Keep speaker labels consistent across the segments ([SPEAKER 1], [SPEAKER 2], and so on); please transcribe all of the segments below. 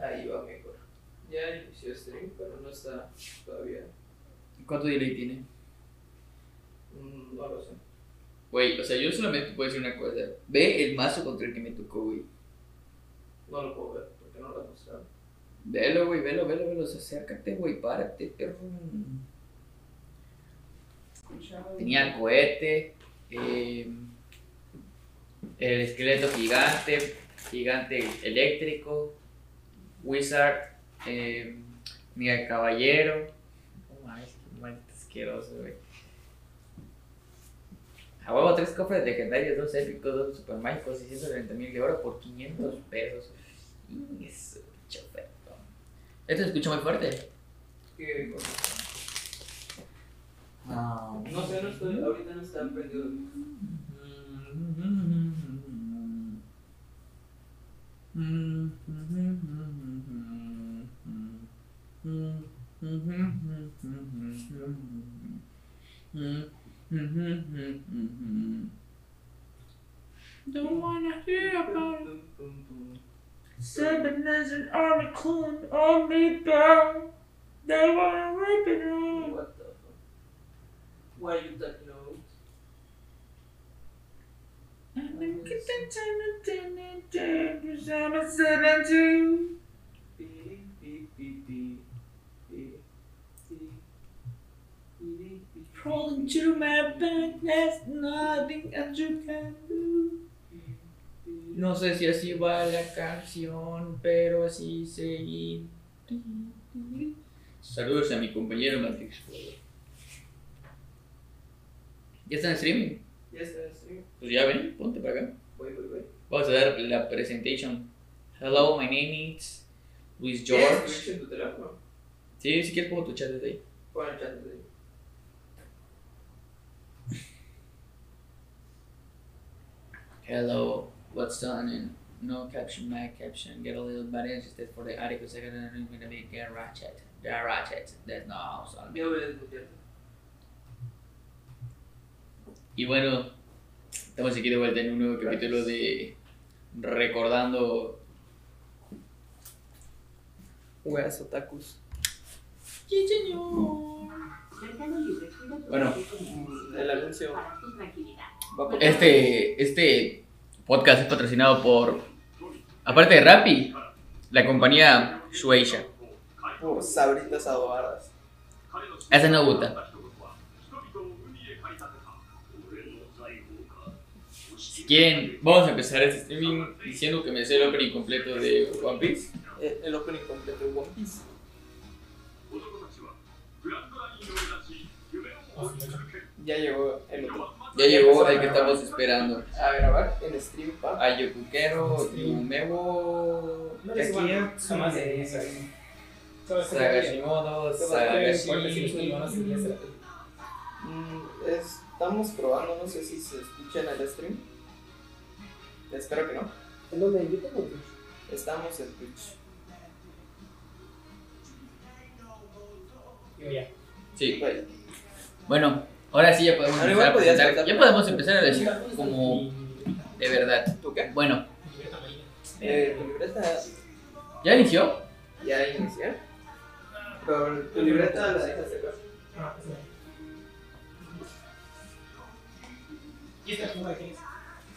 [SPEAKER 1] ahí va mejor. Ya inició stream, pero no está todavía.
[SPEAKER 2] ¿Cuánto delay tiene?
[SPEAKER 1] mm, No lo sé.
[SPEAKER 2] Güey, o sea, yo solamente puedo decir una cosa. Ve el mazo contra el que me tocó, güey.
[SPEAKER 1] No lo puedo ver porque no lo he mostrado.
[SPEAKER 2] Velo, güey, velo, velo, velo. O sea, acércate, güey, párate, perro. Tenía cohete, eh, el esqueleto gigante, gigante eléctrico, Wizard, eh, Miguel Caballero. No mames, qué maldito asqueroso, güey. A huevo, tres cofres legendarios, dos épicos, dos super mágicos, 630 mil de oro por 500 pesos. Y eso, chapeto. Esto Este se escucha muy fuerte.
[SPEAKER 1] ¿Qué cosa?
[SPEAKER 2] No.
[SPEAKER 1] No sé, no
[SPEAKER 2] Mm.
[SPEAKER 1] estoy, ahorita no están prendidos.
[SPEAKER 2] Don't wanna hear about it.
[SPEAKER 1] Pum, pum, pum.
[SPEAKER 2] Seven nation army clone on me down. They wanna rip it all.
[SPEAKER 1] What the fuck? Why you that note?
[SPEAKER 2] Get them time and ten and ten, 'cause I'm a seven two.
[SPEAKER 1] Pi, pi, pi, pi. Pi, pi, pi, pi, pi.
[SPEAKER 2] Crawling to my bed, there's nothing that you can do. No sé si así va la canción, pero así seguí. Saludos a mi compañero Matrix Fuego. ¿Ya está en streaming?
[SPEAKER 1] Ya está, sí.
[SPEAKER 2] Pues ya ven, ponte para acá.
[SPEAKER 1] Voy, voy, voy.
[SPEAKER 2] Vamos a dar la presentation. Hello, my name is Luis
[SPEAKER 1] ¿Ya
[SPEAKER 2] George.
[SPEAKER 1] escribiste en tu teléfono?
[SPEAKER 2] Sí, si quieres pongo tu chat desde ahí.
[SPEAKER 1] Pon el chat de-
[SPEAKER 2] Hello, what's done and no caption, my caption. Get a little bit interested for the article second and I'm gonna be get ratchet. Get ratchet. That's no house on me.
[SPEAKER 1] Mira, voy desmuteando.
[SPEAKER 2] Y bueno, estamos aquí de vuelta en un nuevo capítulo de Recordando.
[SPEAKER 1] Weas otakus.
[SPEAKER 2] Bueno.
[SPEAKER 1] El anuncio.
[SPEAKER 2] Este, este podcast es patrocinado por, aparte de Rappi, la compañía Shueisha.
[SPEAKER 1] Por sabritas adobadas.
[SPEAKER 2] Esa no gusta. Si quieren, vamos a empezar este streaming diciendo que me sé el opening completo de One Piece.
[SPEAKER 1] Eh, El opening completo de One Piece. Ya llegó el otro.
[SPEAKER 2] Ya llegó el que estamos esperando.
[SPEAKER 1] A grabar en stream, pa.
[SPEAKER 2] Ayokukero, Yumebo, Kakiyatsu, Sagashimono, Sagashimono.
[SPEAKER 1] Mm, Estamos probando, no sé si se escucha en el stream. Espero que no.
[SPEAKER 3] ¿En dónde invitan o qué?
[SPEAKER 1] Estamos en Twitch.
[SPEAKER 3] Yo ya.
[SPEAKER 2] Sí.
[SPEAKER 1] Bueno,
[SPEAKER 2] Bueno, ahora sí ya podemos
[SPEAKER 1] Ahora
[SPEAKER 2] empezar a
[SPEAKER 1] igual podías
[SPEAKER 2] presentar.
[SPEAKER 1] empezar.
[SPEAKER 2] Ya podemos empezar a decir como de verdad.
[SPEAKER 1] ¿Tú qué?
[SPEAKER 2] Bueno,
[SPEAKER 1] Eh, tu libreta
[SPEAKER 2] ¿ya inició?
[SPEAKER 1] ya inició. Pero tu libreta la dejas acá.
[SPEAKER 3] Ah, sí. ¿Y esta figura de quién es?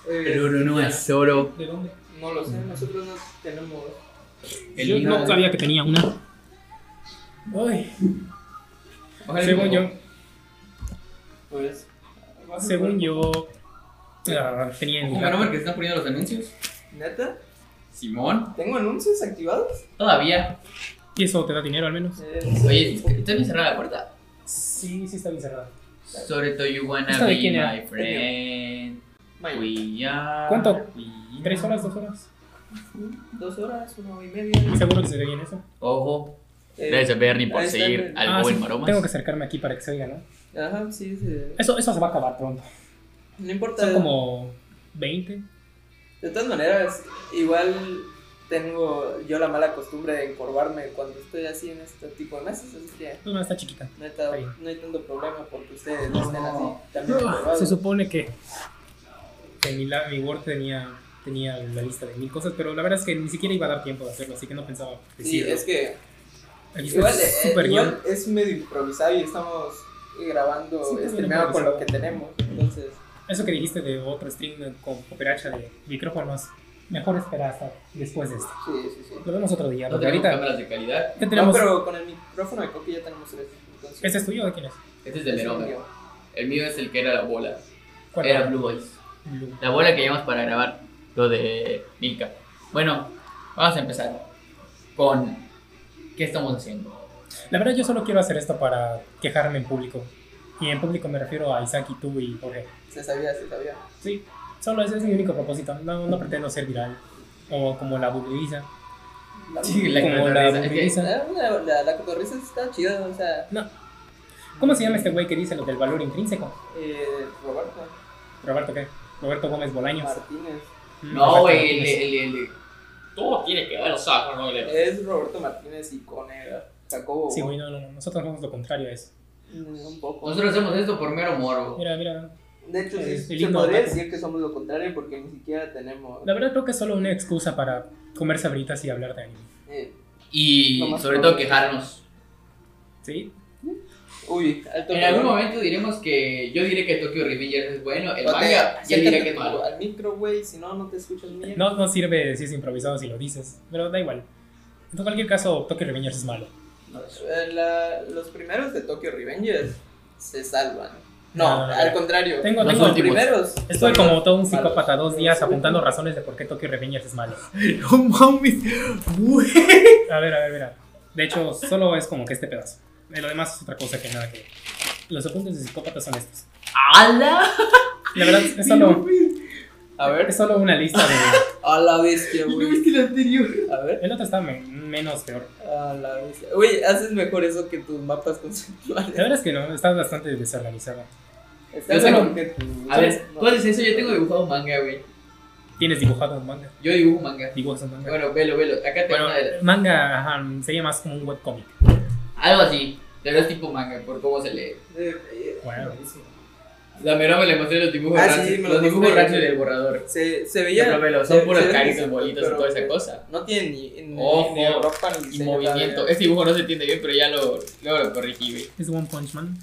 [SPEAKER 1] Eh,
[SPEAKER 2] no es oro.
[SPEAKER 3] ¿De dónde?
[SPEAKER 1] No lo sé, nosotros no tenemos.
[SPEAKER 3] yo no sabía que tenía una. Ay, según yo,
[SPEAKER 1] Pues.
[SPEAKER 3] según yo, ah, tenía en mi
[SPEAKER 2] Ojalá,
[SPEAKER 3] lap-
[SPEAKER 2] no, porque están poniendo los anuncios.
[SPEAKER 1] ¿Neta?
[SPEAKER 2] Simón,
[SPEAKER 1] ¿Tengo anuncios activados? Eh,
[SPEAKER 2] todavía.
[SPEAKER 3] ¿Y eso te da dinero al menos?
[SPEAKER 2] Oye, está bien cerrada la puerta.
[SPEAKER 3] Sí, sí está bien cerrada.
[SPEAKER 2] Sobre todo, you wanna
[SPEAKER 3] ¿Esta de
[SPEAKER 2] be
[SPEAKER 3] quién era?
[SPEAKER 2] my friend.
[SPEAKER 1] May,
[SPEAKER 2] We are-
[SPEAKER 3] ¿Cuánto?
[SPEAKER 2] we are-
[SPEAKER 3] ¿Tres horas, dos horas?
[SPEAKER 1] dos horas, una hora y media.
[SPEAKER 3] ¿Seguro que se ve bien eso?
[SPEAKER 2] Ojo,
[SPEAKER 1] Eh,
[SPEAKER 2] gracias Bernie por
[SPEAKER 1] ahí está
[SPEAKER 2] seguir
[SPEAKER 1] el-
[SPEAKER 2] al
[SPEAKER 3] Ah,
[SPEAKER 2] buen
[SPEAKER 3] sí,
[SPEAKER 2] Maromas.
[SPEAKER 3] tengo que acercarme aquí para que se oiga, ¿no?
[SPEAKER 1] Ajá, sí, sí.
[SPEAKER 3] Eso, eso se va a acabar pronto.
[SPEAKER 1] No importa.
[SPEAKER 3] Son como 20.
[SPEAKER 1] De todas maneras, igual tengo yo la mala costumbre de encorvarme cuando estoy así en este tipo de mesas, así que
[SPEAKER 3] Pues no, está chiquita.
[SPEAKER 1] no hay, ta-
[SPEAKER 3] Está bien.
[SPEAKER 1] no hay tanto problema porque ustedes no estén así también
[SPEAKER 3] Ah, Se
[SPEAKER 1] encorvados.
[SPEAKER 3] supone que, que mi, la- mi Word tenía tenía la lista de mil cosas, pero la verdad es que ni siquiera iba a dar tiempo de hacerlo, así que no pensaba
[SPEAKER 1] Sí,
[SPEAKER 3] decirlo.
[SPEAKER 1] es que
[SPEAKER 3] Aquí está
[SPEAKER 1] igual,
[SPEAKER 3] el
[SPEAKER 1] eh,
[SPEAKER 3] super
[SPEAKER 1] igual
[SPEAKER 3] guión.
[SPEAKER 1] es medio improvisado y estamos grabando
[SPEAKER 3] Sí, también
[SPEAKER 1] streameado con lo que tenemos. Entonces,
[SPEAKER 3] Eso que dijiste de otro stream con cooperacha de micrófonos, mejor espera hasta después de esto.
[SPEAKER 1] sí, sí, sí.
[SPEAKER 3] Lo vemos otro día,
[SPEAKER 2] No
[SPEAKER 3] porque
[SPEAKER 2] tenemos
[SPEAKER 3] ahorita
[SPEAKER 2] cámaras de calidad.
[SPEAKER 3] ya
[SPEAKER 1] No,
[SPEAKER 3] tenemos...
[SPEAKER 1] pero con el micrófono de Coqui ya tenemos tres. Entonces,
[SPEAKER 3] ¿Este es tuyo o de quién es?
[SPEAKER 2] Este es del
[SPEAKER 1] es un
[SPEAKER 2] Nerón.
[SPEAKER 1] guión.
[SPEAKER 2] El mío es el que era la bola.
[SPEAKER 3] ¿Cuál
[SPEAKER 2] era
[SPEAKER 3] era?
[SPEAKER 2] Blue Boys.
[SPEAKER 3] Blue.
[SPEAKER 2] La bola que llevamos para grabar lo de Milka. Bueno, vamos a empezar con qué estamos haciendo.
[SPEAKER 3] La verdad yo solo quiero hacer esto para quejarme en público. Y en público me refiero a Isaac y tú y Jorge.
[SPEAKER 1] Se sabía, se sabía.
[SPEAKER 3] Sí, solo ese es mi único propósito. No, no pretendo ser viral. O como la burguesa.
[SPEAKER 1] La-
[SPEAKER 2] Sí, la
[SPEAKER 3] como la
[SPEAKER 2] cotorriza, es que-
[SPEAKER 3] burguesa.
[SPEAKER 1] La, la, Ah, la, la cotorriza está chida, o sea,
[SPEAKER 3] No. ¿Cómo se llama este güey que dice lo del valor intrínseco?
[SPEAKER 1] eh, Roberto
[SPEAKER 3] Roberto, ¿qué? Roberto Gómez Bolaños.
[SPEAKER 1] Martínez.
[SPEAKER 3] Mm,
[SPEAKER 2] No,
[SPEAKER 3] Roberto
[SPEAKER 2] güey, el,
[SPEAKER 3] Gómez.
[SPEAKER 2] el, el, el- Todo tiene que ver, o sea, con lo de-
[SPEAKER 1] Es Roberto Martínez y con el Jacobo.
[SPEAKER 3] Sí, güey, no, no, no, nosotros somos lo contrario a eso.
[SPEAKER 1] Mm, Un poco.
[SPEAKER 2] Nosotros hacemos esto por mero morbo.
[SPEAKER 3] Mira, mira,
[SPEAKER 1] De hecho, sí,
[SPEAKER 3] El- el
[SPEAKER 1] se
[SPEAKER 3] lindo
[SPEAKER 1] podría
[SPEAKER 3] Paco.
[SPEAKER 1] decir que somos lo contrario porque ni siquiera tenemos.
[SPEAKER 3] la verdad creo que es solo una excusa para comer sabritas y hablar de anime.
[SPEAKER 1] eh, Lo
[SPEAKER 2] Y
[SPEAKER 1] más
[SPEAKER 2] sobre todo
[SPEAKER 1] probable.
[SPEAKER 2] quejarnos.
[SPEAKER 3] ¿Sí?
[SPEAKER 1] uy, alto.
[SPEAKER 2] En algún momento diremos que yo diré que Tokyo Revengers es bueno, el manga, y él dirá que es malo.
[SPEAKER 1] Al micro, güey, si no, no te escuchas bien.
[SPEAKER 3] No, no sirve si es improvisado si lo dices, pero da igual. En cualquier caso, Tokyo Revengers es malo.
[SPEAKER 1] Eh, la- los primeros de Tokyo Revengers se salvan. No,
[SPEAKER 3] No, no, no.
[SPEAKER 1] al contrario.
[SPEAKER 3] Tengo,
[SPEAKER 2] Los
[SPEAKER 3] tengo,
[SPEAKER 1] los
[SPEAKER 2] últimos.
[SPEAKER 1] primeros.
[SPEAKER 3] Estoy
[SPEAKER 1] son
[SPEAKER 3] como todo un
[SPEAKER 1] los malos.
[SPEAKER 3] psicópata dos
[SPEAKER 1] Los
[SPEAKER 3] días apuntando
[SPEAKER 1] últimos.
[SPEAKER 3] razones de por qué Tokyo Revengers es malo.
[SPEAKER 2] No mames, güey.
[SPEAKER 3] A ver, a ver, mira. De hecho, solo es como que este pedazo. Eh, Lo demás es otra cosa que nada que ver. Los apuntes de psicópatas son estos.
[SPEAKER 2] ¡Hala!
[SPEAKER 3] La verdad, es solo,
[SPEAKER 1] A ver,
[SPEAKER 3] es solo una lista de...
[SPEAKER 1] a la bestia,
[SPEAKER 2] ¿Y no
[SPEAKER 1] güey.
[SPEAKER 2] viste el anterior?
[SPEAKER 1] A ver,
[SPEAKER 3] El otro está me- menos peor.
[SPEAKER 1] a la bestia. Güey, haces mejor eso que tus mapas
[SPEAKER 3] La
[SPEAKER 1] conceptuales.
[SPEAKER 3] verdad es que no, está bastante desorganizado.
[SPEAKER 1] Está
[SPEAKER 2] Yo tengo-
[SPEAKER 1] mejor que tu-
[SPEAKER 2] A ver,
[SPEAKER 1] no. Eh,
[SPEAKER 2] tú haces eso, yo tengo dibujado un manga, güey.
[SPEAKER 3] Tienes dibujado un manga.
[SPEAKER 2] Yo dibujo un manga.
[SPEAKER 3] Dibujas un manga.
[SPEAKER 2] Bueno, velo, velo. Acá tengo
[SPEAKER 3] Bueno,
[SPEAKER 2] una de las...
[SPEAKER 3] manga ajá, sería más como un webcomic.
[SPEAKER 2] Algo así, pero es tipo manga, por cómo se lee.
[SPEAKER 1] Eh, eh,
[SPEAKER 3] Bueno.
[SPEAKER 1] buenísimo.
[SPEAKER 2] La mera me le mostré los dibujos
[SPEAKER 1] Ah, sí,
[SPEAKER 2] rancios-
[SPEAKER 1] me los
[SPEAKER 2] los dibujos
[SPEAKER 1] mostré.
[SPEAKER 2] rancios del borrador.
[SPEAKER 1] Se, se veía.
[SPEAKER 2] Pero velo,
[SPEAKER 1] se-
[SPEAKER 2] son puras
[SPEAKER 1] se ve-
[SPEAKER 2] caritas, bolitas y
[SPEAKER 1] pero pues,
[SPEAKER 2] toda esa cosa.
[SPEAKER 1] No tiene ni, ni-
[SPEAKER 2] Ojo,
[SPEAKER 1] ni ropa ni
[SPEAKER 2] Y
[SPEAKER 1] diseño,
[SPEAKER 2] movimiento.
[SPEAKER 1] la verdad.
[SPEAKER 2] Este dibujo no se entiende bien, pero ya lo, luego lo corregí, güey.
[SPEAKER 3] Es One Punch Man.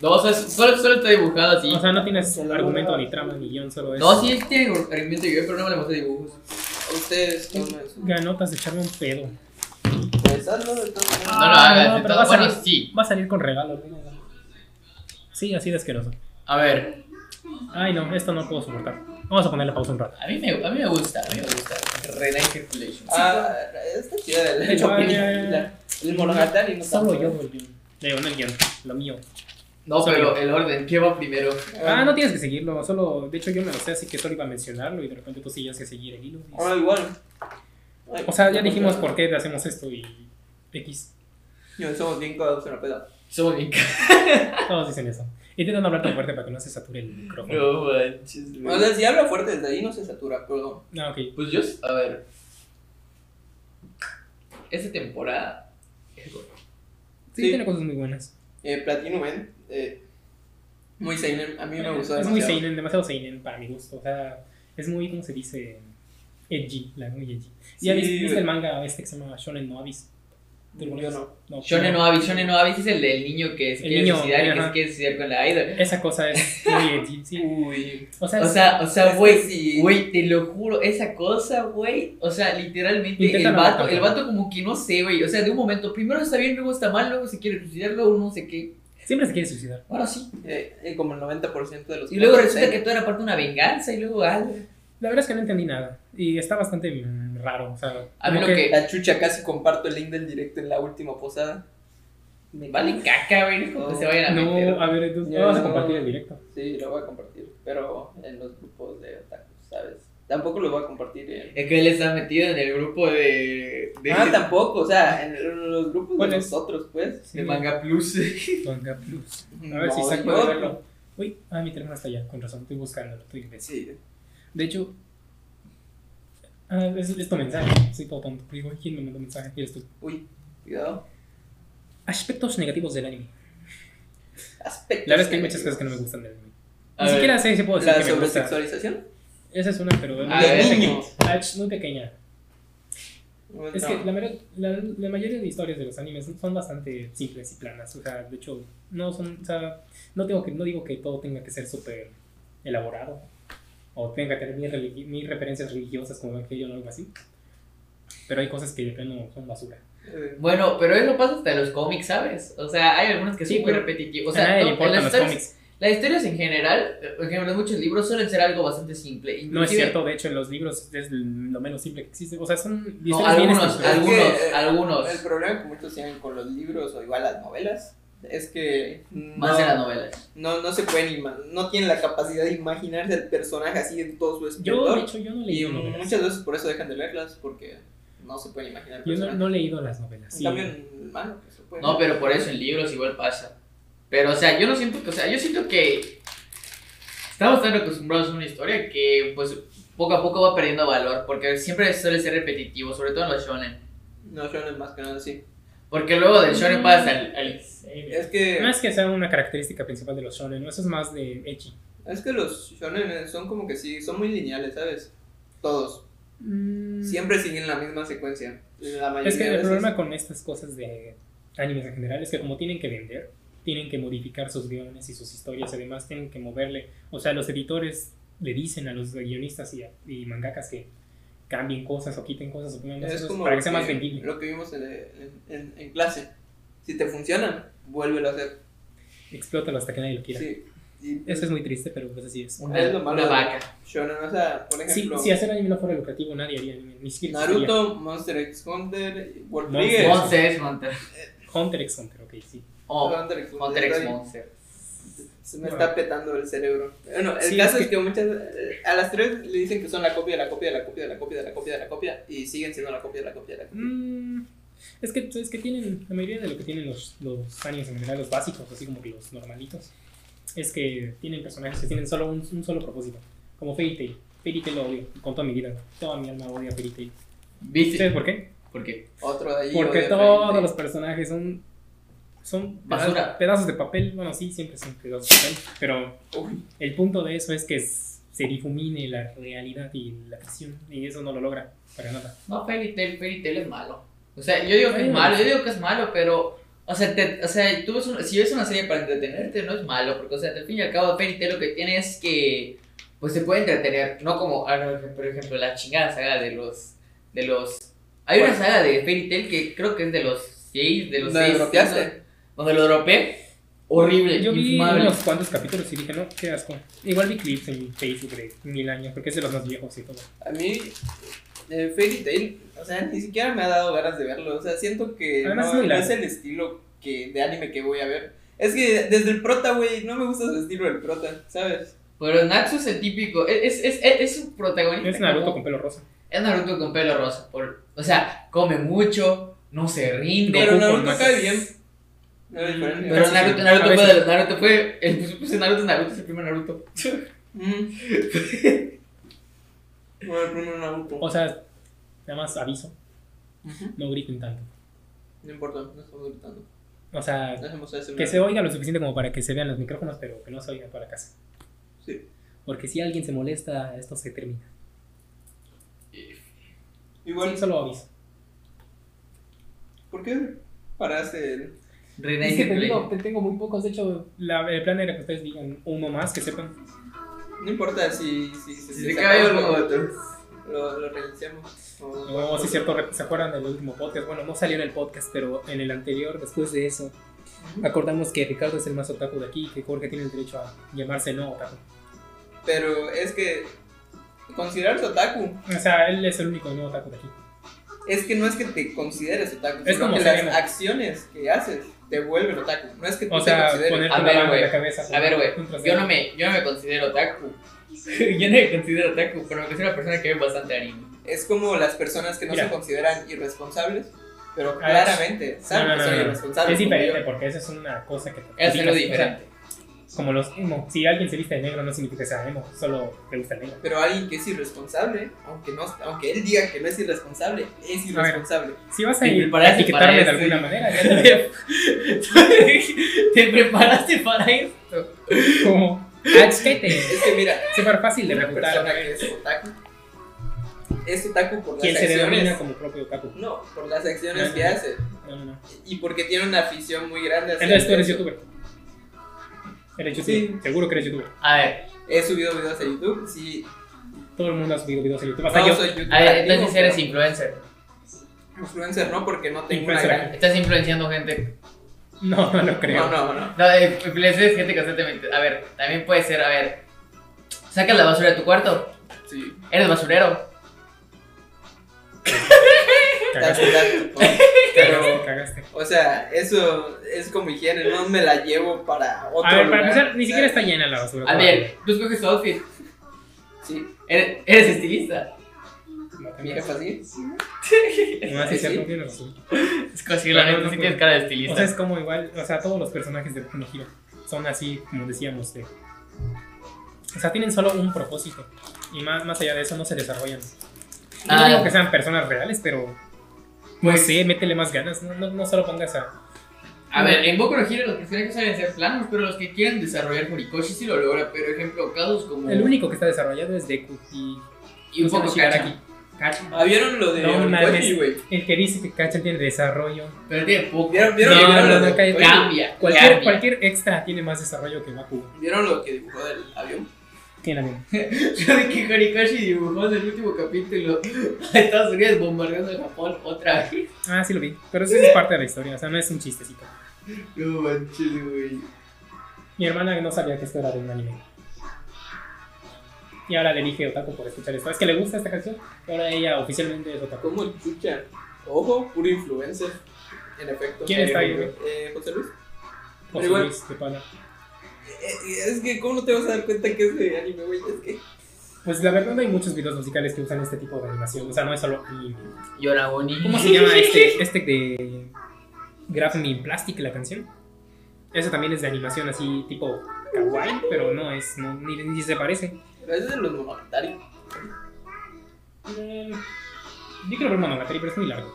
[SPEAKER 2] No, o sea, solo, solo está dibujado así.
[SPEAKER 3] O sea, no tienes
[SPEAKER 1] Se lo
[SPEAKER 3] argumento,
[SPEAKER 1] voy a-
[SPEAKER 3] ni trama, ni guión, solo
[SPEAKER 1] pues,
[SPEAKER 3] es...
[SPEAKER 2] No, sí es- tiene un argumento yo, pero no me le mostré dibujos.
[SPEAKER 1] Ustedes, ¿cómo es?
[SPEAKER 3] Ganotas de echarme un pedo.
[SPEAKER 1] Pues hazlo de todos modos.
[SPEAKER 2] No lo
[SPEAKER 3] Ah,
[SPEAKER 2] hagas,
[SPEAKER 3] no,
[SPEAKER 2] de
[SPEAKER 3] pero
[SPEAKER 2] todas-
[SPEAKER 3] va a
[SPEAKER 2] bueno,
[SPEAKER 3] salir.
[SPEAKER 2] sí.
[SPEAKER 3] Va a salir con regalo. Sí, así de asqueroso.
[SPEAKER 2] A ver,
[SPEAKER 3] Ay, no, esto no puedo soportar. Vamos a ponerle pausa un rato.
[SPEAKER 2] a mí me, a mí me gusta, a mí me gusta. Renai Circulation.
[SPEAKER 1] Ah, está chida la
[SPEAKER 3] Ay,
[SPEAKER 1] la
[SPEAKER 3] ay, ay.
[SPEAKER 1] película. El Monogatari no
[SPEAKER 3] Solo
[SPEAKER 1] tanto.
[SPEAKER 3] yo, güey. Digo, no el guión, lo mío.
[SPEAKER 2] No,
[SPEAKER 3] Sorry.
[SPEAKER 2] pero el orden, ¿qué va primero?
[SPEAKER 3] Ah, no tienes que seguirlo, solo. De hecho, yo me lo sé, así que solo iba a mencionarlo y de repente tú sigas que seguir el hilo.
[SPEAKER 1] Ah, igual. Ay,
[SPEAKER 3] O sea, ya dijimos por qué hacemos esto y. X.
[SPEAKER 1] Yo, somos bien cagados en la peda.
[SPEAKER 2] Somos bien
[SPEAKER 3] Todos dicen eso. Intentan hablar tan fuerte para que no se sature el micrófono.
[SPEAKER 2] No manches, güey.
[SPEAKER 1] O sea, si habla fuerte desde ahí no se satura, perdón.
[SPEAKER 3] Ah, ok.
[SPEAKER 2] Pues yo, a ver. Esta temporada es bueno.
[SPEAKER 3] Sí,
[SPEAKER 1] Sí.
[SPEAKER 3] tiene cosas muy buenas.
[SPEAKER 1] Eh, Platinum Man, eh, muy seinen, a mí me gustó
[SPEAKER 3] Es muy
[SPEAKER 1] demasiado.
[SPEAKER 3] seinen, demasiado seinen para mi gusto. O sea, es muy, ¿cómo se dice? Edgy, la muy edgy. ¿Ya
[SPEAKER 1] Sí,
[SPEAKER 3] viste, viste
[SPEAKER 1] güey.
[SPEAKER 3] el manga este que se llama Shonen no Abyss? ¿Te lo
[SPEAKER 1] Yo
[SPEAKER 3] conoces?
[SPEAKER 1] no.
[SPEAKER 3] No,
[SPEAKER 2] Shonen
[SPEAKER 3] no.
[SPEAKER 2] no Abyss, Shonen no Abyss es el del niño que se
[SPEAKER 3] El
[SPEAKER 2] quiere
[SPEAKER 3] niño,
[SPEAKER 2] suicidar y que se
[SPEAKER 3] ajá.
[SPEAKER 2] quiere suicidar con la idol.
[SPEAKER 3] Esa cosa es muy edgy, sí.
[SPEAKER 1] Uy.
[SPEAKER 3] O sea,
[SPEAKER 2] O sea, o sea,
[SPEAKER 1] Es que
[SPEAKER 2] güey,
[SPEAKER 1] sí.
[SPEAKER 2] güey, te lo juro, esa cosa, güey, o sea, literalmente
[SPEAKER 3] Intentan
[SPEAKER 2] el
[SPEAKER 3] hablar
[SPEAKER 2] vato,
[SPEAKER 3] con
[SPEAKER 2] el
[SPEAKER 3] calma.
[SPEAKER 2] vato como que no sé, güey, o sea, de un momento, primero está bien, luego está mal, luego se quiere suicidar, luego no sé qué,
[SPEAKER 3] siempre se quiere suicidar.
[SPEAKER 2] ahora sí,
[SPEAKER 1] Eh, eh, como el 90% de los
[SPEAKER 2] y luego
[SPEAKER 1] casos,
[SPEAKER 2] resulta
[SPEAKER 1] eh,
[SPEAKER 2] que todo era parte de una venganza, y luego, ah,
[SPEAKER 3] La verdad es que no entendí nada. Y está bastante mm, raro. O sea,
[SPEAKER 2] A mí
[SPEAKER 3] como
[SPEAKER 2] lo que-
[SPEAKER 1] La chucha casi comparto el link del directo en la última posada. Me
[SPEAKER 2] vale caca, güey, es como que se vayan a meter.
[SPEAKER 3] No, a ver, entonces
[SPEAKER 1] Ya,
[SPEAKER 3] vamos a
[SPEAKER 1] no.
[SPEAKER 3] compartir el directo.
[SPEAKER 1] Sí, lo voy a compartir, pero en los grupos de otaku, ¿sabes? Tampoco lo voy a compartir en...
[SPEAKER 2] Es que él está metido en el grupo de, de,
[SPEAKER 1] Ah, tampoco, o sea, en los grupos de
[SPEAKER 3] ¿Cuáles?
[SPEAKER 1] nosotros, pues.
[SPEAKER 2] de Manga Plus.
[SPEAKER 3] Manga Plus. A ver si
[SPEAKER 1] No, yo-
[SPEAKER 3] Isaac puede verlo. Uy, ah, mi teléfono está allá, con razón, estoy buscándolo, estoy imbécil.
[SPEAKER 1] Pues Sí.
[SPEAKER 3] De hecho, ah, es, es tu mensaje, soy todo tonto. Digo, ¿quién me mandó mensaje? Eres tú.
[SPEAKER 1] Uy, cuidado.
[SPEAKER 3] Aspectos negativos del anime.
[SPEAKER 1] Aspectos.
[SPEAKER 3] La verdad es que hay muchas cosas que no me gustan del anime.
[SPEAKER 2] A
[SPEAKER 3] Ni
[SPEAKER 2] ver,
[SPEAKER 3] siquiera sé si puedo decir
[SPEAKER 1] La
[SPEAKER 3] que me gusta.
[SPEAKER 1] sobresexualización.
[SPEAKER 3] Esa es una, pero es
[SPEAKER 2] Ah,
[SPEAKER 3] muy,
[SPEAKER 2] de
[SPEAKER 3] pequeña.
[SPEAKER 1] niños.
[SPEAKER 3] Ah, es muy pequeña.
[SPEAKER 1] Bueno,
[SPEAKER 3] Es que
[SPEAKER 1] no.
[SPEAKER 3] la, mayor- la- la mayoría de historias de los animes son bastante simples y planas. O sea, de hecho, no son, o sea, no tengo que, no digo que todo tenga que ser súper elaborado. O tenga que tener mil, religi- mil referencias religiosas como Evangelion o algo así. Pero hay cosas que de plano son basura.
[SPEAKER 1] Eh,
[SPEAKER 2] Bueno, pero eso pasa hasta en los cómics, ¿sabes? O sea, hay algunos que son
[SPEAKER 3] Sí,
[SPEAKER 2] muy
[SPEAKER 3] pero
[SPEAKER 2] repetitivos. O
[SPEAKER 3] a
[SPEAKER 2] sea,
[SPEAKER 3] nadie
[SPEAKER 2] no,
[SPEAKER 3] le importan
[SPEAKER 2] las,
[SPEAKER 3] los
[SPEAKER 2] historias,
[SPEAKER 3] cómics.
[SPEAKER 2] las historias en general, eh, por ejemplo, en muchos libros suelen ser algo bastante simple.
[SPEAKER 3] No es
[SPEAKER 2] Inclusive-
[SPEAKER 3] cierto, de hecho, en los libros es lo menos simple que existe. O sea, son
[SPEAKER 2] No,
[SPEAKER 3] historias bien
[SPEAKER 2] algunos,
[SPEAKER 3] estructuradas.
[SPEAKER 2] algunos,
[SPEAKER 1] Es que, eh,
[SPEAKER 2] algunos.
[SPEAKER 1] El problema que muchos tienen con los libros o igual las novelas es que
[SPEAKER 2] Más
[SPEAKER 1] no-
[SPEAKER 2] de las novelas.
[SPEAKER 1] no, no se pueden ima- no tienen la capacidad de imaginarse el personaje así en todo su
[SPEAKER 3] Yo, de
[SPEAKER 1] esplendor.
[SPEAKER 3] hecho, yo no he
[SPEAKER 1] y
[SPEAKER 3] leído novelas.
[SPEAKER 1] muchas veces por eso dejan de leerlas porque no se pueden imaginar el
[SPEAKER 3] Yo no,
[SPEAKER 1] personaje.
[SPEAKER 3] no he leído las novelas.
[SPEAKER 1] En
[SPEAKER 3] sí.
[SPEAKER 1] cambio, en manga, pues, se puede.
[SPEAKER 2] No, pero por eso en libros igual pasa. Pero, o sea, yo no siento que, o sea, yo siento que estamos tan acostumbrados a una historia que, pues, poco a poco va perdiendo valor, porque siempre suele ser repetitivo, sobre todo en los shonen.
[SPEAKER 1] No, yo más que nada sí.
[SPEAKER 2] Porque luego del
[SPEAKER 3] Mm.
[SPEAKER 2] shonen pasa al... al-
[SPEAKER 1] Es que
[SPEAKER 3] No es que sea una característica principal de los shonen, ¿no? eso es más de Echi.
[SPEAKER 1] Es que los shonen son como que sí, son muy lineales, ¿sabes? Todos. Siempre siguen la misma secuencia. La mayoría
[SPEAKER 3] Mm. Es que
[SPEAKER 1] de
[SPEAKER 3] el
[SPEAKER 1] veces.
[SPEAKER 3] problema con estas cosas de animes en general es que como tienen que vender, tienen que modificar sus guiones y sus historias, además tienen que moverle, o sea, los editores le dicen a los guionistas y, a- y mangakas que cambien cosas o quiten cosas o pongan más
[SPEAKER 1] es
[SPEAKER 3] cosas
[SPEAKER 1] como
[SPEAKER 3] para
[SPEAKER 1] lo
[SPEAKER 3] que sea más vendible.
[SPEAKER 1] Lo que vimos en, en- en- en clase. Si te funciona, vuélvelo a hacer.
[SPEAKER 3] Explótalo hasta que nadie lo quiera.
[SPEAKER 1] Sí. Y-
[SPEAKER 3] Eso es muy triste, pero pues así es.
[SPEAKER 2] una,
[SPEAKER 1] Es lo malo
[SPEAKER 2] una
[SPEAKER 1] de-
[SPEAKER 2] vaca.
[SPEAKER 1] Shonen, o sea, por
[SPEAKER 3] Si,
[SPEAKER 1] ejemplo,
[SPEAKER 3] si hacer anime no fuera lucrativo, nadie haría anime, ni siquiera existiría.
[SPEAKER 1] Naruto, Monster X Hunter, World
[SPEAKER 3] Monster.
[SPEAKER 1] Trigger.
[SPEAKER 2] Monster x Hunter.
[SPEAKER 3] Hunter x Hunter, ok, sí.
[SPEAKER 2] O
[SPEAKER 1] Hunter x
[SPEAKER 2] Hunter x
[SPEAKER 1] Ay,
[SPEAKER 2] Monster.
[SPEAKER 1] Se me está petando el cerebro. Bueno, el
[SPEAKER 3] Sí,
[SPEAKER 1] caso
[SPEAKER 3] es
[SPEAKER 1] es que, muchas eh, a las tres le dicen que son la copia de la copia de la copia de la copia de la copia de la copia y siguen siendo la copia de la copia de la copia.
[SPEAKER 3] Mm, es que es que tienen la mayoría de lo que tienen los, los animes en general, los básicos, así como que los normalitos, es que tienen personajes que tienen solo un, un solo propósito, como Fairy Tail. Fairy Tail lo odio con toda mi vida, toda mi alma odia a Fairy Tail.
[SPEAKER 2] ¿Viste?
[SPEAKER 3] ¿Sabes por qué?
[SPEAKER 2] ¿Por qué?
[SPEAKER 1] Otro de ahí.
[SPEAKER 3] Porque
[SPEAKER 1] otro de
[SPEAKER 3] todos
[SPEAKER 1] frente.
[SPEAKER 3] los personajes son son peda-
[SPEAKER 2] Basura.
[SPEAKER 3] pedazos de papel, bueno sí siempre son pedazos de papel, pero
[SPEAKER 1] Uy,
[SPEAKER 3] el punto de eso es que s- se difumine la realidad y la ficción y eso no lo logra para nada.
[SPEAKER 2] No, Fairy Tail, Fairy Tail es malo. O sea, yo digo que es
[SPEAKER 3] Ay,
[SPEAKER 2] malo,
[SPEAKER 3] no.
[SPEAKER 2] yo digo que es malo, pero. O sea, te- o sea tú ves una- si ves una serie para entretenerte, no es malo, porque, o sea, al fin y al cabo, Fairy Tail lo que tiene es que. Pues se puede entretener, no como, ah, no, por ejemplo, la chingada saga de los. de los Hay una saga de Fairy Tail que creo que es de los 6, de los
[SPEAKER 1] ¿La
[SPEAKER 2] 6.
[SPEAKER 1] dropeaste?
[SPEAKER 2] Donde lo dropeé. Horrible,
[SPEAKER 3] Yo vi
[SPEAKER 2] infumable.
[SPEAKER 3] unos cuantos capítulos y dije, no, qué asco. Igual vi clips en Facebook de mil años, porque es de los más viejos y todo.
[SPEAKER 1] a mí, eh, Fairy Tail, o sea, ni siquiera me ha dado ganas de verlo. O sea, siento que
[SPEAKER 3] Además es
[SPEAKER 1] no,
[SPEAKER 3] muy
[SPEAKER 1] no
[SPEAKER 3] largo.
[SPEAKER 1] es el estilo que, de anime que voy a ver. Es que desde el prota, güey, no me gusta su estilo del prota, ¿sabes?
[SPEAKER 2] Pero Natsu es el típico, e-, es, es, es, es un protagonista.
[SPEAKER 3] Es Naruto
[SPEAKER 2] como-
[SPEAKER 3] con pelo rosa.
[SPEAKER 2] Es Naruto con pelo rosa. Por, o sea, come mucho, no se rinde.
[SPEAKER 1] Pero
[SPEAKER 3] Goku con
[SPEAKER 1] Naruto
[SPEAKER 3] más-
[SPEAKER 1] cae bien. No es diferente.
[SPEAKER 2] Mm, Pero Naruto, Naruto,
[SPEAKER 3] A
[SPEAKER 2] fue,
[SPEAKER 3] veces.
[SPEAKER 2] de- Naruto fue. El, pues, pues, Naruto es Naruto, es el primer Naruto.
[SPEAKER 1] Mm. Bueno, el primer Naruto.
[SPEAKER 3] O sea, nada más aviso,
[SPEAKER 1] Ujú.
[SPEAKER 3] no griten tanto.
[SPEAKER 1] No importa, no estamos gritando.
[SPEAKER 3] O sea,
[SPEAKER 1] No hacemos ASMR.
[SPEAKER 3] que se oiga lo suficiente como para que se vean los micrófonos, pero que no se oiga para casa.
[SPEAKER 1] Sí.
[SPEAKER 3] Porque si alguien se molesta, esto se termina.
[SPEAKER 1] Igual,
[SPEAKER 3] Sí, solo aviso.
[SPEAKER 1] ¿por qué paraste el...
[SPEAKER 2] Renai
[SPEAKER 3] Es que te
[SPEAKER 2] Circulation.
[SPEAKER 3] digo, te tengo muy pocos. De hecho, la- el plan era que ustedes digan uno más, que sepan.
[SPEAKER 1] No importa si... Si, si,
[SPEAKER 2] Si se cae
[SPEAKER 1] acaba,
[SPEAKER 2] uno,
[SPEAKER 1] lo-
[SPEAKER 2] otro.
[SPEAKER 1] Lo, lo reiniciamos. O-
[SPEAKER 3] No, Oh, sí, es cierto, re- ¿se acuerdan del último podcast? Bueno, no salió en el podcast, pero en el anterior, después de eso, acordamos que Ricardo es el más otaku de aquí y que Jorge tiene el derecho a llamarse no otaku.
[SPEAKER 1] Pero es que considerarse otaku
[SPEAKER 3] O sea, él es el único no otaku de aquí.
[SPEAKER 1] es que no es que te consideres otaku,
[SPEAKER 3] Es
[SPEAKER 1] sino
[SPEAKER 3] como
[SPEAKER 1] que
[SPEAKER 3] ser
[SPEAKER 1] las
[SPEAKER 3] emo.
[SPEAKER 1] acciones que haces te vuelven otaku. No es que tú
[SPEAKER 3] O
[SPEAKER 1] te
[SPEAKER 3] sea,
[SPEAKER 1] consideres.
[SPEAKER 3] ponerte
[SPEAKER 2] A
[SPEAKER 3] una
[SPEAKER 2] ver,
[SPEAKER 3] mano en
[SPEAKER 2] güey.
[SPEAKER 3] la cabeza.
[SPEAKER 2] A ver,
[SPEAKER 3] un
[SPEAKER 2] güey, yo
[SPEAKER 3] trasero.
[SPEAKER 2] no, me, yo no me considero otaku. yo no me considero otaku, pero me considero una persona que ve bastante anime.
[SPEAKER 1] Es como las personas que no
[SPEAKER 3] Mira.
[SPEAKER 1] se consideran irresponsables, pero
[SPEAKER 3] Ah,
[SPEAKER 1] claramente saben
[SPEAKER 3] No, no,
[SPEAKER 1] que son
[SPEAKER 3] no, no.
[SPEAKER 1] irresponsables.
[SPEAKER 3] Es
[SPEAKER 1] como
[SPEAKER 3] diferente
[SPEAKER 1] yo.
[SPEAKER 3] porque eso es una cosa que te
[SPEAKER 2] Es
[SPEAKER 3] identificas,
[SPEAKER 2] algo
[SPEAKER 3] o sea,
[SPEAKER 2] diferente.
[SPEAKER 3] como los emo. Si alguien se viste de negro no significa que sea emo, solo le gusta el negro.
[SPEAKER 1] Pero alguien que es irresponsable, aunque no, aunque él diga que no es irresponsable, es irresponsable.
[SPEAKER 3] Si vas a
[SPEAKER 2] Y
[SPEAKER 3] ir
[SPEAKER 2] prepárate
[SPEAKER 3] etiquetarme de
[SPEAKER 2] para
[SPEAKER 3] alguna
[SPEAKER 2] eso.
[SPEAKER 3] manera, ya te-
[SPEAKER 2] ¿Te preparaste para esto?
[SPEAKER 3] como Ah, chete.
[SPEAKER 1] Es que mira,
[SPEAKER 3] Súper fácil de
[SPEAKER 1] una persona
[SPEAKER 3] refutar.
[SPEAKER 1] que es otaku es otaku por
[SPEAKER 3] Quien
[SPEAKER 1] las
[SPEAKER 3] se denomina
[SPEAKER 1] acciones.
[SPEAKER 3] como propio otaku.
[SPEAKER 1] No, por las acciones
[SPEAKER 3] Ah,
[SPEAKER 1] que
[SPEAKER 3] no.
[SPEAKER 1] hace.
[SPEAKER 3] No, no, no.
[SPEAKER 1] Y porque tiene una afición muy grande. hacia
[SPEAKER 3] Entonces tú eres
[SPEAKER 1] eso.
[SPEAKER 3] youtuber. Eres
[SPEAKER 1] Sí.
[SPEAKER 3] youtuber. Seguro que eres youtuber.
[SPEAKER 2] A ver,
[SPEAKER 1] He subido videos a YouTube, sí.
[SPEAKER 3] Todo el mundo ha subido videos en YouTube. Hasta
[SPEAKER 1] No
[SPEAKER 3] yo.
[SPEAKER 1] soy youtuber.
[SPEAKER 2] a ver,
[SPEAKER 1] activo,
[SPEAKER 2] entonces eres
[SPEAKER 1] pero
[SPEAKER 2] influencer.
[SPEAKER 1] Influencer no, porque no tengo una
[SPEAKER 3] Influencer
[SPEAKER 1] gran.
[SPEAKER 3] activo.
[SPEAKER 2] Estás influenciando gente.
[SPEAKER 3] No, no lo
[SPEAKER 1] No,
[SPEAKER 3] creo.
[SPEAKER 1] no, no.
[SPEAKER 2] No, eh, influencias gente constantemente. A ver, también puede ser, a ver. Sacas la basura de tu cuarto.
[SPEAKER 1] Sí.
[SPEAKER 2] Eres basurero.
[SPEAKER 3] Cagaste,
[SPEAKER 1] That's- that's-
[SPEAKER 3] cagaste,
[SPEAKER 1] Pero,
[SPEAKER 3] cagaste.
[SPEAKER 1] o sea, eso es como higiene, no me la llevo para otro
[SPEAKER 3] A ver, para
[SPEAKER 1] lugar.
[SPEAKER 3] empezar, ni
[SPEAKER 1] O sea,
[SPEAKER 3] siquiera está llena la basura.
[SPEAKER 2] A ver, tú escoges tu outfit.
[SPEAKER 1] Sí,
[SPEAKER 2] Eres, eres estilista.
[SPEAKER 3] No,
[SPEAKER 1] mi
[SPEAKER 3] tengo-
[SPEAKER 1] jefa sí.
[SPEAKER 3] no, sí,
[SPEAKER 1] Sí,
[SPEAKER 3] es cierto,
[SPEAKER 1] sí.
[SPEAKER 3] tienes razón.
[SPEAKER 2] Es como si la
[SPEAKER 3] No, no,
[SPEAKER 2] neta
[SPEAKER 3] no,
[SPEAKER 2] sí
[SPEAKER 3] no.
[SPEAKER 2] tienes cara de
[SPEAKER 3] pues. O
[SPEAKER 2] estilista.
[SPEAKER 3] sea, es como igual, o sea, todos los personajes de Boku no Hero son así, como decíamos, de- o sea, tienen solo un propósito. Y más, más allá de eso no se desarrollan. No
[SPEAKER 2] Ah.
[SPEAKER 3] digo que sean personas reales, pero no sé, métele más ganas, no, no, no solo pongas a...
[SPEAKER 2] A ver, en Boku no Hero los personajes suelen ser planos, pero los que quieren desarrollar Horikoshi sí lo logra. Pero ejemplo, casos como.
[SPEAKER 3] El único que está desarrollado es Deku y
[SPEAKER 2] Y un
[SPEAKER 3] no sé,
[SPEAKER 2] poco
[SPEAKER 3] Shigaraki.
[SPEAKER 2] Karaki.
[SPEAKER 1] Ah, ¿Vieron lo de
[SPEAKER 3] No
[SPEAKER 1] Orikoshi,
[SPEAKER 3] mames.
[SPEAKER 1] güey?
[SPEAKER 3] El que dice que Kachan tiene desarrollo.
[SPEAKER 2] Pero tiene poco.
[SPEAKER 1] ¿Vieron, vieron,
[SPEAKER 3] No,
[SPEAKER 1] vieron
[SPEAKER 3] no,
[SPEAKER 1] lo
[SPEAKER 3] no,
[SPEAKER 1] de-
[SPEAKER 3] cállate.
[SPEAKER 1] oye,
[SPEAKER 2] Cambia.
[SPEAKER 3] Cualquier,
[SPEAKER 2] cambia.
[SPEAKER 3] cualquier extra tiene más desarrollo que Bakugo.
[SPEAKER 1] ¿Vieron lo que dibujó del avión?
[SPEAKER 3] Tiene la misma.
[SPEAKER 2] Yo de que Horikoshi dibujó en el último capítulo a Estados Unidos bombardeando a Japón otra vez.
[SPEAKER 3] Ah, sí lo vi. Pero eso es parte de la historia, o sea, no es un chistecito.
[SPEAKER 2] No manches, güey.
[SPEAKER 3] Mi hermana no sabía que esto era de un anime. Y ahora le dije otaku por escuchar esto. Es que le gusta esta canción. Y ahora ella oficialmente es otaku.
[SPEAKER 1] ¿Cómo chucha? Ojo, puro influencer. En efecto.
[SPEAKER 3] ¿Quién está ahí, güey?
[SPEAKER 1] Eh, José Luis.
[SPEAKER 3] José
[SPEAKER 1] igual-
[SPEAKER 3] Luis de Pala.
[SPEAKER 1] Eh, Es que, ¿cómo no te vas a dar cuenta que es de anime, güey? Es que.
[SPEAKER 3] Pues la verdad hay muchos videos musicales que usan este tipo de animación. O sea, no es solo anime.
[SPEAKER 2] Yoragoni.
[SPEAKER 3] ¿Cómo se llama este, este de Grab Me in Plastic, la canción? Eso también es de animación así tipo kawaii, pero no es, no, ni, ni se parece.
[SPEAKER 1] Pero ese es de los monogatari.
[SPEAKER 3] Eh, Yo quiero ver Monogatari, pero es muy largo.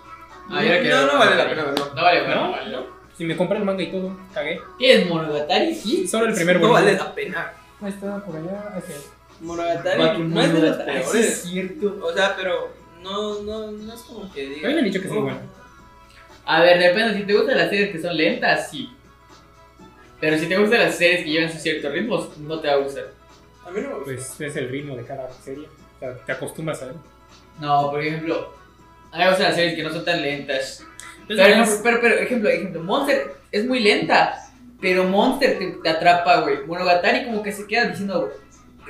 [SPEAKER 2] Ah, yo la quiero
[SPEAKER 1] no,
[SPEAKER 2] ver.
[SPEAKER 1] no vale la pena verlo.
[SPEAKER 2] No vale, bueno,
[SPEAKER 3] ¿No?
[SPEAKER 2] vale. ¿no?
[SPEAKER 3] Si me compré el manga y todo, cagué.
[SPEAKER 2] ¿Qué es Monogatari? ¿Sí?
[SPEAKER 3] Solo el primer
[SPEAKER 1] no
[SPEAKER 3] volumen.
[SPEAKER 1] vale la pena.
[SPEAKER 3] Ahí está, por allá. ok.
[SPEAKER 1] Monogatari no es de los
[SPEAKER 2] Bakemonogatari. Sí, es
[SPEAKER 1] peores.
[SPEAKER 2] cierto.
[SPEAKER 1] O sea, pero no, no, no es como que diga.
[SPEAKER 3] A mí me han dicho que es muy
[SPEAKER 1] "Oh,
[SPEAKER 3] bueno".
[SPEAKER 2] A ver, depende. Si te gustan las series que son lentas, sí. Pero si te gustan las series que llevan sus ciertos ritmos, no te va a gustar.
[SPEAKER 1] A mí no me gusta.
[SPEAKER 3] Pues es el ritmo de cada serie. O sea, te acostumbras a él.
[SPEAKER 2] No, por ejemplo, a mí me gustan las series que no son tan lentas.
[SPEAKER 3] Es
[SPEAKER 2] Pero,
[SPEAKER 3] más,
[SPEAKER 2] no, pero, pero, ejemplo, ejemplo, Monster es muy lenta, pero Monster te, te atrapa, güey. Monogatari como que se queda diciendo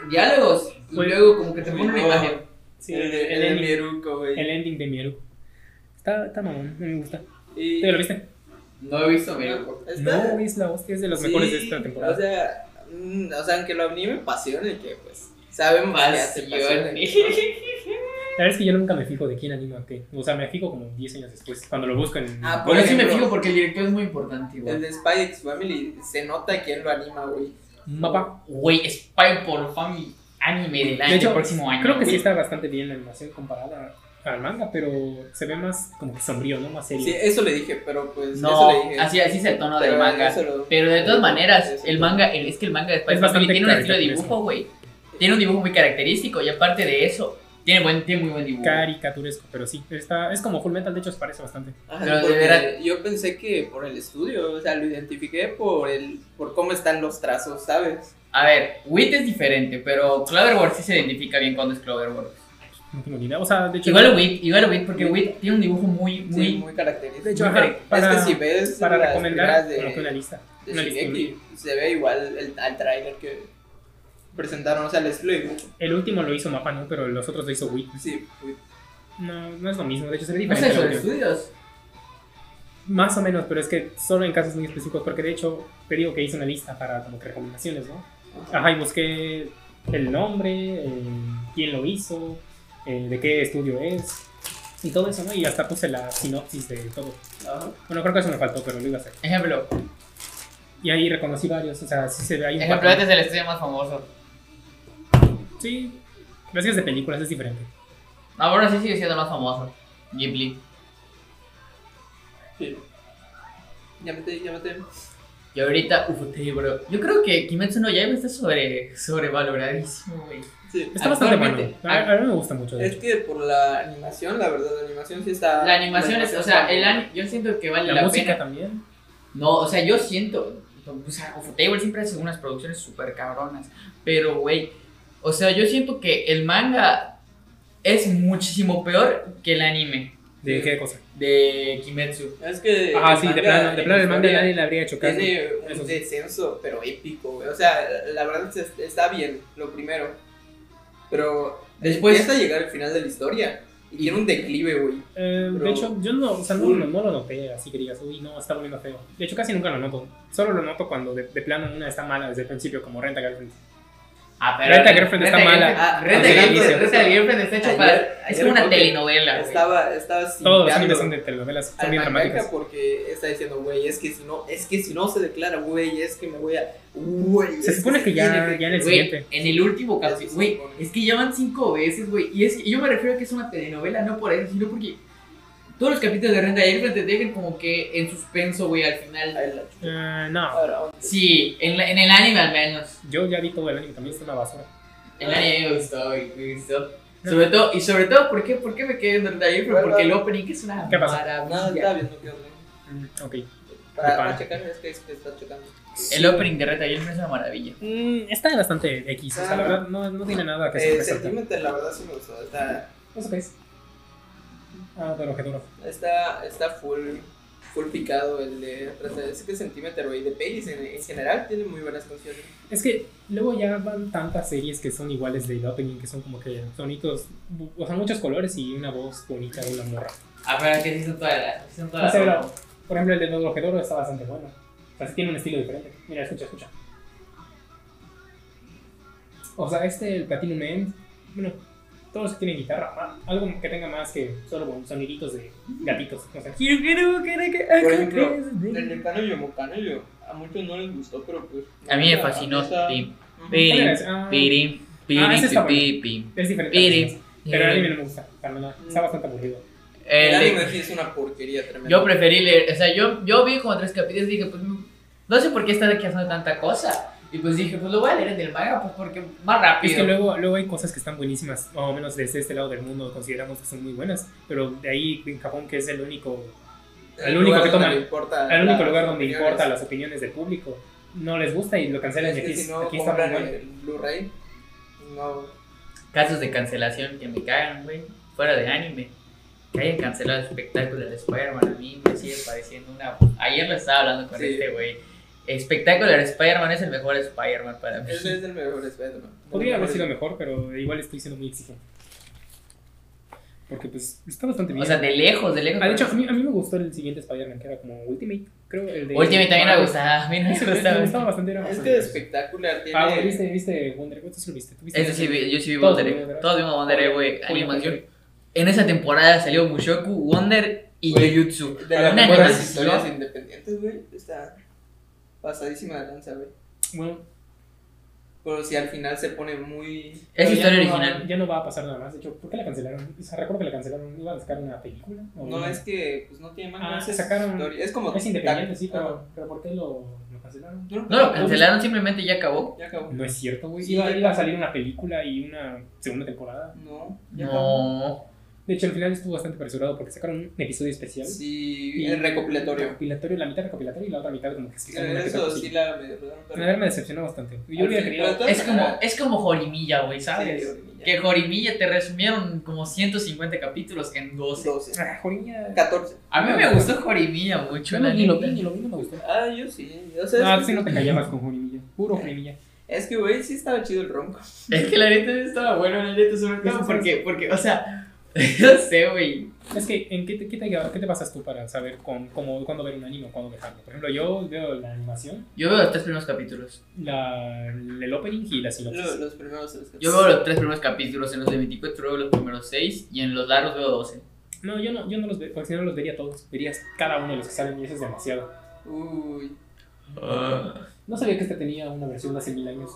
[SPEAKER 2] diálogos y
[SPEAKER 3] Güey.
[SPEAKER 2] luego como que te pone una
[SPEAKER 1] Oh,
[SPEAKER 2] imagen.
[SPEAKER 3] sí,
[SPEAKER 1] el,
[SPEAKER 3] el,
[SPEAKER 1] de- el de
[SPEAKER 3] ending,
[SPEAKER 1] Mieruko, güey.
[SPEAKER 3] el ending de Mieru. Está, está mamón, no me gusta.
[SPEAKER 1] Y- pues,
[SPEAKER 3] ¿Te lo viste?
[SPEAKER 2] No he visto, mira.
[SPEAKER 1] Está-
[SPEAKER 3] No, es la hostia, es de los
[SPEAKER 1] Sí,
[SPEAKER 3] mejores de esta
[SPEAKER 1] O
[SPEAKER 3] temporada.
[SPEAKER 1] sea, mm, o sea, aunque lo anime pasione, que pues sabemos que hace
[SPEAKER 2] Pasione.
[SPEAKER 1] pasione,
[SPEAKER 3] la verdad es que yo nunca me fijo de quién anima a qué. O sea, me fijo como 10 años después, cuando lo busco en...
[SPEAKER 1] Ah,
[SPEAKER 2] Por
[SPEAKER 1] Por
[SPEAKER 2] eso sí me
[SPEAKER 1] ejemplo,
[SPEAKER 2] fijo porque el director es muy importante,
[SPEAKER 1] ¿no? El
[SPEAKER 2] güey.
[SPEAKER 1] de Spy X Family se nota quién lo anima, güey.
[SPEAKER 3] un mapa.
[SPEAKER 2] Güey, Spy por Family anime del año,
[SPEAKER 3] De hecho,
[SPEAKER 2] el próximo año.
[SPEAKER 3] Creo que sí
[SPEAKER 2] güey.
[SPEAKER 3] está bastante bien la animación comparada al manga, pero se ve más como que sombrío, ¿no? Más serio.
[SPEAKER 1] Sí, eso le dije, pero pues
[SPEAKER 2] No,
[SPEAKER 1] eso le dije.
[SPEAKER 2] así, así es el tono del
[SPEAKER 1] Pero
[SPEAKER 2] manga.
[SPEAKER 1] eso lo-
[SPEAKER 2] Pero de todas maneras,
[SPEAKER 1] eso.
[SPEAKER 2] el manga, el- es que el manga de Spy
[SPEAKER 3] Es
[SPEAKER 2] Family
[SPEAKER 3] bastante
[SPEAKER 2] tiene un estilo de
[SPEAKER 3] caricaturesco.
[SPEAKER 2] dibujo, güey. Tiene un dibujo muy característico y aparte de eso, tiene, buen, tiene muy buen dibujo.
[SPEAKER 3] Caricaturesco, pero sí. Está, es como Full Metal, de hecho, se parece bastante.
[SPEAKER 1] Ajá,
[SPEAKER 2] pero de
[SPEAKER 1] porque
[SPEAKER 2] verdad-
[SPEAKER 1] yo pensé que por el estudio, o sea, lo identifiqué por el por cómo están los trazos, ¿sabes?
[SPEAKER 2] A ver, WIT es diferente, pero Cloverworks sí se identifica bien cuando es Cloverworks.
[SPEAKER 3] No tengo ni idea. O sea, de hecho...
[SPEAKER 2] Igual WIT, igual WIT, porque WIT tiene un dibujo muy,
[SPEAKER 1] Sí,
[SPEAKER 2] muy...
[SPEAKER 1] muy, característico.
[SPEAKER 3] De hecho,
[SPEAKER 2] Muy
[SPEAKER 3] ajá,
[SPEAKER 2] cari-
[SPEAKER 3] para,
[SPEAKER 1] es que si ves
[SPEAKER 3] para
[SPEAKER 1] las
[SPEAKER 3] recomendar
[SPEAKER 1] primeras
[SPEAKER 3] como que una
[SPEAKER 1] de,
[SPEAKER 3] lista.
[SPEAKER 1] de
[SPEAKER 3] una lista.
[SPEAKER 1] Shingeki, se ve igual el, al trailer que presentaron, o sea, el estilo de dibujo.
[SPEAKER 3] El último lo hizo Mapa, ¿no? Pero los otros lo hizo Wii.
[SPEAKER 1] Sí, uy,
[SPEAKER 3] No, no es lo mismo. De hecho, se ve
[SPEAKER 2] No
[SPEAKER 3] diferente.
[SPEAKER 2] sé,
[SPEAKER 3] al
[SPEAKER 2] sobre
[SPEAKER 3] último.
[SPEAKER 2] estudios.
[SPEAKER 3] Más o menos, pero es que solo en casos muy específicos. Porque de hecho, te digo que hice una lista para como que recomendaciones, ¿no? Ajá, y busqué el nombre, eh, quién lo hizo, eh, de qué estudio es. Y todo eso, ¿no? Y hasta puse la sinopsis de todo.
[SPEAKER 1] ajá.
[SPEAKER 3] Bueno, creo que eso me faltó, pero lo iba a hacer.
[SPEAKER 2] Ejemplo,
[SPEAKER 3] Y ahí reconocí varios. O sea, sí se ve ahí un
[SPEAKER 2] ejemplo, este
[SPEAKER 3] patrón.
[SPEAKER 2] es el estudio más famoso.
[SPEAKER 3] Sí. Gracias de películas, es diferente.
[SPEAKER 2] No, bueno, sí sigue siendo más famoso. Ghibli.
[SPEAKER 1] Sí. Llámate, llámate.
[SPEAKER 2] Y ahorita, uf, te bro. Yo creo que Kimetsu no Yaiba está sobre, sobrevaloradísimo, güey.
[SPEAKER 1] Sí.
[SPEAKER 3] Está bastante bueno.
[SPEAKER 2] Actualmente,
[SPEAKER 3] A, a mí me gusta mucho. de
[SPEAKER 1] Es
[SPEAKER 3] hecho.
[SPEAKER 1] que por la animación, la verdad, la animación sí está.
[SPEAKER 2] La animación es, o sea, el anime, yo siento que vale
[SPEAKER 3] La,
[SPEAKER 2] la,
[SPEAKER 3] música
[SPEAKER 2] pena.
[SPEAKER 3] también.
[SPEAKER 2] No, o sea, yo siento, o sea, Ufotable siempre hace unas producciones súper cabronas, pero, güey, o sea, yo siento que el manga es muchísimo peor que el anime
[SPEAKER 3] ¿De qué cosa?
[SPEAKER 2] de Kimetsu.
[SPEAKER 1] Es que.
[SPEAKER 3] Ah,
[SPEAKER 1] el
[SPEAKER 3] sí, de
[SPEAKER 1] manga
[SPEAKER 3] plano. De
[SPEAKER 1] en
[SPEAKER 3] plano el manga
[SPEAKER 1] historia
[SPEAKER 3] nadie le habría hecho caso.
[SPEAKER 1] Tiene
[SPEAKER 3] Eso
[SPEAKER 1] un
[SPEAKER 3] sí.
[SPEAKER 1] descenso, pero épico, güey. O sea, la verdad se- está bien, lo primero. Pero.
[SPEAKER 2] Después-
[SPEAKER 1] Empieza a llegar al final de la historia. Y tiene un declive, güey.
[SPEAKER 3] Eh,
[SPEAKER 1] Pero-
[SPEAKER 3] de hecho, yo no, o sea, no,
[SPEAKER 1] Full.
[SPEAKER 3] no- no lo noté así que digas, uy, no, está volviendo feo. De hecho, casi nunca lo noto. Solo lo noto cuando de, de plano una está mala desde el principio, como Renta Girlfriend.
[SPEAKER 2] Ah,
[SPEAKER 3] Renta Girlfriend está mala.
[SPEAKER 1] Ah,
[SPEAKER 2] Renta
[SPEAKER 3] Desde el
[SPEAKER 2] Girlfriend,
[SPEAKER 3] inicio.
[SPEAKER 2] Renta Girlfriend está hecho
[SPEAKER 1] Ayer-
[SPEAKER 2] para. Es
[SPEAKER 1] ayer
[SPEAKER 2] como una
[SPEAKER 1] creo que
[SPEAKER 2] telenovela, güey.
[SPEAKER 1] Estaba, estaba sin
[SPEAKER 3] Todos los animes son de telenovelas, son
[SPEAKER 1] al
[SPEAKER 3] bien
[SPEAKER 1] mangaka
[SPEAKER 3] dramáticas.
[SPEAKER 1] porque está diciendo, güey, es que si no, es que si no se declara, güey, es que me voy a, güey.
[SPEAKER 3] Se
[SPEAKER 1] es
[SPEAKER 3] supone que
[SPEAKER 1] tiene
[SPEAKER 3] ya, ya en el
[SPEAKER 2] Güey,
[SPEAKER 3] siguiente.
[SPEAKER 2] en el último
[SPEAKER 1] Eso
[SPEAKER 2] capítulo,
[SPEAKER 1] sí,
[SPEAKER 2] güey,
[SPEAKER 1] supone.
[SPEAKER 2] es que ya van cinco veces, güey, y es, y yo me refiero a que es una telenovela, no por eso, sino porque todos los capítulos de Renta Girlfriend te dejan como que en suspenso, güey, al final.
[SPEAKER 1] Ay, la ch-
[SPEAKER 3] Ah, no,
[SPEAKER 1] ahora, ¿dónde?
[SPEAKER 2] Sí, en, la- en el anime al menos,
[SPEAKER 3] yo ya vi todo el anime, también es una basura.
[SPEAKER 2] el anime me gustó, güey, me gustó.
[SPEAKER 3] No.
[SPEAKER 2] Sobre todo, y sobre todo, ¿por qué, por qué me quedé en Renta Girlfriend?
[SPEAKER 1] Bueno.
[SPEAKER 2] Porque el opening es una
[SPEAKER 3] ¿Qué pasa?
[SPEAKER 1] Nada,
[SPEAKER 2] maravilla.
[SPEAKER 1] está viendo que orden.
[SPEAKER 3] Mm, ok.
[SPEAKER 1] Para,
[SPEAKER 3] De
[SPEAKER 1] para
[SPEAKER 3] pan.
[SPEAKER 1] checar, es que, es que está Eh, checando.
[SPEAKER 2] El opening de Renta Girlfriend es una maravilla.
[SPEAKER 3] Mm, está bastante X, o sea, la verdad, no, no tiene nada que
[SPEAKER 1] Ah. Eh,
[SPEAKER 3] sorpresa.
[SPEAKER 1] Sentimental, la verdad sí me gustó. Está,
[SPEAKER 3] ¿Eso qué es? Ah, pero que duro.
[SPEAKER 1] está, está full, full picado el de. Es que Sentimental, güey, de Pages en, en general tiene muy buenas canciones.
[SPEAKER 3] Es que luego ya van tantas series que son iguales de opening, que son como que sonitos, o sea, muchos colores y una voz bonita de una morra.
[SPEAKER 2] A ver, ¿qué dicen todas las? sí son todas
[SPEAKER 3] No sé,
[SPEAKER 2] las-
[SPEAKER 3] pero, por ejemplo, el de Nuevo Ojedoro está bastante bueno. O sea, sí tiene un estilo diferente. Mira, escucha, escucha. O sea, este, el Platinum End, bueno, todos que tienen guitarra, ah, algo que tenga más que solo bon- soniditos de gatitos. O sea,
[SPEAKER 1] Por
[SPEAKER 3] por
[SPEAKER 1] ejemplo, El de Canoyo, Mocanoyo, a muchos no les gustó, pero pues.
[SPEAKER 2] A mí me
[SPEAKER 1] la-
[SPEAKER 2] fascinó.
[SPEAKER 1] está-
[SPEAKER 2] pim,
[SPEAKER 1] Ujú.
[SPEAKER 2] pim,
[SPEAKER 3] Ah,
[SPEAKER 2] pirim,
[SPEAKER 3] Ah, ese está
[SPEAKER 2] pirim, pi, pi,
[SPEAKER 3] es diferente.
[SPEAKER 2] Piri.
[SPEAKER 3] a las demás.
[SPEAKER 2] pi.
[SPEAKER 3] Pero el anime no me gusta, la verdad. Está bastante aburrido.
[SPEAKER 1] El
[SPEAKER 2] El-
[SPEAKER 1] anime sí es una porquería tremenda.
[SPEAKER 2] yo preferí leer, o sea, yo, yo vi como tres capítulos y dije, pues no sé por qué está aquí haciendo tanta cosa. Y pues dije, pues lo voy a leer en el manga, pues porque más
[SPEAKER 3] Es que
[SPEAKER 2] rápido.
[SPEAKER 3] luego, luego hay cosas que están buenísimas, más o menos desde este lado del mundo consideramos que son muy buenas, pero de ahí en Japón, que es el único al único
[SPEAKER 1] lugar
[SPEAKER 3] que
[SPEAKER 1] donde
[SPEAKER 3] toman-
[SPEAKER 1] le importa
[SPEAKER 3] al único
[SPEAKER 1] las
[SPEAKER 3] lugar donde
[SPEAKER 1] opiniones.
[SPEAKER 3] importa las opiniones del público, no les gusta y lo cancelan.
[SPEAKER 1] Es
[SPEAKER 3] Y
[SPEAKER 1] que
[SPEAKER 3] aquí,
[SPEAKER 1] si no
[SPEAKER 3] aquí está muy
[SPEAKER 1] compran
[SPEAKER 3] bueno.
[SPEAKER 1] el Blu-ray, no.
[SPEAKER 2] Casos de cancelación que me cagan, güey, fuera de anime. Que hayan cancelado el espectáculo del Spider-Man, a mí me sigue pareciendo una... Ayer lo estaba hablando con
[SPEAKER 1] Sí.
[SPEAKER 2] este güey. Espectáculo del Spider-man es el mejor Spider-Man para mí.
[SPEAKER 1] Ese es el mejor Spider-Man.
[SPEAKER 3] Pues Podría
[SPEAKER 1] El
[SPEAKER 3] haber
[SPEAKER 1] mejor
[SPEAKER 3] sido mejor, pero igual estoy siendo muy exigente. Porque pues está bastante bien.
[SPEAKER 2] O sea, de lejos, de lejos.
[SPEAKER 3] Ah, de hecho, a mí, a mí me gustó el siguiente Spider-Man, que era como Ultimate, creo. El de
[SPEAKER 2] Ultimate también me
[SPEAKER 3] Marvel.
[SPEAKER 2] gustaba, a mí no me
[SPEAKER 3] Me
[SPEAKER 2] gustaba.
[SPEAKER 3] gustaba bastante. Era
[SPEAKER 1] Es
[SPEAKER 3] bastante
[SPEAKER 1] que
[SPEAKER 3] bueno.
[SPEAKER 1] espectacular tiene.
[SPEAKER 3] Ah, güey, ¿viste, viste Wonder Woman? ¿Tú sí lo viste? ¿Tú viste
[SPEAKER 2] Eso sí, vi- yo sí vi
[SPEAKER 3] Todos
[SPEAKER 2] Wonder
[SPEAKER 3] vimos,
[SPEAKER 2] Egg.
[SPEAKER 3] ¿verdad?
[SPEAKER 2] Todos vimos Wonder Egg, güey.
[SPEAKER 3] Oye,
[SPEAKER 2] Animación. En esa temporada salió Mushoku, Wonder y
[SPEAKER 1] Güey,
[SPEAKER 2] Jujutsu.
[SPEAKER 1] De las
[SPEAKER 2] Una
[SPEAKER 1] mejores
[SPEAKER 2] animación.
[SPEAKER 1] historias independientes, güey. Está pasadísima de lanza, güey.
[SPEAKER 3] Bueno,
[SPEAKER 1] Pero si al final se pone muy.
[SPEAKER 2] Es
[SPEAKER 3] Pero ya
[SPEAKER 2] historia
[SPEAKER 3] no va-
[SPEAKER 2] original.
[SPEAKER 3] ya no va a pasar nada más. De hecho, ¿por qué la cancelaron? O sea, recuerdo que la cancelaron. Iba a sacar una película. ¿O
[SPEAKER 1] No es que pues no tiene
[SPEAKER 3] Ah,
[SPEAKER 1] manga. es
[SPEAKER 3] se sacaron-
[SPEAKER 1] historia. Es como. Ah,
[SPEAKER 3] Es independiente, sí,
[SPEAKER 1] Ajá.
[SPEAKER 3] pero, pero ¿por qué lo, lo cancelaron?
[SPEAKER 2] No lo cancelaron, simplemente ya acabó.
[SPEAKER 1] Ya acabó.
[SPEAKER 3] No es cierto, güey.
[SPEAKER 1] Sí,
[SPEAKER 3] iba,
[SPEAKER 1] ya-
[SPEAKER 3] iba a salir una película y una segunda temporada.
[SPEAKER 1] No, ya acabó.
[SPEAKER 2] No.
[SPEAKER 3] De hecho, al final estuvo bastante apresurado porque sacaron un episodio especial.
[SPEAKER 1] Sí, el recopilatorio.
[SPEAKER 3] Recopilatorio, la mitad recopilatorio y la otra mitad como que explicaron una que otra
[SPEAKER 1] Eso sí
[SPEAKER 3] cosilla.
[SPEAKER 1] la medio rodaron, pero-
[SPEAKER 3] La verdad me decepcionó bastante. Yo
[SPEAKER 1] Al fin,
[SPEAKER 3] hubiera querido...
[SPEAKER 1] pero todo-
[SPEAKER 2] Es como, es como Jorimilla, güey, ¿sabes?
[SPEAKER 1] Sí, Jorimilla.
[SPEAKER 2] Que Jorimilla te resumieron como 150 capítulos que en 12.
[SPEAKER 1] 12.
[SPEAKER 3] Ah, Joriña...
[SPEAKER 1] 14.
[SPEAKER 2] A mí me gustó Jorimilla mucho.
[SPEAKER 3] Yo
[SPEAKER 2] la
[SPEAKER 3] ni lo vi,
[SPEAKER 2] neta.
[SPEAKER 3] ni lo vi, no me gustó.
[SPEAKER 1] Ah, yo sí. O sea,
[SPEAKER 3] Ah,
[SPEAKER 1] es,
[SPEAKER 3] sí
[SPEAKER 1] que,
[SPEAKER 3] no te callabas con Jorimilla.
[SPEAKER 1] Eh,
[SPEAKER 3] Puro Jorimilla.
[SPEAKER 1] es que, güey, sí estaba chido el ronco.
[SPEAKER 2] Es que la neta estaba bueno, la neta, sobre todo
[SPEAKER 3] Sí, sí,
[SPEAKER 2] porque, porque, o sea, no sé, güey.
[SPEAKER 3] Es que, ¿en qué te, qué te, qué te basas tú para saber con, cómo, cuándo ver un anime o cuándo dejarlo? Por ejemplo, yo veo la animación,
[SPEAKER 2] Yo veo los tres primeros capítulos.
[SPEAKER 3] la, el opening y la
[SPEAKER 1] Lo-
[SPEAKER 3] sinopsis.
[SPEAKER 1] los primeros tres
[SPEAKER 2] Yo veo los tres primeros capítulos, en los de 24 veo los primeros 6 y en los largos veo 12.
[SPEAKER 3] No, yo no, yo no los veo, porque si no los vería todos. Verías cada uno de los que salen y eso es demasiado.
[SPEAKER 1] Uy.
[SPEAKER 3] No sabía que este tenía una versión de hace mil años.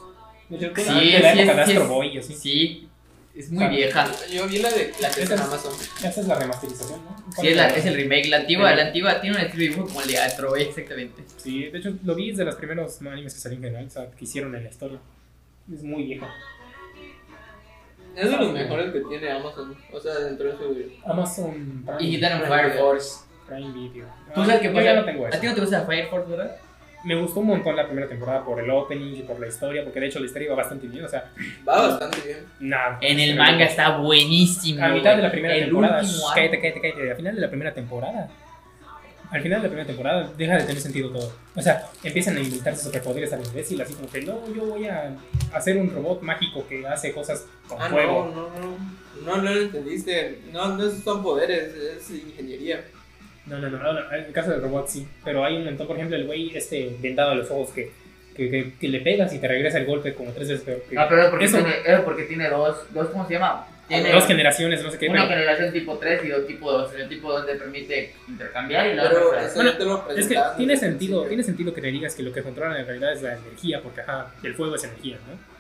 [SPEAKER 3] De hecho,
[SPEAKER 2] Sí,
[SPEAKER 3] de la
[SPEAKER 2] sí,
[SPEAKER 3] época de
[SPEAKER 2] sí,
[SPEAKER 3] Astro
[SPEAKER 2] es-
[SPEAKER 3] Boy y así.
[SPEAKER 2] sí, es muy vieja.
[SPEAKER 1] Yo vi la de la que está en
[SPEAKER 3] Esa es-
[SPEAKER 1] Amazon.
[SPEAKER 3] Esa es la remasterización, ¿no?
[SPEAKER 2] Sí, es, la- es el remake. La antigua, la antigua tiene un estilo de dibujo como el de Atrobe, exactamente.
[SPEAKER 3] Sí, de hecho lo vi es de los primeros animes que salieron en general, o sea, que hicieron en la historia. Es muy viejo.
[SPEAKER 1] Es de los mejores que tiene Amazon. O sea, dentro de su.
[SPEAKER 3] Amazon Prime,
[SPEAKER 2] Y quitaron
[SPEAKER 1] Prime
[SPEAKER 2] Fire
[SPEAKER 1] Video.
[SPEAKER 2] Force.
[SPEAKER 3] Prime Video.
[SPEAKER 2] ¿Tú
[SPEAKER 3] Ah,
[SPEAKER 2] sabes qué
[SPEAKER 3] yo
[SPEAKER 2] pasa?
[SPEAKER 3] ya no tengo eso.
[SPEAKER 2] ¿A ti no te gusta Fire Force, verdad?
[SPEAKER 3] Me gustó un montón la primera temporada por el opening y por la historia, porque de hecho la historia iba bastante bien, o sea,
[SPEAKER 1] Va bastante bien.
[SPEAKER 3] nada.
[SPEAKER 2] En el
[SPEAKER 3] Pero-
[SPEAKER 2] manga está buenísimo.
[SPEAKER 3] A mitad
[SPEAKER 2] güey.
[SPEAKER 3] de la primera
[SPEAKER 2] el
[SPEAKER 3] temporada.
[SPEAKER 2] Último
[SPEAKER 3] shh,
[SPEAKER 2] arco.
[SPEAKER 3] Cállate, cállate, cállate. Al final de la primera temporada. Al final de la primera temporada deja de tener sentido todo. O sea, empiezan a inventarse superpoderes al imbécil, así como que no, yo voy a hacer un robot mágico que hace cosas con
[SPEAKER 1] Ah,
[SPEAKER 3] fuego.
[SPEAKER 1] no, no, no. No, no lo entendiste. No, no son poderes, es ingeniería.
[SPEAKER 3] No, no, no, no, no, en el caso del robot sí, pero hay un montón, por ejemplo, el güey este vendado a los ojos que, que, que, que le pegas y te regresa el golpe como tres veces peor. que-
[SPEAKER 2] No, Ah, pero era porque,
[SPEAKER 3] Eso-
[SPEAKER 2] tiene, era porque tiene dos, dos, ¿cómo se llama? Tiene
[SPEAKER 3] dos generaciones, no sé qué.
[SPEAKER 2] una
[SPEAKER 3] pero-
[SPEAKER 2] generación tipo 3 y dos tipo 2. El tipo 2 te permite intercambiar y la
[SPEAKER 1] Pero
[SPEAKER 2] otra...
[SPEAKER 1] eso
[SPEAKER 3] Bueno,
[SPEAKER 1] ya te lo
[SPEAKER 3] es que
[SPEAKER 1] presentaron
[SPEAKER 3] tiene
[SPEAKER 1] desde el
[SPEAKER 3] sentido,
[SPEAKER 1] principio.
[SPEAKER 3] tiene sentido que te digas que lo que controlan en realidad es la energía, porque ajá, el fuego es energía, ¿no?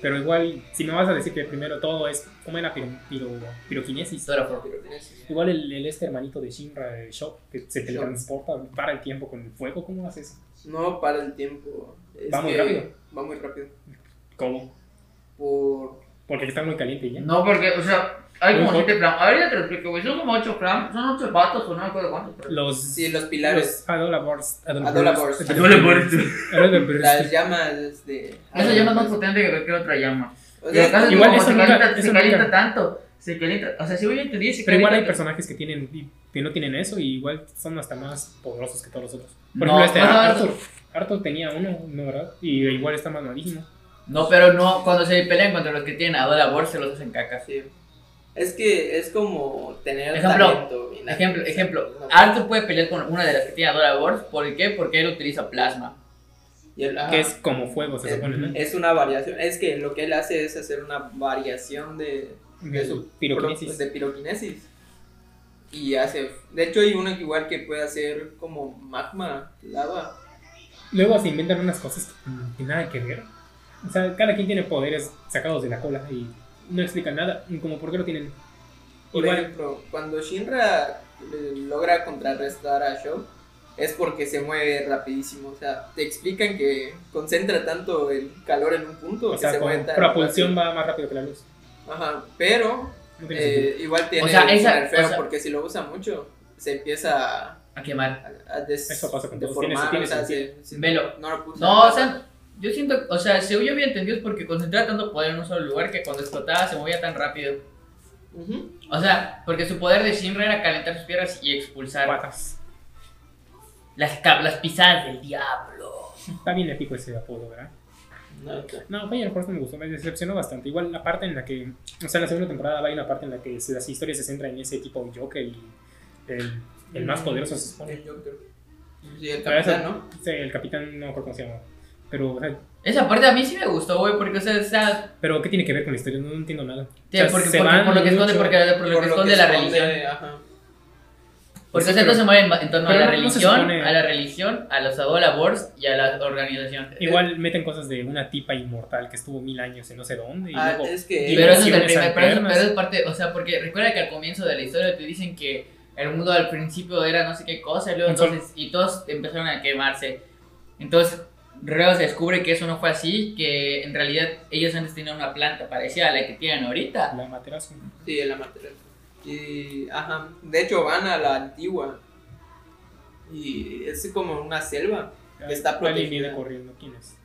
[SPEAKER 3] Pero igual, si me vas a decir que primero todo es, ¿cómo era piro, piro- piroquinesis?
[SPEAKER 2] Eso era por-
[SPEAKER 1] Pero tiene sentido.
[SPEAKER 3] Igual el, el este hermanito de Shinra, de Shock, que se teletransporta, para el tiempo con el fuego, ¿cómo haces eso?
[SPEAKER 1] No para el tiempo. Es
[SPEAKER 3] Va muy
[SPEAKER 1] que
[SPEAKER 3] rápido.
[SPEAKER 1] Va muy rápido.
[SPEAKER 3] ¿Cómo?
[SPEAKER 1] Por.
[SPEAKER 3] Porque está muy caliente y ya.
[SPEAKER 2] No, porque, o sea, hay como
[SPEAKER 3] Ujú.
[SPEAKER 2] 7 fram. A ver, ya te lo explico, güey. Son como 8 fram. Son 8 vatos o no me acuerdo cuántos. pero-
[SPEAKER 3] Los
[SPEAKER 1] Sí, los pilares.
[SPEAKER 3] Adolabors.
[SPEAKER 1] Adolabors. Las llamas. Este,
[SPEAKER 2] Esa llama es más potente que cualquier otra llama.
[SPEAKER 1] O
[SPEAKER 2] Pero el caso
[SPEAKER 1] sea,
[SPEAKER 2] es que
[SPEAKER 3] igual
[SPEAKER 2] como
[SPEAKER 3] eso
[SPEAKER 2] se
[SPEAKER 3] nunca-
[SPEAKER 2] calienta,
[SPEAKER 3] eso
[SPEAKER 2] se calienta
[SPEAKER 3] nunca-
[SPEAKER 2] tanto. Se calienta. O sea, si voy a entender, se
[SPEAKER 3] Pero igual hay
[SPEAKER 2] calienta.
[SPEAKER 3] personajes que tienen y- que no tienen eso y igual son hasta más poderosos que todos los otros. Por
[SPEAKER 2] No,
[SPEAKER 3] ejemplo, este
[SPEAKER 2] no, no,
[SPEAKER 3] Arthur. Arthur tenía uno, ¿no verdad? Y igual está más malísimo.
[SPEAKER 2] No, pero no. Cuando se pelean contra los que tienen Adolabor, se los hacen cacas.
[SPEAKER 1] sí. Es que es como tener
[SPEAKER 2] Ejemplo,
[SPEAKER 1] talento. innato,
[SPEAKER 2] Ejemplo,
[SPEAKER 1] o sea,
[SPEAKER 2] ejemplo, Ah,
[SPEAKER 1] no.
[SPEAKER 2] Arthur puede pelear con una de las que tiene Adolabor. ¿Por qué? Porque él utiliza plasma.
[SPEAKER 1] Y el- ajá,
[SPEAKER 3] Que es como fuego, se
[SPEAKER 1] Ah. Eh,
[SPEAKER 3] supone, ¿no?
[SPEAKER 1] es una variación. Es que lo que él hace es hacer una variación de,
[SPEAKER 3] De su piroquinesis.
[SPEAKER 1] eh, de piroquinesis. Y hace. De hecho, hay uno que igual que puede hacer como magma, lava.
[SPEAKER 3] Luego se inventan unas cosas que
[SPEAKER 1] Ah.
[SPEAKER 3] mm, que nada que ver. O sea, cada quien tiene poderes sacados de la cola y no explican nada. y Como por qué lo tienen.
[SPEAKER 1] Por
[SPEAKER 3] Igual.
[SPEAKER 1] ejemplo, cuando Shinra eh, logra contrarrestar a Show, es porque se mueve rapidísimo. O sea, te explican que concentra tanto el calor en un punto
[SPEAKER 3] O
[SPEAKER 1] que
[SPEAKER 3] sea,
[SPEAKER 1] se mueve
[SPEAKER 3] con
[SPEAKER 1] tan
[SPEAKER 3] propulsión va más rápido que la luz.
[SPEAKER 1] rápido. Ajá, pero
[SPEAKER 3] No tiene sentido.
[SPEAKER 1] eh, igual tiene
[SPEAKER 2] O sea,
[SPEAKER 1] un
[SPEAKER 2] esa-
[SPEAKER 1] nerfeo
[SPEAKER 2] o sea-
[SPEAKER 1] porque si lo usa mucho, se empieza a,
[SPEAKER 2] A quemar.
[SPEAKER 1] a des-
[SPEAKER 3] Eso pasa con todos, tiene-
[SPEAKER 1] deformar.
[SPEAKER 3] tiene
[SPEAKER 1] o sea,
[SPEAKER 3] sentido.
[SPEAKER 1] se- se-
[SPEAKER 2] Velo.
[SPEAKER 1] No, lo puso.
[SPEAKER 2] No, o sea, yo siento. O sea, según yo había entendido, es porque concentraba tanto poder en un solo lugar que cuando explotaba se movía tan rápido.
[SPEAKER 1] Ujú.
[SPEAKER 2] O sea, porque su poder de Shinra era calentar sus piernas y expulsar
[SPEAKER 3] Patas.
[SPEAKER 2] las, ca- las pisadas del diablo.
[SPEAKER 3] Está bien épico ese apodo, ¿verdad?
[SPEAKER 1] No, claro.
[SPEAKER 3] No, Fire Force me gustó, me decepcionó bastante. Igual la parte en la que, o sea, en la segunda temporada hay una parte en la que se- las historias se centran en ese tipo de Joker y el, el
[SPEAKER 2] Mm.
[SPEAKER 3] más poderoso se supone.
[SPEAKER 1] El Joker. Sí, el
[SPEAKER 3] Pero esa-
[SPEAKER 1] capitán, ¿no?
[SPEAKER 3] Sí, el capitán, no me acuerdo cómo se llama. Pero, o sea,
[SPEAKER 2] Esa parte a mí sí me gustó, güey, porque, o sea, o sea,
[SPEAKER 3] pero ¿qué tiene que ver con la historia? No, entiendo nada.
[SPEAKER 2] te-
[SPEAKER 3] O sea,
[SPEAKER 2] porque,
[SPEAKER 3] se
[SPEAKER 2] porque-
[SPEAKER 3] van
[SPEAKER 2] por lo que esconde,
[SPEAKER 3] mucho-
[SPEAKER 2] porque, por lo que esconde la religión.
[SPEAKER 1] Ajá.
[SPEAKER 2] Porque, o sea,
[SPEAKER 3] Sí, pero-
[SPEAKER 2] todo se mueve en, en torno a
[SPEAKER 3] pero
[SPEAKER 2] la
[SPEAKER 3] no- no se
[SPEAKER 2] religión,
[SPEAKER 3] supone-
[SPEAKER 2] a la religión, a los adolabors y a la organización.
[SPEAKER 3] Igual meten cosas de una tipa inmortal que estuvo mil años en no sé dónde. Y
[SPEAKER 1] Ah,
[SPEAKER 3] luego,
[SPEAKER 1] es que.
[SPEAKER 3] Y
[SPEAKER 2] Pero eso es del
[SPEAKER 3] dimensiones
[SPEAKER 2] primer, pero eso-
[SPEAKER 3] alternas.
[SPEAKER 2] pero es parte, o sea, porque recuerda que al comienzo de la historia te dicen que el mundo al principio era no sé qué cosa, y luego
[SPEAKER 3] Un sol.
[SPEAKER 2] entonces, y todos empezaron a quemarse. Entonces, luego se descubre que eso no fue así, que en realidad ellos antes tenían una planta parecida a la que tienen ahorita.
[SPEAKER 3] la materazo.
[SPEAKER 1] Sí, en la maternal. Y, ajá, de hecho van a la antigua. Y es como una selva. Que está
[SPEAKER 3] Alguien
[SPEAKER 1] protegida.
[SPEAKER 3] viene corriendo, ¿quién es?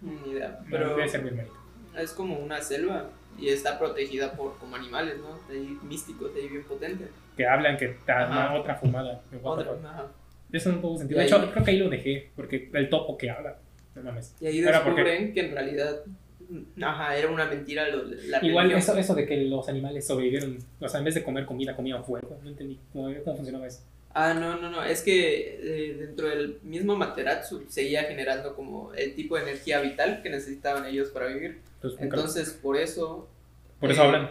[SPEAKER 1] Ni idea,
[SPEAKER 3] Pero...
[SPEAKER 1] Pero
[SPEAKER 3] Debe ser mi hermanito.
[SPEAKER 1] es como una selva. Y está protegida por como animales, ¿no? Ahí místicos, ahí bien potentes.
[SPEAKER 3] Que hablan que ta-
[SPEAKER 1] Ajá.
[SPEAKER 3] otra fumada. Me voy a
[SPEAKER 1] Otra,
[SPEAKER 3] tapar.
[SPEAKER 1] ajá.
[SPEAKER 3] Eso no tuvo sentido. De
[SPEAKER 1] Y
[SPEAKER 3] hecho,
[SPEAKER 1] ahí-
[SPEAKER 3] creo que ahí lo dejé, porque el topo que habla. No mames.
[SPEAKER 1] Y ahí
[SPEAKER 3] Ahora, ¿por qué?
[SPEAKER 1] descubren que en realidad. Ajá, era una mentira lo- la
[SPEAKER 3] Igual
[SPEAKER 1] religión.
[SPEAKER 3] eso, eso de que los animales sobrevivieron, o sea, en vez de comer comida, comían fuego. No entendí cómo, cómo funcionaba eso.
[SPEAKER 1] Ah, no, no, no, es que eh, dentro del mismo Materatsu seguía generando como el tipo de energía vital que necesitaban ellos para vivir.
[SPEAKER 3] Entonces, nunca-
[SPEAKER 1] Entonces, eh, por eso
[SPEAKER 3] por eso hablan.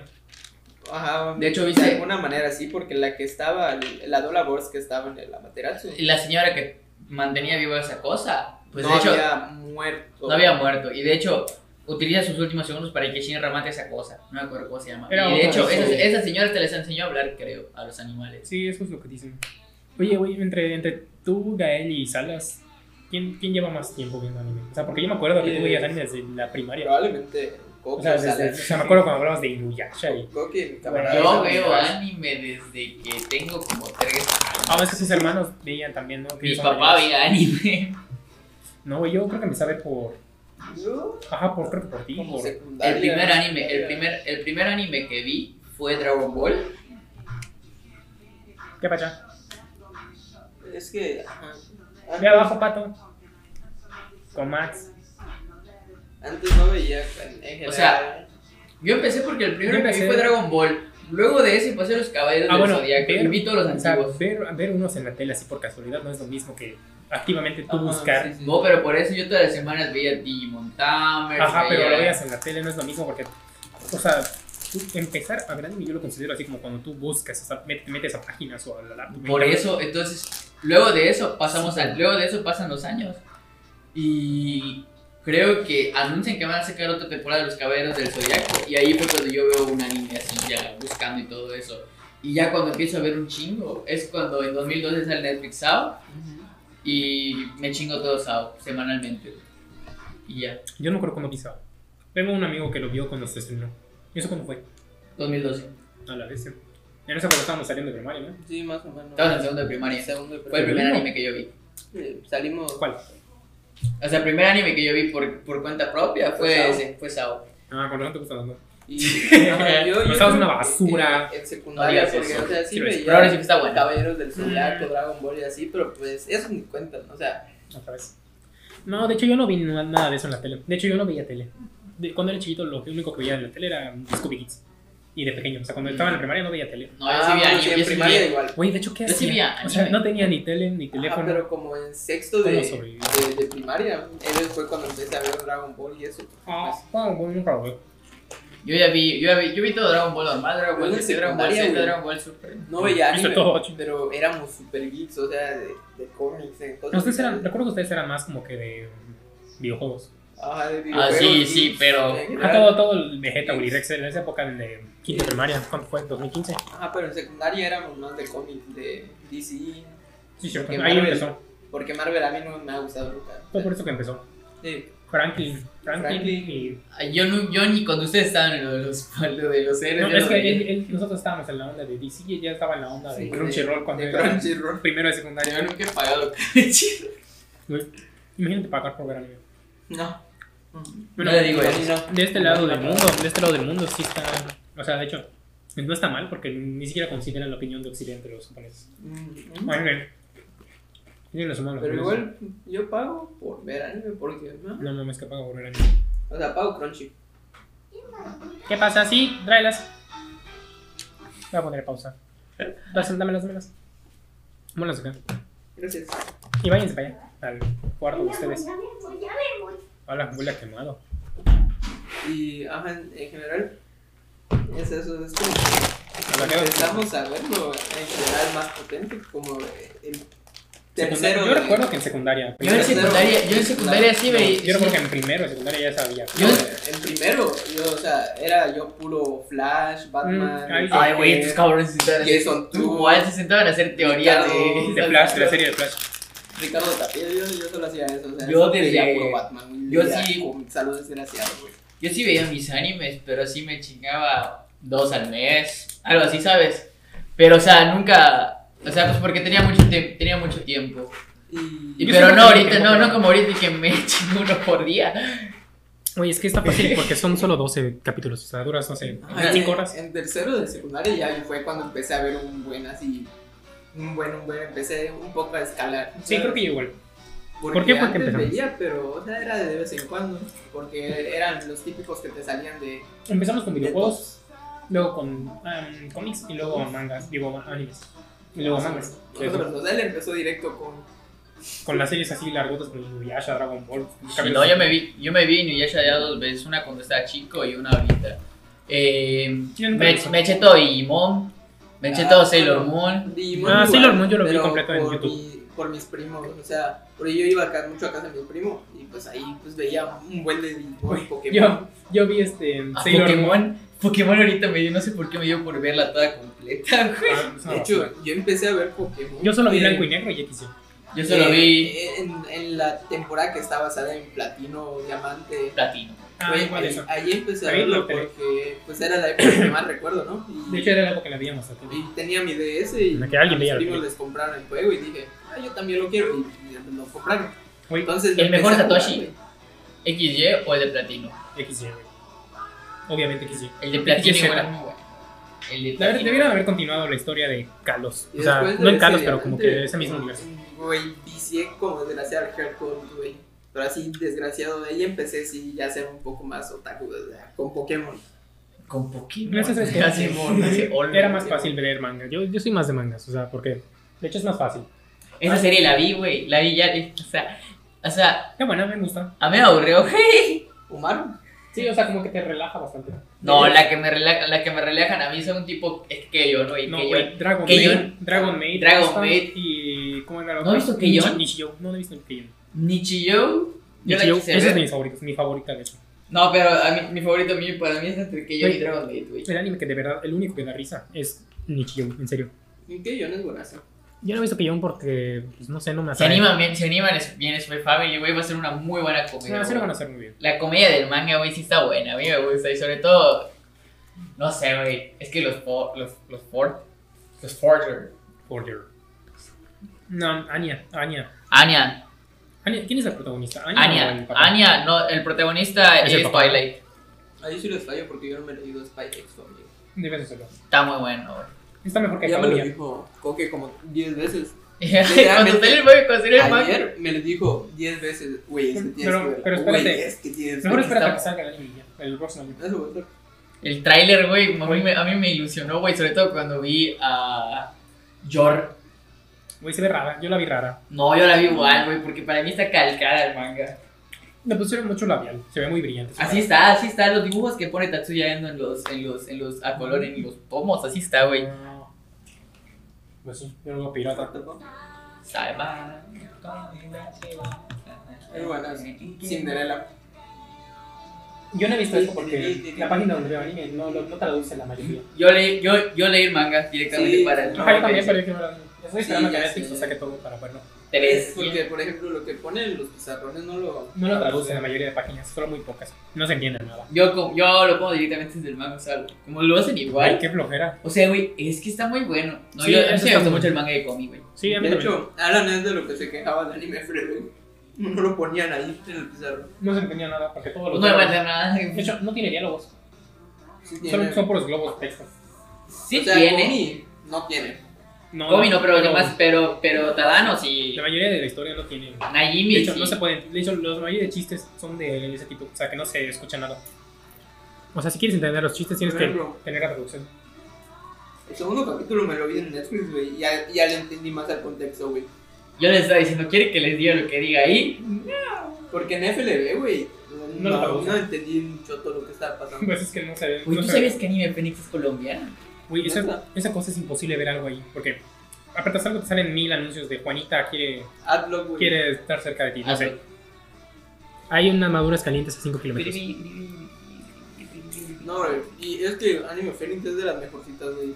[SPEAKER 1] Ajá,
[SPEAKER 2] De hecho,
[SPEAKER 1] de
[SPEAKER 2] ¿viste?
[SPEAKER 1] alguna manera sí, porque la que estaba, la Dola Bors que estaba en el Amaterasu,
[SPEAKER 2] Y la señora que mantenía viva esa cosa, pues
[SPEAKER 1] no
[SPEAKER 2] de hecho,
[SPEAKER 1] había muerto.
[SPEAKER 2] no había muerto. Y de hecho, utiliza sus últimos segundos para que Shinra mate esa cosa. No me acuerdo cómo se llama.
[SPEAKER 3] Era
[SPEAKER 2] y de
[SPEAKER 3] otra
[SPEAKER 2] hecho,
[SPEAKER 3] cosa,
[SPEAKER 2] esas,
[SPEAKER 3] sí.
[SPEAKER 2] esas señoras te les enseñó a hablar, creo, a los animales.
[SPEAKER 3] Sí, eso es lo que dicen. Oye, güey, entre, entre tú, Gael y Salas, ¿quién, ¿quién lleva más tiempo viendo anime? O sea, porque yo me acuerdo que tú
[SPEAKER 1] Eh,
[SPEAKER 3] veías anime desde la primaria.
[SPEAKER 1] Probablemente Coco,
[SPEAKER 3] O sea, desde- o
[SPEAKER 1] Salas.
[SPEAKER 3] sea, me acuerdo cuando hablabas de Inuyasha y...
[SPEAKER 1] Coco y mi camarada.
[SPEAKER 2] Yo
[SPEAKER 3] Bueno,
[SPEAKER 2] veo
[SPEAKER 3] amigos.
[SPEAKER 2] anime desde que tengo como tres años.
[SPEAKER 3] Ah, es que sus hermanos veían también, ¿no? Que
[SPEAKER 2] Mi
[SPEAKER 3] son
[SPEAKER 2] papá
[SPEAKER 3] mayores.
[SPEAKER 2] veía anime.
[SPEAKER 3] No, güey, yo creo que empecé a ver por...
[SPEAKER 1] Yo,
[SPEAKER 3] Ajá, por, creo que por ti.
[SPEAKER 1] como
[SPEAKER 3] por-
[SPEAKER 1] secundaria,
[SPEAKER 2] El primer anime, el
[SPEAKER 1] secundaria.
[SPEAKER 2] primer, el primer anime que vi fue Dragon Ball.
[SPEAKER 3] ¿Qué pacha?
[SPEAKER 1] Es que. ajá.
[SPEAKER 3] Ve abajo, pato. Con Max.
[SPEAKER 1] Antes no veía. en general.
[SPEAKER 2] O sea, Yo empecé porque el primero
[SPEAKER 3] Yo
[SPEAKER 2] que vi
[SPEAKER 3] empecé-
[SPEAKER 2] fue Dragon Ball. Luego de ese pasé a los caballeros
[SPEAKER 3] Ah,
[SPEAKER 2] del
[SPEAKER 3] bueno,
[SPEAKER 2] Zodiaco y
[SPEAKER 3] ver-
[SPEAKER 2] vi todos los
[SPEAKER 3] O sea,
[SPEAKER 2] antiguos.
[SPEAKER 3] ver, ver unos en la tele así por casualidad no es lo mismo que activamente tú
[SPEAKER 2] Ah,
[SPEAKER 1] Ajá,
[SPEAKER 3] buscar.
[SPEAKER 1] sí, sí.
[SPEAKER 2] No, pero por eso yo todas las semanas veía Digimon Tamers,
[SPEAKER 3] Ajá, pero
[SPEAKER 2] veía-
[SPEAKER 3] lo veas en la tele no es lo mismo porque, o sea, tú empezar a ver anime yo lo considero así como cuando tú buscas, o sea, met- te metes a páginas o a la laptop.
[SPEAKER 2] Por eso, entonces, luego de eso pasamos al, luego de eso pasan los años. Y creo que anuncian que van a sacar otra temporada de los caballeros del Zodiaco. Y ahí fue cuando yo veo un anime así ya buscando y todo eso. Y ya cuando empiezo a ver un chingo, es cuando en 2012 sale Netflix Sao y me chingo todo Sao semanalmente. Y ya,
[SPEAKER 3] Yo no creo cuando pisaba. Tengo un amigo que lo vio cuando se estrenó. ¿Y eso cuándo fue?
[SPEAKER 2] 2012.
[SPEAKER 3] A la vez. En esa cuando estábamos saliendo de primaria, ¿no?
[SPEAKER 1] Sí, más o menos.
[SPEAKER 2] Estabas en segundo de primaria.
[SPEAKER 1] Segundo de
[SPEAKER 2] Fue el
[SPEAKER 1] primaria.
[SPEAKER 2] primer anime que yo vi.
[SPEAKER 1] Eh, Salimos.
[SPEAKER 3] ¿Cuál?
[SPEAKER 2] O sea, el primer anime que yo vi por, por cuenta propia fue
[SPEAKER 1] Sao.
[SPEAKER 2] ese, fue Sao.
[SPEAKER 3] Ah, con razón te gusta tanto.
[SPEAKER 1] Y ajá, yo,
[SPEAKER 3] Pero
[SPEAKER 1] yo
[SPEAKER 3] estabas
[SPEAKER 1] creo
[SPEAKER 3] una
[SPEAKER 1] que
[SPEAKER 3] basura.
[SPEAKER 1] En, en secundaria,
[SPEAKER 2] No digas
[SPEAKER 1] porque,
[SPEAKER 2] eso.
[SPEAKER 1] o sea, sí
[SPEAKER 3] Sí lo es.
[SPEAKER 1] veía
[SPEAKER 2] Pero ahora sí que está bueno. Mm.
[SPEAKER 1] Caballeros del Zodiaco, Dragon Ball y así, pero pues eso ni cuentan, o sea,
[SPEAKER 3] Otra vez. No, de hecho yo no vi na- nada de eso en la tele. De hecho yo no veía tele. De- cuando era chiquito lo único que veía en la tele era Scooby Kids. Y de pequeño. O sea, cuando estaba en la primaria no veía tele.
[SPEAKER 2] No, yo sí vi
[SPEAKER 1] ah,
[SPEAKER 2] anime,
[SPEAKER 1] sí,
[SPEAKER 2] yo
[SPEAKER 1] en
[SPEAKER 2] sí vi
[SPEAKER 1] primaria igual.
[SPEAKER 3] Oye, de hecho, ¿qué
[SPEAKER 2] Yo sí
[SPEAKER 3] hacía?
[SPEAKER 2] vi
[SPEAKER 3] o sea,
[SPEAKER 2] anime.
[SPEAKER 3] no tenía ni tele ni
[SPEAKER 1] Ajá,
[SPEAKER 3] teléfono.
[SPEAKER 1] Ah, pero como en sexto de,
[SPEAKER 3] ¿Cómo
[SPEAKER 1] de,
[SPEAKER 3] sobreviví?
[SPEAKER 1] de primaria, él fue cuando empecé a ver Dragon Ball y eso.
[SPEAKER 3] Ah,
[SPEAKER 1] pues.
[SPEAKER 3] bueno, bueno, nunca lo veo.
[SPEAKER 2] Yo ya vi, yo ya vi, yo vi todo Dragon Ball normal, Dragon Ball
[SPEAKER 1] Yo en
[SPEAKER 2] Z, Dragon Ball Z,
[SPEAKER 1] secundaria, güey.
[SPEAKER 2] Dragon Ball Super.
[SPEAKER 1] No veía
[SPEAKER 3] Viste
[SPEAKER 1] anime,
[SPEAKER 3] todo, ching.
[SPEAKER 1] pero éramos super geeks, o sea, de, de cómics, de cosas.
[SPEAKER 3] Ustedes eran,
[SPEAKER 1] así.
[SPEAKER 3] recuerdo que ustedes eran más como que de videojuegos.
[SPEAKER 1] Ajá, de
[SPEAKER 2] Ah, sí,
[SPEAKER 1] videojuegos,
[SPEAKER 2] sí,
[SPEAKER 1] geeks,
[SPEAKER 2] pero-
[SPEAKER 1] en
[SPEAKER 3] Ah,
[SPEAKER 1] general.
[SPEAKER 3] todo, todo el Vegeta, Rex en esa época de quinta primaria. ¿Cuánto fue? ¿2015?
[SPEAKER 1] Ajá, pero en secundaria éramos más de cómics, de DC,
[SPEAKER 3] Sí, sí,
[SPEAKER 1] Porque
[SPEAKER 3] ahí
[SPEAKER 1] Marvel-
[SPEAKER 3] empezó.
[SPEAKER 1] porque Marvel a mí no me ha gustado nunca.
[SPEAKER 3] Fue por eso que empezó.
[SPEAKER 1] Sí,
[SPEAKER 3] Franklin. Franklin,
[SPEAKER 1] Franklin.
[SPEAKER 3] y...
[SPEAKER 2] Ah, Yo, no, yo ni cuando ustedes estaban en lo de los, lo de los héroes.
[SPEAKER 3] No,
[SPEAKER 2] yo
[SPEAKER 3] es
[SPEAKER 2] lo
[SPEAKER 3] que
[SPEAKER 2] veía.
[SPEAKER 3] él- él- nosotros estábamos en la onda de DC y ella estaba en la onda de
[SPEAKER 1] Sí,
[SPEAKER 3] Crunchyroll cuando
[SPEAKER 1] de
[SPEAKER 3] era
[SPEAKER 1] Crunchyroll.
[SPEAKER 3] primero de
[SPEAKER 2] Yo
[SPEAKER 3] secundaria.
[SPEAKER 2] nunca he pagado Crunchyroll.
[SPEAKER 3] Güey, Imagínate pagar por ver anime.
[SPEAKER 1] No.
[SPEAKER 2] No le digo ¿eh?
[SPEAKER 1] a
[SPEAKER 2] eso.
[SPEAKER 1] mí no.
[SPEAKER 3] De este lado del mundo, de este lado del mundo sí está. O sea, de hecho, no está mal porque ni siquiera consideran la opinión de Occidente los japoneses.
[SPEAKER 1] Mm, mm.
[SPEAKER 3] Bueno, bien. Tienen los humanos.
[SPEAKER 1] Pero
[SPEAKER 3] ¿no?
[SPEAKER 1] igual yo pago por ver anime porque no.
[SPEAKER 3] No mames, que pago por ver anime.
[SPEAKER 1] O sea, pago Crunchy.
[SPEAKER 3] ¿Qué pasa? Sí, tráelas. Voy a poner pausa. Dáselas, dámelas, dámelas. Vámonos acá.
[SPEAKER 1] Gracias.
[SPEAKER 3] Y váyanse para allá, al cuarto de ustedes.
[SPEAKER 4] Ya me voy, ya me voy.
[SPEAKER 3] Hola, huele a quemado.
[SPEAKER 1] Y ajá, en en general es eso, es como
[SPEAKER 3] Hola,
[SPEAKER 1] que
[SPEAKER 3] ¿qué
[SPEAKER 1] empezamos a verlo en general más potente como eh, el
[SPEAKER 3] Secundaria-
[SPEAKER 1] tercero.
[SPEAKER 3] pues, Yo
[SPEAKER 1] de-
[SPEAKER 3] recuerdo que en secundaria.
[SPEAKER 2] Yo en
[SPEAKER 3] primero-
[SPEAKER 1] sí-
[SPEAKER 2] secundaria, yo en secundaria sí veía.
[SPEAKER 3] Yo recuerdo que en primero de secundaria ya sabía.
[SPEAKER 1] No,
[SPEAKER 2] yo-
[SPEAKER 1] en primero, yo, o sea, era yo puro Flash, Batman,
[SPEAKER 3] Mm, ay,
[SPEAKER 2] Ay, güey, estos cabrones se sentaban a hacer-
[SPEAKER 1] Jason
[SPEAKER 2] Tú,
[SPEAKER 1] Tú,
[SPEAKER 2] igual se sentaban a hacer teoría de.
[SPEAKER 1] Ricardo.
[SPEAKER 3] De Flash, de la serie de Flash.
[SPEAKER 1] Ricardo Tapia, yo, yo solo hacía eso, o sea,
[SPEAKER 2] Yo
[SPEAKER 1] veía
[SPEAKER 2] desde-
[SPEAKER 1] puro Batman,
[SPEAKER 2] yo
[SPEAKER 1] veía
[SPEAKER 2] sí-
[SPEAKER 1] cómics, Saludos desgraciados, güey.
[SPEAKER 2] Yo sí veía mis animes, pero sí me chingaba dos al mes, algo así, ¿sabes? Pero, o sea, nunca. O sea, pues porque tenía mucho, tiempo tenía mucho tiempo.
[SPEAKER 1] Y,
[SPEAKER 2] Y
[SPEAKER 3] Yo
[SPEAKER 2] pero
[SPEAKER 3] siempre
[SPEAKER 2] no,
[SPEAKER 3] tengo
[SPEAKER 2] ahorita
[SPEAKER 3] tiempo
[SPEAKER 2] no,
[SPEAKER 3] para-
[SPEAKER 2] no como ahorita que me chingo uno por día.
[SPEAKER 3] Oye, es que está fácil porque son solo 12 capítulos. O sea, duras, no sé,
[SPEAKER 1] Ajá, en-
[SPEAKER 3] 5 horas.
[SPEAKER 1] En tercero de secundaria ya fue cuando empecé a ver un buen así, un buen, un buen, empecé un poco a escalar.
[SPEAKER 3] Sí,
[SPEAKER 1] ¿sabes?
[SPEAKER 3] creo que yo igual.
[SPEAKER 1] Porque
[SPEAKER 3] ¿Por qué? Porque
[SPEAKER 1] antes
[SPEAKER 3] empezamos.
[SPEAKER 1] veía, pero o sea, era de vez en cuando, porque eran los típicos que te salían de...
[SPEAKER 3] Empezamos con
[SPEAKER 1] de
[SPEAKER 3] videojuegos, luego con um, cómics y luego mangas, digo ma- animes. Y
[SPEAKER 1] Ah,
[SPEAKER 3] luego mangas. Pues,
[SPEAKER 1] Nosotros, o sea, él empezó directo con...
[SPEAKER 3] Con las series así largotas como Inuyasha, Dragon Ball.
[SPEAKER 2] Sí, no, yo me vi, yo me vi Inuyasha ya dos veces, una cuando estaba chico y una ahorita. Eh,
[SPEAKER 3] Yo nunca
[SPEAKER 2] me,
[SPEAKER 3] lo hice.
[SPEAKER 2] me eché todo Digimon, Me eché
[SPEAKER 1] Ah,
[SPEAKER 2] todo Sailor
[SPEAKER 1] bueno.
[SPEAKER 2] Moon.
[SPEAKER 1] Digimon
[SPEAKER 3] Ah,
[SPEAKER 1] igual,
[SPEAKER 3] Sailor Moon yo lo vi
[SPEAKER 1] pero
[SPEAKER 3] completo en
[SPEAKER 1] por
[SPEAKER 3] YouTube.
[SPEAKER 1] mi- por mis primos, o sea, porque yo iba acá, mucho a casa de mi primo y pues ahí pues veía un buen de Digimon y Pokémon.
[SPEAKER 3] Yo, yo vi este
[SPEAKER 2] A
[SPEAKER 3] Sailor Moon.
[SPEAKER 2] Pokémon. Pokémon ahorita me dio, no sé por qué me dio por verla toda completa, güey.
[SPEAKER 3] Ah, es una
[SPEAKER 1] de
[SPEAKER 3] basura.
[SPEAKER 1] hecho, yo empecé a ver Pokémon.
[SPEAKER 3] yo solo vi
[SPEAKER 1] eh,
[SPEAKER 3] blanco y negro y XY.
[SPEAKER 2] Yo solo
[SPEAKER 1] eh,
[SPEAKER 2] vi
[SPEAKER 1] En, en la temporada que está basada en Platino, Diamante.
[SPEAKER 2] platino.
[SPEAKER 3] Ah,
[SPEAKER 1] Fue-
[SPEAKER 3] igual
[SPEAKER 1] ahí-
[SPEAKER 3] eso.
[SPEAKER 1] Ahí empecé a
[SPEAKER 3] Ahí
[SPEAKER 1] verlo
[SPEAKER 3] lo tenés.
[SPEAKER 1] porque pues era la época que más recuerdo, ¿no? Y,
[SPEAKER 3] De hecho, era la época que la veíamos antes.
[SPEAKER 1] y tenía mi DS y
[SPEAKER 3] La que
[SPEAKER 1] mis
[SPEAKER 3] alguien veía
[SPEAKER 1] primos
[SPEAKER 3] la película.
[SPEAKER 1] les compraron el juego y dije, ah, yo también lo quiero y, y lo compraron.
[SPEAKER 3] Güey,
[SPEAKER 1] Entonces,
[SPEAKER 2] El
[SPEAKER 1] lo
[SPEAKER 2] mejor
[SPEAKER 1] empecé a
[SPEAKER 2] Satoshi.
[SPEAKER 1] jugar,
[SPEAKER 2] XY o el de platino.
[SPEAKER 3] XY, güey. Obviamente XY.
[SPEAKER 2] El de platino
[SPEAKER 3] XYZ.
[SPEAKER 2] igual era muy bueno. El de
[SPEAKER 3] La verdad,
[SPEAKER 2] platino.
[SPEAKER 3] Debieran haber continuado la historia de Kalos.
[SPEAKER 1] Y
[SPEAKER 3] O sea,
[SPEAKER 1] después de
[SPEAKER 3] no en
[SPEAKER 1] ese
[SPEAKER 3] Kalos, pero como que
[SPEAKER 1] diamante,
[SPEAKER 3] de ese mismo
[SPEAKER 1] eh,
[SPEAKER 3] universo.
[SPEAKER 1] Güey, vicié como desgraciado al Hardcore, güey. Pero así, desgraciado de ahí, empecé sí ya a ser un poco más otaku, o sea, con Pokémon.
[SPEAKER 2] Con Pokémon.
[SPEAKER 3] No sé si es que-
[SPEAKER 2] Así, mon, así, hola.
[SPEAKER 3] Era más fácil leer manga. Yo, yo soy más de mangas, o sea, porque de hecho es más fácil.
[SPEAKER 2] Esa serie la vi, güey. La vi ya. O sea, o sea,
[SPEAKER 3] Qué buena, me gusta.
[SPEAKER 2] a mí me aburrió, güey.
[SPEAKER 1] ¿Fumaron?
[SPEAKER 3] Sí, o sea, como que te relaja bastante.
[SPEAKER 2] No, la que me relaja, la que me relajan a mí son tipo es que yo, ¿no? Y
[SPEAKER 3] No,
[SPEAKER 2] que
[SPEAKER 3] güey, Dragon
[SPEAKER 2] que yo-
[SPEAKER 3] Maid, Dragon Maid,
[SPEAKER 2] Dragon
[SPEAKER 3] Constant
[SPEAKER 2] Maid.
[SPEAKER 3] y ¿cómo era la
[SPEAKER 2] ¿No
[SPEAKER 3] otra?
[SPEAKER 2] has visto Keyon?
[SPEAKER 3] Nichi- Nichijou, no, no he visto el Keyon.
[SPEAKER 2] Nichiyou, yo la
[SPEAKER 3] Nichijou,
[SPEAKER 2] quise
[SPEAKER 3] esa es
[SPEAKER 2] ver.
[SPEAKER 3] de mis favoritos, mi favorita de hecho.
[SPEAKER 2] No, pero a mí, mi favorito mío para mí es entre que yo y
[SPEAKER 3] Güey.
[SPEAKER 2] Dragon Maid, güey.
[SPEAKER 3] El anime que de verdad, el único que da risa es Nichijou, en serio.
[SPEAKER 1] Que yo no es buenazo.
[SPEAKER 3] Yo no he visto Keyon porque, pues, no sé, no me
[SPEAKER 2] Se
[SPEAKER 3] atrae.
[SPEAKER 2] animan bien, se animan es- bien Spy Family, güey, va a ser una muy buena comedia.
[SPEAKER 3] No, se lo
[SPEAKER 2] güey.
[SPEAKER 3] van a hacer muy bien.
[SPEAKER 2] La comedia del manga, güey, sí está buena, a mí me gusta. Y sobre todo, no sé, güey, es que los for, los, los for, los Forger.
[SPEAKER 3] Order. No, Anya, Anya.
[SPEAKER 2] Anya,
[SPEAKER 3] Anya, ¿quién es la protagonista? o el
[SPEAKER 2] Anya,
[SPEAKER 3] papá?
[SPEAKER 2] Anya, no, el protagonista
[SPEAKER 3] Es
[SPEAKER 2] es,
[SPEAKER 3] el papá.
[SPEAKER 2] Twilight.
[SPEAKER 1] Ahí sí les fallo porque yo no me lo digo Spy X Family.
[SPEAKER 3] Debes hacerlo.
[SPEAKER 2] Está muy bueno, güey.
[SPEAKER 3] Está mejor que
[SPEAKER 1] Ya me lo
[SPEAKER 3] Kaguya.
[SPEAKER 1] dijo Coque como 10 veces.
[SPEAKER 2] Cuando sale el manga, cuando sale el manga.
[SPEAKER 1] Ayer me lo dijo 10 veces, güey, es que tienes
[SPEAKER 3] Pero-
[SPEAKER 1] que ver.
[SPEAKER 3] pero
[SPEAKER 1] güey,
[SPEAKER 3] espérate.
[SPEAKER 1] es que tienes
[SPEAKER 3] Mejor
[SPEAKER 1] que
[SPEAKER 3] espérate a
[SPEAKER 2] está-
[SPEAKER 3] que salga el anime ya, el próximo anime.
[SPEAKER 1] Eso, güey.
[SPEAKER 2] El tráiler, güey, a mí, me, a mí me ilusionó, güey, sobre todo cuando vi a Yor.
[SPEAKER 3] Güey, se ve rara, yo la vi rara.
[SPEAKER 2] No, yo la vi igual, güey, porque para mí está calcada el manga.
[SPEAKER 3] Le pusieron mucho labial, se ve muy brillante.
[SPEAKER 2] Así está, así está, los dibujos que pone Tatsuya Endo en los, en los, en los, a color, en los pomos, así está, güey.
[SPEAKER 3] No. Pues sí, yo lo veo pirata.
[SPEAKER 2] Sabe
[SPEAKER 1] Es buena, Cinderella.
[SPEAKER 3] Yo no he visto eso porque la página donde veo anime no, lo- no traduce la mayoría.
[SPEAKER 2] Yo leí, yo, yo leí el manga directamente
[SPEAKER 1] Sí.
[SPEAKER 2] para el
[SPEAKER 3] Ajá, yo
[SPEAKER 2] para
[SPEAKER 3] también, pero yo quiero ver anime. Yo Estoy esperando
[SPEAKER 1] Sí,
[SPEAKER 3] que
[SPEAKER 1] ya
[SPEAKER 3] Netflix
[SPEAKER 1] sé.
[SPEAKER 3] lo saque todo para verlo.
[SPEAKER 2] tres.
[SPEAKER 1] Porque, por ejemplo, lo que ponen los pizarrones no lo.
[SPEAKER 3] No lo traduce la mayoría de páginas, solo muy pocas. No se entiende nada.
[SPEAKER 2] Yo, com- yo lo pongo directamente desde el manga, o sea, como lo hacen
[SPEAKER 3] Ay,
[SPEAKER 2] igual.
[SPEAKER 3] qué flojera.
[SPEAKER 2] O sea, güey, es que está muy bueno. No,
[SPEAKER 3] Sí,
[SPEAKER 2] yo, a mí
[SPEAKER 3] eso
[SPEAKER 2] sí me
[SPEAKER 3] está
[SPEAKER 2] gusta
[SPEAKER 3] muy
[SPEAKER 2] mucho el
[SPEAKER 3] bueno.
[SPEAKER 2] manga de cómic, güey.
[SPEAKER 3] Sí, a mí
[SPEAKER 1] De
[SPEAKER 3] también.
[SPEAKER 1] hecho, Alan es de lo que se quejaba del anime Fredo. No lo ponían ahí en el pizarrón.
[SPEAKER 3] No se entendía nada porque todos
[SPEAKER 2] No
[SPEAKER 3] los.
[SPEAKER 2] me
[SPEAKER 3] diálogos-
[SPEAKER 2] manda nada.
[SPEAKER 3] de hecho, no tiene diálogos,
[SPEAKER 1] Sí
[SPEAKER 3] solo
[SPEAKER 1] tiene-
[SPEAKER 3] son puros globos textos.
[SPEAKER 2] Sí
[SPEAKER 1] o sea,
[SPEAKER 2] tiene.
[SPEAKER 1] Gomi no tiene.
[SPEAKER 3] No,
[SPEAKER 2] Gomi no, pero además, pero, pero Tadano sí.
[SPEAKER 3] La mayoría de la historia no tiene.
[SPEAKER 2] Najimi
[SPEAKER 3] De hecho,
[SPEAKER 2] sí.
[SPEAKER 3] no se pueden. De hecho, la mayoría de chistes son de ese tipo. O sea, que no se escucha nada. O sea, si quieres entender los chistes, tienes
[SPEAKER 1] Por
[SPEAKER 3] que
[SPEAKER 1] ejemplo,
[SPEAKER 3] tener la traducción.
[SPEAKER 1] El segundo capítulo me lo vi en Netflix, güey. Ya, ya le entendí más al contexto, güey.
[SPEAKER 2] Yo les estaba diciendo, ¿quiere que les diga lo que diga ahí?
[SPEAKER 1] Porque en FLB, güey, no,
[SPEAKER 3] No lo
[SPEAKER 1] no,
[SPEAKER 3] traducen.
[SPEAKER 1] entendí un choto lo que estaba pasando.
[SPEAKER 3] Pues es que no se ve.
[SPEAKER 2] Uy,
[SPEAKER 3] no
[SPEAKER 2] ¿tú
[SPEAKER 3] se ve.
[SPEAKER 2] sabías que Anime Fénix es colombiana?
[SPEAKER 3] Uy, esa,
[SPEAKER 1] Neta.
[SPEAKER 3] esa cosa es imposible ver algo ahí. Porque aparte algo te salen mil anuncios de Juanita quiere,
[SPEAKER 1] Adblock, güey.
[SPEAKER 3] quiere estar cerca de ti. No
[SPEAKER 2] Ah,
[SPEAKER 3] sé. Hay unas maduras calientes a 5 kilómetros.
[SPEAKER 2] sí.
[SPEAKER 1] No, güey. Y es que Anime Phoenix es de las mejorcitas, güey.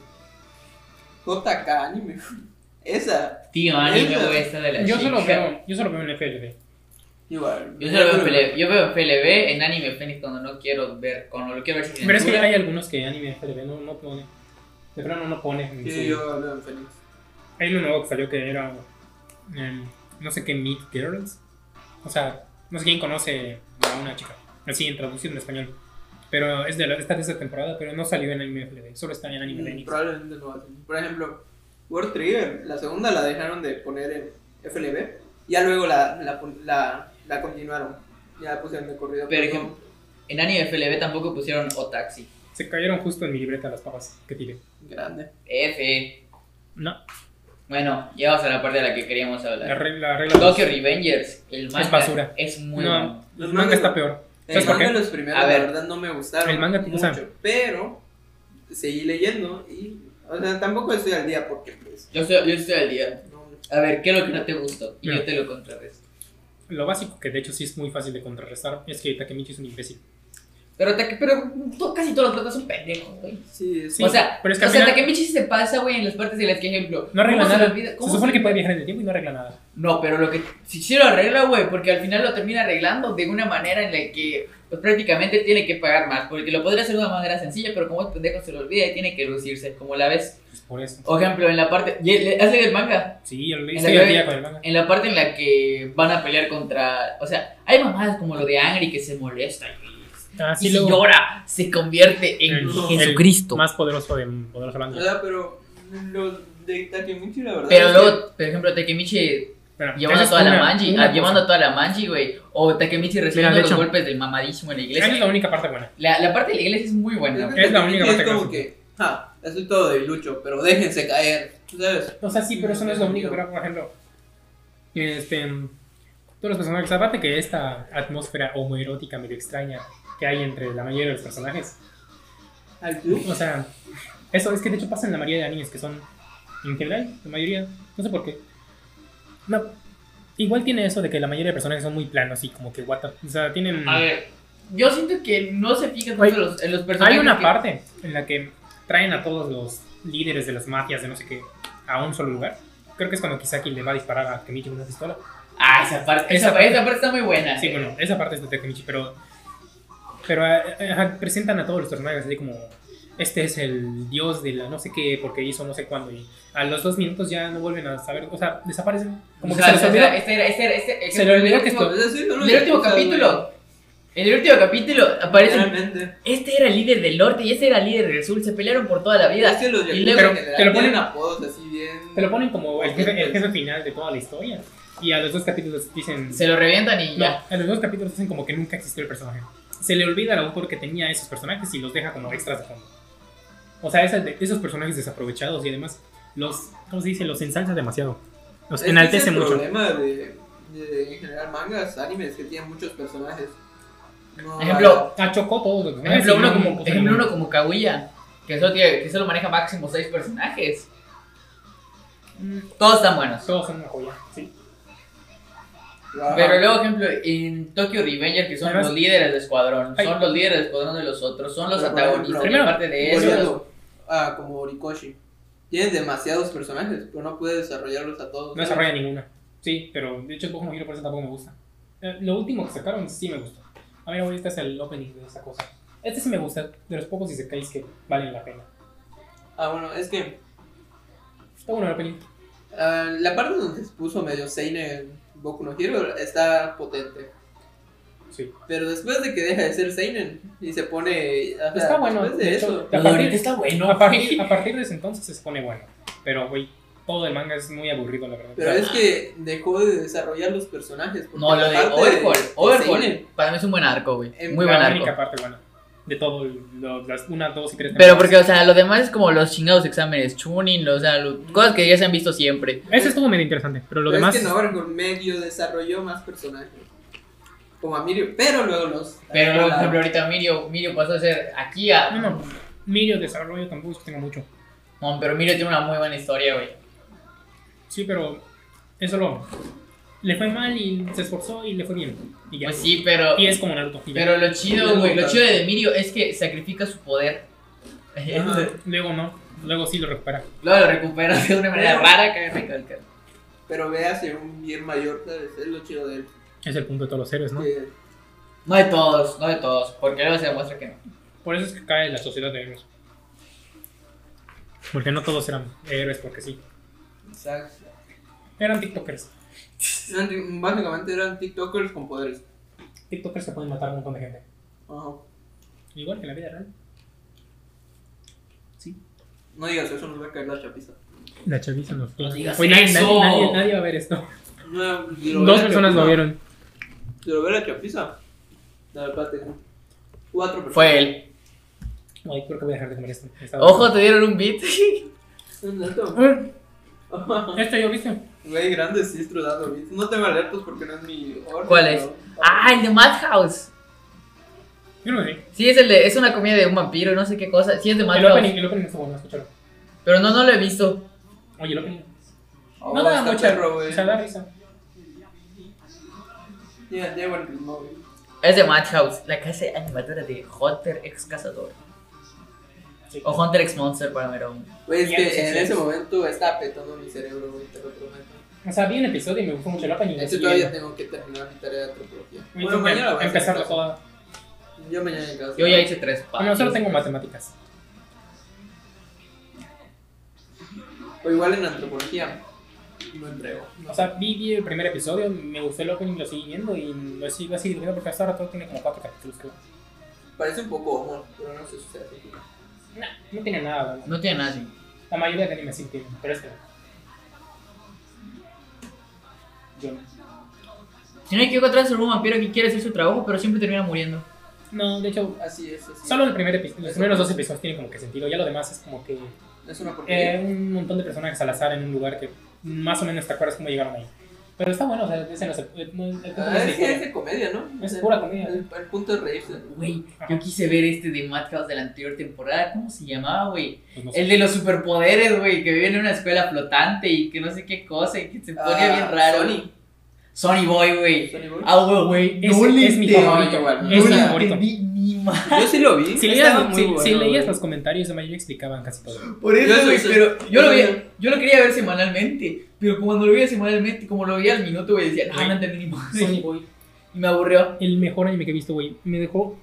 [SPEAKER 1] JK Anime. Esa.
[SPEAKER 2] Tío, anime, güey, esta de la
[SPEAKER 3] Yo solo,
[SPEAKER 2] chica.
[SPEAKER 3] veo, yo solo veo en FLB.
[SPEAKER 1] Igual.
[SPEAKER 2] Yo solo veo FLB, yo veo FLB en Anime Fénix cuando no quiero ver, cuando lo quiero ver sin
[SPEAKER 3] Pero es que
[SPEAKER 2] censura.
[SPEAKER 3] hay algunos que anime FLB no, no pone. De plano no pone. en
[SPEAKER 1] Sí,
[SPEAKER 3] su-
[SPEAKER 1] yo veo en Phoenix.
[SPEAKER 3] Hay uno nuevo que salió que era. em, no sé qué, Meet Girls. O sea, no sé quién conoce a una chica. Así en traducido en español. Pero es de la, está de esta temporada, pero no salió en anime FLB. Solo está en anime
[SPEAKER 1] Mm,
[SPEAKER 3] Fénix.
[SPEAKER 1] Probablemente no va a ser. Por ejemplo, World Trigger, la segunda la dejaron de poner en FLB, ya luego la, la, pon- la, la continuaron. Ya la pusieron de corrido.
[SPEAKER 2] Pero
[SPEAKER 1] pero
[SPEAKER 2] ejemplo, En Anime FLB tampoco pusieron Otaxi.
[SPEAKER 3] Se cayeron justo en mi libreta las papas que tiré.
[SPEAKER 1] no, Grande.
[SPEAKER 2] F.
[SPEAKER 3] No,
[SPEAKER 2] Bueno, llegamos a la parte de la que queríamos
[SPEAKER 3] la
[SPEAKER 2] hablar.
[SPEAKER 3] regla, la regla
[SPEAKER 2] Tokyo Revengers, el manga.
[SPEAKER 3] basura.
[SPEAKER 2] Es muy
[SPEAKER 3] No.
[SPEAKER 2] bueno.
[SPEAKER 3] el manga está peor.
[SPEAKER 1] El
[SPEAKER 3] ¿Sabes por
[SPEAKER 1] manga
[SPEAKER 3] qué?
[SPEAKER 1] los primeros,
[SPEAKER 2] A ver.
[SPEAKER 1] la verdad, no me gustaron
[SPEAKER 3] El manga, o
[SPEAKER 1] mucho,
[SPEAKER 3] sea-
[SPEAKER 1] pero seguí leyendo y O sea, tampoco estoy al día porque pues,
[SPEAKER 2] Yo estoy, yo estoy al día.
[SPEAKER 1] no,
[SPEAKER 2] A ver, ¿qué es lo que no te gustó? Y
[SPEAKER 3] No.
[SPEAKER 2] yo te lo contrarresto.
[SPEAKER 3] Lo básico, que de hecho sí es muy fácil de contrarrestar, es que Takemichi es un imbécil.
[SPEAKER 2] Pero, Take- pero tú casi todos los protas son pendejos, güey.
[SPEAKER 1] sí, es-
[SPEAKER 3] Sí,
[SPEAKER 2] o sea,
[SPEAKER 3] pero es que
[SPEAKER 2] o
[SPEAKER 3] al
[SPEAKER 2] sea,
[SPEAKER 3] final-
[SPEAKER 2] Takemichi sí se pasa, güey, en las partes de las que, ejemplo.
[SPEAKER 3] No arregla
[SPEAKER 2] ¿cómo se
[SPEAKER 3] nada.
[SPEAKER 2] le olvida-
[SPEAKER 3] Se
[SPEAKER 2] cómo
[SPEAKER 3] supone
[SPEAKER 2] se-
[SPEAKER 3] que puede viajar en el tiempo y no arregla nada.
[SPEAKER 2] No, pero lo que sí, sí lo arregla, güey, porque al final lo termina arreglando de una manera en la que pues, prácticamente tiene que pagar más, porque lo podría hacer de una manera sencilla, pero como es pendejo se lo olvida y tiene que lucirse, como la ves.
[SPEAKER 3] Pues por eso.
[SPEAKER 2] Por ejemplo, en la parte, y le- ¿has leído el manga?
[SPEAKER 3] Sí, yo lo leí.
[SPEAKER 2] En
[SPEAKER 3] Estoy
[SPEAKER 2] la
[SPEAKER 3] al
[SPEAKER 2] que-
[SPEAKER 3] día con el manga.
[SPEAKER 2] En la parte en la que van a pelear contra, o sea, hay mamadas como lo de Angry que se molesta y,
[SPEAKER 3] Ah,
[SPEAKER 2] y
[SPEAKER 3] sí,
[SPEAKER 2] si
[SPEAKER 3] luego.
[SPEAKER 2] llora, se convierte en
[SPEAKER 3] El- el
[SPEAKER 2] Jesucristo.
[SPEAKER 3] Más poderoso de poderoso
[SPEAKER 1] O
[SPEAKER 3] banda.
[SPEAKER 1] sea, pero lo de Takemichi, la verdad.
[SPEAKER 2] Pero
[SPEAKER 1] es que-
[SPEAKER 2] luego, por ejemplo, Takemichi
[SPEAKER 3] Bueno,
[SPEAKER 2] llevando a
[SPEAKER 3] esa
[SPEAKER 2] toda
[SPEAKER 3] es
[SPEAKER 2] la
[SPEAKER 3] una-
[SPEAKER 2] manji,
[SPEAKER 3] una
[SPEAKER 2] ah,
[SPEAKER 3] cosa.
[SPEAKER 2] llevando a toda la manji, güey, o Takemichi recibiendo
[SPEAKER 3] de
[SPEAKER 2] los
[SPEAKER 3] hecho-
[SPEAKER 2] golpes del mamadísimo en la iglesia.
[SPEAKER 3] Esa es la única parte buena.
[SPEAKER 2] La, la parte de la iglesia es muy buena.
[SPEAKER 1] que
[SPEAKER 3] Es la
[SPEAKER 1] Takemichi
[SPEAKER 3] única parte
[SPEAKER 1] es
[SPEAKER 3] que
[SPEAKER 1] como
[SPEAKER 3] me
[SPEAKER 1] que, ja, estoy todo de lucho, pero déjense caer, ¿sabes?
[SPEAKER 3] O sea, sí, pero eso no es lo único. Pero, por ejemplo, este, todos los personajes, aparte que esta atmósfera homoerótica medio extraña que hay entre la mayoría de los personajes.
[SPEAKER 1] Al club.
[SPEAKER 3] O sea, eso es que de hecho pasa en la mayoría de animes que son, en general, la mayoría, no sé por qué. No, igual tiene eso de que la mayoría de personajes son muy planos y como que what the- O sea, tienen...
[SPEAKER 2] A ver, yo siento que no se fijan
[SPEAKER 3] Hay-
[SPEAKER 2] tanto en los, en los personajes.
[SPEAKER 3] Hay una
[SPEAKER 2] que-
[SPEAKER 3] parte en la que traen a todos los líderes de las mafias de no sé qué a un solo lugar. Creo que es cuando Kisaki le va a disparar a Kemichi con una pistola.
[SPEAKER 2] Ah, esa parte, esa,
[SPEAKER 3] Esa
[SPEAKER 2] parte,
[SPEAKER 3] parte-
[SPEAKER 2] esa parte está muy buena.
[SPEAKER 3] Sí, bueno, esa parte es de Takemichi, pero. Pero ah, ah, presentan a todos los personajes así como. Este es el dios de la no sé qué, porque hizo no sé cuándo. Y a los dos minutos ya no vuelven a saber. O sea, desaparecen. Como
[SPEAKER 2] O
[SPEAKER 3] que
[SPEAKER 2] sea,
[SPEAKER 3] se les
[SPEAKER 2] o
[SPEAKER 3] olvidó.
[SPEAKER 2] sea, este era- este era- este-
[SPEAKER 3] Se le olvidó que
[SPEAKER 2] el último-
[SPEAKER 3] esto-
[SPEAKER 1] Pues así, no lo
[SPEAKER 2] El último
[SPEAKER 1] escuchas, güey.
[SPEAKER 2] capítulo. En el último capítulo aparece.
[SPEAKER 1] Realmente.
[SPEAKER 2] Este era el líder del norte y este era el líder del sur. Se pelearon por toda la
[SPEAKER 1] Es
[SPEAKER 2] vida.
[SPEAKER 1] que los Yakuza
[SPEAKER 2] Y luego-
[SPEAKER 1] en general
[SPEAKER 3] te lo ponen-
[SPEAKER 1] tienen apodos así bien.
[SPEAKER 3] Te lo ponen como el jefe, el jefe final de toda la historia. Y a los dos capítulos dicen.
[SPEAKER 2] Se lo revientan y
[SPEAKER 3] No,
[SPEAKER 2] ya.
[SPEAKER 3] en los dos capítulos hacen como que nunca existió el personaje. Se le olvida al autor que tenía esos personajes y los deja como extras de fondo. O sea, esas- esos personajes desaprovechados y además los, ¿cómo se dice? Los ensalza demasiado. Los
[SPEAKER 1] Es que
[SPEAKER 3] enaltece
[SPEAKER 1] Es el
[SPEAKER 3] mucho.
[SPEAKER 1] problema de, de, en general, mangas, animes que tienen muchos personajes. No,
[SPEAKER 2] Ejemplo,
[SPEAKER 3] Achocó todos los
[SPEAKER 2] Por ejemplo, uno
[SPEAKER 3] personajes y no
[SPEAKER 2] como,
[SPEAKER 3] puso
[SPEAKER 2] ejemplo,
[SPEAKER 3] ninguno.
[SPEAKER 2] uno como Kaguya, que solo, tiene- que solo maneja máximo seis personajes. Mm, Todos están buenos.
[SPEAKER 3] Todos son una joya, sí.
[SPEAKER 1] la-
[SPEAKER 2] Pero luego, ejemplo, en Tokyo Revenger, que son
[SPEAKER 3] Además-
[SPEAKER 2] los líderes del escuadrón,
[SPEAKER 3] Ay.
[SPEAKER 2] son los líderes del escuadrón de los otros, son los
[SPEAKER 1] Pero, por
[SPEAKER 2] antagonistas,
[SPEAKER 1] ejemplo,
[SPEAKER 2] y aparte de eso,
[SPEAKER 1] Volviendo a ah, como Orikoshi. Tienes demasiados personajes, pero no puedes desarrollarlos a todos.
[SPEAKER 3] No desarrolla ninguna. Sí, pero de hecho, Boku no Hero por eso tampoco me gusta. Eh, lo último que sacaron sí me gustó. A ver, ahorita es el opening de esa cosa. Este sí me gusta, de los pocos isekais que valen la pena.
[SPEAKER 1] Ah, bueno, es que
[SPEAKER 3] Está bueno el opening.
[SPEAKER 1] ah, la parte donde se puso medio Seinen en Boku no Hero está potente.
[SPEAKER 3] Sí.
[SPEAKER 1] Pero después de que deja de ser Seinen y se pone. ajá,
[SPEAKER 3] Está bueno.
[SPEAKER 1] Después
[SPEAKER 3] de
[SPEAKER 1] de
[SPEAKER 3] hecho,
[SPEAKER 1] eso.
[SPEAKER 3] a
[SPEAKER 2] Lo de
[SPEAKER 3] partir-
[SPEAKER 2] ahorita está bueno.
[SPEAKER 3] A partir, a partir de ese entonces se pone bueno. Pero, güey, todo el manga es muy aburrido, la verdad.
[SPEAKER 1] Pero es que dejó de desarrollar los personajes. porque
[SPEAKER 2] No, lo
[SPEAKER 1] la
[SPEAKER 2] de
[SPEAKER 1] parte
[SPEAKER 2] Overhaul,
[SPEAKER 1] de
[SPEAKER 2] Overhaul,
[SPEAKER 1] Seinen,
[SPEAKER 2] para mí es un buen arco, güey,
[SPEAKER 1] En
[SPEAKER 2] muy
[SPEAKER 3] la
[SPEAKER 2] buen arco.
[SPEAKER 3] única parte buena. De todo, el- lo- las una, dos y tres.
[SPEAKER 2] Pero
[SPEAKER 3] temporadas.
[SPEAKER 2] porque, o sea, lo demás es como los chingados exámenes, chunin, o sea, lo- cosas que ya se han visto siempre.
[SPEAKER 3] Ese estuvo medio interesante, pero lo
[SPEAKER 1] pero
[SPEAKER 3] demás.
[SPEAKER 1] Es que no, Overhaul medio desarrolló más personajes. Como a Mirio, pero luego los.
[SPEAKER 2] Pero luego, por
[SPEAKER 1] la-
[SPEAKER 2] ejemplo, ahorita Mirio, Mirio pasó a ser aquí a...
[SPEAKER 3] No, no. Mirio desarrollo tampoco es que tenga mucho.
[SPEAKER 2] No, pero Mirio tiene una muy buena historia, güey.
[SPEAKER 3] Sí, pero. Eso lo. Le fue mal y se esforzó y le fue bien. Y ya.
[SPEAKER 2] Pues sí, pero...
[SPEAKER 3] Y es como Naruto. y ya.
[SPEAKER 2] Pero lo chido,
[SPEAKER 1] Luego,
[SPEAKER 2] güey, lo
[SPEAKER 1] claro.
[SPEAKER 2] chido de Mirio es que sacrifica su poder.
[SPEAKER 1] Ajá.
[SPEAKER 3] Ah, Luego no. Luego sí lo recupera.
[SPEAKER 2] Luego lo recupera de una manera rara, cabe recalcar.
[SPEAKER 1] pero ve hacia un bien mayor, ¿sabes? Es lo chido de él.
[SPEAKER 3] Es el punto de todos los héroes, ¿no?
[SPEAKER 1] que-
[SPEAKER 2] No de todos, no de todos, porque luego se demuestra que no.
[SPEAKER 3] Por eso es que cae la sociedad de héroes. Porque no todos eran héroes, porque sí.
[SPEAKER 1] Exacto.
[SPEAKER 3] Eran TikTokers.
[SPEAKER 1] Eran ti- básicamente eran TikTokers con poderes.
[SPEAKER 3] TikTokers que pueden matar a un montón de gente.
[SPEAKER 1] Ajá.
[SPEAKER 3] Igual que en la vida real.
[SPEAKER 1] No digas eso, nos va a caer la chapiza.
[SPEAKER 3] La chaviza nos fue.
[SPEAKER 2] No digas
[SPEAKER 3] Oye, nadie,
[SPEAKER 2] eso.
[SPEAKER 3] nadie, nadie- nadie va a ver esto.
[SPEAKER 1] No, si lo ve
[SPEAKER 3] Dos
[SPEAKER 1] la
[SPEAKER 3] personas
[SPEAKER 1] chapiza-
[SPEAKER 3] lo vieron.
[SPEAKER 1] Si lo ve la chapiza. No, espérate. Cuatro personas.
[SPEAKER 2] Fue él.
[SPEAKER 3] Ay, creo que voy a dejar de comer esto. Está
[SPEAKER 2] Ojo, te dieron un beat.
[SPEAKER 1] Un dato.
[SPEAKER 3] bien. Mm, Este yo viste.
[SPEAKER 1] Güey, grandes cistros dando beats. No te me alertes porque no es mi orden.
[SPEAKER 2] ¿Cuál es?
[SPEAKER 1] pero-
[SPEAKER 2] Ah, el de Madhouse.
[SPEAKER 3] Yo no lo vi.
[SPEAKER 2] Sí, es el de, es una comida de un vampiro, no sé qué cosa. Sí, es de
[SPEAKER 3] El opening,
[SPEAKER 2] Madhouse.
[SPEAKER 3] el opening no está bueno, escúchalo.
[SPEAKER 2] Pero no, no lo he visto.
[SPEAKER 3] Oye, lo que.
[SPEAKER 1] Oh,
[SPEAKER 3] no da
[SPEAKER 1] está
[SPEAKER 3] mucha
[SPEAKER 1] perro, güey.
[SPEAKER 3] O sea, da risa.
[SPEAKER 1] Ya, ya buen ritmo, güey.
[SPEAKER 2] Es de Madhouse, la casa animadora de Hunter ex Cazador.
[SPEAKER 3] Sí.
[SPEAKER 2] O Hunter ex Monster para mí era un-
[SPEAKER 1] Güey, es
[SPEAKER 3] Ya, sí,
[SPEAKER 1] que en
[SPEAKER 3] sí,
[SPEAKER 1] ese
[SPEAKER 3] sí.
[SPEAKER 1] momento está petando mi cerebro, güey, te lo prometo.
[SPEAKER 3] O sea, vi un episodio y me gustó mucho la página.
[SPEAKER 1] Este todavía tengo que terminar mi tarea de antropología. Bueno, mañana lo voy a hacer
[SPEAKER 3] Empezarlo
[SPEAKER 1] en casa.
[SPEAKER 3] toda.
[SPEAKER 1] Yo mañana en casa.
[SPEAKER 2] Yo ya hice tres
[SPEAKER 3] Bueno,
[SPEAKER 2] páginas.
[SPEAKER 3] solo tengo matemáticas.
[SPEAKER 1] O igual en antropología. No entrego.
[SPEAKER 3] O sea, vi, vi el primer episodio, me gustó el opening, lo seguí viendo y lo sigo así viendo porque hasta ahora todo tiene como cuatro capítulos. creo.
[SPEAKER 1] Parece un poco homo, pero no sé si sea así.
[SPEAKER 3] No, no tiene nada. bueno.
[SPEAKER 2] No tiene nada así.
[SPEAKER 3] La mayoría de animes sí tienen, pero este. no. Yo no.
[SPEAKER 2] Si no hay que encontrar un vampiro que quiere hacer su trabajo, pero siempre termina muriendo.
[SPEAKER 3] No, de hecho,
[SPEAKER 1] Así es, así
[SPEAKER 3] solo el primer epi- los primeros dos episodios tienen como que sentido. Ya lo demás es como que
[SPEAKER 1] es. Es una porquería.
[SPEAKER 3] eh, un montón de personajes al azar en un lugar que más o menos te acuerdas cómo llegaron ahí. Pero está bueno, o sea, ese no se. eh, no- el punto no
[SPEAKER 1] Ah, es
[SPEAKER 3] es la
[SPEAKER 1] que es
[SPEAKER 3] historia.
[SPEAKER 1] de comedia, ¿no?
[SPEAKER 3] Es
[SPEAKER 1] El-
[SPEAKER 3] pura comedia.
[SPEAKER 1] El, el punto es reírse.
[SPEAKER 2] Güey,
[SPEAKER 3] Ajá.
[SPEAKER 2] yo quise ver este de Madhouse de la anterior temporada. ¿Cómo se llamaba, güey?
[SPEAKER 3] Pues no sé.
[SPEAKER 2] El de los superpoderes, güey, que viven en una escuela flotante y que no sé qué cosa y que se pone
[SPEAKER 1] Ah,
[SPEAKER 2] bien raro.
[SPEAKER 1] Sony.
[SPEAKER 2] Sony Boy, güey.
[SPEAKER 1] Sony Boy.
[SPEAKER 2] Ah, güey, güey.
[SPEAKER 3] Ese
[SPEAKER 2] no le
[SPEAKER 3] es mi
[SPEAKER 2] entendí,
[SPEAKER 3] favorito,
[SPEAKER 2] güey.
[SPEAKER 1] güey.
[SPEAKER 2] No
[SPEAKER 3] Es mi
[SPEAKER 2] le
[SPEAKER 3] favorito.
[SPEAKER 2] entendí ni más.
[SPEAKER 3] Ah,
[SPEAKER 1] Yo sí lo vi.
[SPEAKER 3] Si,
[SPEAKER 1] estaba
[SPEAKER 3] leías,
[SPEAKER 1] muy
[SPEAKER 3] si- si
[SPEAKER 1] bueno,
[SPEAKER 3] leías
[SPEAKER 1] güey.
[SPEAKER 3] los comentarios, la mayoría explicaban casi todo.
[SPEAKER 2] Por
[SPEAKER 1] Yo
[SPEAKER 2] eso,
[SPEAKER 1] soy
[SPEAKER 2] güey,
[SPEAKER 1] sus-
[SPEAKER 2] pero yo lo,
[SPEAKER 1] yo
[SPEAKER 2] veía-
[SPEAKER 1] soy-
[SPEAKER 2] yo lo quería ver semanalmente, pero como no lo veía semanalmente, como lo veía al minuto, güey, decía, ah, no entendí ni más.
[SPEAKER 3] Sony Boy.
[SPEAKER 2] Y me aburrió.
[SPEAKER 3] El mejor anime que he visto, güey. Me dejó,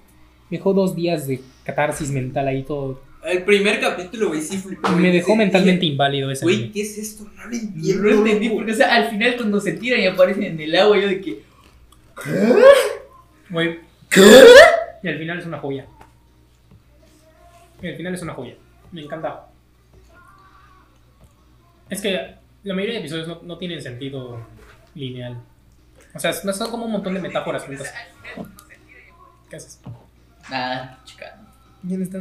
[SPEAKER 3] me dejó dos días de catarsis mental ahí todo.
[SPEAKER 1] El primer capítulo, güey, sí flipé.
[SPEAKER 3] Me
[SPEAKER 1] güey.
[SPEAKER 3] dejó
[SPEAKER 1] Sí,
[SPEAKER 3] mentalmente
[SPEAKER 1] dije,
[SPEAKER 3] inválido ese
[SPEAKER 1] Güey,
[SPEAKER 3] anime.
[SPEAKER 1] ¿qué es esto? No lo
[SPEAKER 2] Y
[SPEAKER 1] entiendo.
[SPEAKER 2] no lo entendí, porque, o sea, al final cuando se tiran y aparecen en el agua, yo de que,
[SPEAKER 3] Güey. Y al final es una joya. Y al final es una joya. Me encanta. Es que la mayoría de episodios no, no tienen sentido lineal. O sea, no son como un montón de metáforas juntas. ¿Qué haces?
[SPEAKER 2] nada, chica.
[SPEAKER 3] ¿Quién está?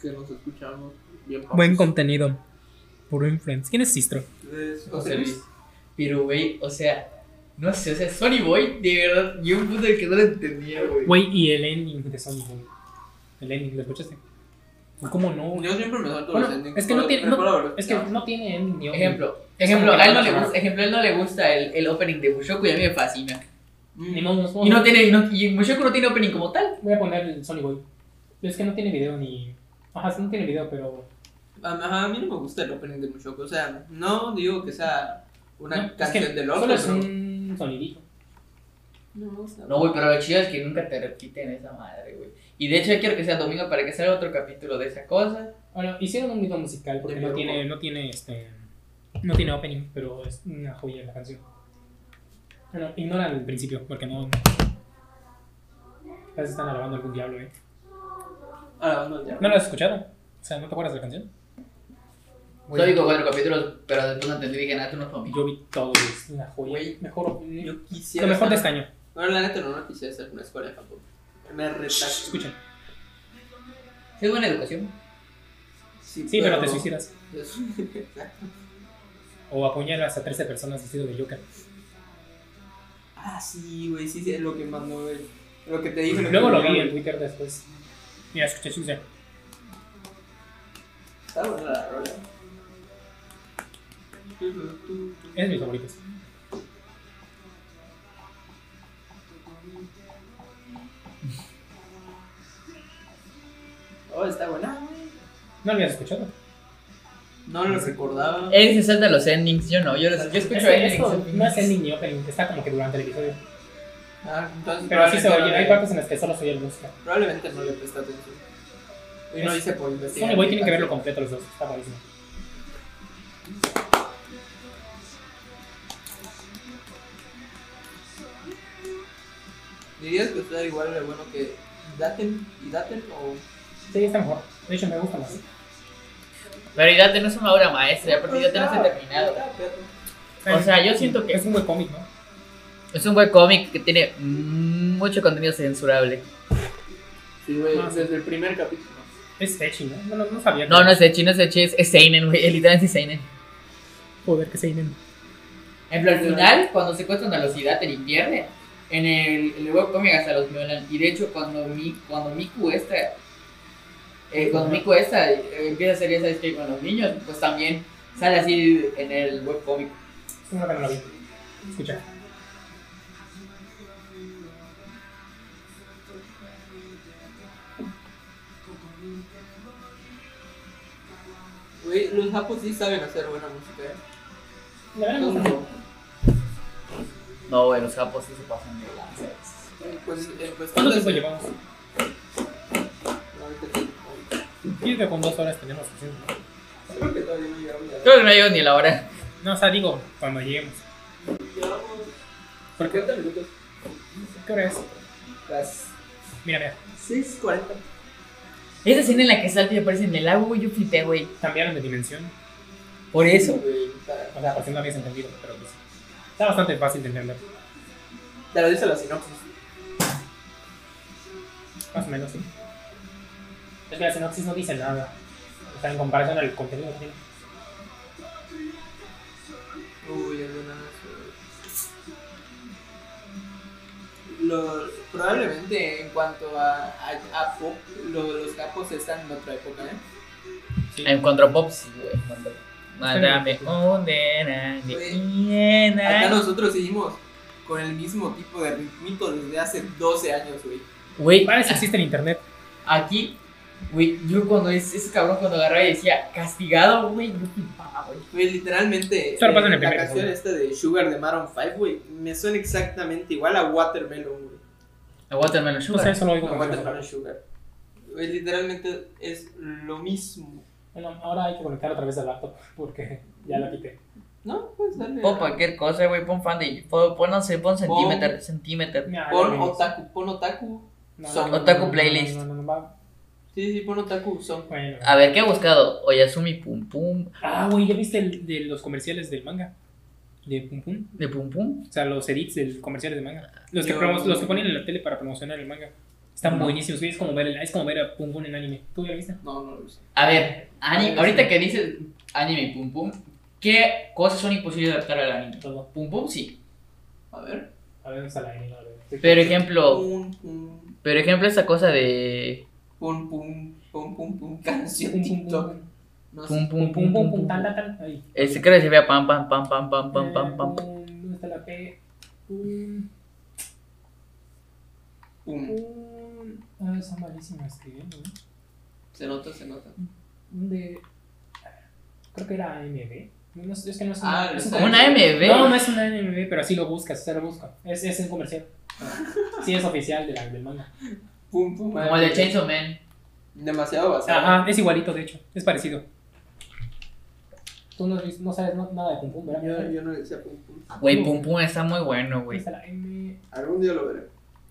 [SPEAKER 1] Que nos escuchamos bien.
[SPEAKER 3] Buen
[SPEAKER 1] papos.
[SPEAKER 3] contenido. Puro influence. ¿Quién es Sistro?
[SPEAKER 1] Entonces,
[SPEAKER 2] José Luis. Pero, güey, o sea, no sé, o sea, Sony Boy, de verdad, yo un punto de que no lo entendía, güey.
[SPEAKER 3] Güey, y el ending de Sonic, güey. El ending, ¿lo escuchaste? Pues, ¿Cómo no?
[SPEAKER 1] Yo siempre me salto
[SPEAKER 3] Bueno,
[SPEAKER 1] los endings.
[SPEAKER 3] es que no
[SPEAKER 1] pero-
[SPEAKER 3] tiene.
[SPEAKER 1] pero
[SPEAKER 3] no-
[SPEAKER 1] ahora,
[SPEAKER 3] es que
[SPEAKER 1] ya.
[SPEAKER 3] no tiene ending ni opening.
[SPEAKER 2] Ejemplo,
[SPEAKER 3] Es
[SPEAKER 2] ejemplo,
[SPEAKER 3] una
[SPEAKER 2] a él no le
[SPEAKER 3] mamada.
[SPEAKER 2] gusta, ejemplo, a él no le gusta el, el opening de Mushoku y a mí me fascina.
[SPEAKER 3] Ni
[SPEAKER 1] Mm.
[SPEAKER 3] modo, nos vamos
[SPEAKER 2] Y
[SPEAKER 3] a-
[SPEAKER 2] no tiene, y, no- y Mushoku no tiene opening como tal.
[SPEAKER 3] Voy a poner el Sonic Boy. Es que no tiene video ni. Ajá, sí, no tiene video, pero.
[SPEAKER 1] Ajá, Mm, a mí no me gusta el opening de Mushoku. O sea, no digo que sea una
[SPEAKER 3] no, es
[SPEAKER 1] canción
[SPEAKER 3] que
[SPEAKER 1] de loco.
[SPEAKER 3] Solo es
[SPEAKER 1] pero-
[SPEAKER 3] un sonidito.
[SPEAKER 1] No me gusta.
[SPEAKER 2] No, güey, pero lo chido es que nunca te repiten esa madre, güey. Y de hecho yo quiero que sea domingo para que salga otro capítulo de esa cosa.
[SPEAKER 3] Bueno, hicieron un video musical porque
[SPEAKER 1] De
[SPEAKER 3] no
[SPEAKER 1] video.
[SPEAKER 3] tiene, no tiene este. No tiene opening, pero es una joya la canción. Bueno, ignoran el principio porque no. Casi están alabando a algún diablo, eh.
[SPEAKER 1] Ah, no, ya.
[SPEAKER 3] ¿No lo has escuchado? O sea, ¿no te acuerdas de la canción?
[SPEAKER 2] Yo digo cuatro capítulos, pero después no entendí y dije, nada, tú no es
[SPEAKER 3] Yo vi todo, es una joya.
[SPEAKER 1] Güey.
[SPEAKER 3] mejor, lo
[SPEAKER 1] Yo quisiera.
[SPEAKER 3] mejor de este
[SPEAKER 1] estar-
[SPEAKER 3] año.
[SPEAKER 1] Bueno, la neta no, no quisiera hacer una escuela de Japón. Me retacho.
[SPEAKER 3] Escuchen.
[SPEAKER 2] Es buena educación.
[SPEAKER 3] Sí, pero te suicidas.
[SPEAKER 1] Pues,
[SPEAKER 3] O apuñalas a 13 personas vestido de Joker.
[SPEAKER 1] ah, sí, güey, sí, sí, es lo que mandó él. Lo que te dije. que
[SPEAKER 3] Luego lo
[SPEAKER 1] me
[SPEAKER 3] vi en
[SPEAKER 1] dijeron.
[SPEAKER 3] Twitter después. Mira, escuché Suicida.
[SPEAKER 1] Está buena la rola.
[SPEAKER 3] Es de mis favoritos.
[SPEAKER 1] Oh, está buena, güey.
[SPEAKER 3] No lo habías escuchado.
[SPEAKER 1] No lo recordaba.
[SPEAKER 2] Él se salta los endings, yo no, yo, los- yo
[SPEAKER 3] Es
[SPEAKER 2] escucho
[SPEAKER 3] que
[SPEAKER 2] endings.
[SPEAKER 3] esto no es ending ni opening, está como que durante el episodio.
[SPEAKER 1] Ah, entonces
[SPEAKER 3] Pero sí se
[SPEAKER 1] probablemente
[SPEAKER 3] oye,
[SPEAKER 1] no
[SPEAKER 2] eh.
[SPEAKER 3] hay
[SPEAKER 1] le-
[SPEAKER 3] partes en las que solo se oye el música.
[SPEAKER 1] Probablemente no le presté atención. Y no
[SPEAKER 3] Es-
[SPEAKER 1] hice por investigar.
[SPEAKER 3] Sony Boy tienen que verlo completo los dos, está buenísimo.
[SPEAKER 1] ¿Dirías que está igual de bueno que Daten y Daten o...?
[SPEAKER 3] Sí, está mejor. De hecho, me gusta más.
[SPEAKER 2] Pero Idate no es una obra maestra, aparte Idate no está terminado. O sea, yo siento que
[SPEAKER 3] Es un buen cómic, ¿no?
[SPEAKER 2] es un buen cómic que tiene mucho contenido censurable.
[SPEAKER 1] Sí, güey,
[SPEAKER 3] Ah, sí.
[SPEAKER 1] desde el primer capítulo.
[SPEAKER 3] Es Sechi, ¿no? No, no, no sabía.
[SPEAKER 2] No,
[SPEAKER 3] que-
[SPEAKER 2] no es de chino, es de chis, es Seinen, güey, literalmente es Seinen.
[SPEAKER 3] Joder, que se vienen.
[SPEAKER 2] ejemplo, al final, cuando secuestran a los Hidaten y pierde, en el, en el webcomic hasta los violan. Y de hecho, cuando, mi, cuando Miku esta eh, con Miku esta, eh, empieza a hacer ya sabes que con los niños, pues también sale así en el webcomic.
[SPEAKER 3] Esta no la vi. Escucha.
[SPEAKER 1] Güey, los japos sí saben hacer buena música, ¿eh?
[SPEAKER 3] La verdad no.
[SPEAKER 1] Entonces,
[SPEAKER 2] No, güey, los capos sí se pasan de lanza.
[SPEAKER 1] Pues, eh, pues,
[SPEAKER 3] ¿Cuánto
[SPEAKER 1] ¿cuántas-
[SPEAKER 3] tiempo llevamos?
[SPEAKER 1] Ahorita te-
[SPEAKER 3] Yo Creo que con dos horas tenemos suficiente, ¿no?
[SPEAKER 1] Creo que todavía no llegamos a-
[SPEAKER 2] Creo que no llego ni la hora.
[SPEAKER 3] No, o sea, digo, cuando lleguemos.
[SPEAKER 1] Llevamos
[SPEAKER 3] ¿Por qué?
[SPEAKER 1] 40 minutos.
[SPEAKER 3] ¿Qué hora es?
[SPEAKER 1] Las
[SPEAKER 3] Mira, mira.
[SPEAKER 1] 6.40.
[SPEAKER 2] Esa escena en la que salta y aparece en el lago, güey, yo flipé, güey.
[SPEAKER 3] Cambiaron de dimensión.
[SPEAKER 2] Por eso.
[SPEAKER 1] Güey, para-
[SPEAKER 3] O sea, por si no habías entendido, pero pues. Está bastante fácil de entender.
[SPEAKER 1] Te lo dice la sinopsis.
[SPEAKER 3] Más o menos, sí. Es que la sinopsis no dice nada. O sea, en comparación al contenido que tiene.
[SPEAKER 1] Uy, algunas. eh, Lo, probablemente en cuanto a, a, a pop, lo- los capos están en otra época, ¿eh?
[SPEAKER 2] En cuanto a Pop, sí, güey. cuando- Mándame
[SPEAKER 3] Sí.
[SPEAKER 2] un de
[SPEAKER 1] Güey,
[SPEAKER 3] Eh.
[SPEAKER 1] Acá
[SPEAKER 2] hiena.
[SPEAKER 1] nosotros seguimos con el mismo tipo de ritmito desde hace 12 años, güey.
[SPEAKER 2] Güey,
[SPEAKER 3] Para eso existe el internet.
[SPEAKER 2] aquí, güey, yo cuando es, ese cabrón cuando agarraba y decía castigado, güey, yo flipaba, güey.
[SPEAKER 1] Güey, literalmente, eh,
[SPEAKER 3] Esto lo pasa en el
[SPEAKER 1] la
[SPEAKER 3] primer
[SPEAKER 1] canción
[SPEAKER 3] episodio.
[SPEAKER 1] esta de Sugar de Maroon 5, güey, me suena exactamente igual a Watermelon, güey.
[SPEAKER 2] La Watermelon
[SPEAKER 3] No sé,
[SPEAKER 2] Sugar.
[SPEAKER 3] eso lo oigo
[SPEAKER 1] A
[SPEAKER 3] cuando
[SPEAKER 1] Watermelon Sugar. Güey, literalmente es lo mismo.
[SPEAKER 3] Bueno, ahora hay que conectar otra vez al laptop porque ya la quité.
[SPEAKER 1] No, pues dale.
[SPEAKER 2] Pon cualquier cosa, güey, pon fan de. Pon, pon, no sé, pon centímetro, centímetro.
[SPEAKER 3] Nah,
[SPEAKER 1] Pon
[SPEAKER 3] ya no.
[SPEAKER 1] otaku, pon otaku.
[SPEAKER 3] No,
[SPEAKER 1] Son
[SPEAKER 3] no,
[SPEAKER 2] Otaku
[SPEAKER 3] no, no,
[SPEAKER 2] playlist.
[SPEAKER 3] No, no, no, no, va.
[SPEAKER 1] Sí, sí, pon otaku, son.
[SPEAKER 3] Bueno.
[SPEAKER 2] A ver, ¿qué he buscado? Oyasumi Pum Pum.
[SPEAKER 3] Ah, güey, ¿ya viste el, de los comerciales del manga? De Pum Pum.
[SPEAKER 2] ¿De Pum Pum?
[SPEAKER 3] O sea, los edits del comerciales de manga. Los que,
[SPEAKER 1] Yo-
[SPEAKER 3] promo- los que ponen en la tele para promocionar el manga. Están
[SPEAKER 2] Ajá.
[SPEAKER 3] buenísimos, güey. Es como ver, el- es como ver a Pum Pum en anime. ¿Tú ya lo viste?
[SPEAKER 1] No, no lo sé.
[SPEAKER 2] A ver, ani- ahorita que dices anime Pum Pum, ¿qué cosas son imposibles de adaptar al anime?
[SPEAKER 3] Todo.
[SPEAKER 2] Pum Pum sí.
[SPEAKER 1] A ver.
[SPEAKER 3] A ver, vamos a la anime.
[SPEAKER 2] Pero ejemplo,
[SPEAKER 1] Pum, pum,
[SPEAKER 2] pero ejemplo esta cosa de
[SPEAKER 1] pum, pum, pum, pum, pum, canción
[SPEAKER 3] Pum Pum
[SPEAKER 1] TikTok.
[SPEAKER 3] Pum.
[SPEAKER 1] No sé.
[SPEAKER 2] Pum Pum
[SPEAKER 3] Pum
[SPEAKER 2] Pum
[SPEAKER 3] Pum
[SPEAKER 2] Pum
[SPEAKER 3] Pum.
[SPEAKER 2] Pum.
[SPEAKER 3] Tal, tal, tal. Ahí.
[SPEAKER 2] Este creo que se vea pam pam pam pam pam pam pam pam. pam.
[SPEAKER 3] Eh, ¿Dónde está la P? Pum.
[SPEAKER 1] Pum.
[SPEAKER 3] Pum. Ah, son malísimas escribiendo, ¿eh?
[SPEAKER 1] Se nota, se nota.
[SPEAKER 3] de creo que era AMB no, no, es que no es
[SPEAKER 1] Ah,
[SPEAKER 3] es
[SPEAKER 1] está
[SPEAKER 2] Como una
[SPEAKER 1] bien.
[SPEAKER 2] MB.
[SPEAKER 3] no no es una AMB pero así lo buscas se lo busca es es un comercial sí es oficial de la, del manga
[SPEAKER 1] Pum, pum.
[SPEAKER 2] Como el de Chainsaw Man.
[SPEAKER 1] Demasiado basado.
[SPEAKER 3] ajá es igualito de hecho es parecido tú no, has visto- no sabes no- nada de Kung Fu
[SPEAKER 1] Yo,
[SPEAKER 3] ¿verdad?
[SPEAKER 1] yo no le decía pum, pum.
[SPEAKER 2] Güey,
[SPEAKER 3] Uh.
[SPEAKER 2] Pum Pum está muy bueno, güey.
[SPEAKER 3] Está la M.
[SPEAKER 1] Algún día lo veré.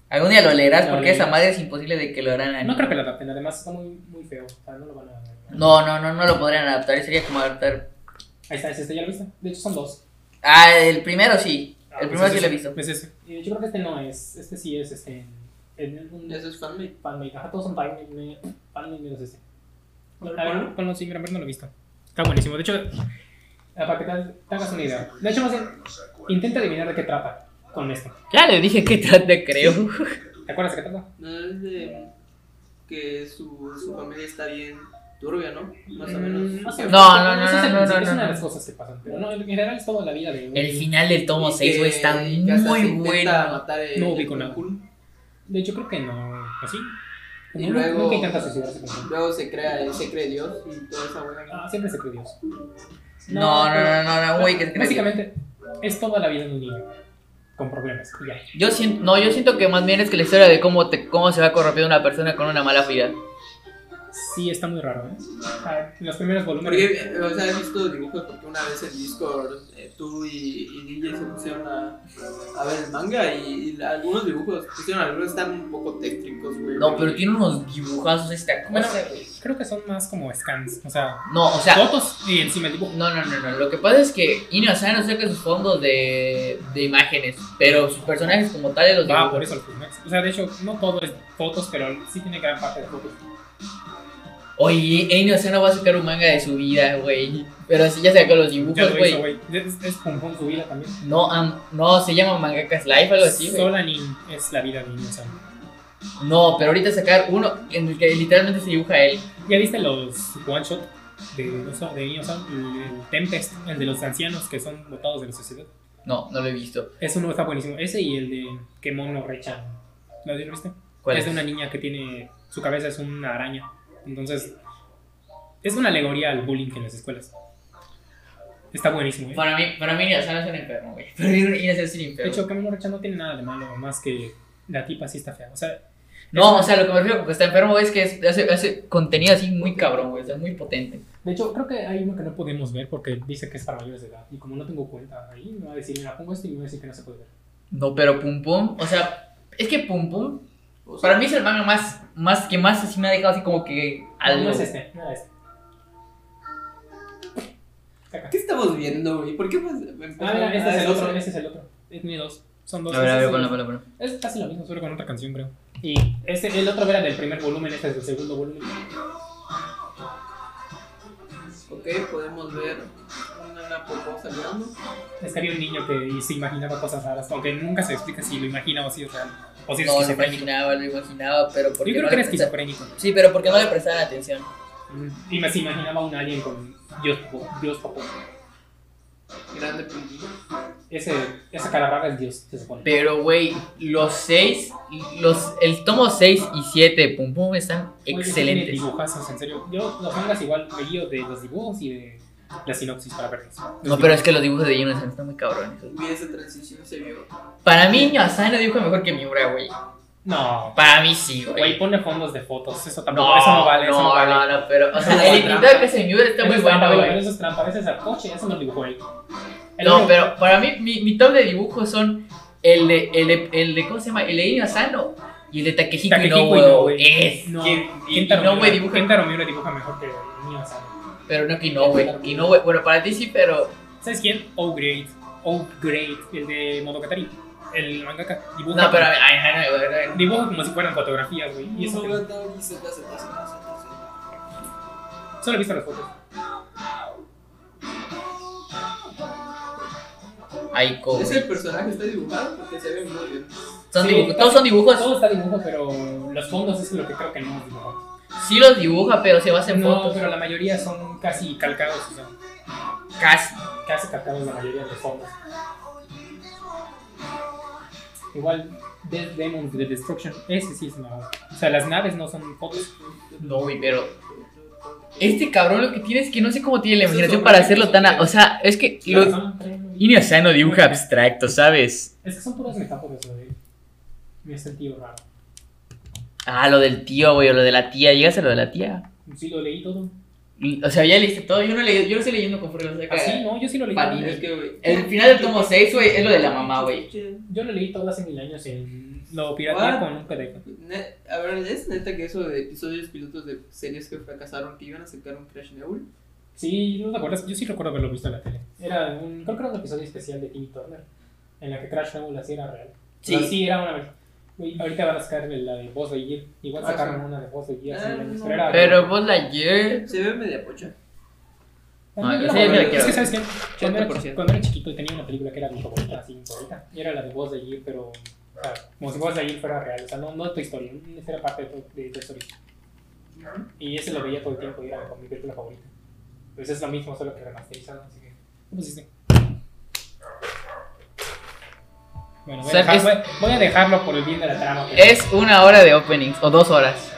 [SPEAKER 2] Algún día lo leerás
[SPEAKER 3] Lo
[SPEAKER 2] porque esa
[SPEAKER 3] leerás.
[SPEAKER 2] madre es imposible de que lo harán anime.
[SPEAKER 3] no creo que lo adapten además está muy muy feo o sea no lo van a
[SPEAKER 2] No, no, no, no lo podrían adaptar. Sería como adaptar.
[SPEAKER 3] ahí está es este ya lo viste de hecho son dos
[SPEAKER 2] Ah, el primero sí.
[SPEAKER 3] Ah,
[SPEAKER 2] El
[SPEAKER 3] pues
[SPEAKER 2] primero
[SPEAKER 3] es
[SPEAKER 2] sí lo he
[SPEAKER 3] ese.
[SPEAKER 2] visto.
[SPEAKER 3] es ese Y yo creo que este no es este sí es este en, en un-
[SPEAKER 1] Eso es fanmade.
[SPEAKER 3] Fanmade, ajá, todos son fanmade, fanmade menos este. A
[SPEAKER 1] ¿Lo
[SPEAKER 3] ver,
[SPEAKER 1] recuerdan?
[SPEAKER 3] ponlo sin grammar, no lo he visto. Está buenísimo, de hecho, ah, para que te, te hagas una idea. De hecho, más bien, intenta adivinar de qué trata con esto.
[SPEAKER 2] Ya le dije que trate, creo.
[SPEAKER 3] ¿Te acuerdas de qué trata?
[SPEAKER 1] No es de que su, su familia está bien turbia, ¿no? Más o
[SPEAKER 3] Mm,
[SPEAKER 1] menos.
[SPEAKER 3] más o menos.
[SPEAKER 2] No, no, no,
[SPEAKER 3] Ese es el
[SPEAKER 2] no, no,
[SPEAKER 3] principio,
[SPEAKER 2] no,
[SPEAKER 3] Es una de
[SPEAKER 2] no.
[SPEAKER 3] las cosas que pasan, pero no, en general es toda la vida de un-
[SPEAKER 2] El final del tomo
[SPEAKER 1] Y
[SPEAKER 2] 6, güey,
[SPEAKER 1] que-
[SPEAKER 2] está
[SPEAKER 1] que hasta se
[SPEAKER 2] muy
[SPEAKER 1] intenta
[SPEAKER 2] bueno.
[SPEAKER 1] matar el-
[SPEAKER 3] No
[SPEAKER 1] el
[SPEAKER 3] ubico nada.
[SPEAKER 1] Kun.
[SPEAKER 3] De hecho, creo que no, pues así.
[SPEAKER 1] Y
[SPEAKER 3] Nunca-
[SPEAKER 1] luego-
[SPEAKER 3] Nunca intenta suicidarse con él.
[SPEAKER 1] Luego se crea, el- se cree Dios y toda esa buena.
[SPEAKER 3] Ah, siempre se cree Dios.
[SPEAKER 2] No, no, no,
[SPEAKER 3] pero-
[SPEAKER 2] no, no, güey, que se cree.
[SPEAKER 3] Básicamente, es toda la vida de un niño con problemas. y ya.
[SPEAKER 2] Yo siento, no, yo siento que más bien es que la historia de cómo te, cómo se va corrompiendo una persona con una mala vida.
[SPEAKER 3] Sí, está muy raro, ¿eh? Ah, en los primeros volúmenes.
[SPEAKER 1] Porque, eh, o sea, he visto dibujos porque una vez en Discord eh, tú y, y DJ se pusieron a, a ver el manga y, y la- algunos dibujos, pusieron algunos están un poco tétricos, güey.
[SPEAKER 2] No, pero tiene unos dibujazos esta
[SPEAKER 3] Bueno,
[SPEAKER 2] cosa, güey.
[SPEAKER 3] creo que son más como scans, o sea,
[SPEAKER 2] No, o sea,
[SPEAKER 3] fotos y encima el dibujo.
[SPEAKER 2] No, no, no, no. Lo que pasa es que Inuyasha no saca sus fondos de, de imágenes, pero sus personajes como tales los
[SPEAKER 3] Ah,
[SPEAKER 2] dibujan.
[SPEAKER 3] por eso los primeros. O sea, de hecho, no todo es fotos, pero sí tiene gran parte de fotos.
[SPEAKER 2] Oye, Inuyasha no va a sacar un manga de su vida, güey. Pero sí ya sacó los
[SPEAKER 3] Ya
[SPEAKER 2] dibujos,
[SPEAKER 3] lo hizo,
[SPEAKER 2] güey.
[SPEAKER 3] güey. Es, es Pum Pum su vida también.
[SPEAKER 2] No, am- no, se llama Mangakas Life, algo así, güey.
[SPEAKER 3] Solanin es la vida de Inuyasha.
[SPEAKER 2] No, pero ahorita sacar uno en el que literalmente se dibuja él.
[SPEAKER 3] ¿Ya viste los one shot de, Dinosa- de Dinosaur? El, el Tempest, el de los ancianos que son botados de la sociedad.
[SPEAKER 2] No, no lo he visto.
[SPEAKER 3] Ese uno está buenísimo. Ese y el de que mono recha. ¿Lo has visto?
[SPEAKER 2] ¿Cuál
[SPEAKER 3] es
[SPEAKER 2] es?
[SPEAKER 3] de una niña que tiene. Su cabeza es una araña. Entonces. Es una alegoría al bullying en las escuelas. Está buenísimo, ¿eh?
[SPEAKER 2] Para mí, para mí, Inazal es un enfermo, güey. Para mí, Inazal es un
[SPEAKER 3] De
[SPEAKER 2] enfermo.
[SPEAKER 3] hecho, Camilo Recha no tiene nada de malo, más que la tipa sí está fea. O sea,
[SPEAKER 2] no, o sea, lo que me refiero con que está enfermo es que es- hace, hace contenido así muy cabrón, güey. O sea, muy potente.
[SPEAKER 3] de hecho, creo que hay uno que no podemos ver porque dice que es para mayores de edad. Y como no tengo cuenta ahí, me va a decir, mira, pongo esto y me va a decir que no se puede ver.
[SPEAKER 2] No, pero Pum Pum, o sea, es que Pum Pum, para mí es el manga más, más que más así me ha dejado así como que algo.
[SPEAKER 3] No es este, no es este. Saca.
[SPEAKER 1] ¿Qué estamos viendo, güey? ¿Por qué pues,
[SPEAKER 3] Ah, mira, este es el otro, este es el otro. Es mi dos. Son dos.
[SPEAKER 2] A ver, a
[SPEAKER 3] ese
[SPEAKER 2] ver,
[SPEAKER 3] es este. el-
[SPEAKER 2] ponlo, ponlo, ponlo.
[SPEAKER 3] Es casi lo mismo, solo con otra canción, creo. Y este, el otro era del primer volumen, este es del segundo volumen.
[SPEAKER 1] Ok, podemos ver una napopo saliendo.
[SPEAKER 3] Es que había un niño que se imaginaba cosas raras, aunque nunca se explica si lo imagina o si es real. O si es
[SPEAKER 2] No, lo
[SPEAKER 3] esquizofrénico.
[SPEAKER 2] imaginaba, lo imaginaba, pero
[SPEAKER 3] Yo
[SPEAKER 2] porque
[SPEAKER 3] creo
[SPEAKER 2] no
[SPEAKER 3] que
[SPEAKER 2] le
[SPEAKER 3] era
[SPEAKER 2] prestaban-
[SPEAKER 3] esquizofrénico.
[SPEAKER 2] Sí, pero porque no le prestaban atención.
[SPEAKER 3] Y me se imaginaba un alien con Dios, Dios Popó.
[SPEAKER 1] Grande puntito.
[SPEAKER 3] Ese, esa cara rara es Dios, se supone.
[SPEAKER 2] Pero, güey, los seis, los, el tomo 6 y 7 de Pum Pum están
[SPEAKER 3] Oye, tiene
[SPEAKER 2] excelentes.
[SPEAKER 3] Dibujazos, en serio. Yo los mangas igual me guío de los dibujos y de la sinopsis para verlos. Los
[SPEAKER 2] No, pero
[SPEAKER 3] dibujos.
[SPEAKER 2] es que los dibujos de Yuno están muy cabrones.
[SPEAKER 1] Y esa transición se vio.
[SPEAKER 2] Para mí, Asano dibuja mejor que Miura, güey.
[SPEAKER 3] No.
[SPEAKER 2] Para mí sí,
[SPEAKER 3] Güey,
[SPEAKER 2] güey.
[SPEAKER 3] pone fondos de fotos, eso tampoco,
[SPEAKER 2] No,
[SPEAKER 3] eso no vale, eso no
[SPEAKER 2] no,
[SPEAKER 3] vale.
[SPEAKER 2] no, no, pero, o
[SPEAKER 1] Eso
[SPEAKER 2] sea,
[SPEAKER 1] es
[SPEAKER 2] el
[SPEAKER 1] trampa.
[SPEAKER 2] invitado que hace Miura está muy
[SPEAKER 3] Eso es trampa,
[SPEAKER 2] bueno,
[SPEAKER 3] güey,
[SPEAKER 2] güey.
[SPEAKER 3] Eso es trampa, ese es arcoche, eso no dibujó él. El
[SPEAKER 2] No,
[SPEAKER 3] otro-
[SPEAKER 2] pero para mí, mi, mi top de dibujos son el de, el de, el de ¿cómo se llama? El de Inio Asano y el de Takehiko
[SPEAKER 3] Takehiko
[SPEAKER 2] Inoue.
[SPEAKER 3] Inoue.
[SPEAKER 2] güey. Es
[SPEAKER 3] No,
[SPEAKER 2] que
[SPEAKER 3] Kentaro
[SPEAKER 2] Inoue
[SPEAKER 3] Miura-
[SPEAKER 2] dibuja-
[SPEAKER 3] Kentaro Miura dibuja mejor que Nio Asano.
[SPEAKER 2] Pero no que Inoue. que Inoue, bueno, para ti sí, pero
[SPEAKER 3] ¿Sabes quién? O-Grade. O-Grade, el de Monogatari. El mangaka. Dibuja,
[SPEAKER 2] No, pero
[SPEAKER 3] como-
[SPEAKER 2] ay, ay, ay, ay, ay.
[SPEAKER 3] dibuja como si fueran fotografías, güey. Y eso que-
[SPEAKER 1] Monogatari, Z, Z, Z, Z.
[SPEAKER 3] Solo he visto las fotos.
[SPEAKER 2] Aiko,
[SPEAKER 1] Ese
[SPEAKER 2] güey.
[SPEAKER 1] personaje está dibujado porque se ve muy bien.
[SPEAKER 2] Son
[SPEAKER 3] Sí,
[SPEAKER 2] dibujos. Todos son
[SPEAKER 3] Todo
[SPEAKER 2] dibujos.
[SPEAKER 3] está dibujo, pero los fondos es lo que creo que no es dibujo.
[SPEAKER 2] Sí los dibuja, pero se basa en
[SPEAKER 3] No,
[SPEAKER 2] fotos.
[SPEAKER 3] pero la mayoría son casi calcados, o sea,
[SPEAKER 2] Casi.
[SPEAKER 3] casi calcados la mayoría de los fondos. Igual, Death Demon de Destruction, ese sí es una. O sea, las naves no son fotos.
[SPEAKER 2] No, güey, pero. Este cabrón lo que tiene es que no sé cómo tiene la
[SPEAKER 1] Esos
[SPEAKER 2] imaginación
[SPEAKER 1] son
[SPEAKER 2] para
[SPEAKER 1] los
[SPEAKER 2] hacerlo
[SPEAKER 1] que
[SPEAKER 2] tan. a-
[SPEAKER 1] son-
[SPEAKER 2] O sea, es que.
[SPEAKER 3] Claro,
[SPEAKER 2] Lo...
[SPEAKER 3] son tres, güey.
[SPEAKER 2] Inio Asano dibuja abstracto, ¿sabes?
[SPEAKER 3] Es que son puras metáforas, güey. Me he sentido raro.
[SPEAKER 2] Ah, lo del tío, güey, o lo de la tía. Llegas a lo de la tía.
[SPEAKER 3] Sí, lo leí todo.
[SPEAKER 2] O sea, ya leíste todo. Yo no leí, yo no estoy leyendo conforme lo saca.
[SPEAKER 3] Así, no, yo Ah, sí lo leí.
[SPEAKER 2] Panini.
[SPEAKER 1] Es que, güey.
[SPEAKER 2] El final del tomo 6, güey, es lo de la mamá, güey.
[SPEAKER 3] Yo lo leí todo hace mil años en. Lo pirateé
[SPEAKER 1] What?
[SPEAKER 3] con un PDF.
[SPEAKER 1] Ne- a ver, es neta que eso de episodios pilotos de series que fracasaron que iban a sacar un Crash Nebula.
[SPEAKER 3] Sí, ¿no te acuerdas? Yo sí recuerdo haberlo visto en la tele. Era un, creo que era un episodio especial de Timmy Turner, en la que Crash Nebula sí era real. Sí.
[SPEAKER 2] Sí.
[SPEAKER 3] sí, era una vez. Güey, ahorita van a sacar la de Buzz Lightyear. Igual
[SPEAKER 1] Ah,
[SPEAKER 3] sacaron
[SPEAKER 1] sí.
[SPEAKER 3] una de Buzz Lightyear.
[SPEAKER 1] Ah,
[SPEAKER 3] sí, la
[SPEAKER 1] no.
[SPEAKER 3] nuestra era-
[SPEAKER 2] Pero vos la ayer.
[SPEAKER 1] Se ve media pocha.
[SPEAKER 3] También
[SPEAKER 2] Ah,
[SPEAKER 3] yo
[SPEAKER 2] sí,
[SPEAKER 3] la-
[SPEAKER 2] yo la
[SPEAKER 3] es
[SPEAKER 2] quiero
[SPEAKER 3] que,
[SPEAKER 2] ver.
[SPEAKER 3] ¿sabes qué? Cuando era,
[SPEAKER 2] 100%.
[SPEAKER 3] cuando era chiquito y tenía una película que era mi favorita, así, mi favorita. Y era la de Buzz Lightyear, pero... o sea, como si Buzz Lightyear fuera real. O sea, no, no tu historia. Esta era parte de tu, de tu historia. Y ese lo veía todo el tiempo y era como mi película favorita. Pues es lo mismo, solo que remasterizado, así que... ¿Qué pusiste? Bueno, voy
[SPEAKER 2] O
[SPEAKER 3] a,
[SPEAKER 2] sea,
[SPEAKER 3] dejar-
[SPEAKER 2] es-
[SPEAKER 3] voy a- voy a dejarlo por el bien de la trama. pero-
[SPEAKER 2] Es una hora de openings, o dos horas.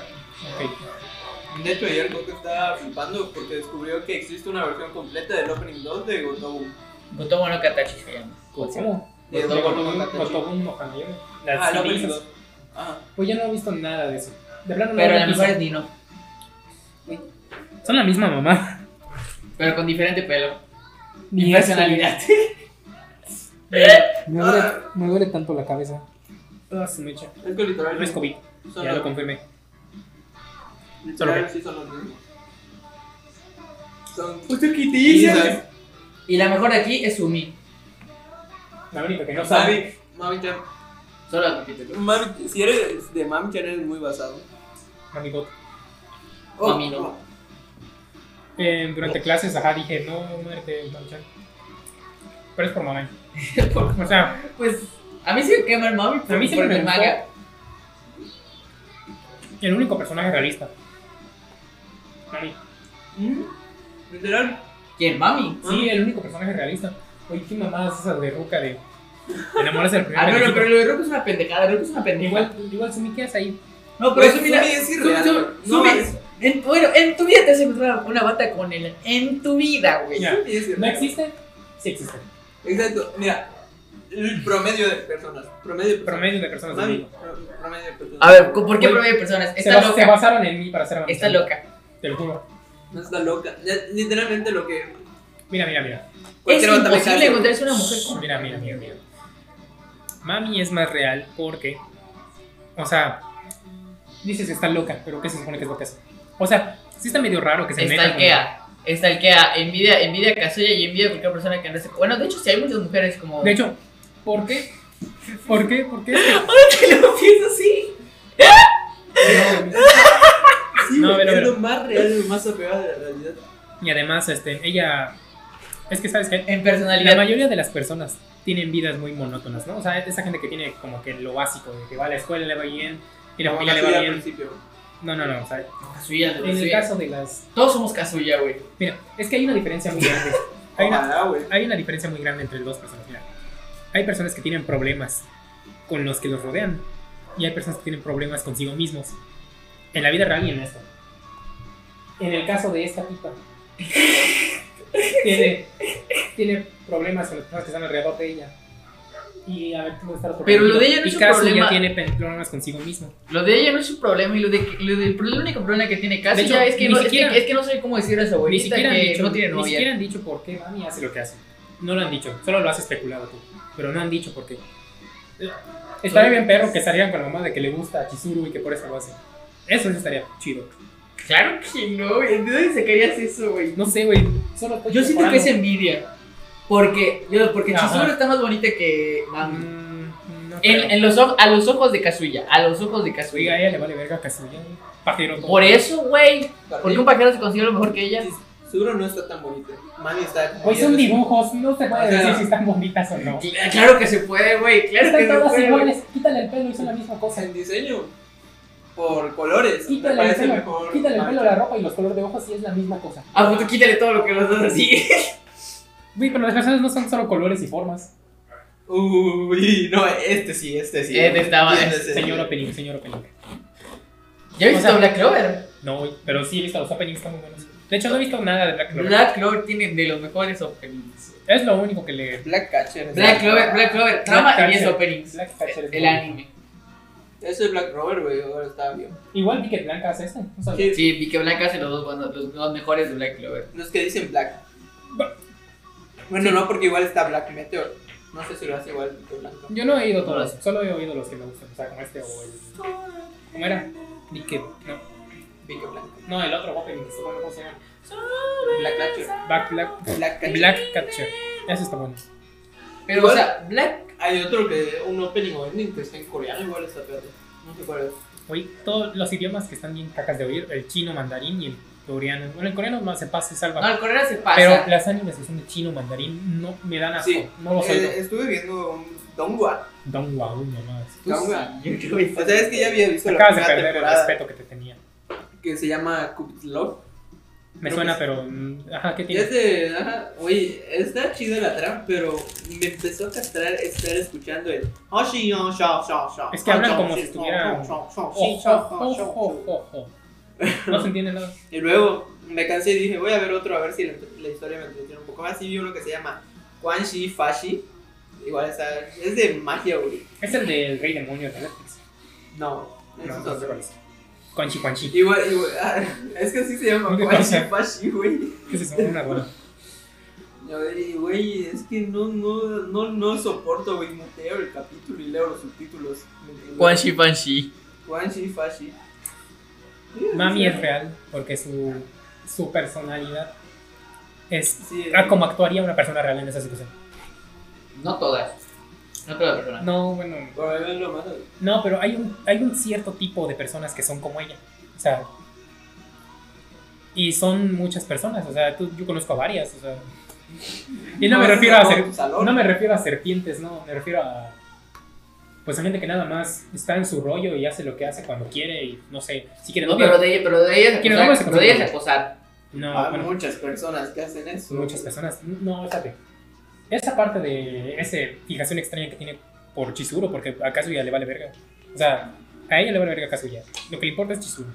[SPEAKER 3] Ok.
[SPEAKER 1] De hecho, ayer Goku estaba flipando porque descubrió que existe una versión completa del Opening 2 de Gotobu.
[SPEAKER 2] Gotomo no Katachi se llama.
[SPEAKER 3] ¿Cómo?
[SPEAKER 1] De
[SPEAKER 3] Los
[SPEAKER 1] Gotobu
[SPEAKER 3] Tobun-
[SPEAKER 1] Katachi.
[SPEAKER 3] los Tobun Mohanayama. Las
[SPEAKER 1] Ah, el Opening
[SPEAKER 3] CDs.
[SPEAKER 1] 2. Ah,
[SPEAKER 3] Pues ya no he visto nada de eso. De plano no
[SPEAKER 2] Pero
[SPEAKER 3] he
[SPEAKER 2] la
[SPEAKER 3] visto.
[SPEAKER 2] mejor es Dino.
[SPEAKER 3] Son la misma mamá.
[SPEAKER 2] Pero con diferente pelo.
[SPEAKER 3] Ni
[SPEAKER 2] Y personalidad.
[SPEAKER 3] Me duele, me duele tanto la cabeza. Ah, se me echa.
[SPEAKER 1] es que
[SPEAKER 3] No es
[SPEAKER 1] literalmente
[SPEAKER 3] COVID,
[SPEAKER 1] son
[SPEAKER 3] ya lo
[SPEAKER 1] los,
[SPEAKER 3] confirmé.
[SPEAKER 1] literal, sí son los mismos. Son
[SPEAKER 2] Quitilla. Y la mejor de aquí es Sumi.
[SPEAKER 3] La única que no sabe.
[SPEAKER 1] Mami, Mami Chan.
[SPEAKER 2] Solo la capítulo.
[SPEAKER 1] Mami, si eres de Mami Chan eres muy basado.
[SPEAKER 3] Mami bot.
[SPEAKER 1] Oh,
[SPEAKER 2] Mami no.
[SPEAKER 3] Eh, durante clases, ajá, dije, no, muerte, Mami-chan. Pero es por mamá. O sea,
[SPEAKER 2] Pues a mí sí me quema el mami,
[SPEAKER 3] a mí siempre me
[SPEAKER 2] maga.
[SPEAKER 3] gustó. El único personaje realista. Mami.
[SPEAKER 1] ¿Mm? Literal.
[SPEAKER 2] ¿Quién? ¿Mami?
[SPEAKER 3] Sí, el único personaje realista. Oye, qué mamada es esa de ruca de. Te enamoras del primer
[SPEAKER 2] Ah, no, no,
[SPEAKER 3] beneficio.
[SPEAKER 2] pero lo de Roku es una pendejada, Roku es una pendejada.
[SPEAKER 3] Igual, igual si me quedas ahí.
[SPEAKER 2] No, pero
[SPEAKER 1] Pues,
[SPEAKER 2] eso mira,
[SPEAKER 1] Sumi es
[SPEAKER 2] Sumi,
[SPEAKER 1] irreal,
[SPEAKER 2] Sumi,
[SPEAKER 1] güey.
[SPEAKER 2] Sumi,
[SPEAKER 1] No, es-
[SPEAKER 2] en, bueno, en tu vida te has encontrado una bata con él. En tu vida, güey.
[SPEAKER 3] Ya.
[SPEAKER 1] Sí, es
[SPEAKER 3] ¿No
[SPEAKER 1] irreal.
[SPEAKER 3] existe? Sí existe.
[SPEAKER 1] Exacto, mira. El promedio de personas. Promedio de personas.
[SPEAKER 3] Promedio de personas del
[SPEAKER 1] Mami,
[SPEAKER 3] mundo.
[SPEAKER 1] pro- Promedio de personas.
[SPEAKER 2] A ver, ¿por qué
[SPEAKER 3] Güey,
[SPEAKER 2] promedio de personas?
[SPEAKER 3] Se,
[SPEAKER 2] Está
[SPEAKER 3] bas- se
[SPEAKER 2] loca.
[SPEAKER 3] basaron en mí para hacer
[SPEAKER 2] Está
[SPEAKER 3] avanzar.
[SPEAKER 2] loca.
[SPEAKER 3] Te lo juro.
[SPEAKER 1] No está loca. Ya, Literalmente lo que.
[SPEAKER 3] Mira, mira, mira.
[SPEAKER 2] Es
[SPEAKER 1] cualquier otra
[SPEAKER 2] imposible
[SPEAKER 1] mujer.
[SPEAKER 2] encontrarse una mujer con
[SPEAKER 3] Mira, mira, mira, mira. Mami es más real porque. O sea. Dices que está loca, pero ¿qué se supone que es lo que es? O sea, sí está medio raro que se meta. con-
[SPEAKER 2] Estalquea. Estalquea. Envidia, envidia a Kazuya y envidia a cualquier persona que andes. Bueno, de hecho, si hay muchas mujeres como.
[SPEAKER 3] De hecho, ¿por qué? ¿Por qué? ¿Por qué?
[SPEAKER 2] te lo pienso así.
[SPEAKER 1] Sí,
[SPEAKER 3] No,
[SPEAKER 1] güey,
[SPEAKER 3] pero,
[SPEAKER 1] es
[SPEAKER 3] pero-
[SPEAKER 1] lo más real, lo más apegado a la realidad.
[SPEAKER 3] Y además, este, ella. Es que sabes que
[SPEAKER 2] En
[SPEAKER 3] la
[SPEAKER 2] personalidad.
[SPEAKER 3] mayoría de las personas tienen vidas muy monótonas, ¿no? O sea, esa gente que tiene como que lo básico, de que va a la escuela, le va bien, y la
[SPEAKER 1] Como
[SPEAKER 3] familia le
[SPEAKER 1] Kazuya
[SPEAKER 3] va
[SPEAKER 1] al
[SPEAKER 3] bien.
[SPEAKER 1] principio.
[SPEAKER 3] No, no, no. O sea,
[SPEAKER 2] Kazuya, de
[SPEAKER 3] en el
[SPEAKER 2] Kazuya.
[SPEAKER 3] caso de las.
[SPEAKER 2] Todos somos Kazuya, güey.
[SPEAKER 3] Mira, es que hay una diferencia muy grande. Hay una,
[SPEAKER 1] Ojalá, güey.
[SPEAKER 3] hay una diferencia muy grande entre dos personas. Mira, hay personas que tienen problemas con los que los rodean y hay personas que tienen problemas consigo mismos. En la vida real y en esto. En el caso de esta tipa, tiene, tiene problemas con las personas que están alrededor de ella. Y a ver cómo está otro
[SPEAKER 2] Pero lo
[SPEAKER 3] problema.
[SPEAKER 2] de ella no
[SPEAKER 3] Y
[SPEAKER 2] es un
[SPEAKER 3] Kazu
[SPEAKER 2] problema.
[SPEAKER 3] ya tiene pe- problemas consigo mismo.
[SPEAKER 2] Lo de ella no es un problema y lo de, lo del- el único problema que tiene Kazuya
[SPEAKER 3] De hecho,
[SPEAKER 2] es, que
[SPEAKER 3] ni
[SPEAKER 2] no, es
[SPEAKER 3] siquiera-
[SPEAKER 2] que- es que no sé cómo decirle a su
[SPEAKER 3] Ni
[SPEAKER 2] abuelita
[SPEAKER 3] siquiera, han
[SPEAKER 2] que
[SPEAKER 3] dicho,
[SPEAKER 2] no tiene
[SPEAKER 3] ni
[SPEAKER 2] novia.
[SPEAKER 3] siquiera han dicho por qué mami hace lo que hace. No lo han dicho, solo lo has especulado tú. Pero no han dicho por qué. Eh, Estaría bien perro que salieran con la mamá de que le gusta a Chizuru y que por eso lo hace. Eso sí estaría chido.
[SPEAKER 2] Claro que no, güey. ¿De dónde sacarías eso, güey?
[SPEAKER 3] No sé, güey. Solo estoy
[SPEAKER 2] Yo siento que es
[SPEAKER 3] comparando.
[SPEAKER 2] envidia. Porque, yo, porque
[SPEAKER 3] Ajá.
[SPEAKER 2] Chizuru está más bonita que Mami.
[SPEAKER 3] Mm, no creo.
[SPEAKER 2] En, en los, oj- a los ojos de Kazuya. A los ojos de
[SPEAKER 3] Oiga, a
[SPEAKER 2] Kazuya.
[SPEAKER 3] ella le vale verga que se vayan. Partieron todo.
[SPEAKER 2] Por eso, güey. ¿Por qué
[SPEAKER 1] Porque
[SPEAKER 2] un pajero se considera mejor que ella?
[SPEAKER 1] Seguro no está tan bonito. Mami está como.
[SPEAKER 3] Hoy Pues son dibujos, no se puede
[SPEAKER 1] O sea,
[SPEAKER 3] decir si están bonitas o no.
[SPEAKER 2] Cla- Claro que se puede, güey. Claro que
[SPEAKER 3] Están
[SPEAKER 2] se
[SPEAKER 3] todas
[SPEAKER 2] puede. güey.
[SPEAKER 3] iguales, quítale el pelo y son la misma cosa.
[SPEAKER 1] pues, En diseño. Por colores. me
[SPEAKER 3] Quítale el
[SPEAKER 1] parece
[SPEAKER 3] pelo,
[SPEAKER 1] mejor.
[SPEAKER 3] quítale el
[SPEAKER 2] Ah.
[SPEAKER 1] Mami.
[SPEAKER 3] pelo, la ropa y los colores de ojos y es la misma cosa.
[SPEAKER 2] A puto, Ah, pues quítale todo lo que los dos así.
[SPEAKER 3] Güey, pero las personas no son solo colores y formas.
[SPEAKER 1] Uy, no, este sí, este sí.
[SPEAKER 2] Este estaba-
[SPEAKER 1] Tiene sentido.
[SPEAKER 3] Señor opening, señor opening.
[SPEAKER 2] ¿Ya viste
[SPEAKER 3] O sea,
[SPEAKER 2] Black Clover?
[SPEAKER 3] No, güey, pero sí he visto los openings, están muy buenos. De hecho, no he visto nada de Black Clover.
[SPEAKER 2] Black Clover tiene de los mejores openings.
[SPEAKER 3] Es lo único que le.
[SPEAKER 1] Black Catcher.
[SPEAKER 2] Black Clover, Black Clover, trama y
[SPEAKER 3] Catcher.
[SPEAKER 2] 10 openings.
[SPEAKER 3] Black Catcher es
[SPEAKER 2] El
[SPEAKER 3] bueno.
[SPEAKER 2] anime.
[SPEAKER 1] Ese es Black Rover, güey. Ahora está bien.
[SPEAKER 3] Igual vi que Blanca hace este. O sea,
[SPEAKER 1] Sí.
[SPEAKER 2] Sí, vi que Black hace los dos, buenos- los dos mejores de Black Clover.
[SPEAKER 1] Los que dicen Black.
[SPEAKER 3] Ba-
[SPEAKER 1] Bueno, no, porque igual está Black Meteor. No sé si lo hace igual que Blanco.
[SPEAKER 3] Yo no he oído todos, solo he oído los que me gustan. O sea, como este o el. ¿Cómo era? Vi que. No,
[SPEAKER 1] Vi que Blanco.
[SPEAKER 3] no, el otro opening, que está bueno, ¿cómo se llama?
[SPEAKER 1] Black Catcher.
[SPEAKER 3] Black, Black,
[SPEAKER 1] Black Catcher.
[SPEAKER 3] Black Catcher. Ese está bueno.
[SPEAKER 2] Pero,
[SPEAKER 1] Igual-
[SPEAKER 2] o sea, Black.
[SPEAKER 1] Hay otro que. Un opening o ending que está en coreano. Igual está peor. No sé cuál es.
[SPEAKER 3] Oye, todos los idiomas que están bien cacas de oír: el chino, mandarín y el coreano. Bueno, el coreano no se pasa, se salva.
[SPEAKER 2] No, el coreano se pasa.
[SPEAKER 3] Pero las animes que son de chino, mandarín, no me dan asco.
[SPEAKER 1] Sí.
[SPEAKER 3] No lo suelto.
[SPEAKER 1] Eh, estuve viendo un Dongwa.
[SPEAKER 3] Don Wow, nomás.
[SPEAKER 2] Pues sí,
[SPEAKER 1] Dongwa.
[SPEAKER 2] yo creo que sí.
[SPEAKER 1] O sea, es que ya había visto la
[SPEAKER 3] Acabas de
[SPEAKER 1] primera
[SPEAKER 3] perder el
[SPEAKER 1] temporada
[SPEAKER 3] respeto que te tenía.
[SPEAKER 1] que se llama Cupid Love.
[SPEAKER 3] Me
[SPEAKER 1] Creo
[SPEAKER 3] suena,
[SPEAKER 1] que sí.
[SPEAKER 3] pero. mm, Ajá, ¿qué
[SPEAKER 1] Ya
[SPEAKER 3] tiene?
[SPEAKER 1] sé, ajá, oye, está chida la trama, pero me empezó a castrar estar escuchando el. "Oh,
[SPEAKER 3] Es que hablan como si estuviera- Ojo, ojo, ojo. oh, No se entiende nada.
[SPEAKER 1] Y luego me cansé y dije, voy a ver otro a ver si la, la historia me entretiene un poco más. Y vi uno que se llama Quan Shi Fashi. Igual está. Es de magia, güey.
[SPEAKER 3] Es el del Rey Demonio de Netflix.
[SPEAKER 1] No, ese
[SPEAKER 3] No,
[SPEAKER 1] es
[SPEAKER 3] no sé
[SPEAKER 1] otro.
[SPEAKER 3] cuál es. Conchi, Conchi.
[SPEAKER 1] Igual, igual, ah, es que así se llama
[SPEAKER 3] ¿Qué
[SPEAKER 1] Quan Shi
[SPEAKER 3] pasa?
[SPEAKER 1] Fashi, güey.
[SPEAKER 3] Que se suena una buena.
[SPEAKER 1] A ver, y, güey, es que no, no, no, no soporto, güey, muteo el capítulo y leo los subtítulos.
[SPEAKER 2] Quan Shi Fan Shi.
[SPEAKER 1] Quan Shi Fashi.
[SPEAKER 3] Mami es real porque su, su personalidad es.
[SPEAKER 1] Sí,
[SPEAKER 3] Ah, como actuaría una persona real en esa situación.
[SPEAKER 2] No todas. No todas las personas.
[SPEAKER 3] No, bueno.
[SPEAKER 1] Por ahí ven lo malo.
[SPEAKER 3] No, pero hay un, hay un cierto tipo de personas que son como ella. O sea. Y son muchas personas. O sea, tú- yo conozco a varias. O sea. Y no, me
[SPEAKER 1] es
[SPEAKER 3] refiero a
[SPEAKER 1] como
[SPEAKER 3] ser-
[SPEAKER 1] tu salón.
[SPEAKER 3] No me refiero a serpientes, no, me refiero a pues hay gente que nada más está en su rollo y hace lo que hace cuando quiere y no sé, si quiere
[SPEAKER 2] No,
[SPEAKER 3] novio.
[SPEAKER 2] pero de ella, pero de ella,
[SPEAKER 3] Quiero
[SPEAKER 2] es
[SPEAKER 3] nombres
[SPEAKER 2] acosar,
[SPEAKER 3] que
[SPEAKER 2] pero de ella
[SPEAKER 3] conozco.
[SPEAKER 2] es acosar.
[SPEAKER 3] No,
[SPEAKER 1] Hay
[SPEAKER 3] bueno,
[SPEAKER 1] Ah, muchas personas que hacen eso.
[SPEAKER 3] muchas personas. No, fíjate. Esa parte de esa fijación extraña que tiene por Chizuru, porque a Kazuya le vale verga. O sea, a ella le vale verga a Kazuya. Lo que le importa es Chizuru.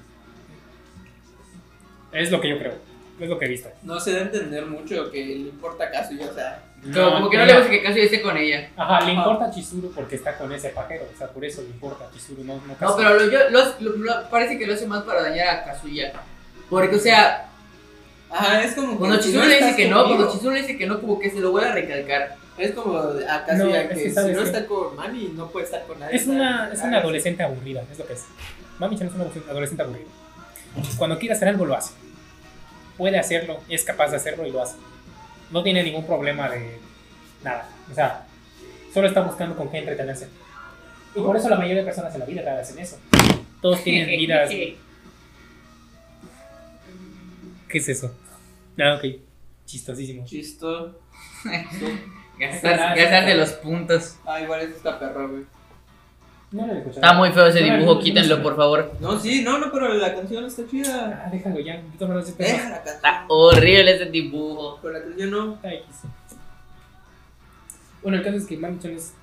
[SPEAKER 3] Es lo que yo creo. Es lo que he visto.
[SPEAKER 1] No se da a entender mucho que le importa caso y o sea,
[SPEAKER 2] Como, como que no le gusta Ah. que Kazuya esté con ella.
[SPEAKER 3] Ajá, le importa a Chizuru porque está con ese pajero. O sea, por eso le importa a Chizuru, no, no
[SPEAKER 2] No,
[SPEAKER 3] Kazuya.
[SPEAKER 2] pero lo, yo, los- lo- lo- parece que lo hace más para dañar a Kazuya. Porque, o sea,
[SPEAKER 1] ajá, es como
[SPEAKER 2] cuando
[SPEAKER 1] si
[SPEAKER 2] Chizuru le dice
[SPEAKER 1] estás
[SPEAKER 2] que no,
[SPEAKER 1] conmigo.
[SPEAKER 2] cuando Chizuru le dice que no, como que se lo voy a recalcar.
[SPEAKER 1] Es como a
[SPEAKER 3] No,
[SPEAKER 1] Kazuya
[SPEAKER 3] es que
[SPEAKER 1] que si
[SPEAKER 3] sabes
[SPEAKER 1] no
[SPEAKER 3] que-
[SPEAKER 1] está con Manny no puede estar con nadie.
[SPEAKER 3] Es una, es una
[SPEAKER 1] Ah,
[SPEAKER 3] adolescente aburrida, es lo que es. Mami Chan es una adolesc- adolescente aburrida. Cuando quiere hacer algo, lo hace. Puede hacerlo, es capaz de hacerlo y lo hace. No tiene ningún problema de nada. O sea, solo está buscando con qué entretenerse. Y por eso la mayoría de personas en la vida hacen eso. Todos tienen vidas. ¿Qué es eso? Ah, ok. Chistosísimo.
[SPEAKER 1] Chisto.
[SPEAKER 2] Gastar, gastar de los puntos.
[SPEAKER 1] Ah, igual es esta perra, güey.
[SPEAKER 3] No lo he escuchado.
[SPEAKER 2] Está muy feo ese dibujo, quítenlo, por favor.
[SPEAKER 1] No, sí, no, no, pero la canción está chida.
[SPEAKER 3] Ah, déjalo ya. de todas maneras, yo tengo-
[SPEAKER 1] Déjala cantar.
[SPEAKER 2] Está horrible ese dibujo.
[SPEAKER 1] Pero la canción no.
[SPEAKER 3] Está X. Bueno, el caso es que Mami Chan es.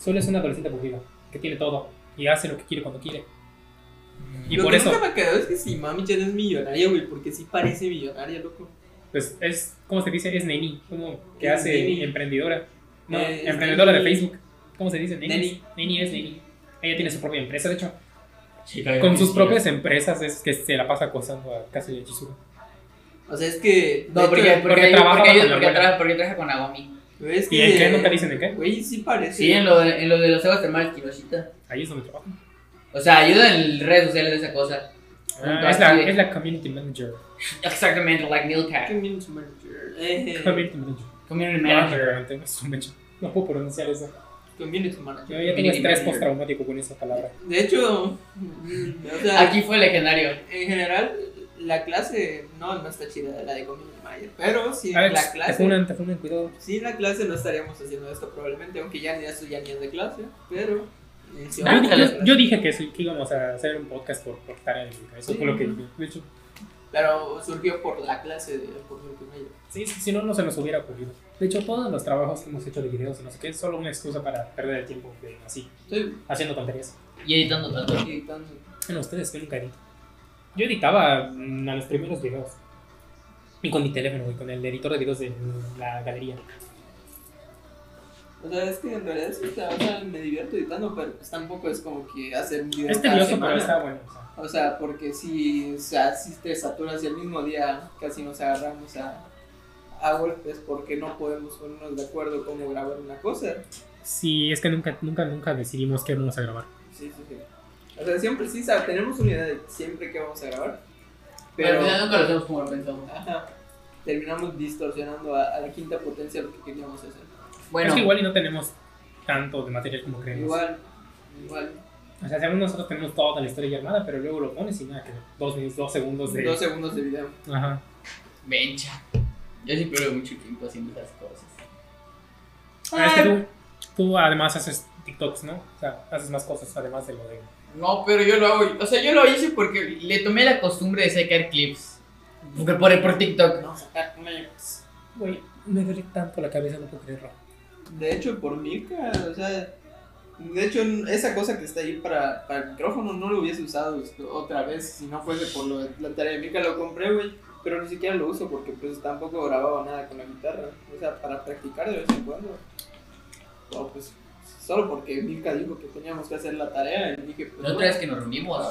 [SPEAKER 3] Solo es una adolescente aburrida, que tiene todo y hace lo que quiere cuando quiere. Y
[SPEAKER 1] Lo
[SPEAKER 3] por
[SPEAKER 1] que
[SPEAKER 3] eso,
[SPEAKER 1] nunca me quedó es que si Mami Chan es millonaria, güey, porque sí parece millonaria, loco.
[SPEAKER 3] pues es, ¿cómo se dice? Es Neni, como que
[SPEAKER 1] Es
[SPEAKER 3] hace
[SPEAKER 1] neni.
[SPEAKER 3] emprendedora. No,
[SPEAKER 1] Eh, es
[SPEAKER 3] emprendedora de
[SPEAKER 1] neni.
[SPEAKER 3] Facebook. ¿Cómo se dice? Neni.
[SPEAKER 1] Neni.
[SPEAKER 3] Neni es Neni. Ella tiene su propia empresa, de hecho. Con sus propias empresas es que se la pasa acosando a Kazuya Chizuru.
[SPEAKER 1] O sea, es que. de
[SPEAKER 2] No, porque,
[SPEAKER 1] hecho,
[SPEAKER 2] porque,
[SPEAKER 3] porque
[SPEAKER 2] hay-
[SPEAKER 3] trabaja
[SPEAKER 2] porque, hay-
[SPEAKER 3] con la
[SPEAKER 2] porque
[SPEAKER 3] abuela.
[SPEAKER 2] trabaja- porque trabaja con Nagomi.
[SPEAKER 1] güey, es
[SPEAKER 3] ¿Y en qué?
[SPEAKER 1] que-
[SPEAKER 3] ¿Nunca dicen en qué?
[SPEAKER 1] Güey, sí parece.
[SPEAKER 2] Sí, en lo de, en lo de los aguas termales Kinoshita.
[SPEAKER 3] Ahí es donde trabaja.
[SPEAKER 2] O sea, ayuda en redes sociales de esa cosa.
[SPEAKER 3] Ah, es, la, es la community manager.
[SPEAKER 2] Exactamente, like Milka.
[SPEAKER 1] Community manager. Eh,
[SPEAKER 3] Community manager.
[SPEAKER 2] Community
[SPEAKER 3] Ah,
[SPEAKER 2] manager.
[SPEAKER 3] realmente, es un hecho. No puedo pronunciar eso.
[SPEAKER 1] community manager.
[SPEAKER 3] Yo ya tengo
[SPEAKER 2] Community
[SPEAKER 3] estrés
[SPEAKER 2] manager.
[SPEAKER 3] postraumático con esa palabra.
[SPEAKER 1] De hecho, mm, o sea,
[SPEAKER 2] Aquí fue legendario.
[SPEAKER 1] en general, la clase no, no está chida, la de community manager. Pero sí,
[SPEAKER 3] Alex,
[SPEAKER 1] la
[SPEAKER 3] pues, te
[SPEAKER 1] clase.
[SPEAKER 3] funan, te funan, cuidado.
[SPEAKER 1] Sin la clase no estaríamos haciendo esto probablemente, aunque ya ni eso ya ni es de clase, pero. eh, sí,
[SPEAKER 3] Ah, Yo,
[SPEAKER 1] vamos a
[SPEAKER 3] yo-
[SPEAKER 1] hacer-
[SPEAKER 3] yo dije que, sí, que íbamos a hacer un podcast por cortar el Eso fue lo que dije. De hecho,
[SPEAKER 1] Pero surgió por la clase de por community manager.
[SPEAKER 3] sí, sí, si no, no se nos hubiera ocurrido. De hecho, todos los trabajos que hemos hecho de videos y no sé qué es solo una excusa para perder el tiempo de- así,
[SPEAKER 1] Estoy
[SPEAKER 3] haciendo tonterías.
[SPEAKER 2] Y editando tanto.
[SPEAKER 1] editando.
[SPEAKER 3] Bueno, ustedes, yo nunca edito. Yo editaba mm, a los primeros videos. Y con mi teléfono, y con el editor de videos de mm, la galería.
[SPEAKER 1] O sea, es que en realidad sí, está- o sea, me divierto editando, pero pues tampoco es como que hacer un video
[SPEAKER 3] Es
[SPEAKER 1] cada
[SPEAKER 3] tedioso, pero
[SPEAKER 1] semana.
[SPEAKER 3] Este está bueno. o sea.
[SPEAKER 1] O sea, porque si, o sea, si te saturas y el mismo día casi nos agarramos a, a golpes porque no podemos ponernos de acuerdo cómo grabar una cosa.
[SPEAKER 3] Sí, es que nunca, nunca, nunca decidimos qué vamos a grabar.
[SPEAKER 1] Sí, sí, sí. O sea, siempre sí, sa- tenemos una idea de siempre que vamos a grabar,
[SPEAKER 2] Pero
[SPEAKER 1] pero
[SPEAKER 2] al final nunca lo hacemos como lo pensamos.
[SPEAKER 1] ajá, terminamos distorsionando a, a la quinta potencia lo que queríamos hacer.
[SPEAKER 2] Bueno,
[SPEAKER 3] Es que igual y no tenemos tanto de material como creemos.
[SPEAKER 1] Igual, igual.
[SPEAKER 3] O sea, según nosotros tenemos toda la historia ya armada, pero luego lo pones y nada, que dos, minutos, dos segundos de...
[SPEAKER 1] Dos segundos de video.
[SPEAKER 3] Ajá.
[SPEAKER 2] vencha. Yo sí pierdo mucho tiempo haciendo esas cosas.
[SPEAKER 3] Ah, es que tú, tú además haces TikToks, ¿no? O sea, haces más cosas además de lo de...
[SPEAKER 2] No, pero yo lo hago. O sea, yo lo hice porque le tomé la costumbre de sacar clips. Porque por, por TikTok.
[SPEAKER 1] No, sacar clips.
[SPEAKER 3] Güey, me duele tanto la cabeza, no puedo creerlo.
[SPEAKER 1] De hecho, por Mirka, o sea, de hecho, esa cosa que está ahí para, para el micrófono no lo hubiese usado este, otra vez si no fuese por lo de la tarea de Mirka. Lo compré, güey, pero ni siquiera lo uso porque pues tampoco grababa nada con la guitarra. O sea, para practicar de vez en cuando. O pues, solo porque Mirka dijo que teníamos que hacer la tarea y dije, pues.
[SPEAKER 2] La otra
[SPEAKER 1] bueno. ah,
[SPEAKER 2] vez que nos reunimos.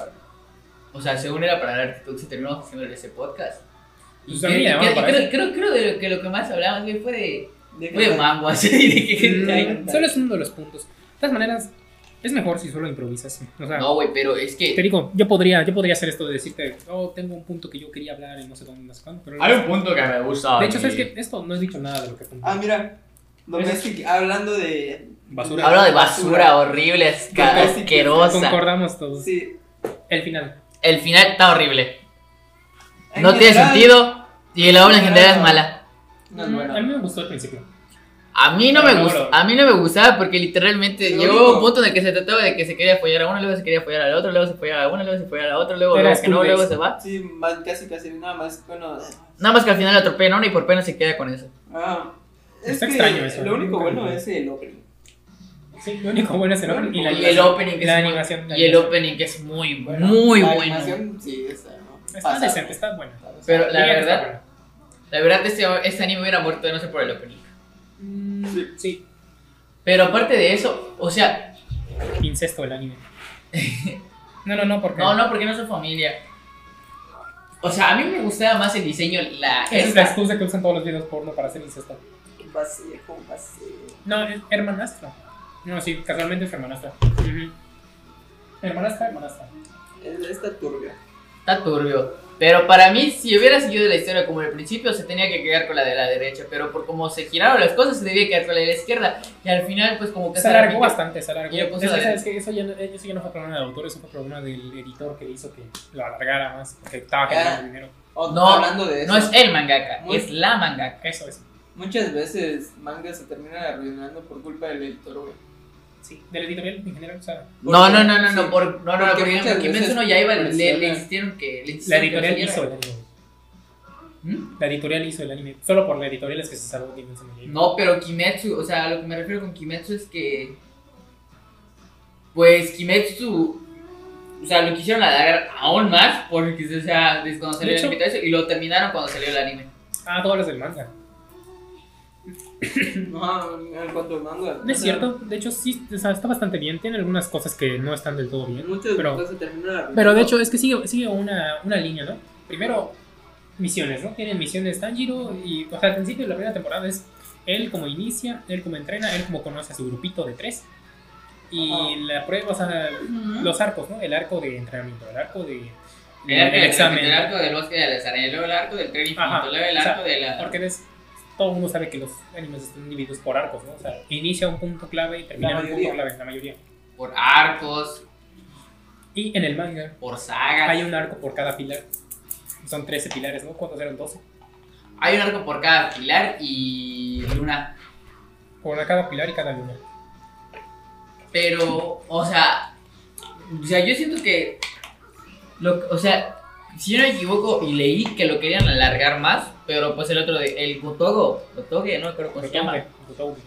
[SPEAKER 2] O sea, según era para hablar de TikTok, se terminó haciendo ese podcast. Y
[SPEAKER 3] Pues a mí me
[SPEAKER 2] creo-
[SPEAKER 3] llamaron
[SPEAKER 2] creo-
[SPEAKER 3] para
[SPEAKER 2] creo, creo, creo de lo que, lo que más hablamos güey, fue de,
[SPEAKER 1] Dije,
[SPEAKER 2] fue de mango, así de que-
[SPEAKER 1] Mm.
[SPEAKER 3] Solo es uno de los puntos. De todas maneras, es mejor si solo improvisas. O sea,
[SPEAKER 2] No, güey, pero es
[SPEAKER 3] te
[SPEAKER 2] que...
[SPEAKER 3] digo, yo podría, yo podría hacer esto de decirte, oh, tengo un punto que yo quería hablar y no sé dónde, no sé cuándo, pero...
[SPEAKER 2] Hay un punto que me gusta.
[SPEAKER 3] De hecho,
[SPEAKER 2] a
[SPEAKER 3] ¿sabes
[SPEAKER 2] mí.
[SPEAKER 3] que Esto no he dicho nada de lo que...
[SPEAKER 1] ah, mira, Domestic, hablando de.
[SPEAKER 3] Basura.
[SPEAKER 2] Hablo de basura horrible, asca-
[SPEAKER 1] Basura.
[SPEAKER 2] asquerosa.
[SPEAKER 3] Concordamos todos.
[SPEAKER 1] Sí.
[SPEAKER 3] El final.
[SPEAKER 2] El final está horrible.
[SPEAKER 1] En
[SPEAKER 2] No tiene
[SPEAKER 1] general,
[SPEAKER 2] sentido. Y la obra en general es mala.
[SPEAKER 1] No es buena.
[SPEAKER 3] A mí me gustó al principio.
[SPEAKER 2] A mí no
[SPEAKER 3] Pero
[SPEAKER 2] me
[SPEAKER 3] no,
[SPEAKER 2] gusta,
[SPEAKER 3] bro.
[SPEAKER 2] a mí no me gustaba porque literalmente
[SPEAKER 1] Lo
[SPEAKER 2] llegó
[SPEAKER 1] único.
[SPEAKER 2] un punto en el que se trataba de que se quería follar a uno, luego se quería follar al otro, luego se follaba a uno, luego se follaba a otro, luego,
[SPEAKER 3] Pero
[SPEAKER 2] luego
[SPEAKER 3] es
[SPEAKER 2] que no,
[SPEAKER 3] cool,
[SPEAKER 2] luego
[SPEAKER 3] ¿ves?
[SPEAKER 2] se va.
[SPEAKER 1] Sí, más, casi, casi, nada más, bueno...
[SPEAKER 2] Nada más que al final la atropellan a uno y por pena se queda con eso.
[SPEAKER 1] Ah, es
[SPEAKER 3] Está
[SPEAKER 1] que
[SPEAKER 3] extraño eso,
[SPEAKER 1] lo
[SPEAKER 3] ¿no?
[SPEAKER 1] único
[SPEAKER 3] Nunca
[SPEAKER 1] bueno
[SPEAKER 3] lo vi.
[SPEAKER 1] es el opening.
[SPEAKER 3] Sí, lo único bueno es el
[SPEAKER 1] Lo
[SPEAKER 3] opening y la
[SPEAKER 1] único-
[SPEAKER 2] Y
[SPEAKER 3] animación.
[SPEAKER 2] el opening que
[SPEAKER 3] La
[SPEAKER 2] es muy-
[SPEAKER 3] animación. la
[SPEAKER 2] Y el
[SPEAKER 3] animación.
[SPEAKER 2] opening que es muy,
[SPEAKER 1] Bueno,
[SPEAKER 2] muy
[SPEAKER 1] la
[SPEAKER 2] bueno.
[SPEAKER 1] animación, sí, está, ¿no?
[SPEAKER 3] Está
[SPEAKER 1] Pasable.
[SPEAKER 3] decente, está buena.
[SPEAKER 2] Pero la
[SPEAKER 3] Diría que está
[SPEAKER 2] verdad, la verdad este, este anime hubiera muerto de no ser por el opening.
[SPEAKER 3] buena.
[SPEAKER 1] Sí.
[SPEAKER 2] Mm,
[SPEAKER 3] Sí,
[SPEAKER 2] Pero aparte de eso, o sea,
[SPEAKER 3] incesto el anime. No, no, no, porque
[SPEAKER 2] no, no, porque no son familia. O sea, a mí me gustaba más el diseño, la...
[SPEAKER 3] esa es
[SPEAKER 2] esta-
[SPEAKER 3] la excusa que usan todos los videos porno para hacer incesto.
[SPEAKER 1] Vacío, vacío.
[SPEAKER 3] No, es hermanastra. No, sí, casualmente es hermanastra. Hermanastra, hermanastra.
[SPEAKER 1] Es- Está turbio.
[SPEAKER 2] Está turbio. Pero para mí, si hubiera seguido la historia como al principio, se tenía que quedar con la de la derecha. Pero por cómo se giraron las cosas, se debía quedar con la de la izquierda. Y al final, pues como que
[SPEAKER 3] Se
[SPEAKER 2] se
[SPEAKER 3] alargó
[SPEAKER 2] repite.
[SPEAKER 3] bastante, se alargó.
[SPEAKER 2] Y le puso
[SPEAKER 3] Es que,
[SPEAKER 2] la-
[SPEAKER 3] ¿sabes qué? eso, ya no, eh, eso ya no fue problema del autor, eso fue problema del editor que hizo que lo alargara más, porque estaba generando
[SPEAKER 1] Ah.
[SPEAKER 3] dinero.
[SPEAKER 1] O-
[SPEAKER 2] No,
[SPEAKER 1] hablando de eso,
[SPEAKER 2] No es el mangaka,
[SPEAKER 1] Muy-
[SPEAKER 2] es la mangaka.
[SPEAKER 3] Eso es.
[SPEAKER 1] muchas veces mangas se terminan arruinando por culpa del editor, güey.
[SPEAKER 3] Sí, del editorial en general, o sea,
[SPEAKER 2] No, no, no, no,
[SPEAKER 1] Sí.
[SPEAKER 2] no, por, no, no,
[SPEAKER 1] Porque
[SPEAKER 2] por ejemplo,
[SPEAKER 1] muchas
[SPEAKER 2] Kimetsu
[SPEAKER 1] veces
[SPEAKER 2] no Yaiba le, le,
[SPEAKER 1] presiona.
[SPEAKER 2] le insistieron que... Le
[SPEAKER 3] la
[SPEAKER 2] insistieron que
[SPEAKER 3] editorial
[SPEAKER 2] lo
[SPEAKER 3] hizo el
[SPEAKER 2] siguiera.
[SPEAKER 3] anime.
[SPEAKER 2] ¿Mm?
[SPEAKER 3] La editorial hizo el anime. Solo por la editorial es que se salvó Kimetsu no Yaiba.
[SPEAKER 2] No, pero Kimetsu, o sea, a lo que me refiero con Kimetsu es que. Pues Kimetsu. O sea, lo quisieron alargar aún más porque, o sea, desde cuando salió el
[SPEAKER 3] De hecho-
[SPEAKER 2] anime y todo eso, y lo terminaron cuando salió el anime.
[SPEAKER 3] Ah, todas las del manga.
[SPEAKER 1] No, en cuanto al manga. o
[SPEAKER 3] No es
[SPEAKER 1] sea,
[SPEAKER 3] cierto, de hecho sí, o sea, está bastante bien. Tiene algunas cosas que no están del todo bien.
[SPEAKER 1] Muchas
[SPEAKER 3] Pero-
[SPEAKER 1] cosas se terminan arruinando.
[SPEAKER 3] Pero de hecho es que sigue, sigue una, una línea, ¿no? Primero, misiones, ¿no? Tienen misiones Tanjiro y, o sea, al principio de la primera temporada es él como inicia, él como entrena, él como conoce a su grupito de tres. Y
[SPEAKER 1] Ajá.
[SPEAKER 3] la prueba, o sea, los arcos, ¿no? El arco de entrenamiento, el arco de...
[SPEAKER 2] El, arco
[SPEAKER 3] el
[SPEAKER 2] del-
[SPEAKER 3] examen.
[SPEAKER 2] El arco del bosque de las arañas, luego el arco del tren
[SPEAKER 3] Ajá.
[SPEAKER 2] infinito, luego el
[SPEAKER 3] O sea,
[SPEAKER 2] arco de la.
[SPEAKER 3] Porque es, todo el mundo sabe que los animes están divididos por arcos, ¿no? O sea, inicia un punto clave y termina en un punto
[SPEAKER 1] mayoría.
[SPEAKER 3] clave, la mayoría.
[SPEAKER 2] Por arcos,
[SPEAKER 3] Y en el manga
[SPEAKER 2] por sagas.
[SPEAKER 3] hay un arco por cada pilar. Son 13 pilares, ¿no? ¿Cuántos eran 12?
[SPEAKER 2] Hay un arco por cada pilar y luna.
[SPEAKER 3] Por cada pilar y cada luna.
[SPEAKER 2] Pero, o sea, o sea, yo siento que, lo, o sea, si yo no me equivoco y leí que lo querían alargar más, pero pues el otro, de, el Gotogo, Gotoge, no me acuerdo cómo se llama,
[SPEAKER 3] Rotounde, Rotounde.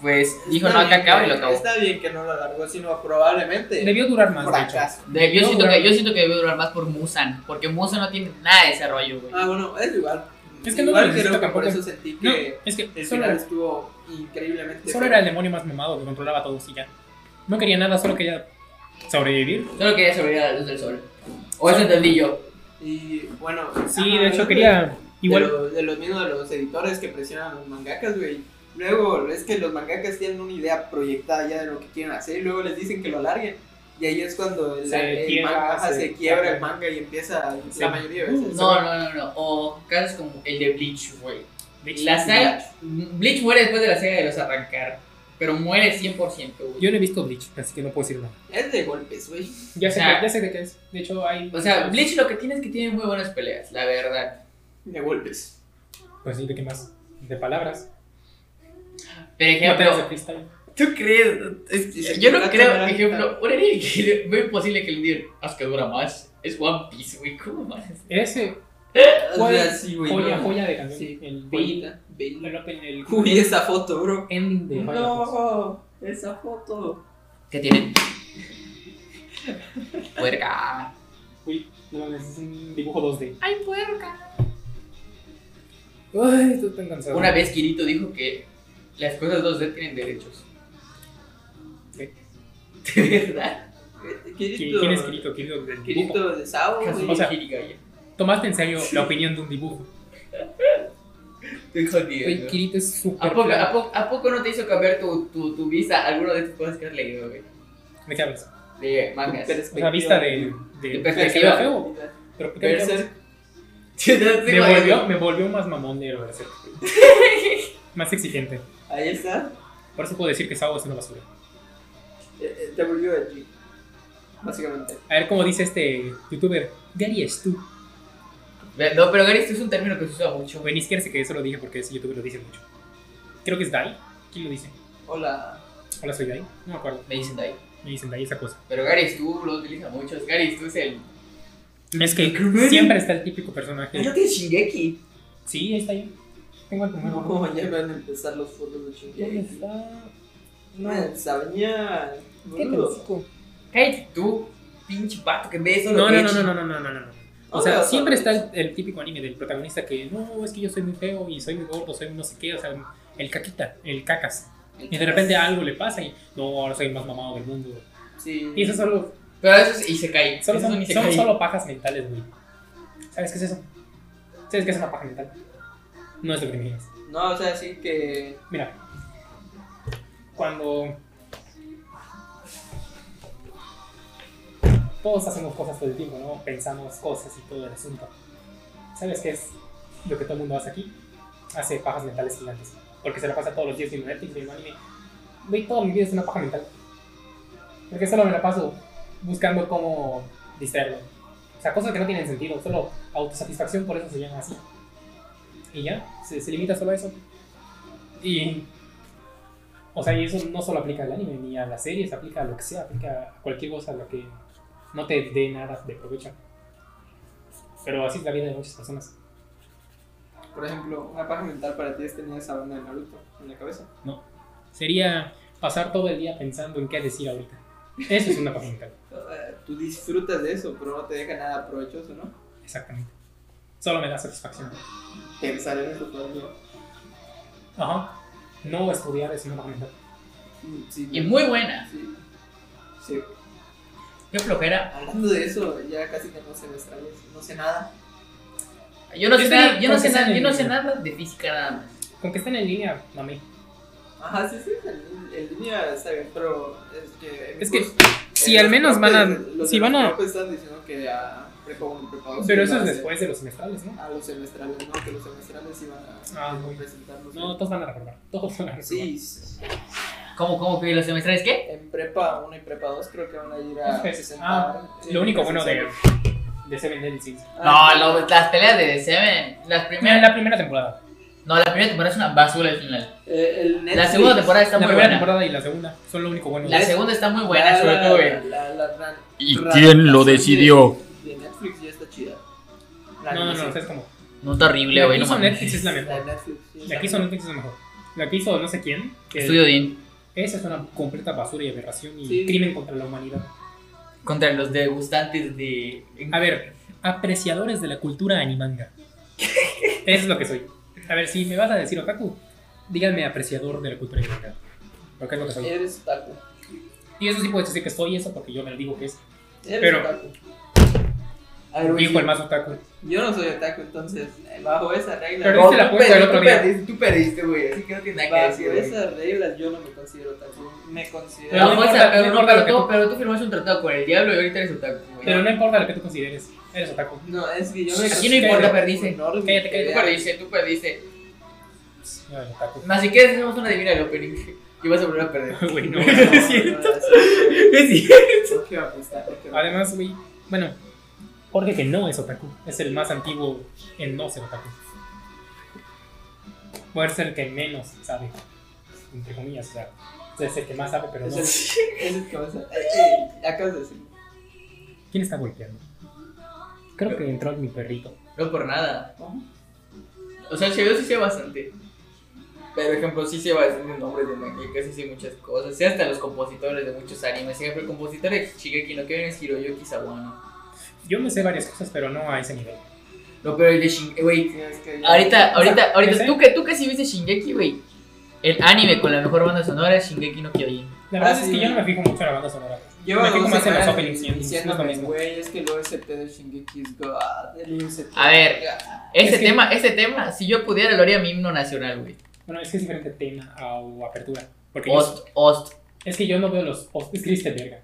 [SPEAKER 2] pues
[SPEAKER 1] Está
[SPEAKER 2] dijo no, acá
[SPEAKER 1] bien
[SPEAKER 2] acaba y
[SPEAKER 1] que-
[SPEAKER 2] lo acabó.
[SPEAKER 1] Está bien que no lo alargó, sino probablemente.
[SPEAKER 3] Debió durar más, de hecho.
[SPEAKER 1] fracaso.
[SPEAKER 2] De- yo,
[SPEAKER 3] No,
[SPEAKER 2] siento
[SPEAKER 3] güey.
[SPEAKER 2] que, yo siento que debe durar más por Musan, porque Musan no tiene nada de desarrollo, güey.
[SPEAKER 1] Ah, bueno, es igual.
[SPEAKER 3] Es que no
[SPEAKER 1] igual
[SPEAKER 3] lo necesito
[SPEAKER 1] creo que por
[SPEAKER 3] tampoco.
[SPEAKER 1] eso sentí
[SPEAKER 3] No,
[SPEAKER 1] que
[SPEAKER 3] es que
[SPEAKER 1] el
[SPEAKER 3] solo,
[SPEAKER 1] final estuvo increíblemente.
[SPEAKER 3] solo era el demonio más mamado que controlaba a todos y ya. No quería nada, solo quería sobrevivir.
[SPEAKER 2] Solo quería sobrevivir a la luz del sol. O eso entendí yo.
[SPEAKER 1] Y bueno.
[SPEAKER 3] Sí,
[SPEAKER 1] ajá,
[SPEAKER 3] de
[SPEAKER 1] es
[SPEAKER 3] hecho
[SPEAKER 1] que-
[SPEAKER 3] quería
[SPEAKER 1] De,
[SPEAKER 3] igual.
[SPEAKER 1] los, de los mismos de los editores que presionan a los mangakas, güey. Luego es que los mangakas tienen una idea proyectada ya de lo que quieren hacer y luego les dicen que lo larguen. Y ahí es cuando el,
[SPEAKER 3] Se
[SPEAKER 1] el
[SPEAKER 3] quiebra,
[SPEAKER 1] manga ajá,
[SPEAKER 3] se- Uh,
[SPEAKER 1] se, quiebra el manga y empieza
[SPEAKER 3] Se-
[SPEAKER 1] la mayoría de veces.
[SPEAKER 2] No, no, no, no. O casos como el de Bleach, güey.
[SPEAKER 3] de hecho,
[SPEAKER 2] La saga. Bleach muere después de la saga de los arrancar. Pero muere 100%, güey.
[SPEAKER 3] Yo no he visto Bleach, así que no puedo decir nada.
[SPEAKER 1] Es de golpes, güey.
[SPEAKER 3] Ya sé,
[SPEAKER 2] O sea-
[SPEAKER 3] que- ya sé de qué es. De hecho, hay.
[SPEAKER 2] O sea, Bleach lo que tiene es que tiene muy buenas peleas, la verdad.
[SPEAKER 1] De golpes.
[SPEAKER 3] Pues sí, ¿de qué más? De palabras.
[SPEAKER 2] Por
[SPEAKER 3] Batallas de
[SPEAKER 2] ejemplo,
[SPEAKER 3] freestyle.
[SPEAKER 2] ¿tú crees? Es-
[SPEAKER 1] Sí, sí,
[SPEAKER 2] yo no
[SPEAKER 1] la
[SPEAKER 2] creo, por
[SPEAKER 1] cámara
[SPEAKER 2] ejemplo, un anime que veo imposible que le digan, haz que dura más. Es One Piece, güey, ¿cómo más?
[SPEAKER 3] Ese,
[SPEAKER 1] O
[SPEAKER 3] ¿Cuál?
[SPEAKER 1] sea, sí, güey.
[SPEAKER 3] joya,
[SPEAKER 1] no.
[SPEAKER 3] joya de canción.
[SPEAKER 1] Sí,
[SPEAKER 3] El Bale.
[SPEAKER 1] Joyita, Bella.
[SPEAKER 3] El open, el.
[SPEAKER 1] Uy, esa foto, bro.
[SPEAKER 3] end de Joya.
[SPEAKER 1] No,
[SPEAKER 3] pues.
[SPEAKER 1] esa foto.
[SPEAKER 2] ¿Qué tienen? Puerca.
[SPEAKER 3] Uy, no mames, es un dibujo 2D.
[SPEAKER 2] Ay, puerca.
[SPEAKER 3] Ay, estoy tan cansado.
[SPEAKER 2] Una vez Kirito dijo que las cosas 2D tienen derechos.
[SPEAKER 3] ¿Qué?
[SPEAKER 2] ¿De verdad?
[SPEAKER 1] Kirito.
[SPEAKER 3] ¿Quién es Kirito? Kirito del dibujo.
[SPEAKER 1] Kirito de Sao, güey.
[SPEAKER 2] Kazuki
[SPEAKER 3] sea-
[SPEAKER 2] Hirigaya.
[SPEAKER 3] Tomaste en serio la opinión de un dibujo.
[SPEAKER 2] Estoy jodido.
[SPEAKER 3] Oye, Kirito es
[SPEAKER 2] ¿A
[SPEAKER 3] súper.
[SPEAKER 2] poco,
[SPEAKER 3] flaco.
[SPEAKER 2] a, poco, ¿A poco no te hizo cambiar tu, tu, tu vista alguna de tus cosas que has leído, güey?
[SPEAKER 3] ¿De qué hablas?
[SPEAKER 2] De mangas.
[SPEAKER 1] Perspectiva.
[SPEAKER 3] O sea, vista de.
[SPEAKER 2] De
[SPEAKER 3] de
[SPEAKER 2] perspectiva.
[SPEAKER 3] feo. Pero ¿qué- qué hablas?
[SPEAKER 1] Berserk.
[SPEAKER 2] Sí, no, sí,
[SPEAKER 3] me,
[SPEAKER 2] güey.
[SPEAKER 3] volvió, me volvió más mamón de Berserk. más exigente.
[SPEAKER 1] Ahí está.
[SPEAKER 3] Por eso puedo decir que Sao es una basura.
[SPEAKER 1] Eh, eh, Te volvió el G. Básicamente.
[SPEAKER 3] A ver cómo dice este youtuber. Gary es tú.
[SPEAKER 2] Ve- No, pero Gary, esto es un término que se usa mucho, güey.
[SPEAKER 3] Bueno, ni siquiera sé que eso lo dije porque ese youtuber lo dice mucho. Creo que es Dai. ¿Quién lo dice?
[SPEAKER 1] Hola.
[SPEAKER 3] Hola, soy Dai. No me acuerdo.
[SPEAKER 2] Me dicen de ahí.
[SPEAKER 3] Me dicen Dai esa cosa.
[SPEAKER 2] Pero Garis, tú lo utilizas mucho. Garis, tú es el.
[SPEAKER 3] Es que
[SPEAKER 2] Crumeri.
[SPEAKER 3] siempre está el típico
[SPEAKER 2] Ah, no
[SPEAKER 3] personaje.
[SPEAKER 2] tienes Shingeki.
[SPEAKER 3] Sí, ahí está yo. Tengo el número.
[SPEAKER 1] No, ya van a empezar los fotos de
[SPEAKER 3] ¿Dónde
[SPEAKER 1] Shingeki.
[SPEAKER 3] está?
[SPEAKER 1] No, sabía.
[SPEAKER 3] ¿Qué
[SPEAKER 1] boludo.
[SPEAKER 3] pensico?
[SPEAKER 2] Cállate tú, pinche pato, que ves solo
[SPEAKER 3] No, no, no,
[SPEAKER 2] Echi.
[SPEAKER 3] no, no, no, no, no, no. no. O
[SPEAKER 1] Hola,
[SPEAKER 3] sea,
[SPEAKER 1] hola.
[SPEAKER 3] siempre está el, el típico anime del protagonista que no, es que yo soy muy feo y soy muy gordo, soy no sé qué, o sea, el caquita, el cacas. Y de repente algo le pasa y no, ahora soy el más mamado del mundo.
[SPEAKER 1] Sí.
[SPEAKER 3] Y eso es solo
[SPEAKER 2] Pero eso es Isekai.
[SPEAKER 3] Solo
[SPEAKER 2] eso es un
[SPEAKER 3] son,
[SPEAKER 2] Isekai.
[SPEAKER 3] son solo pajas mentales, güey. ¿Sabes qué es eso? ¿Sabes qué es una paja mental? No es lo que imaginas.
[SPEAKER 1] No, o sea, sí que.
[SPEAKER 3] Mira, cuando todos hacemos cosas todo el tiempo, ¿no? Pensamos cosas y todo el asunto. ¿Sabes qué es lo que todo el mundo hace aquí? Hace pajas mentales gigantes. Porque se la pasa todos los días viendo Netflix, viendo anime. Güey, toda mi vida es una paja mental. Porque solo me la paso buscando cómo distraerlo. O sea, cosas que no tienen sentido, solo autosatisfacción, por eso se llama así. Y ya, se, se limita solo a eso. Y. O sea, y eso no solo aplica al anime, ni a las series, aplica a lo que sea, aplica a cualquier cosa a lo que no te dé nada de provecho. Pero así es la vida de muchas personas.
[SPEAKER 1] Por ejemplo, una paja mental para ti es tener esa banda de Naruto en la cabeza.
[SPEAKER 3] Sería pasar todo el día pensando en qué decir ahorita. Eso es una paja mental.
[SPEAKER 1] Eh, Tú disfrutas de eso, pero no te deja nada provechoso, ¿no?
[SPEAKER 3] Exactamente. Solo me da satisfacción.
[SPEAKER 1] Pensar en eso todavía.
[SPEAKER 3] Ajá. No estudiar es una paja mental.
[SPEAKER 1] Mm, Sí,
[SPEAKER 2] Y muy buena.
[SPEAKER 1] Sí. Sí.
[SPEAKER 2] Qué flojera.
[SPEAKER 1] Hablando de eso, ya casi tenemos semestrales. No sé nada.
[SPEAKER 2] Yo no
[SPEAKER 3] Yo
[SPEAKER 2] sé
[SPEAKER 3] estoy
[SPEAKER 2] nada, yo no sé
[SPEAKER 3] confesando
[SPEAKER 2] nada, yo no
[SPEAKER 3] en
[SPEAKER 2] sé
[SPEAKER 3] línea.
[SPEAKER 2] nada de física nada más.
[SPEAKER 3] Con que estén en línea, mami.
[SPEAKER 1] Ajá, sí, sí. El, el línea está bien, pero es que. en mi
[SPEAKER 3] Es que
[SPEAKER 1] curso,
[SPEAKER 3] si
[SPEAKER 1] eh,
[SPEAKER 3] al
[SPEAKER 1] los
[SPEAKER 3] menos
[SPEAKER 1] profes-
[SPEAKER 3] van a-
[SPEAKER 1] los
[SPEAKER 3] si
[SPEAKER 1] de los
[SPEAKER 3] van a-
[SPEAKER 1] profes están diciendo que a prepa uno, prepa dos, iban
[SPEAKER 3] Pero eso
[SPEAKER 1] a
[SPEAKER 3] es
[SPEAKER 1] hacer-
[SPEAKER 3] después de los semestrales, ¿no?
[SPEAKER 1] A los semestrales, ¿no? Que los semestrales iban a
[SPEAKER 3] Ah, güey.
[SPEAKER 1] presentarlos.
[SPEAKER 3] No, todos van a recordar. Todos van a recordar.
[SPEAKER 1] Sí, sí.
[SPEAKER 2] ¿Cómo, cómo que los semestrales qué?
[SPEAKER 1] En prepa 1 y prepa 2 creo que van a ir
[SPEAKER 3] Es
[SPEAKER 1] a eh,
[SPEAKER 3] que-
[SPEAKER 1] 60.
[SPEAKER 3] ah,
[SPEAKER 1] sí,
[SPEAKER 3] Lo único bueno de,
[SPEAKER 1] 60.
[SPEAKER 3] de Seven Deadly Sins.
[SPEAKER 2] No, lo- las peleas de Seven, las
[SPEAKER 3] Mira,
[SPEAKER 2] primeras,
[SPEAKER 3] la primera temporada.
[SPEAKER 2] no, la primera temporada es una basura al final.
[SPEAKER 5] Eh, el
[SPEAKER 2] La
[SPEAKER 5] Netflix-
[SPEAKER 2] segunda temporada está
[SPEAKER 3] la
[SPEAKER 2] muy
[SPEAKER 3] primera
[SPEAKER 2] buena.
[SPEAKER 3] temporada y la segunda son lo único bueno.
[SPEAKER 2] La
[SPEAKER 3] de-
[SPEAKER 2] segunda está muy buena, sobre todo. güey.
[SPEAKER 4] ¿Y quién lo decidió?
[SPEAKER 1] De, de Netflix ya está chida. La
[SPEAKER 3] No, no, no,
[SPEAKER 1] animación.
[SPEAKER 3] o sea, es como.
[SPEAKER 2] No está horrible,
[SPEAKER 3] La que
[SPEAKER 2] güey, no
[SPEAKER 3] hizo
[SPEAKER 2] mames.
[SPEAKER 3] Netflix es la
[SPEAKER 1] La de
[SPEAKER 3] mejor.
[SPEAKER 1] Netflix. sí.
[SPEAKER 3] La que hizo Netflix es la mejor. La que hizo no sé quién. que
[SPEAKER 2] Estudio Dean
[SPEAKER 3] Esa es una completa basura y aberración y
[SPEAKER 1] Sí.
[SPEAKER 3] crimen contra la humanidad.
[SPEAKER 2] contra los degustantes de.
[SPEAKER 3] A ver, apreciadores de la cultura animanga. Eso es lo que soy. A ver, si me vas a decir otaku, díganme apreciador de la cultura animanga. Porque es lo que soy.
[SPEAKER 1] Eres otaku.
[SPEAKER 3] Y eso sí puedes decir que soy eso porque yo me lo digo que es.
[SPEAKER 1] Eres
[SPEAKER 3] Pero-
[SPEAKER 1] otaku.
[SPEAKER 3] Dijo el más otaku.
[SPEAKER 1] Yo no soy otaku, entonces eh, bajo esa regla.
[SPEAKER 3] Pero Perdiste la
[SPEAKER 2] tú
[SPEAKER 3] apuesta
[SPEAKER 2] perdi-
[SPEAKER 3] del otro
[SPEAKER 2] tú
[SPEAKER 3] día.
[SPEAKER 2] perdiste- Tú perdiste, güey, así que no tiene nada que
[SPEAKER 1] Bajo
[SPEAKER 2] decir. güey.
[SPEAKER 1] esas reglas yo no me considero otaku. Me considero.
[SPEAKER 3] Pero
[SPEAKER 2] Pero,
[SPEAKER 3] no
[SPEAKER 2] o sea,
[SPEAKER 3] importa-
[SPEAKER 2] pero
[SPEAKER 3] no
[SPEAKER 2] no-
[SPEAKER 3] importa lo
[SPEAKER 2] pero
[SPEAKER 3] que tú-
[SPEAKER 2] tú, pero tú firmaste un tratado con el diablo y ahorita eres otaku, güey.
[SPEAKER 3] Pero no importa lo que tú consideres, eres otaku.
[SPEAKER 1] No, es que yo me
[SPEAKER 2] Aquí no
[SPEAKER 1] considero
[SPEAKER 2] importa,
[SPEAKER 1] un
[SPEAKER 2] perdiste.
[SPEAKER 1] enorme.
[SPEAKER 3] Cállate, cállate.
[SPEAKER 2] Tú perdiste, tú perdiste.
[SPEAKER 3] No, eres otaku.
[SPEAKER 2] Más si quieres, hacemos una divina del opening. Y vas a volver a perder.
[SPEAKER 3] Güey, no.
[SPEAKER 1] No, no, no,
[SPEAKER 3] es cierto.
[SPEAKER 1] no,
[SPEAKER 3] Es cierto.
[SPEAKER 1] no, ¿Qué va a apostar? ¿Qué va a apostar?
[SPEAKER 3] Además, güey, bueno, Jorge que no es otaku, es el más antiguo en no ser otaku. Puede ser el que menos sabe, entre comillas, o sea, es el que más sabe, pero no.
[SPEAKER 1] Es el- es el que vas a. eh, eh, Acabas de decirlo.
[SPEAKER 3] ¿Quién está golpeando? Creo que entró mi perrito.
[SPEAKER 2] No por nada.
[SPEAKER 1] Ajá.
[SPEAKER 2] O sea, el Shadow sí sé bastante. Pero, por ejemplo, sí sé bastante nombres de mangaka, sí sé muchas cosas. Sé hasta los compositores de muchos animes. Por ejemplo, el compositor de Shigeki no Kyojin es Hiroyuki Sawano.
[SPEAKER 3] Yo me sé varias cosas, pero no a ese
[SPEAKER 1] Ah,
[SPEAKER 3] nivel.
[SPEAKER 2] No, pero el de Shingeki, güey.
[SPEAKER 1] Tienes que-
[SPEAKER 2] Ahorita, ahorita,
[SPEAKER 3] ya
[SPEAKER 2] ahorita,
[SPEAKER 3] sé.
[SPEAKER 2] tú que, tú que sí viste Shingeki, güey. El anime con la mejor banda sonora es Shingeki no Kyojin.
[SPEAKER 3] La verdad
[SPEAKER 1] Ah,
[SPEAKER 3] es
[SPEAKER 1] sí.
[SPEAKER 3] que yo no me fijo mucho en la banda sonora.
[SPEAKER 1] Llevo
[SPEAKER 3] me fijo
[SPEAKER 1] dos
[SPEAKER 3] más en los
[SPEAKER 1] semanas
[SPEAKER 3] openings y en no es lo
[SPEAKER 1] diciéndome,
[SPEAKER 3] mismo.
[SPEAKER 1] güey, es que el OST de Shingeki is God. El OST.
[SPEAKER 2] A ver. Este
[SPEAKER 3] Es que-
[SPEAKER 2] tema, este tema, si yo pudiera lo haría mi himno nacional, güey.
[SPEAKER 3] Bueno, es que es diferente tema a- o apertura. Porque yo-
[SPEAKER 2] Ost, ost.
[SPEAKER 3] es que yo no veo los posts, es que este verga.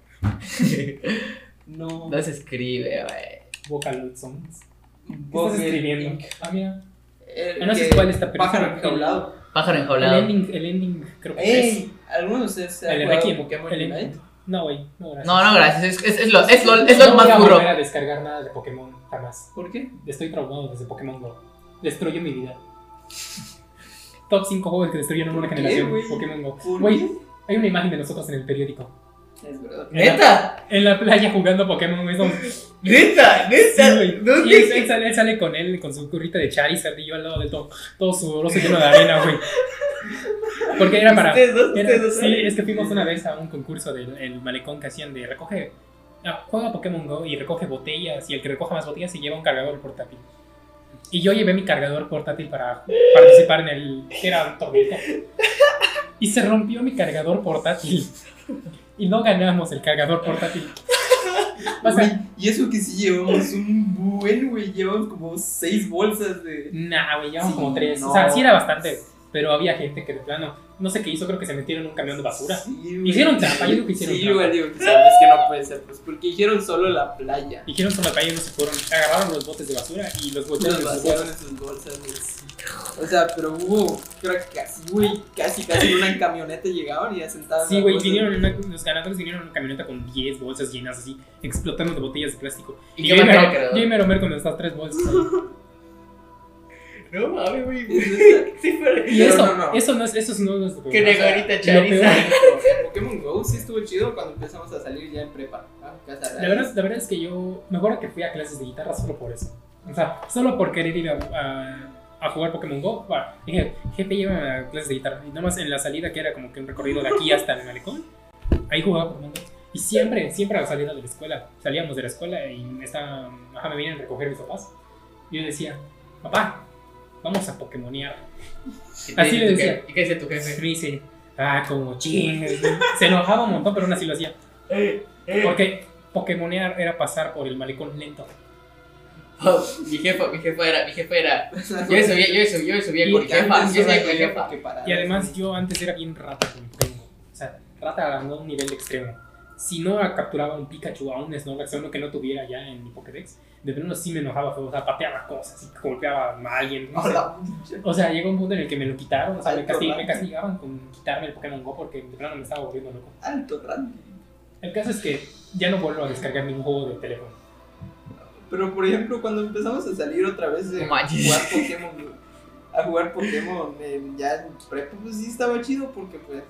[SPEAKER 1] No.
[SPEAKER 2] No se escribe, güey.
[SPEAKER 3] Vocaloid songs. ¿Qué
[SPEAKER 1] Vos
[SPEAKER 3] estás escribiendo? Ah, mira. Ah, no sé cuál
[SPEAKER 1] cuál
[SPEAKER 3] está, pero-
[SPEAKER 1] Pájaro enjaulado.
[SPEAKER 2] Pájaro
[SPEAKER 3] El
[SPEAKER 2] enjaulado.
[SPEAKER 3] ending, el ending creo que es.
[SPEAKER 1] ¡Ey! ¿Alguno de ustedes se ha
[SPEAKER 3] El
[SPEAKER 1] jugado
[SPEAKER 3] Requiem,
[SPEAKER 1] Pokémon
[SPEAKER 3] el-
[SPEAKER 1] Unite?
[SPEAKER 3] No, güey, no, gracias.
[SPEAKER 2] No, no, gracias. Es, es, es, lo, es, LOL- es
[SPEAKER 3] No
[SPEAKER 2] LOL más
[SPEAKER 3] voy a volver
[SPEAKER 2] burro.
[SPEAKER 3] a descargar nada de Pokémon jamás.
[SPEAKER 1] ¿Por qué?
[SPEAKER 3] Estoy traumado desde Pokémon Go. Destruyó mi vida. top 5 juegos que destruyeron una
[SPEAKER 1] ¿Por qué,
[SPEAKER 3] generación.
[SPEAKER 1] güey?
[SPEAKER 3] Pokémon Go.
[SPEAKER 1] ¿Por
[SPEAKER 3] Güey,
[SPEAKER 1] qué?
[SPEAKER 3] hay una imagen de nosotros en el periódico.
[SPEAKER 1] Es verdad.
[SPEAKER 2] ¿Neta?
[SPEAKER 3] En la playa jugando Pokémon, güey. somos-
[SPEAKER 2] ¿Neta?
[SPEAKER 3] Sí,
[SPEAKER 2] ¿Neta?
[SPEAKER 3] güey.
[SPEAKER 2] ¿Dónde?
[SPEAKER 3] Y él, él sale, él sale con él, con su currita de Charizard y yo al lado del todo, todo sudoroso lleno de arena, güey. Porque era para.
[SPEAKER 2] Ustedes dos,
[SPEAKER 3] era-
[SPEAKER 2] ustedes dos
[SPEAKER 3] sí,
[SPEAKER 2] salen.
[SPEAKER 3] es que fuimos una vez a un concurso del el malecón que hacían de recoge. ah, juega Pokémon Go y recoge botellas. Y el que recoja más botellas se lleva un cargador portátil. Y yo llevé mi cargador portátil para participar en el. Era un torneo. Y se rompió mi cargador portátil. Y no ganamos el cargador portátil. O sea,
[SPEAKER 1] Güey, y eso que sí llevamos un buen, güey. Llevamos como seis bolsas de.
[SPEAKER 3] Nah, güey, llevamos
[SPEAKER 1] Sí,
[SPEAKER 3] como tres.
[SPEAKER 1] no.
[SPEAKER 3] O sea, sí era bastante. Pero había gente que de plano, no sé qué hizo, creo que se metieron en un camión de basura.
[SPEAKER 1] Sí, güey.
[SPEAKER 3] Hicieron trampa, yo digo que hicieron
[SPEAKER 1] Sí,
[SPEAKER 3] trampa.
[SPEAKER 1] güey, digo que sabes que no puede ser, pues, porque hicieron solo la playa.
[SPEAKER 3] Dijeron por la calle, no se fueron. Agarraron los botes de basura y los botes
[SPEAKER 1] Los
[SPEAKER 3] de
[SPEAKER 1] vaciaron en sus bolsas, güey. O sea, pero hubo, creo que casi, güey, casi, casi una camioneta llegaron y ya sentaron.
[SPEAKER 3] Sí,
[SPEAKER 1] las
[SPEAKER 3] güey,
[SPEAKER 1] bolsas.
[SPEAKER 3] vinieron en una- los ganadores vinieron en una camioneta con 10 bolsas llenas así, explotando de botellas de plástico.
[SPEAKER 2] ¿Y
[SPEAKER 3] yo
[SPEAKER 2] qué marca el
[SPEAKER 3] mero- yo y
[SPEAKER 2] cargador?
[SPEAKER 3] mero mero con estas tres bolsas. ahí.
[SPEAKER 2] No mames, güey.
[SPEAKER 1] Es neta.
[SPEAKER 2] Sí, pero-
[SPEAKER 3] Y
[SPEAKER 1] Pero
[SPEAKER 3] eso,
[SPEAKER 1] no, no.
[SPEAKER 3] eso no es, eso no es nuestro
[SPEAKER 2] Que
[SPEAKER 3] problema.
[SPEAKER 2] negarita
[SPEAKER 3] O sea, lo peor-
[SPEAKER 2] Charizard.
[SPEAKER 1] Pokémon Go sí estuvo chido cuando empezamos a salir ya en prepa. ¿ah? Casa
[SPEAKER 3] La verdad, la verdad es que yo me acuerdo que fui a clases de guitarra solo por eso. O sea, solo por querer ir a, a- a jugar Pokémon Go. va, Dije, jefe, llévame a clases de guitarra. Y nada más en la salida, que era como que un recorrido de aquí hasta el malecón, ahí jugaba Pokémon Go. Y siempre, siempre a la salida de la escuela, salíamos de la escuela y me estaban, ajá, me vienen a recoger mis papás. Y yo decía, papá, vamos a Pokémonear.
[SPEAKER 2] ¿Y qué
[SPEAKER 3] Así
[SPEAKER 2] dice
[SPEAKER 3] le
[SPEAKER 2] tu
[SPEAKER 3] decía.
[SPEAKER 2] jefe? ¿Y qué dice tu jefe?
[SPEAKER 3] Me dice, ah, como ching. Se enojaba un montón, pero aún así lo hacía.
[SPEAKER 2] Eh,
[SPEAKER 3] Porque Pokémonear era pasar por el malecón lento.
[SPEAKER 2] Oh, mi jefa, mi jefa era, mi jefa era. Yo me subía, yo me subía, yo me subía
[SPEAKER 3] Y
[SPEAKER 2] con mi jefa. Yo subía con mi jefa.
[SPEAKER 1] jefa.
[SPEAKER 3] Y además yo antes era bien rata con Pokémon. O sea, rata ganó un nivel extremo. Si no capturaba un Pikachu a un Snorlax, a uno que no tuviera ya en mi Pokédex, de pronto sí me enojaba, feo, o sea, pateaba cosas, y golpeaba a alguien. no sé.
[SPEAKER 1] Hola.
[SPEAKER 3] O sea, llegó un punto en el que me lo quitaron, o sea, me,
[SPEAKER 1] Alto
[SPEAKER 3] casti-
[SPEAKER 1] rango.
[SPEAKER 3] me castigaban con quitarme el Pokémon Go porque de plano me estaba volviendo loco.
[SPEAKER 1] Alto rango.
[SPEAKER 3] El caso es que ya no vuelvo a descargar ningún juego de teléfono.
[SPEAKER 1] Pero por ejemplo, cuando empezamos a salir otra vez de
[SPEAKER 2] No manches.
[SPEAKER 1] jugar Pokémon, a jugar Pokémon eh, ya en prepa, pues sí estaba chido porque pues.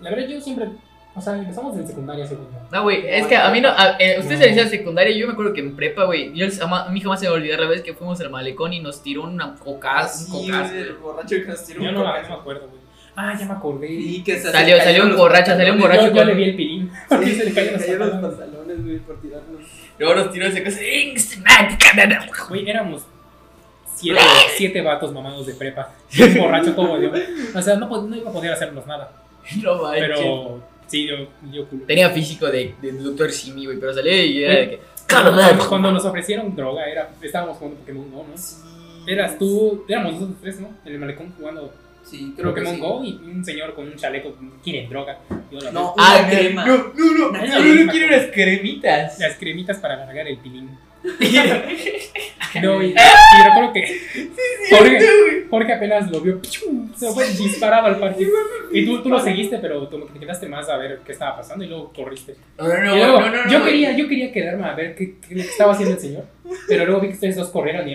[SPEAKER 3] La verdad, yo siempre, o sea, empezamos en secundaria, segunda.
[SPEAKER 2] No, güey, es que a mí no. a- eh, ustedes se decían secundaria. Yo me acuerdo que en prepa, güey. Yo les- ama- a mí jamás se me va a olvidar la vez que fuimos al malecón y nos tiró una cocazo.
[SPEAKER 1] así, güey,
[SPEAKER 2] Un cocazo, Ah, güey.
[SPEAKER 1] el borracho que nos tiró
[SPEAKER 3] Yo
[SPEAKER 1] un
[SPEAKER 3] no, la- no me
[SPEAKER 1] cocazo.
[SPEAKER 3] acuerdo, güey. Ah, ya me acordé.
[SPEAKER 1] Y que se
[SPEAKER 2] Salió-
[SPEAKER 1] se
[SPEAKER 2] salió un
[SPEAKER 1] cayeron los
[SPEAKER 2] borracho, salió un
[SPEAKER 1] pantalones.
[SPEAKER 3] yo, yo
[SPEAKER 2] con-
[SPEAKER 3] le vi el pilín. Porque se le cayeron los
[SPEAKER 1] cayeron los
[SPEAKER 3] pantalones.
[SPEAKER 1] pantalones, güey, por tirarnos.
[SPEAKER 2] Luego nos tiró ese cosa. ¡ing, snack, canana!
[SPEAKER 3] Güey, éramos siete, siete vatos mamados de prepa. Borracho como yo. O sea, no, pod- no iba a poder hacernos nada.
[SPEAKER 2] No manches.
[SPEAKER 3] Pero sí, yo, yo culo.
[SPEAKER 2] Tenía físico de, de Dr. Simi, güey, pero salía y era de que.
[SPEAKER 3] Cuando,
[SPEAKER 2] ¡Canana!
[SPEAKER 3] cuando nos ofrecieron droga, era, estábamos jugando Pokémon Go, ¿no? Eras tú, éramos nosotros tres, ¿no? En el malecón jugando
[SPEAKER 1] Sí, creo que
[SPEAKER 3] Pokémon
[SPEAKER 1] sí.
[SPEAKER 3] Go y un señor con un chaleco quiere droga. Yo la
[SPEAKER 1] No,
[SPEAKER 2] Ah,
[SPEAKER 1] una
[SPEAKER 2] que-
[SPEAKER 1] crema.
[SPEAKER 2] No, no, no.
[SPEAKER 3] Nadie
[SPEAKER 2] Yo
[SPEAKER 3] lo
[SPEAKER 2] no
[SPEAKER 3] dijo.
[SPEAKER 2] quiero unas cremitas.
[SPEAKER 3] Las cremitas para alargar el pilín.
[SPEAKER 2] Sí,
[SPEAKER 3] No, y, y recuerdo que Jorge,
[SPEAKER 2] güey.
[SPEAKER 3] Jorge apenas lo vio, ¡pichum! se fue disparado al parque. Y tú, tú lo seguiste, pero como que te quedaste más a ver qué estaba pasando y luego corriste.
[SPEAKER 2] No, no, no,
[SPEAKER 3] Y luego,
[SPEAKER 2] no, no, no,
[SPEAKER 3] yo,
[SPEAKER 2] güey.
[SPEAKER 3] quería, yo quería quedarme a ver qué, qué estaba haciendo el señor, pero luego vi que ustedes dos corrieron y...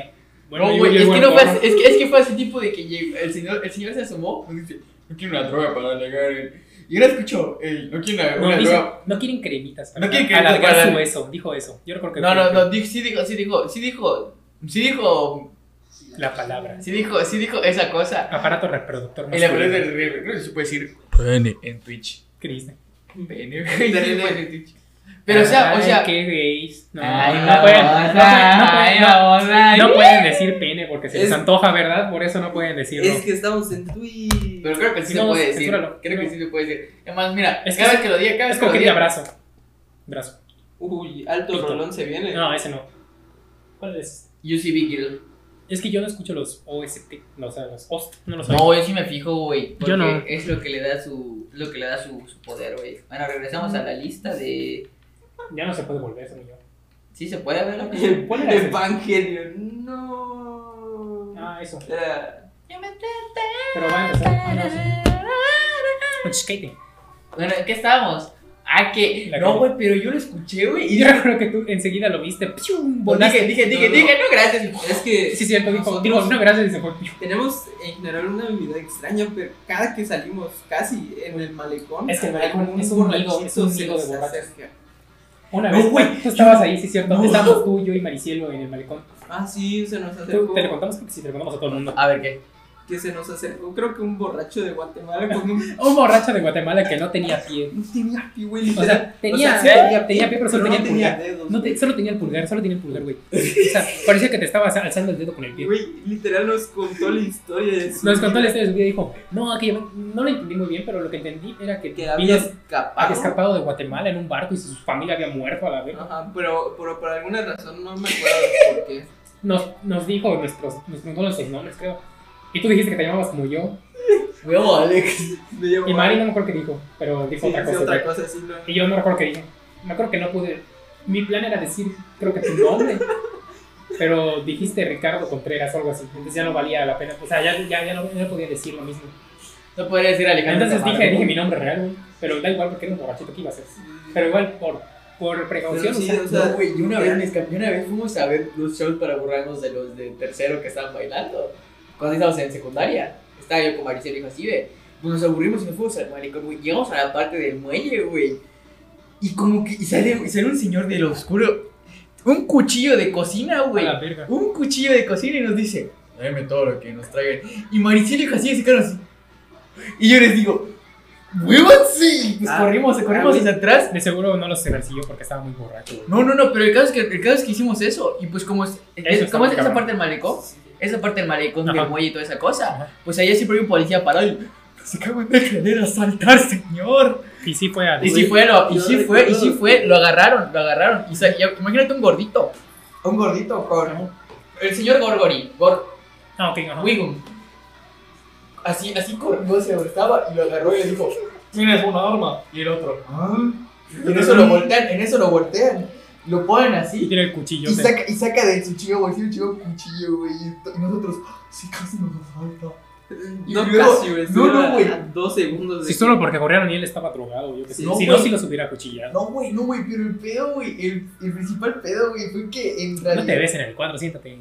[SPEAKER 2] no, güey,
[SPEAKER 3] yo- yo
[SPEAKER 2] es, que
[SPEAKER 3] igual
[SPEAKER 2] no fue
[SPEAKER 3] corro.
[SPEAKER 2] así- es, que, es que fue ese tipo de que llegó- el señor, el señor se asomó. y dice, No quiero una droga para alargar el. Y ahora escucho, el, no quiero una,
[SPEAKER 3] No,
[SPEAKER 2] una
[SPEAKER 3] dice,
[SPEAKER 2] droga.
[SPEAKER 3] "No quieren cremitas para
[SPEAKER 2] No quieren cremitas
[SPEAKER 3] alargar
[SPEAKER 2] para-
[SPEAKER 3] su eso, dijo eso. Yo recuerdo que
[SPEAKER 2] No, no, no, dijo- sí dijo, sí dijo, sí dijo, sí dijo,
[SPEAKER 3] la palabra.
[SPEAKER 2] sí dijo, sí dijo esa cosa.
[SPEAKER 3] Aparato reproductor
[SPEAKER 2] Y la verdad
[SPEAKER 3] masculino.
[SPEAKER 2] es del rey, creo que se puede decir en Twitch.
[SPEAKER 3] ¿Qué dice?
[SPEAKER 2] Pene, güey, sí se puede decir Twitch. Pero o sea, o
[SPEAKER 3] Ay,
[SPEAKER 2] sea.
[SPEAKER 3] Ah, qué gays. No,
[SPEAKER 2] Ay,
[SPEAKER 3] no
[SPEAKER 2] babosa,
[SPEAKER 3] pueden- no pueden- no pueden-
[SPEAKER 2] ay,
[SPEAKER 3] no-
[SPEAKER 2] babosa,
[SPEAKER 3] No
[SPEAKER 2] ay.
[SPEAKER 3] pueden decir pene porque se les
[SPEAKER 1] Es-
[SPEAKER 3] antoja, ¿verdad? Por eso no pueden decirlo.
[SPEAKER 1] Es que estamos en Twitch.
[SPEAKER 2] Pero creo que sí se
[SPEAKER 3] No,
[SPEAKER 2] puede decir.
[SPEAKER 3] censúralo.
[SPEAKER 2] Creo que
[SPEAKER 3] No.
[SPEAKER 2] sí se puede decir. Además, mira,
[SPEAKER 3] Es que
[SPEAKER 2] cada
[SPEAKER 3] es-
[SPEAKER 2] vez que lo diga, cada vez
[SPEAKER 3] Es
[SPEAKER 2] que lo
[SPEAKER 3] como que
[SPEAKER 2] diga.
[SPEAKER 3] abrazo. Brazo.
[SPEAKER 1] Uy, alto
[SPEAKER 3] Pito.
[SPEAKER 1] rolón se viene.
[SPEAKER 3] No, ese no. ¿Cuál es?
[SPEAKER 2] UCB Girl.
[SPEAKER 3] Es que yo no escucho los OST, no, o sea, los OST, no los oigo.
[SPEAKER 2] No, yo sí me fijo, güey. Porque
[SPEAKER 3] Yo no.
[SPEAKER 2] es lo que le da su. lo que le da su, su poder, güey. Bueno, regresamos a la lista de.
[SPEAKER 3] Ya no se puede volver, eso yo.
[SPEAKER 2] Sí se puede ver la
[SPEAKER 1] El
[SPEAKER 3] ¿Cuál era ese?
[SPEAKER 1] Evangelio. No.
[SPEAKER 3] Ah, eso.
[SPEAKER 1] Era.
[SPEAKER 3] Pero va a empezar. Ah, no, sí. Skate.
[SPEAKER 2] Bueno, ¿en qué estábamos? Ah, que.
[SPEAKER 3] La
[SPEAKER 2] no,
[SPEAKER 3] cara.
[SPEAKER 2] güey, pero yo lo escuché, güey. Y
[SPEAKER 3] yo
[SPEAKER 2] dije,
[SPEAKER 3] recuerdo que tú enseguida lo viste. ¡pium!
[SPEAKER 2] dije,
[SPEAKER 3] Volaste.
[SPEAKER 2] dije, dije,
[SPEAKER 1] No,
[SPEAKER 2] dije, no, gracias.
[SPEAKER 1] Es que
[SPEAKER 3] Sí, cierto, dijo,
[SPEAKER 1] Nosotros-
[SPEAKER 3] dijo, no, gracias, y se fue.
[SPEAKER 1] tenemos en general una habilidad extraña, pero cada que salimos casi en el malecón,
[SPEAKER 3] Es que el
[SPEAKER 1] algún
[SPEAKER 3] malecón es un nido,
[SPEAKER 1] borrachito
[SPEAKER 3] es un
[SPEAKER 1] se
[SPEAKER 3] nido de
[SPEAKER 1] nos
[SPEAKER 3] borrachos.
[SPEAKER 1] acerca.
[SPEAKER 3] Una
[SPEAKER 2] No,
[SPEAKER 3] vez,
[SPEAKER 2] güey,
[SPEAKER 3] tú estabas ahí, sí, cierto.
[SPEAKER 1] No.
[SPEAKER 3] Estábamos tú, yo y Maricielo en el malecón.
[SPEAKER 1] Ah, sí, se nos
[SPEAKER 3] Te,
[SPEAKER 1] acercó.
[SPEAKER 3] te lo contamos, creo que sí, te lo contamos a todo el mundo.
[SPEAKER 2] A ver qué.
[SPEAKER 1] Que se nos acercó, creo que un borracho de Guatemala con un.
[SPEAKER 3] Un borracho de Guatemala que no tenía pie.
[SPEAKER 1] No tenía pie, güey,
[SPEAKER 3] O
[SPEAKER 1] literal.
[SPEAKER 3] sea, tenía,
[SPEAKER 1] sí,
[SPEAKER 3] tenía, tenía pie, pero solo
[SPEAKER 1] Pero
[SPEAKER 3] tenía
[SPEAKER 1] no
[SPEAKER 3] el
[SPEAKER 1] tenía
[SPEAKER 3] pulgar.
[SPEAKER 1] dedos.
[SPEAKER 3] No
[SPEAKER 1] güey.
[SPEAKER 3] te- solo tenía el pulgar, solo tenía el pulgar, güey. O sea, parecía que te estabas alzando el dedo con el pie.
[SPEAKER 1] Güey, literal nos contó la historia de su
[SPEAKER 3] Nos contó la
[SPEAKER 1] vida.
[SPEAKER 3] historia de su vida y dijo, no, que yo no lo entendí muy bien, pero lo que entendí era que,
[SPEAKER 1] Que había
[SPEAKER 3] vino
[SPEAKER 1] escapado.
[SPEAKER 3] escapado de Guatemala en un barco y su familia había muerto a la vez.
[SPEAKER 1] Ajá, pero, pero por alguna razón no me acuerdo por qué.
[SPEAKER 3] Nos, nos dijo nuestros, nos preguntó nuestros nombres, creo. Y tú dijiste que te llamabas como yo.
[SPEAKER 2] Veo, Alex.
[SPEAKER 1] Me llevó
[SPEAKER 3] Y Mari no me acuerdo qué dijo, pero
[SPEAKER 1] Sí,
[SPEAKER 3] dijo otra
[SPEAKER 1] sí,
[SPEAKER 3] cosa.
[SPEAKER 1] otra
[SPEAKER 3] güey.
[SPEAKER 1] cosa, sí, no.
[SPEAKER 3] Y yo no recuerdo qué dije. Me acuerdo que no pude. Mi plan era decir, creo que tu nombre. pero dijiste Ricardo Contreras o algo así. Entonces ya no valía la pena. O sea, ya, ya, ya, no, ya no podía decir lo mismo.
[SPEAKER 2] No podría decir Alejandro.
[SPEAKER 3] Entonces
[SPEAKER 2] Zamora,
[SPEAKER 3] dije,
[SPEAKER 2] ¿no?
[SPEAKER 3] dije mi nombre real, güey. Pero da igual porque era un borrachito que iba a ser. Pero igual, por, por precaución,
[SPEAKER 1] Pero sí,
[SPEAKER 3] o sea,
[SPEAKER 1] o sea,
[SPEAKER 2] No, güey, y una vez, me escapé- y una vez fuimos a ver los shows para burlarnos de los de tercero que estaban bailando. Cuando estábamos en secundaria, estaba yo con Maricel y dijo así, ve. Pues nos aburrimos y nos fuimos al malecón, güey. Llegamos a la parte del muelle, güey. Y como que y sale, y sale un señor del oscuro. Un cuchillo de cocina,
[SPEAKER 3] a
[SPEAKER 2] güey.
[SPEAKER 3] la verga.
[SPEAKER 2] Un cuchillo de cocina y nos dice, dame todo lo que nos traigan. Y Maricel y dijo así, se quedaron así. Y yo les digo, ¡huévanse! Y pues
[SPEAKER 1] Ah,
[SPEAKER 2] corrimos, corrimos
[SPEAKER 1] ah,
[SPEAKER 2] hacia atrás.
[SPEAKER 3] De seguro no los yo porque estaba muy borracho, güey.
[SPEAKER 2] No, no, no, pero el caso es que, el caso es que hicimos eso. Y pues, como es,
[SPEAKER 3] Eso está
[SPEAKER 2] como es esa
[SPEAKER 3] muy cabrón.
[SPEAKER 2] parte del malecón, esa parte del malecón,
[SPEAKER 3] Ajá.
[SPEAKER 2] del muelle y toda esa cosa,
[SPEAKER 3] Ajá.
[SPEAKER 2] pues allá siempre hay un policía parado y se cago en dejar a saltar, señor.
[SPEAKER 3] Y sí fue a
[SPEAKER 2] Y sí fue, lo, y
[SPEAKER 1] yo
[SPEAKER 2] sí fue, y sí
[SPEAKER 1] recuerdo-
[SPEAKER 2] fue, lo agarraron, lo agarraron. Y, sa- y imagínate un gordito,
[SPEAKER 1] Un gordito con.
[SPEAKER 2] el señor Gorgori, Gor
[SPEAKER 3] Ah, ok, ajá.
[SPEAKER 2] Wiggum. Así, así corrió, se estaba y lo agarró y le dijo,
[SPEAKER 3] Tienes una arma.
[SPEAKER 2] y el otro, "Ah". Y en eso lo voltean, en eso lo voltean, lo ponen así.
[SPEAKER 3] Y tiene el cuchillo.
[SPEAKER 2] Y
[SPEAKER 3] de-
[SPEAKER 2] saca, y saca de su chivo bolsillo un chivo cuchillo, güey. Y to- y nosotros, sí, casi nos asalta. Y
[SPEAKER 1] No,
[SPEAKER 2] luego-
[SPEAKER 1] casi, güey.
[SPEAKER 2] no, no,
[SPEAKER 1] estuvo a-
[SPEAKER 2] güey.
[SPEAKER 1] a Dos segundos de.
[SPEAKER 3] Si solo porque corrieron y él estaba drogado, yo que sé.
[SPEAKER 2] No,
[SPEAKER 3] si no,
[SPEAKER 2] güey.
[SPEAKER 3] sí los hubiera cuchillado.
[SPEAKER 2] No, güey, no, güey, pero el pedo, güey. El, el principal pedo, güey, fue que en
[SPEAKER 3] No,
[SPEAKER 2] realidad.
[SPEAKER 3] te ves en el cuadro, siéntate.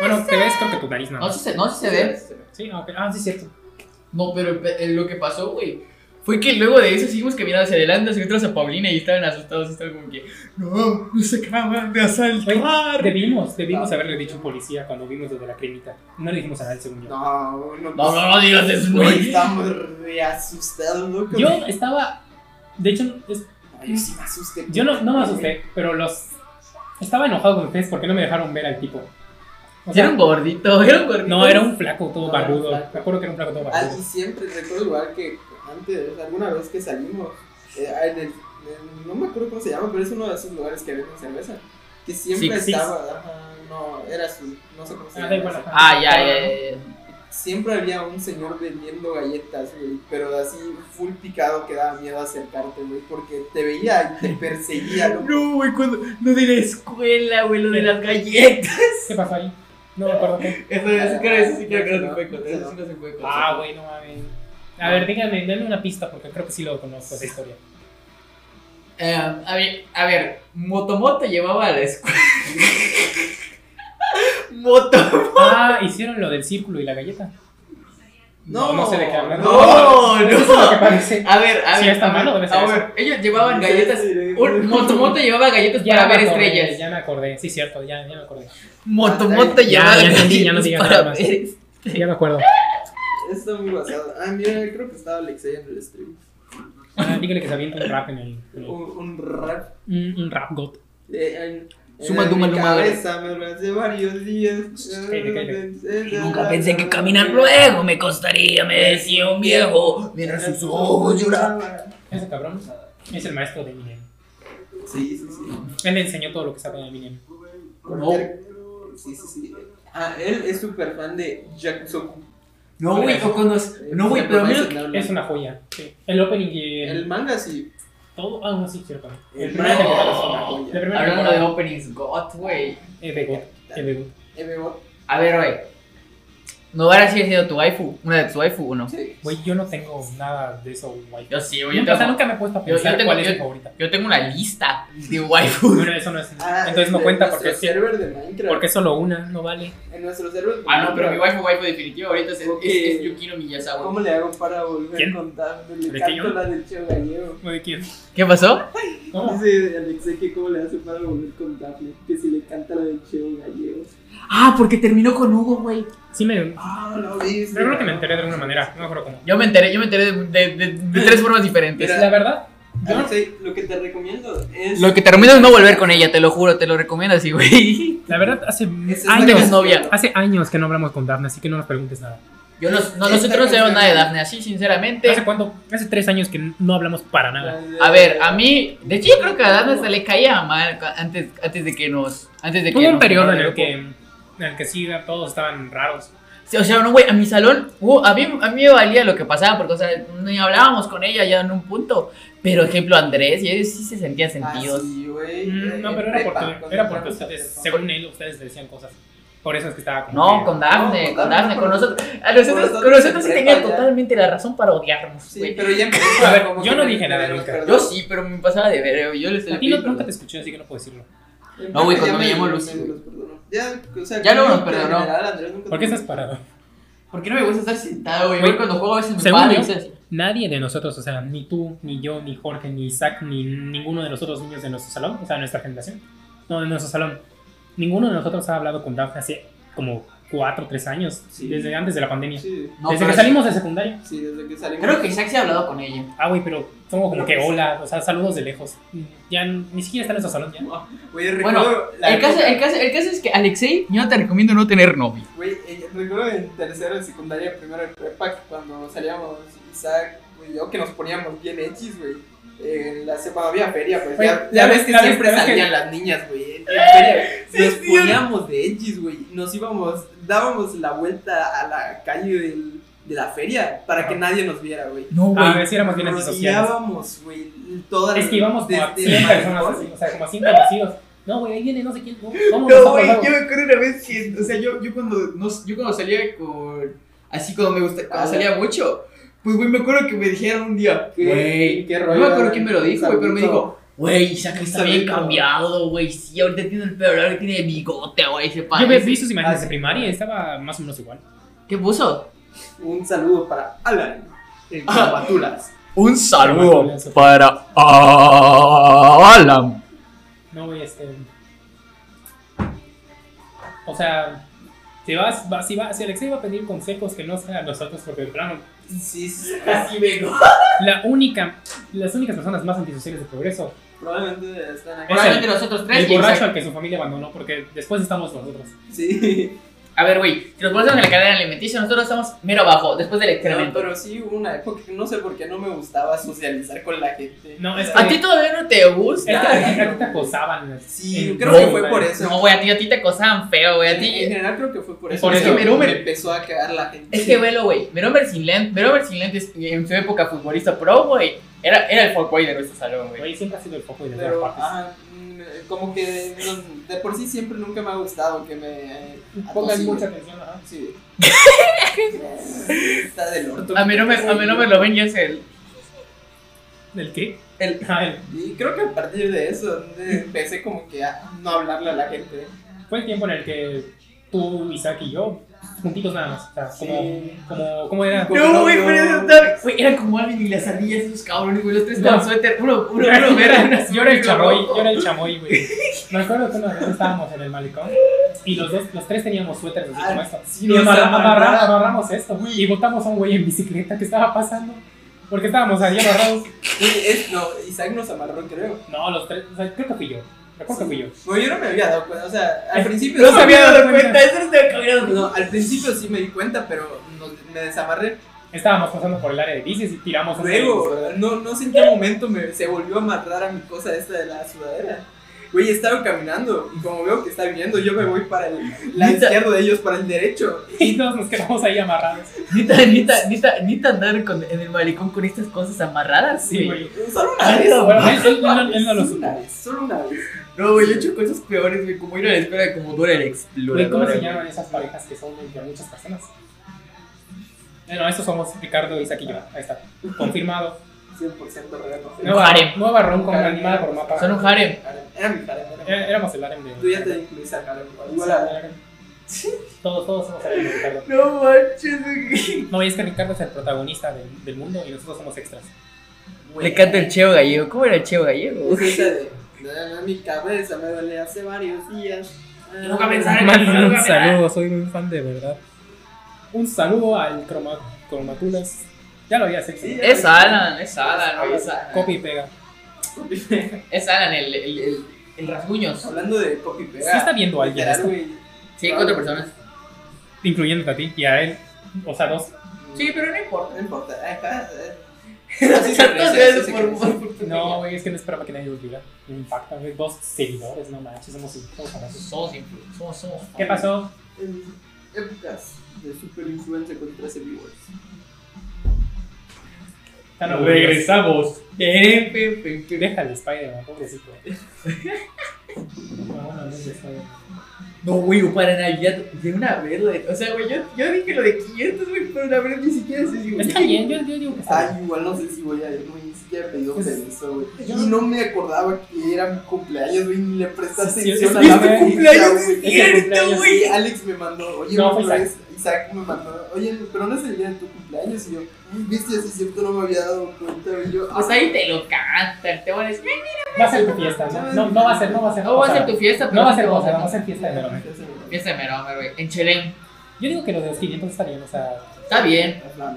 [SPEAKER 3] bueno, te ves creo que tu nariz nada
[SPEAKER 2] No,
[SPEAKER 3] más.
[SPEAKER 2] sí se, no sí se ve.
[SPEAKER 3] Sí, ah, ok. Ah, sí, cierto.
[SPEAKER 2] No, pero el pe- eh, lo que pasó, güey. Fue que luego de eso seguimos caminando hacia adelante, hacia atrás a Paulina y estaban asustados, estaban como que, no, nos acaban de asaltar.
[SPEAKER 3] Debimos, debimos haberle dicho policía cuando vimos desde la cremita. No le dijimos a nadie, según yo.
[SPEAKER 1] No, no.
[SPEAKER 2] No, no, no digas eso,
[SPEAKER 1] Güey,
[SPEAKER 2] güey.
[SPEAKER 1] estamos re asustados, loco.
[SPEAKER 3] Yo estaba. De hecho, es-
[SPEAKER 1] Ay, yo sí me asusté.
[SPEAKER 3] yo no, no me asusté, pero los. Estaba enojado con ustedes porque no me dejaron ver al tipo. O sea,
[SPEAKER 2] Era un gordito, era un gordito.
[SPEAKER 3] no, era un flaco todo
[SPEAKER 1] No, era un
[SPEAKER 3] barbudo.
[SPEAKER 1] flaco.
[SPEAKER 3] Me acuerdo que era un flaco todo
[SPEAKER 1] Ah,
[SPEAKER 3] barbudo.
[SPEAKER 1] y siempre recuerdo igual que antes, alguna vez que salimos, eh, en el- en- no me acuerdo cómo se llama, pero es uno de esos lugares que venden cerveza. Que siempre
[SPEAKER 3] Six Six.
[SPEAKER 1] estaba, ajá, no, era azul, no sé cómo se
[SPEAKER 3] Ah,
[SPEAKER 1] llama.
[SPEAKER 3] da igual,
[SPEAKER 1] ese.
[SPEAKER 3] ajá.
[SPEAKER 2] Ah, ya, ya, ya, ya.
[SPEAKER 1] Siempre había un señor vendiendo galletas, güey, pero así full picado que daba miedo acercarte, güey, porque te veía y te perseguía, loco.
[SPEAKER 2] No, güey, cuando. Lo de la escuela, güey, lo de las galletas.
[SPEAKER 3] ¿Qué pasó ahí? No me acuerdo qué.
[SPEAKER 2] Eso eso creo eso sí creo que no se puede contar. Eso sí no se puede contar.
[SPEAKER 3] Ah, güey, no mames. A ver, díganme, denme una pista porque creo que sí lo conozco esa historia.
[SPEAKER 2] Eh, a ver, a ver, Motomoto llevaba a la escuela. Moto.
[SPEAKER 3] Ah, hicieron lo del círculo y la galleta.
[SPEAKER 1] No,
[SPEAKER 3] no sé de qué hablan.
[SPEAKER 2] No, no.
[SPEAKER 3] Eso es lo que parece.
[SPEAKER 2] A ver, a
[SPEAKER 3] Sí,
[SPEAKER 2] ver,
[SPEAKER 3] está
[SPEAKER 2] a ver,
[SPEAKER 3] malo, debe ser
[SPEAKER 2] a
[SPEAKER 3] eso.
[SPEAKER 2] ver, ellos llevaban galletas. Un, Motomoto llevaba galletas
[SPEAKER 3] Ya
[SPEAKER 2] para ver
[SPEAKER 3] me acordé,
[SPEAKER 2] estrellas.
[SPEAKER 3] Ya me acordé, sí, cierto, ya, ya me acordé.
[SPEAKER 2] Motomoto
[SPEAKER 3] Ya,
[SPEAKER 2] llevaba
[SPEAKER 3] ya
[SPEAKER 2] galletas
[SPEAKER 3] entendí, ya no digas
[SPEAKER 2] para
[SPEAKER 3] nada más.
[SPEAKER 2] ver estrellas.
[SPEAKER 3] Ya me acuerdo.
[SPEAKER 1] Está muy basado. Ah, mira, creo que estaba Alexei en el stream.
[SPEAKER 3] Ah, dígale que se avienta un rap en el. en el-
[SPEAKER 1] Un, un rap
[SPEAKER 3] un, un rap god.
[SPEAKER 1] Eh, en,
[SPEAKER 2] Suma,
[SPEAKER 1] en
[SPEAKER 2] duma,
[SPEAKER 1] mi
[SPEAKER 2] duma,
[SPEAKER 1] cabeza me lo hace varios días.
[SPEAKER 3] Cállate, cállate.
[SPEAKER 2] Y nunca pensé que caminar luego me costaría, me decía un viejo. Mira sus ojos llorar.
[SPEAKER 3] Ese cabrón es el maestro de Eminem.
[SPEAKER 1] Sí, sí, sí.
[SPEAKER 3] Él le enseñó todo lo que sabe de Eminem.
[SPEAKER 2] No.
[SPEAKER 1] Sí, sí, sí. Ah, él es súper fan de Jack Soku.
[SPEAKER 2] No, güey, o cuando. No, güey, pero mira.
[SPEAKER 3] Es una joya. Sí. El opening y el.
[SPEAKER 1] El manga sí.
[SPEAKER 3] Todo. Ah, no, sí, cierto. El
[SPEAKER 1] El
[SPEAKER 3] primer
[SPEAKER 1] man-
[SPEAKER 3] temporada es una joya. La primera
[SPEAKER 2] Hablando de
[SPEAKER 3] temporada
[SPEAKER 2] openings, God, güey.
[SPEAKER 3] es de God. Es de God.
[SPEAKER 1] MMO.
[SPEAKER 2] A ver, güey. No hubiera sido tu waifu, una de tus waifu o no.
[SPEAKER 1] Sí.
[SPEAKER 3] Güey, yo no tengo nada de eso, güey.
[SPEAKER 2] Yo sí, güey. Yo
[SPEAKER 3] Nunca, o sea,
[SPEAKER 2] tengo,
[SPEAKER 3] nunca me he puesto a
[SPEAKER 2] yo- yo
[SPEAKER 3] pensar
[SPEAKER 2] tengo-
[SPEAKER 3] cuál es
[SPEAKER 2] yo-
[SPEAKER 3] mi favorita.
[SPEAKER 2] yo tengo una lista de waifu.
[SPEAKER 3] Bueno, eso no es.
[SPEAKER 1] Ah,
[SPEAKER 3] entonces no
[SPEAKER 1] en
[SPEAKER 3] cuenta
[SPEAKER 1] nuestro
[SPEAKER 3] porque es,
[SPEAKER 1] server de Minecraft.
[SPEAKER 3] porque es solo una, no vale.
[SPEAKER 1] En nuestro server. de
[SPEAKER 2] Ah, no, pero mi
[SPEAKER 1] Minecraft,
[SPEAKER 2] waifu, waifu definitiva ahorita es, es-
[SPEAKER 1] Ok.
[SPEAKER 2] es Yukino Miyazawa.
[SPEAKER 1] ¿Cómo le hago para volver
[SPEAKER 3] ¿Quién?
[SPEAKER 1] a contarme?
[SPEAKER 3] ¿De
[SPEAKER 1] Le
[SPEAKER 3] qué
[SPEAKER 1] canto
[SPEAKER 3] yo?
[SPEAKER 1] la del Cheo Gallego.
[SPEAKER 3] ¿De quién?
[SPEAKER 2] ¿Qué pasó?
[SPEAKER 3] No.
[SPEAKER 1] Dice Alexe que cómo le hace para volver a contarle. Que si le canta la del Cheo Gallego.
[SPEAKER 2] Ah, porque terminó con Hugo, güey.
[SPEAKER 3] Sí, me.
[SPEAKER 1] Ah, no, viste.
[SPEAKER 3] Yo creo que me enteré de alguna manera, no me acuerdo cómo.
[SPEAKER 2] Yo me enteré, yo me enteré de, de- de- de tres formas diferentes.
[SPEAKER 1] Mira,
[SPEAKER 3] La verdad, yo no-
[SPEAKER 1] Alexei, lo que te recomiendo es.
[SPEAKER 2] Lo que te recomiendo es no volver con ella, te lo juro, te lo recomiendo así, güey.
[SPEAKER 3] la verdad hace
[SPEAKER 1] Esa es la
[SPEAKER 3] años,
[SPEAKER 2] tengas novia.
[SPEAKER 3] hace años que no hablamos con Daphne, así que no nos preguntes nada.
[SPEAKER 2] Yo no, no- nosotros no sabemos nada de Daphne, así sinceramente.
[SPEAKER 3] ¿Hace cuánto? Hace tres años que no hablamos para nada.
[SPEAKER 2] A ver, a mí, de hecho yo creo que a Daphne hasta le caía mal cu- antes, antes de que nos... Antes de que
[SPEAKER 3] Hubo un
[SPEAKER 2] nos
[SPEAKER 3] periodo en
[SPEAKER 2] nombraran
[SPEAKER 3] el
[SPEAKER 2] grupo.
[SPEAKER 3] que, en el que sí, todos estaban raros.
[SPEAKER 2] Sí, o sea, no, güey, a mi salón, uh, a, mí, a mí me valía lo que pasaba, porque, o sea, ni hablábamos con ella ya en un punto. Pero, ejemplo, Andrés, y ellos sí se
[SPEAKER 1] Ah,
[SPEAKER 2] sentían sentidos.
[SPEAKER 3] Mm, No, pero era porque, era porque ustedes, según él, ustedes decían cosas. Por eso es que estaba como.
[SPEAKER 2] No,
[SPEAKER 3] que-
[SPEAKER 2] con Daphne,
[SPEAKER 1] No,
[SPEAKER 2] con
[SPEAKER 1] con
[SPEAKER 2] Daphne,
[SPEAKER 1] Daphne,
[SPEAKER 2] con
[SPEAKER 1] con-
[SPEAKER 2] nosotros. A nosotros,
[SPEAKER 1] nosotros
[SPEAKER 2] con nosotros sí
[SPEAKER 1] en
[SPEAKER 2] tenía
[SPEAKER 1] prepa ya.
[SPEAKER 2] totalmente la razón para odiarnos,
[SPEAKER 1] Sí,
[SPEAKER 2] güey.
[SPEAKER 1] pero ya
[SPEAKER 3] A ver, yo no dije nada nunca.
[SPEAKER 2] Yo sí, pero me pasaba de ver, yo les
[SPEAKER 3] A ti no- nunca te escuché, así que no puedo decirlo.
[SPEAKER 2] No, güey, cuando me llamó Lucy, güey.
[SPEAKER 1] Ya, o sea,
[SPEAKER 2] Ya luego
[SPEAKER 1] como
[SPEAKER 2] nos
[SPEAKER 1] que
[SPEAKER 2] perdonó.
[SPEAKER 1] en general, Andrés nunca
[SPEAKER 3] ¿Por qué
[SPEAKER 1] tuvo-
[SPEAKER 3] estás parado?
[SPEAKER 2] ¿Por qué no me gusta estar sentado, güey?
[SPEAKER 3] Güey,
[SPEAKER 2] Yo Cuando juego a veces me
[SPEAKER 3] según
[SPEAKER 2] paro y
[SPEAKER 3] yo-
[SPEAKER 2] estoy así.
[SPEAKER 3] Nadie de nosotros, o sea, ni tú, ni yo, ni Jorge, ni Isaac, ni ninguno de los otros niños de nuestro salón, o sea, de nuestra generación, no, de nuestro salón, ninguno de nosotros ha hablado con Daphne hace como cuatro o tres años,
[SPEAKER 1] Sí.
[SPEAKER 3] desde antes de la pandemia.
[SPEAKER 1] Sí,
[SPEAKER 2] No,
[SPEAKER 3] desde
[SPEAKER 2] pero
[SPEAKER 3] que
[SPEAKER 2] sí-
[SPEAKER 3] salimos de secundaria.
[SPEAKER 1] sí, desde que salimos.
[SPEAKER 2] Creo que Isaac sí ha hablado con ella.
[SPEAKER 3] Ah, güey, pero somos como
[SPEAKER 1] Creo
[SPEAKER 3] que
[SPEAKER 1] que sí.
[SPEAKER 3] hola, o sea, saludos de lejos. Ya n- ni siquiera está en nuestro salón ya.
[SPEAKER 1] Güey,
[SPEAKER 2] Bueno,
[SPEAKER 1] recuerdo la
[SPEAKER 2] El caso,
[SPEAKER 1] época-
[SPEAKER 2] el, caso, el caso es que, Alexei, yo te recomiendo no tener novio.
[SPEAKER 1] Güey, eh, recuerdo en tercero de secundaria, primero de prepa, que cuando salíamos Isaac güey, y yo, que nos poníamos bien hechis, güey. En la semana había feria, pues
[SPEAKER 3] Güey,
[SPEAKER 1] ya,
[SPEAKER 3] la
[SPEAKER 1] ya
[SPEAKER 3] vez-
[SPEAKER 1] ves que
[SPEAKER 3] la vez-
[SPEAKER 1] siempre
[SPEAKER 3] la vez que-
[SPEAKER 1] salían las niñas, güey. En, en feria.
[SPEAKER 2] sí
[SPEAKER 1] nos
[SPEAKER 2] es cierto.
[SPEAKER 1] poníamos de hechis, güey. Nos íbamos, dábamos la vuelta a la calle del- de la feria para que nadie nos viera, güey.
[SPEAKER 2] No, güey.
[SPEAKER 3] A ver si Ah, éramos bien antisociales.
[SPEAKER 1] Rodeábamos, güey, todas
[SPEAKER 3] Es que íbamos como a
[SPEAKER 1] desde
[SPEAKER 3] 100 personas,
[SPEAKER 1] Malecón.
[SPEAKER 3] así, o sea, como a 100 conocidos. No, güey, ahí viene no sé quién. no, Vámonos,
[SPEAKER 2] No,
[SPEAKER 3] vamos,
[SPEAKER 2] güey,
[SPEAKER 3] vamos.
[SPEAKER 2] yo me acuerdo una vez que, o sea, yo, yo cuando, no, yo cuando salía con, así cuando me gusta, cuando salía mucho, pues, güey, me acuerdo que me dijeron un día,
[SPEAKER 1] ¿Qué-
[SPEAKER 2] güey,
[SPEAKER 1] qué
[SPEAKER 2] no
[SPEAKER 1] rollo,
[SPEAKER 2] me acuerdo quién me lo dijo, güey, pero me
[SPEAKER 1] Saludo.
[SPEAKER 2] dijo, güey, Isaac está bien
[SPEAKER 1] Saludo.
[SPEAKER 2] cambiado, güey, sí, ahorita tiene el pelo, ahora tiene bigote, güey, se
[SPEAKER 3] Yo vi,
[SPEAKER 2] parece.
[SPEAKER 3] vi sus imágenes
[SPEAKER 1] Ah,
[SPEAKER 3] de
[SPEAKER 1] sí.
[SPEAKER 3] primaria y estaba más o menos igual.
[SPEAKER 2] ¿Qué puso?
[SPEAKER 1] Un saludo para Alan, el
[SPEAKER 2] Ah.
[SPEAKER 1] Batulas.
[SPEAKER 4] Un saludo para
[SPEAKER 2] ah,
[SPEAKER 4] Alan.
[SPEAKER 3] No, güey, este. O sea, si vas, vas- si, va, si Alexei va a pedir consejos que no sean nosotros, porque de plano,
[SPEAKER 1] Sí, sí,
[SPEAKER 2] Así vengo.
[SPEAKER 3] la única, las únicas personas más antisociales de progreso
[SPEAKER 1] probablemente están acá.
[SPEAKER 2] Probablemente nosotros tres
[SPEAKER 3] el
[SPEAKER 2] y
[SPEAKER 3] borracho
[SPEAKER 2] Isaac.
[SPEAKER 3] al que su familia abandonó, porque después estamos nosotros.
[SPEAKER 1] Sí,
[SPEAKER 2] A ver, güey, si nos ponemos en la cadena alimenticia, nosotros estamos mero abajo, después del
[SPEAKER 1] pero,
[SPEAKER 2] excremento.
[SPEAKER 1] pero sí hubo una época que no sé por qué no me gustaba socializar con la gente.
[SPEAKER 3] No, es que,
[SPEAKER 2] ¿A ti todavía no te gusta?
[SPEAKER 3] es que a ti- a ti te acosaban. en-
[SPEAKER 1] Sí,
[SPEAKER 3] en-
[SPEAKER 1] creo
[SPEAKER 2] no,
[SPEAKER 1] que fue por eso.
[SPEAKER 2] No, güey, a ti, a ti te acosaban feo, güey, a ti...
[SPEAKER 1] En general creo que fue por
[SPEAKER 3] Es
[SPEAKER 1] eso.
[SPEAKER 3] por
[SPEAKER 1] Es que
[SPEAKER 3] eso.
[SPEAKER 1] me, me empezó a cagar la gente.
[SPEAKER 2] Es que velo, güey. Meromer sin lentes, Meromer sin lentes en su época futbolista pro, güey. Era, era el fuckboy de nuestro salón, güey.
[SPEAKER 3] Güey, siempre ha sido el foco de las
[SPEAKER 1] Pero,
[SPEAKER 3] partes.
[SPEAKER 1] ajá, mm, como que no, de por sí siempre nunca me ha gustado que me. eh,
[SPEAKER 3] Pongan
[SPEAKER 1] atosigue.
[SPEAKER 3] mucha atención, ajá.
[SPEAKER 1] Sí. Está del orto.
[SPEAKER 2] A Meromer, a Meromer lo ven y es el.
[SPEAKER 3] ¿El qué?
[SPEAKER 2] El-
[SPEAKER 3] Ah, el-
[SPEAKER 1] Y creo que a partir de eso eh, empecé como que a no hablarle a la gente.
[SPEAKER 3] fue el tiempo en el que tú, Isaac y yo, juntitos nada más. O sea, como,
[SPEAKER 1] Sí.
[SPEAKER 3] como, ¿cómo era?
[SPEAKER 1] Como no, no.
[SPEAKER 2] está. Güey, eran como Alvin y las ardillas, esos cabrones, güey. Los tres con
[SPEAKER 3] No.
[SPEAKER 2] suéter. Uno, uno, uno verde. uno azul,
[SPEAKER 3] yo era el
[SPEAKER 2] uno
[SPEAKER 3] chamoy,
[SPEAKER 2] rojo.
[SPEAKER 3] yo era el chamoy, güey. Me acuerdo que una vez estábamos en el malecón y los dos, los tres teníamos suéteres así como esto.
[SPEAKER 1] Ah, Sí,
[SPEAKER 3] Y
[SPEAKER 1] no,
[SPEAKER 3] amarra-
[SPEAKER 1] está
[SPEAKER 3] amarra-
[SPEAKER 1] mal.
[SPEAKER 3] amarramos esto y botamos a un güey en bicicleta que estaba pasando. Porque estábamos ahí amarrados.
[SPEAKER 1] Güey, es- no, Isaac nos amarró, creo.
[SPEAKER 3] No, los tres, o sea, creo que fui yo. Recuerdo que fui yo.
[SPEAKER 1] No, yo no me había dado cuenta. O sea, al
[SPEAKER 3] Es-
[SPEAKER 1] principio.
[SPEAKER 2] No
[SPEAKER 3] Eh, No
[SPEAKER 2] se había dado cuenta,
[SPEAKER 3] cuenta.
[SPEAKER 2] eso no se había cambiado.
[SPEAKER 1] No, al principio sí me di cuenta, pero nos- me desamarré.
[SPEAKER 3] Estábamos pasando por el área de bicis y tiramos un
[SPEAKER 1] Luego, no, no sé en qué momento me, se volvió a amarrar a mi cosa esta de la sudadera. Güey, estaba caminando y como veo que está viniendo, yo me voy para el lado
[SPEAKER 2] Neta.
[SPEAKER 1] izquierdo de ellos, para el derecho.
[SPEAKER 3] Y todos nos quedamos ahí amarrados.
[SPEAKER 2] Nita, nita, nita, nita andar con, en el malecón con estas cosas amarradas,
[SPEAKER 3] Sí,
[SPEAKER 2] güey.
[SPEAKER 3] güey.
[SPEAKER 1] Solo una vez.
[SPEAKER 3] Bueno, él, él- él- él no lo
[SPEAKER 1] Solo
[SPEAKER 3] supo.
[SPEAKER 1] una vez, solo una vez.
[SPEAKER 2] No, güey, yo he hecho cosas peores, güey. Como ir a la escuela de Comodoro el
[SPEAKER 3] Güey,
[SPEAKER 2] Explorador.
[SPEAKER 3] ¿cómo se llaman esas parejas que son de muchas personas? No, estos somos Ricardo, Isaac y yo. Ahí está. Confirmado.
[SPEAKER 1] 100% real. no sé.
[SPEAKER 2] No,
[SPEAKER 3] Nueva,
[SPEAKER 2] harem.
[SPEAKER 3] nueva rom con animada por mapa.
[SPEAKER 2] Son un harem.
[SPEAKER 1] Karen, Era mi Karen. era mi-
[SPEAKER 3] É- Éramos el harem de.
[SPEAKER 1] Tú ya te incluís a Karen. Igual a...
[SPEAKER 3] Todos, todos somos harem de Ricardo.
[SPEAKER 1] No manches, güey.
[SPEAKER 3] No, y es que Ricardo es el protagonista del, del mundo y nosotros somos extras.
[SPEAKER 2] Le canta el cheo gallego. ¿Cómo era el cheo gallego?
[SPEAKER 1] Es esa de... Me duele mi cabeza, me duele hace varios días. Ah,
[SPEAKER 6] Nunca pensaba en
[SPEAKER 3] Manden
[SPEAKER 6] eso,
[SPEAKER 3] un
[SPEAKER 6] la
[SPEAKER 3] saludo, soy un fan de verdad. Un saludo al croma, Cromatulas. Ya lo había hecho.
[SPEAKER 1] Sí,
[SPEAKER 3] ¿no?
[SPEAKER 1] ya.
[SPEAKER 2] Es Alan, es Alan, oye, es Alan.
[SPEAKER 3] Copia y pega.
[SPEAKER 2] Es Alan, el, el, el, el rasguños.
[SPEAKER 1] Hablando de copy pega.
[SPEAKER 3] Sí está viendo a alguien
[SPEAKER 1] literal,
[SPEAKER 3] esto,
[SPEAKER 1] güey.
[SPEAKER 2] Sí, cuatro personas.
[SPEAKER 3] incluyéndote a ti y a él. O sea, dos.
[SPEAKER 2] Sí, pero no importa.
[SPEAKER 1] Mm, No importa. Acá... eh. Así se crece,
[SPEAKER 2] Tantos
[SPEAKER 1] así
[SPEAKER 2] dedos
[SPEAKER 1] se
[SPEAKER 2] por,
[SPEAKER 1] crece.
[SPEAKER 2] por, por tu
[SPEAKER 3] No,
[SPEAKER 2] no.
[SPEAKER 3] güey, es que no esperaba que nadie lo viera. Me impacta, güey. Dos seguidores, no manches, somos somos famosos.
[SPEAKER 2] Somos influ- somos, somos
[SPEAKER 3] ¿Qué pasó?
[SPEAKER 1] En Épocas de super influencer con 13 viewers.
[SPEAKER 3] Están aburridos.
[SPEAKER 4] Regresamos.
[SPEAKER 2] Pe, pe, pe, pe.
[SPEAKER 3] Deja el Spider-Man, pobrecito. No, no, no, es Spider-Man.
[SPEAKER 2] No, güey, o para Navidad, de una vez, güey. O sea, güey, yo, yo dije lo de 500, güey, pero la verdad ni siquiera sé si, güey.
[SPEAKER 3] Está bien, yo, yo digo que está bien.
[SPEAKER 1] Ay, igual no sé si voy a ir, güey, ni siquiera pedí un
[SPEAKER 3] Ah. Pues,
[SPEAKER 1] permiso, güey.
[SPEAKER 3] yo-
[SPEAKER 1] Y no me acordaba que era mi cumpleaños, güey, ni le presté
[SPEAKER 3] Sí, sí,
[SPEAKER 1] atención
[SPEAKER 3] es
[SPEAKER 1] a
[SPEAKER 3] mi
[SPEAKER 1] la
[SPEAKER 3] cumpleaños,
[SPEAKER 1] fecha,
[SPEAKER 3] es mi cumpleaños.
[SPEAKER 1] Sí, Alex me mandó, oye,
[SPEAKER 3] No,
[SPEAKER 1] no,
[SPEAKER 3] fue
[SPEAKER 1] es, Isaac me mandó, oye, pero no es el día de tu cumpleaños, y yo, "Ay, viste, así es cierto, no me había dado cuenta, y yo, "Ah,
[SPEAKER 2] Pues ahí te lo cantan, te van a decir, "Ay,
[SPEAKER 3] Va a ser tu fiesta, ¿no? No, no va a ser, no va a ser.
[SPEAKER 2] no va a
[SPEAKER 3] posada.
[SPEAKER 2] ser tu fiesta, pero
[SPEAKER 3] No va a
[SPEAKER 2] sí
[SPEAKER 3] ser
[SPEAKER 2] te vamos
[SPEAKER 3] posada, va a
[SPEAKER 2] cantar".
[SPEAKER 3] ser fiesta de verano.
[SPEAKER 2] Fiesta de Merón, güey, en Chelem.
[SPEAKER 3] Yo digo que los de los 500 está bien, o sea,
[SPEAKER 2] Está bien,
[SPEAKER 3] hay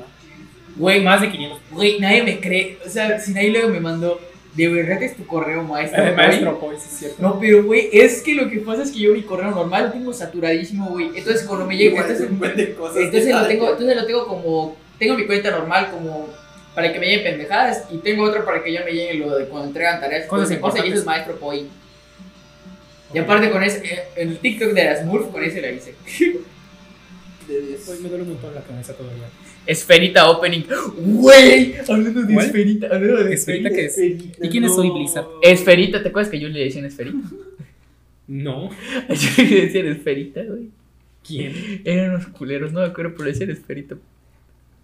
[SPEAKER 2] güey,
[SPEAKER 3] más de 500.
[SPEAKER 2] güey, nadie me cree. O sea, si nadie luego me mandó, de verdad es tu correo, maestro.
[SPEAKER 3] Eh,
[SPEAKER 2] güey?"
[SPEAKER 3] maestro, pues, sí es cierto.
[SPEAKER 2] No, pero, güey, es que lo que pasa es que yo mi correo normal lo tengo saturadísimo, güey. Entonces, cuando me llega,
[SPEAKER 3] este
[SPEAKER 1] Igual,
[SPEAKER 2] entonces
[SPEAKER 1] un buen de cosas.
[SPEAKER 2] Entonces lo
[SPEAKER 1] Ay,
[SPEAKER 2] tengo, entonces lo tengo como, tengo mi cuenta normal como para que me lleguen pendejadas y tengo otra para que ya me lleguen lo de cuando entregan tareas.
[SPEAKER 3] Cosas
[SPEAKER 2] Entonces,
[SPEAKER 3] importantes.
[SPEAKER 2] y eso es maestro Poi. Y aparte con ese, eh, en el TikTok de las Smurf, con ese le hice.
[SPEAKER 1] de diez.
[SPEAKER 3] Hoy me duele un montón la cabeza todavía.
[SPEAKER 2] Esferita Opening. ¡Wey! Hablando de
[SPEAKER 3] ¿Cuál?
[SPEAKER 2] Esferita, hablando de
[SPEAKER 3] Esferita que es.
[SPEAKER 1] Esferita,
[SPEAKER 3] ¿Y quién es
[SPEAKER 1] no.
[SPEAKER 3] hoy Blizzard?
[SPEAKER 2] Esferita, ¿te acuerdas que yo le decía Esferita?
[SPEAKER 3] No.
[SPEAKER 2] Yo le decía Esferita, güey.
[SPEAKER 3] ¿Quién?
[SPEAKER 2] Eran unos culeros, no me acuerdo, pero le decían Esferita.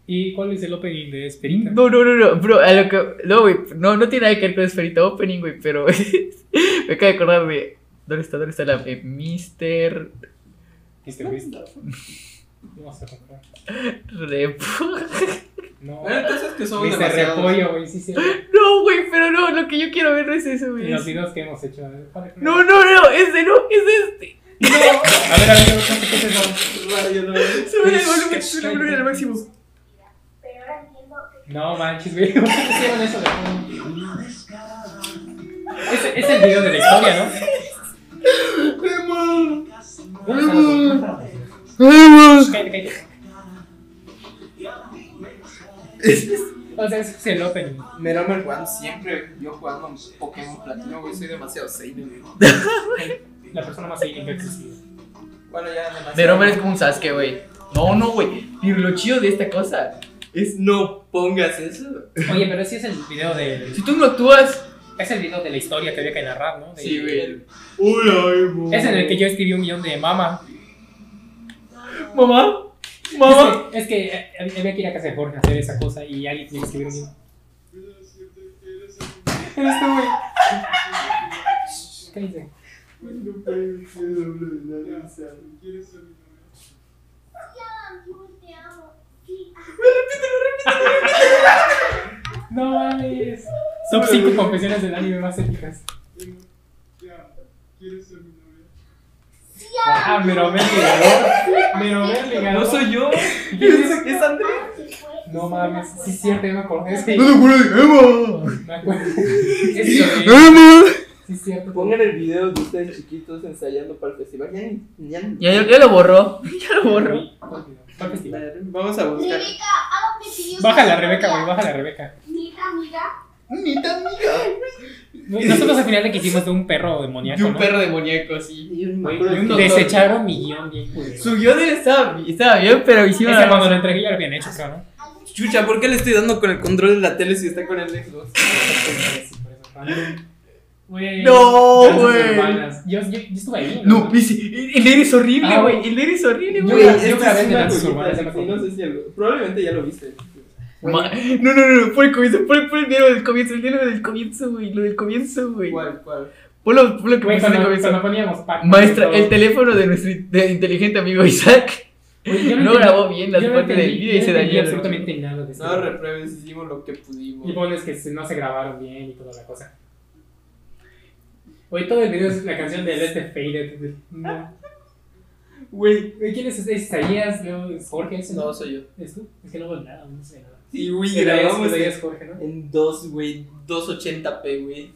[SPEAKER 3] ¿Y cuál es el opening de Esperita?
[SPEAKER 2] No, no, no, no, bro, a lo que, no, güey, no, no tiene nada que ver con Esferita Opening, güey, pero me acabo de acordar de, ¿dónde está, dónde está la, eh, Mister
[SPEAKER 3] Mr. Beast. Vamos a comprar.
[SPEAKER 2] Rep,
[SPEAKER 3] No.
[SPEAKER 2] Eh,
[SPEAKER 1] Bueno, entonces que somos
[SPEAKER 3] Mr.
[SPEAKER 1] demasiados.
[SPEAKER 3] Repollo, güey, sí, sí.
[SPEAKER 2] no, güey, pero no, lo que yo quiero ver no es eso,
[SPEAKER 3] Y
[SPEAKER 2] güey,
[SPEAKER 3] los
[SPEAKER 2] es-
[SPEAKER 3] videos que hemos hecho. a ver, ¿cuál es?
[SPEAKER 2] pues. no, no, no, ese no, es este,
[SPEAKER 3] A ver, a ver, ¿cuánto cuesta eso?
[SPEAKER 1] Rayo, no.
[SPEAKER 2] sube el
[SPEAKER 3] Uy,
[SPEAKER 2] volumen,
[SPEAKER 3] qué
[SPEAKER 2] sube el volumen al máximo,
[SPEAKER 3] No manches, güey. ¿Por qué hicieron eso de es, es el video de la historia, ¿no? Cállate, cállate. O sea, ese es el opening.
[SPEAKER 1] Me Number One siempre yo jugando Pokémon Platino, güey, soy demasiado seinen. güey.
[SPEAKER 3] La persona más seguida que ha existido.
[SPEAKER 1] Bueno, ya demasiado.
[SPEAKER 2] pero hombre es como un Sasuke, güey, no, no, güey, pero lo chido de esta cosa,
[SPEAKER 1] es no pongas eso.
[SPEAKER 3] Oye, pero sí es el video de.
[SPEAKER 2] si tú no actúas,
[SPEAKER 3] Es el video de la historia que había que narrar, ¿no? De-
[SPEAKER 2] sí, güey,
[SPEAKER 3] Es en el que yo escribí un guión de mamá.
[SPEAKER 2] mamá, mamá,
[SPEAKER 3] Es que, es que había que ir a casa de Jorge a hacer esa cosa y alguien tenía que escribir un guión. Eres tú, güey. ¿Qué dice?
[SPEAKER 2] ah,
[SPEAKER 3] No mames. Top 5 confesiones del anime más épicas. Ah, mero me ligador. Mero me ligador.
[SPEAKER 1] No soy yo.
[SPEAKER 3] ¿Quién es?
[SPEAKER 1] ¿Es
[SPEAKER 2] ah,
[SPEAKER 1] Andrés?
[SPEAKER 2] pues,
[SPEAKER 3] No mames. Sí, es cierto, yo me acordé. Sí,
[SPEAKER 4] No te acuerdas de Emma.
[SPEAKER 3] me acuerdo. Es horrible.
[SPEAKER 4] Emma.
[SPEAKER 3] Sí, es cierto.
[SPEAKER 1] Pongan el video de ustedes chiquitos ensayando para el festival. Ya, ni- ya, ni-
[SPEAKER 2] ya, ya lo borró, ya lo borró.
[SPEAKER 3] ¿Cuál festival?
[SPEAKER 1] Vamos a buscar.
[SPEAKER 3] Bájala, Rebeca, güey, bájala, Rebeca.
[SPEAKER 7] Mira, mira.
[SPEAKER 1] Ni tan amiga.
[SPEAKER 3] Nosotros al final le quisimos de un perro demoníaco.
[SPEAKER 2] Y un
[SPEAKER 3] ¿no?
[SPEAKER 2] perro demoníaco, sí.
[SPEAKER 1] Y un-
[SPEAKER 3] Güey,
[SPEAKER 1] pero-
[SPEAKER 3] y un- Desecharon mi guión bien culero.
[SPEAKER 2] Su guión estaba, estaba bien, pero hicieron.
[SPEAKER 3] Es que cuando lo entregué ya lo habían hecho, creo, ¿no?
[SPEAKER 1] Chucha, ¿por qué le estoy dando con el control de la tele si está con el Xbox?
[SPEAKER 3] Sí, por eso. Güey.
[SPEAKER 2] No,
[SPEAKER 3] Danzas
[SPEAKER 2] güey.
[SPEAKER 3] urbanas. Yo, yo, yo estuve ahí.
[SPEAKER 2] No, dice, el aire es horrible,
[SPEAKER 3] Ah,
[SPEAKER 2] güey. el aire es horrible,
[SPEAKER 3] Yo
[SPEAKER 2] güey.
[SPEAKER 3] la-
[SPEAKER 1] Esta
[SPEAKER 3] yo grabé
[SPEAKER 1] es
[SPEAKER 3] de
[SPEAKER 1] una
[SPEAKER 3] danzas
[SPEAKER 1] joyita,
[SPEAKER 3] urbanas, ya me
[SPEAKER 1] sí, no
[SPEAKER 3] acuerdo.
[SPEAKER 1] sé si algo- Probablemente ya lo viste.
[SPEAKER 8] Ma-
[SPEAKER 2] No, no, no, no, pon el comienzo, pon, pon el dinero del comienzo, el dinero del comienzo, güey, lo del comienzo, güey.
[SPEAKER 1] ¿Cuál, cuál?
[SPEAKER 2] Ponlo, ponlo que
[SPEAKER 3] Güey,
[SPEAKER 2] pusiste al
[SPEAKER 3] cuando,
[SPEAKER 2] comienzo.
[SPEAKER 3] cuando poníamos Pac-Man.
[SPEAKER 2] Maestra,
[SPEAKER 3] todo.
[SPEAKER 2] el teléfono de nuestro in- de inteligente amigo Isaac
[SPEAKER 3] Güey, yo
[SPEAKER 2] no
[SPEAKER 3] entendí-
[SPEAKER 2] grabó bien las
[SPEAKER 3] yo no
[SPEAKER 2] partes del
[SPEAKER 3] entendí-
[SPEAKER 2] video y
[SPEAKER 3] yo
[SPEAKER 2] se
[SPEAKER 3] no entendí
[SPEAKER 2] dañó.
[SPEAKER 3] absolutamente nada de esto.
[SPEAKER 1] No repruebes, hicimos lo que
[SPEAKER 3] Y
[SPEAKER 1] pudimos.
[SPEAKER 3] pones que se- no se grabaron bien y toda la cosa. Hoy todo el video es la canción de Let the Faded. güey. No.
[SPEAKER 1] Güey,
[SPEAKER 3] Güey, ¿Quién es ese? ¿Es Isaías? ¿No? ¿Es Jorge? ¿Ese
[SPEAKER 1] no, soy yo.
[SPEAKER 3] ¿Es tú? Es que no veo nada, no sé nada.
[SPEAKER 1] Sí, güey,
[SPEAKER 3] Isaías
[SPEAKER 1] grabamos este.
[SPEAKER 3] Isaías Jorge, ¿no?
[SPEAKER 1] en 2, güey, 280p, güey.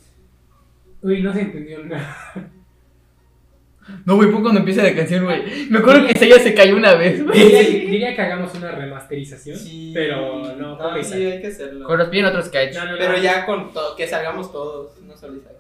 [SPEAKER 3] Uy, no se entendió nada.
[SPEAKER 2] No, güey, fue cuando empieza la canción, güey. Me acuerdo que Isaac se cayó una vez, güey.
[SPEAKER 3] Diría, diría que hagamos una remasterización.
[SPEAKER 1] Sí.
[SPEAKER 3] Pero no, creo que
[SPEAKER 1] sí,
[SPEAKER 3] Isaac.
[SPEAKER 1] hay que hacerlo.
[SPEAKER 8] Con los pies en otro sketch.
[SPEAKER 3] No, no, no.
[SPEAKER 1] Pero ya con to- que salgamos todos, no solo Isaac.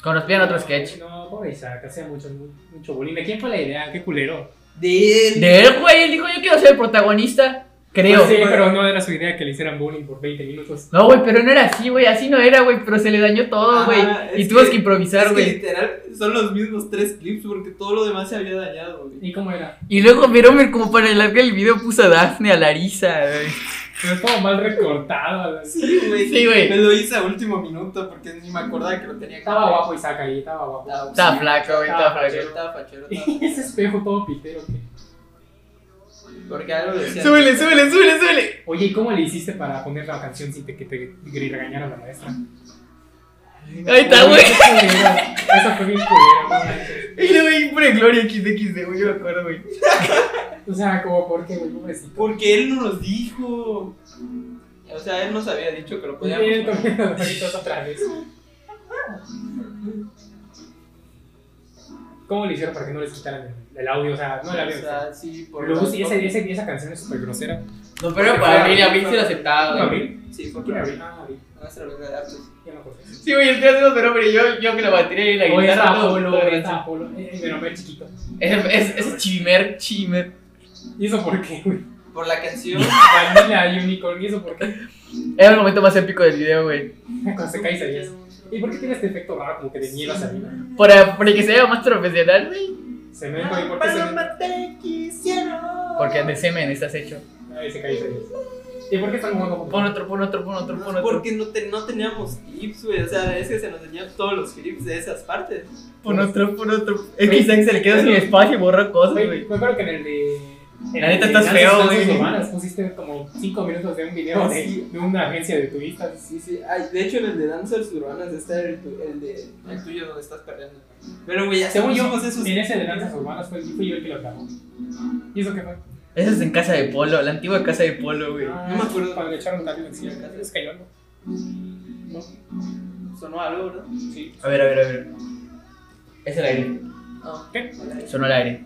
[SPEAKER 8] Con los pies en otro sketch.
[SPEAKER 3] No, pobre Isaac, hacía mucho, mucho bullying. ¿A quién fue la idea? Qué culero.
[SPEAKER 1] De él.
[SPEAKER 2] De él, güey, él dijo, yo quiero ser el protagonista. Creo.
[SPEAKER 3] Pues sí, pero no era su idea que le hicieran bullying por 20 minutos.
[SPEAKER 2] No, güey, pero no era así, güey. Así no era, güey. Pero se le dañó todo,
[SPEAKER 1] Ajá,
[SPEAKER 2] güey.
[SPEAKER 1] es
[SPEAKER 2] Y tuvimos
[SPEAKER 1] que-
[SPEAKER 2] que improvisar,
[SPEAKER 1] Es que
[SPEAKER 2] güey.
[SPEAKER 1] literal son los mismos tres clips porque todo lo demás se había dañado, güey.
[SPEAKER 3] ¿Y cómo era?
[SPEAKER 2] Y luego Meromer, como para alargar el video, puso a Daphne a Larisa, güey.
[SPEAKER 3] Pero todo mal recortado. la-
[SPEAKER 1] Sí, güey.
[SPEAKER 2] Sí, güey.
[SPEAKER 1] Me lo hice a último minuto porque ni me acordaba que lo tenía que
[SPEAKER 3] Estaba
[SPEAKER 1] ver.
[SPEAKER 3] guapo Isaac ahí, estaba guapo.
[SPEAKER 1] Estaba guapo.
[SPEAKER 2] Estaba flaco, güey. Estaba
[SPEAKER 3] Ah,
[SPEAKER 2] flaco.
[SPEAKER 1] Fachero, estaba fachero, estaba
[SPEAKER 3] Y ese espejo todo pitero. ¿qué?
[SPEAKER 1] fachero. Porque algo decía.
[SPEAKER 2] Súbele, súbele, súbele, súbele.
[SPEAKER 3] Oye, ¿y cómo le hiciste para poner la canción sin te- que te gri- regañara la maestra?
[SPEAKER 2] Ahí está, güey.
[SPEAKER 3] Esa fue bien culera, no manches.
[SPEAKER 2] Y luego ahí pone Gloria XXD, güey. Yo me acuerdo, güey.
[SPEAKER 3] O sea, como porque, güey, pobrecito.
[SPEAKER 1] Porque él no nos dijo. O sea, él nos había dicho que lo podíamos.
[SPEAKER 3] Bien,
[SPEAKER 1] poner.
[SPEAKER 3] comiendo doritos otra vez. ¿Cómo le hicieron para que no les quitaran el, el audio? O sea, no la
[SPEAKER 1] o
[SPEAKER 3] veo.
[SPEAKER 1] sea, sí, por
[SPEAKER 3] Luego
[SPEAKER 1] las
[SPEAKER 3] sí, esa, esa, esa canción es súper grosera.
[SPEAKER 8] No, pero para abrir, abrir se lo aceptaba, güey.
[SPEAKER 3] ¿Abril?
[SPEAKER 1] Sí, por
[SPEAKER 3] ¿Quién
[SPEAKER 1] la-
[SPEAKER 3] abril? Ah, abril.
[SPEAKER 1] nuestra luna de artes.
[SPEAKER 3] Ya me acordé.
[SPEAKER 2] Sí, güey, el tío haciendo Meromer y yo, yo que la batería y la
[SPEAKER 3] O es
[SPEAKER 2] guitarra. todo-
[SPEAKER 3] Apolo,
[SPEAKER 2] todo
[SPEAKER 3] o es
[SPEAKER 2] rancho.
[SPEAKER 3] Apolo. Eh, Pero hombre chiquito.
[SPEAKER 2] Ese ese- ese es Chimer, Chimer.
[SPEAKER 3] ¿Y eso por qué, güey?
[SPEAKER 1] Por la canción.
[SPEAKER 3] Vanilla Unicorn, ¿y eso por qué?
[SPEAKER 2] Era el momento más épico del video, güey.
[SPEAKER 3] Cuando se cae Isaías. ¿Y por qué tiene este efecto raro como que de hielo hacia arriba?
[SPEAKER 2] Para, para eh, que se vea más profesional, güey.
[SPEAKER 3] Se me güey, ¿por qué se me...
[SPEAKER 2] Porque de semen estás hecho.
[SPEAKER 3] Ay, se cae Isaías. ¿Y por qué están jugando con
[SPEAKER 2] Pon otro, pon otro, pon otro, pon
[SPEAKER 1] No,
[SPEAKER 2] otro.
[SPEAKER 1] porque no, te- no teníamos clips, güey. O sea, es que se nos dañaron todos los clips de esas partes.
[SPEAKER 2] Pon otro, pon otro. Es que Isaac se le queda sin espacio y borra cosas,
[SPEAKER 3] Güey,
[SPEAKER 2] güey.
[SPEAKER 3] Me acuerdo que en el de... en
[SPEAKER 2] La
[SPEAKER 3] el
[SPEAKER 2] neta
[SPEAKER 3] de
[SPEAKER 2] estás
[SPEAKER 3] Danzas-
[SPEAKER 2] feo,
[SPEAKER 3] Danzas
[SPEAKER 2] güey.
[SPEAKER 3] Urbanas Pusiste como 5 minutos de un video
[SPEAKER 1] Ah,
[SPEAKER 3] de,
[SPEAKER 1] sí.
[SPEAKER 3] de una agencia de turistas.
[SPEAKER 1] Sí, sí. Ay, de hecho, en el de Dancers Urbanas está el, tu- el, de, el tuyo donde estás perdiendo. Pero, güey, ya
[SPEAKER 3] Según yo,
[SPEAKER 1] hicimos esos.
[SPEAKER 3] en ese de danzas urbanas fue, fui yo el que lo grabó. ¿Y eso qué fue?
[SPEAKER 2] Eso es en casa de Polo, la antigua casa de Polo, güey.
[SPEAKER 3] Ah,
[SPEAKER 1] no me acuerdo.
[SPEAKER 3] Cuando le echaron la encima. ¿Es cayó algo? No,
[SPEAKER 1] Sonó algo, ¿verdad?
[SPEAKER 3] sí.
[SPEAKER 2] A ver, a ver, a ver. Es el aire.
[SPEAKER 1] No.
[SPEAKER 3] ¿Qué?
[SPEAKER 2] Sonó el aire.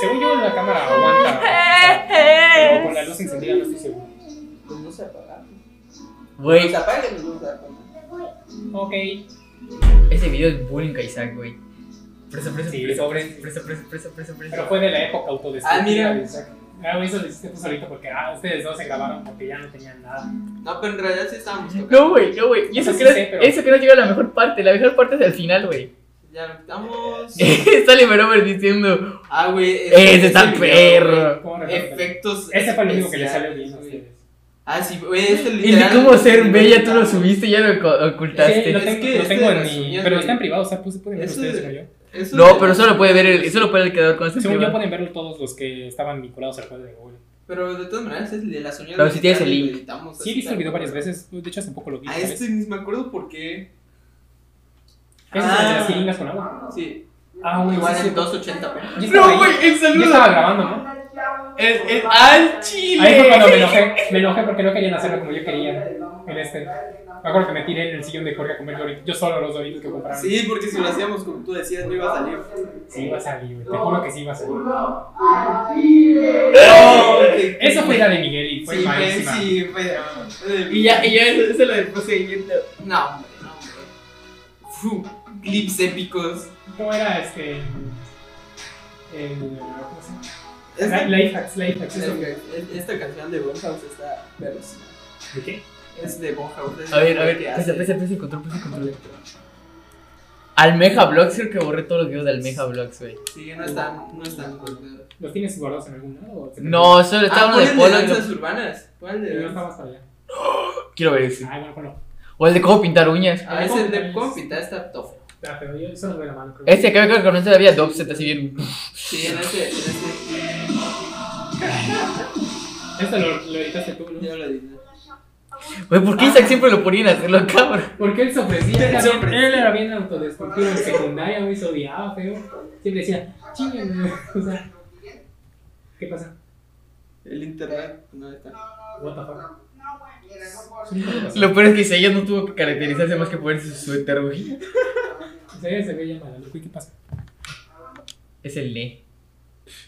[SPEAKER 3] Según yo, la cámara aguanta. o sea, pero con la luz encendida no estoy seguro.
[SPEAKER 1] Pues no se apagaron. Pues
[SPEAKER 2] Güey,
[SPEAKER 1] se apaga y nos vamos a dar cuenta.
[SPEAKER 3] Ok.
[SPEAKER 2] ese video es bullying a Isaac, güey. Preso, preso,
[SPEAKER 3] Sí,
[SPEAKER 2] preso,
[SPEAKER 3] sobre-
[SPEAKER 2] preso, preso, preso, preso, preso.
[SPEAKER 3] Pero fue de la época autodestructiva.
[SPEAKER 1] Ah, mira.
[SPEAKER 3] de Isaac. Ah, güey, eso lo hiciste tú solito porque ah, ustedes dos se grabaron porque ya no tenían nada.
[SPEAKER 1] No, pero en realidad sí estábamos tocando.
[SPEAKER 2] No, güey, no, güey. Y eso,
[SPEAKER 3] O sea,
[SPEAKER 2] que no,
[SPEAKER 3] sí sé, pero-
[SPEAKER 2] eso que no llega a la mejor parte. La mejor parte es al final, güey.
[SPEAKER 1] Ya lo quitamos.
[SPEAKER 2] Sale Meromer diciendo:
[SPEAKER 1] Ah, güey.
[SPEAKER 2] Eh. ¡Ese está
[SPEAKER 1] video,
[SPEAKER 2] perro!
[SPEAKER 3] ¿Cómo
[SPEAKER 1] güey,
[SPEAKER 3] recuerdan?
[SPEAKER 1] Efectos.
[SPEAKER 3] Ese fue el único que le
[SPEAKER 1] especiales,
[SPEAKER 3] salió bien a
[SPEAKER 1] güey.
[SPEAKER 3] ustedes.
[SPEAKER 1] Ah, sí, güey, este
[SPEAKER 2] Y de
[SPEAKER 1] literal.
[SPEAKER 2] cómo ser bella tú lo subiste y ya lo co-
[SPEAKER 3] Sí, lo
[SPEAKER 2] ocultaste.
[SPEAKER 1] Es
[SPEAKER 3] tengo,
[SPEAKER 1] que
[SPEAKER 3] lo
[SPEAKER 1] este
[SPEAKER 3] tengo
[SPEAKER 1] de
[SPEAKER 3] en
[SPEAKER 1] las
[SPEAKER 3] mi.
[SPEAKER 1] uñas,
[SPEAKER 3] Pero
[SPEAKER 1] güey.
[SPEAKER 3] está en privado, o sea, pues, pueden ver
[SPEAKER 1] Ese
[SPEAKER 3] ustedes
[SPEAKER 1] de-
[SPEAKER 3] como yo.
[SPEAKER 1] Eso
[SPEAKER 2] No, pero solo puede ver el, solo puede el creador con
[SPEAKER 3] Según yo, pueden verlo todos los que estaban vinculados al juego de Google.
[SPEAKER 1] Pero de todas maneras, es el de las uñas.
[SPEAKER 2] Pero si tienes el link.
[SPEAKER 3] Sí, he visto el video varias veces. De hecho, hace poco lo vi.
[SPEAKER 1] A
[SPEAKER 3] ¿sabes?
[SPEAKER 1] este ni me acuerdo por qué.
[SPEAKER 3] Ese es el de
[SPEAKER 1] Ah.
[SPEAKER 3] las jeringas con agua.
[SPEAKER 1] Sí.
[SPEAKER 3] Ah, güey,
[SPEAKER 1] Igual
[SPEAKER 3] sí,
[SPEAKER 1] en 280p.
[SPEAKER 3] sí. Yo estaba
[SPEAKER 2] No,
[SPEAKER 3] ahí.
[SPEAKER 2] güey, el
[SPEAKER 3] Yo
[SPEAKER 2] saludo.
[SPEAKER 3] estaba grabando, ¿no?
[SPEAKER 2] Es, es al
[SPEAKER 3] Ahí fue cuando me
[SPEAKER 2] chile.
[SPEAKER 3] enojé, me enojé porque no querían hacerlo como yo quería en este. Me acuerdo que me tiré en el sillón de Jorge a comer doritos, yo solo los doritos que compraron.
[SPEAKER 1] Sí, porque si lo hacíamos como tú decías, no iba a salir.
[SPEAKER 3] Sí iba a salir, güey, te juro que sí iba a salir.
[SPEAKER 1] No, que-
[SPEAKER 3] Eso fue la de Miguel y fue
[SPEAKER 1] Oh, Sí, fue,
[SPEAKER 3] malísima.
[SPEAKER 1] sí, fue.
[SPEAKER 2] Y ya, y ya, eso, eso es lo del procedimiento.
[SPEAKER 1] No, hombre, no, hombre. Fu, clips épicos.
[SPEAKER 3] ¿Cómo era este? El, ¿Cómo se llama?
[SPEAKER 1] Esta,
[SPEAKER 3] Life hacks, life hacks. eso.
[SPEAKER 1] este- esta- esta canción de Bonhouse está perrísima.
[SPEAKER 3] ¿De qué?
[SPEAKER 1] Es de Bonhouse. es
[SPEAKER 2] A ver, a
[SPEAKER 1] el
[SPEAKER 2] ver,
[SPEAKER 1] que
[SPEAKER 2] pesa,
[SPEAKER 1] hace-
[SPEAKER 2] pesa, pesa, control, pesa, control. Almeja Vlogs, creo que borré todos los videos de Almeja Vlogs, güey.
[SPEAKER 1] Sí, no están, no están. cortados.
[SPEAKER 3] ¿Los tienes guardados en algún lado? o se te-
[SPEAKER 2] No, solo
[SPEAKER 1] Ah,
[SPEAKER 2] estaba uno de
[SPEAKER 1] ¿cuál
[SPEAKER 2] Polo.
[SPEAKER 1] es
[SPEAKER 2] y
[SPEAKER 1] danzas
[SPEAKER 2] lo-
[SPEAKER 1] urbanas? ¿Cuál
[SPEAKER 3] No
[SPEAKER 1] de
[SPEAKER 3] está más allá.
[SPEAKER 2] Quiero ver ese.
[SPEAKER 3] Ah, bueno, bueno.
[SPEAKER 2] O el de cómo pintar uñas.
[SPEAKER 1] A veces de compita está top.
[SPEAKER 3] Ah, pero yo eso no veo la mano, creo.
[SPEAKER 2] Este acá creo que no se había dubstep así bien.
[SPEAKER 1] Sí, en ese, en ese.
[SPEAKER 3] Este lo, lo editaste tú, ¿no?
[SPEAKER 1] Yo lo dije.
[SPEAKER 2] Güey, ¿por qué Isaac siempre lo ponían a hacerlo, cabrón?
[SPEAKER 3] Porque él se ofrecía. Él,
[SPEAKER 1] Él se
[SPEAKER 3] era bien,
[SPEAKER 1] ofrecía.
[SPEAKER 3] él era bien autodestructivo en secundaria, güey, se odiaba, feo. Siempre decía, chingan, güey", O sea, ¿qué pasa?
[SPEAKER 1] El internet no está.
[SPEAKER 3] What the fuck? Sí, ¿qué pasó?
[SPEAKER 2] Lo peor es que Isaías no tuvo que caracterizarse más que ponerse su suéter, güey.
[SPEAKER 3] O sea, ella se veía mal, güey, ¿qué pasa?
[SPEAKER 2] Es el E. ne.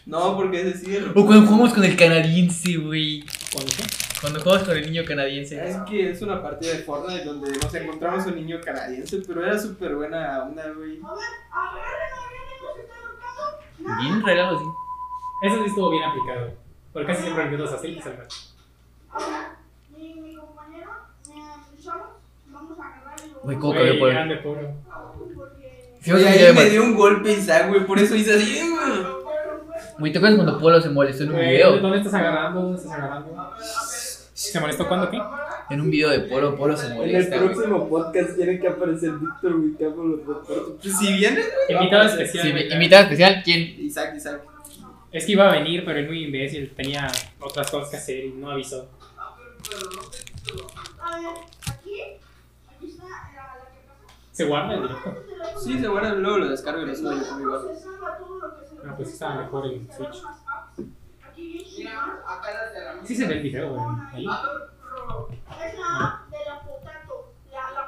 [SPEAKER 1] No, porque ese sí es
[SPEAKER 2] O cuando jugamos con el canadiense, güey.
[SPEAKER 3] ¿Cuándo fue?
[SPEAKER 2] Cuando juegas con el niño canadiense.
[SPEAKER 1] Es que es una partida de Fortnite donde nos encontramos un niño canadiense, pero era súper buena onda, güey.
[SPEAKER 2] Bien regalo, sí.
[SPEAKER 3] Eso sí estuvo bien aplicado. Porque casi siempre me así y salgan.
[SPEAKER 2] Güey, ¿cómo cambió
[SPEAKER 3] Güey,
[SPEAKER 2] por
[SPEAKER 3] grande, pobre.
[SPEAKER 2] Sí, vamos a
[SPEAKER 1] Oye,
[SPEAKER 2] cambiar de
[SPEAKER 1] ahí me
[SPEAKER 2] mar-
[SPEAKER 1] dio un golpe Isaac, güey, por eso hice así, güey.
[SPEAKER 2] Güey, ¿te acuerdas cuando Polo se molestó en un
[SPEAKER 3] Güey,
[SPEAKER 2] video?
[SPEAKER 3] ¿dónde estás agarrando? ¿Dónde estás agarrando? ¿Se molestó cuándo qué?
[SPEAKER 2] En un video de Polo, Polo se molesta, güey.
[SPEAKER 1] podcast tiene que aparecer Víctor Wicamo los reportes. Pues si viene,
[SPEAKER 3] Invitado
[SPEAKER 1] pues,
[SPEAKER 2] Sí,
[SPEAKER 3] especial. güey.
[SPEAKER 2] mi- invitado especial, ¿quién?
[SPEAKER 1] Isaac, Isaac.
[SPEAKER 3] Es que iba a venir, pero el muy imbécil tenía otras cosas que hacer y no avisó. Se guarda el directo.
[SPEAKER 1] Sí, se guardan luego lo descargo y lo subo yo igual.
[SPEAKER 3] No, pues sí estaba mejor el Switch. Sí se ve el video, güey. Ahí.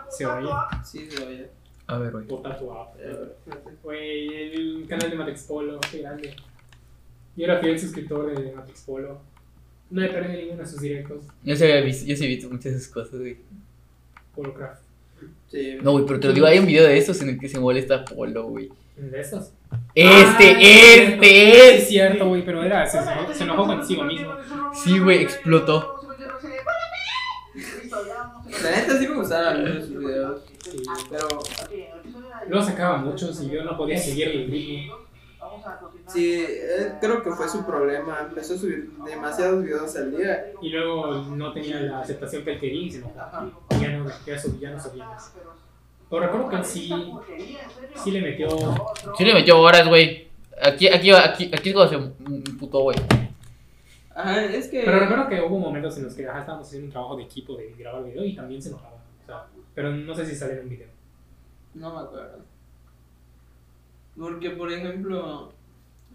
[SPEAKER 3] Se oye.
[SPEAKER 1] Sí, se oye.
[SPEAKER 2] A ver, güey.
[SPEAKER 3] Puta tu app.
[SPEAKER 1] Eh,
[SPEAKER 3] Güey, el canal de Matrix Polo, qué grande. Yo era fiel suscriptor de Matrix Polo. No he perdido ninguno de sus directos.
[SPEAKER 2] Yo sí había visto, yo sí he visto muchas de esas cosas, güey.
[SPEAKER 3] Polocraft.
[SPEAKER 1] Sí.
[SPEAKER 2] No, güey, pero te lo digo, hay un video de esos en el que se molesta Polo, güey.
[SPEAKER 3] ¿De esos?
[SPEAKER 2] Este,
[SPEAKER 3] Ah,
[SPEAKER 2] este,
[SPEAKER 3] Sí, es
[SPEAKER 2] es.
[SPEAKER 3] cierto, güey, pero era, se, enojó- se enojó consigo mismo.
[SPEAKER 2] Sí, güey, explotó.
[SPEAKER 1] La neta sí me gustaron algunos de sus videos,
[SPEAKER 3] Sí.
[SPEAKER 1] pero
[SPEAKER 3] Luego sacaba muchos y yo no podía seguir el ritmo.
[SPEAKER 1] sí, eh, creo que fue su problema. Empezó a subir demasiados videos al día.
[SPEAKER 3] Y luego no tenía la aceptación que él quería y se enojó. Y ya no, ya sub- ya no subía más. Pero recuerdo que él sí, sí le metió.
[SPEAKER 2] Sí le metió horas, güey. Aquí, aquí, aquí, aquí es cuando se putó, güey.
[SPEAKER 1] Ajá, es que.
[SPEAKER 3] Pero recuerdo que hubo momentos en los que ajá, estábamos haciendo un trabajo de equipo de grabar video y también se enojaba. O sea, pero no sé si sale en un video.
[SPEAKER 1] No me acuerdo. Porque, por ejemplo,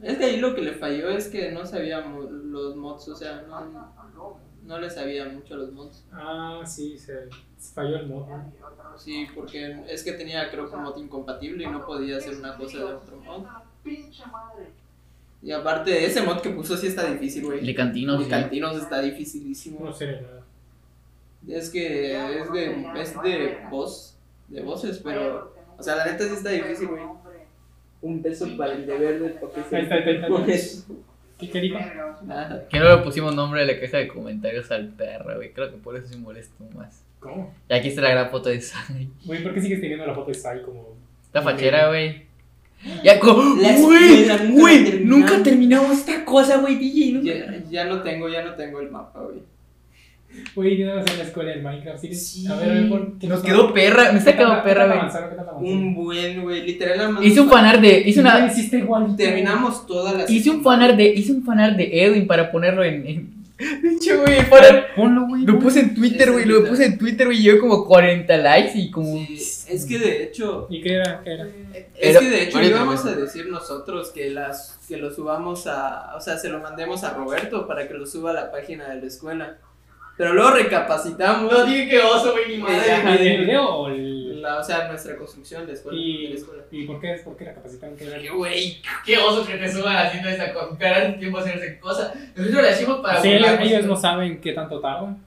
[SPEAKER 1] es que ahí lo que le falló es que no sabíamos los mods, o sea, no, no le sabía mucho a los mods.
[SPEAKER 3] Ah, sí, se, se falló el mod. ¿no?
[SPEAKER 1] Sí, porque es que tenía, creo que un mod incompatible y no podía hacer una cosa de otro mod. Y aparte, ese mod que puso sí está difícil, güey.
[SPEAKER 2] El de Cantino,
[SPEAKER 1] Los
[SPEAKER 2] sí.
[SPEAKER 1] Cantinos está
[SPEAKER 3] No
[SPEAKER 1] dificilísimo.
[SPEAKER 3] sé nada.
[SPEAKER 1] Es que es de, es de voz, de voces, pero, o sea, la neta sí está difícil, güey. Un beso para el deber del
[SPEAKER 3] Ahí está, ahí está, ahí está.
[SPEAKER 1] pues.
[SPEAKER 3] ¿Qué, qué dijo?
[SPEAKER 1] Nada.
[SPEAKER 2] Que no le pusimos nombre a la caja de comentarios al perro, güey. Creo que por eso se molestó más.
[SPEAKER 3] ¿Cómo?
[SPEAKER 2] Y aquí está la gran foto de Sai.
[SPEAKER 3] Güey, ¿por qué sigues teniendo la foto de Sai como.?
[SPEAKER 2] Está fachera, güey. Ya, co-
[SPEAKER 1] La
[SPEAKER 2] güey,
[SPEAKER 1] escuela nunca la
[SPEAKER 2] güey,
[SPEAKER 1] terminamos.
[SPEAKER 2] nunca terminamos esta cosa, güey, DJ, nunca.
[SPEAKER 1] Ya, ya no tengo, ya no tengo el mapa, güey.
[SPEAKER 3] Güey, yo no en la escuela en Minecraft. Sí,
[SPEAKER 1] Sí.
[SPEAKER 3] A ver, a ver, ¿por
[SPEAKER 2] Nos
[SPEAKER 3] qué no-
[SPEAKER 2] Este quedó perra, me está quedando perra,
[SPEAKER 3] ¿Qué
[SPEAKER 2] güey.
[SPEAKER 3] tanto avanzaron? ¿Qué tanto avanzaron?
[SPEAKER 1] Un buen, güey, literal. nada más
[SPEAKER 2] Hice un
[SPEAKER 1] nos-
[SPEAKER 2] fanart de. Hice
[SPEAKER 3] Güey,
[SPEAKER 2] una.
[SPEAKER 3] sí está igualito.
[SPEAKER 1] Terminamos todas las.
[SPEAKER 2] Hice un fanart de. Hice un fanart de Edwin para ponerlo en. en... Pinche, güey, el fanart.
[SPEAKER 3] Ponlo, güey.
[SPEAKER 2] Lo puse en Twitter, güey. Lo puse en Twitter, güey. y Llevo como 40 likes y como.
[SPEAKER 1] Sí, es que de hecho.
[SPEAKER 3] ¿Y qué era? ¿Qué era?
[SPEAKER 1] Es
[SPEAKER 2] Era-
[SPEAKER 1] que de hecho
[SPEAKER 2] ahorita
[SPEAKER 1] íbamos
[SPEAKER 2] lo
[SPEAKER 1] a
[SPEAKER 2] veo.
[SPEAKER 1] decir nosotros que las que lo subamos a. O sea, se lo mandemos a Roberto para que lo suba a la página de la escuela. Pero luego recapacitamos.
[SPEAKER 9] dije que oso, güey, ni
[SPEAKER 3] Ajá, ¿El video o el.?
[SPEAKER 1] la- o sea, nuestra construcción de escuela.
[SPEAKER 3] Y-
[SPEAKER 1] de la escuela.
[SPEAKER 3] ¿Y por qué, por qué la capacitaron? ¿Qué era?
[SPEAKER 9] Güey, qué oso que te suban haciendo esa cosa. Te harán tiempo a hacer esa cosa. Nosotros la hicimos para.
[SPEAKER 3] Sí, ellos,
[SPEAKER 9] burlarnos.
[SPEAKER 3] ellos no saben qué tanto tardan.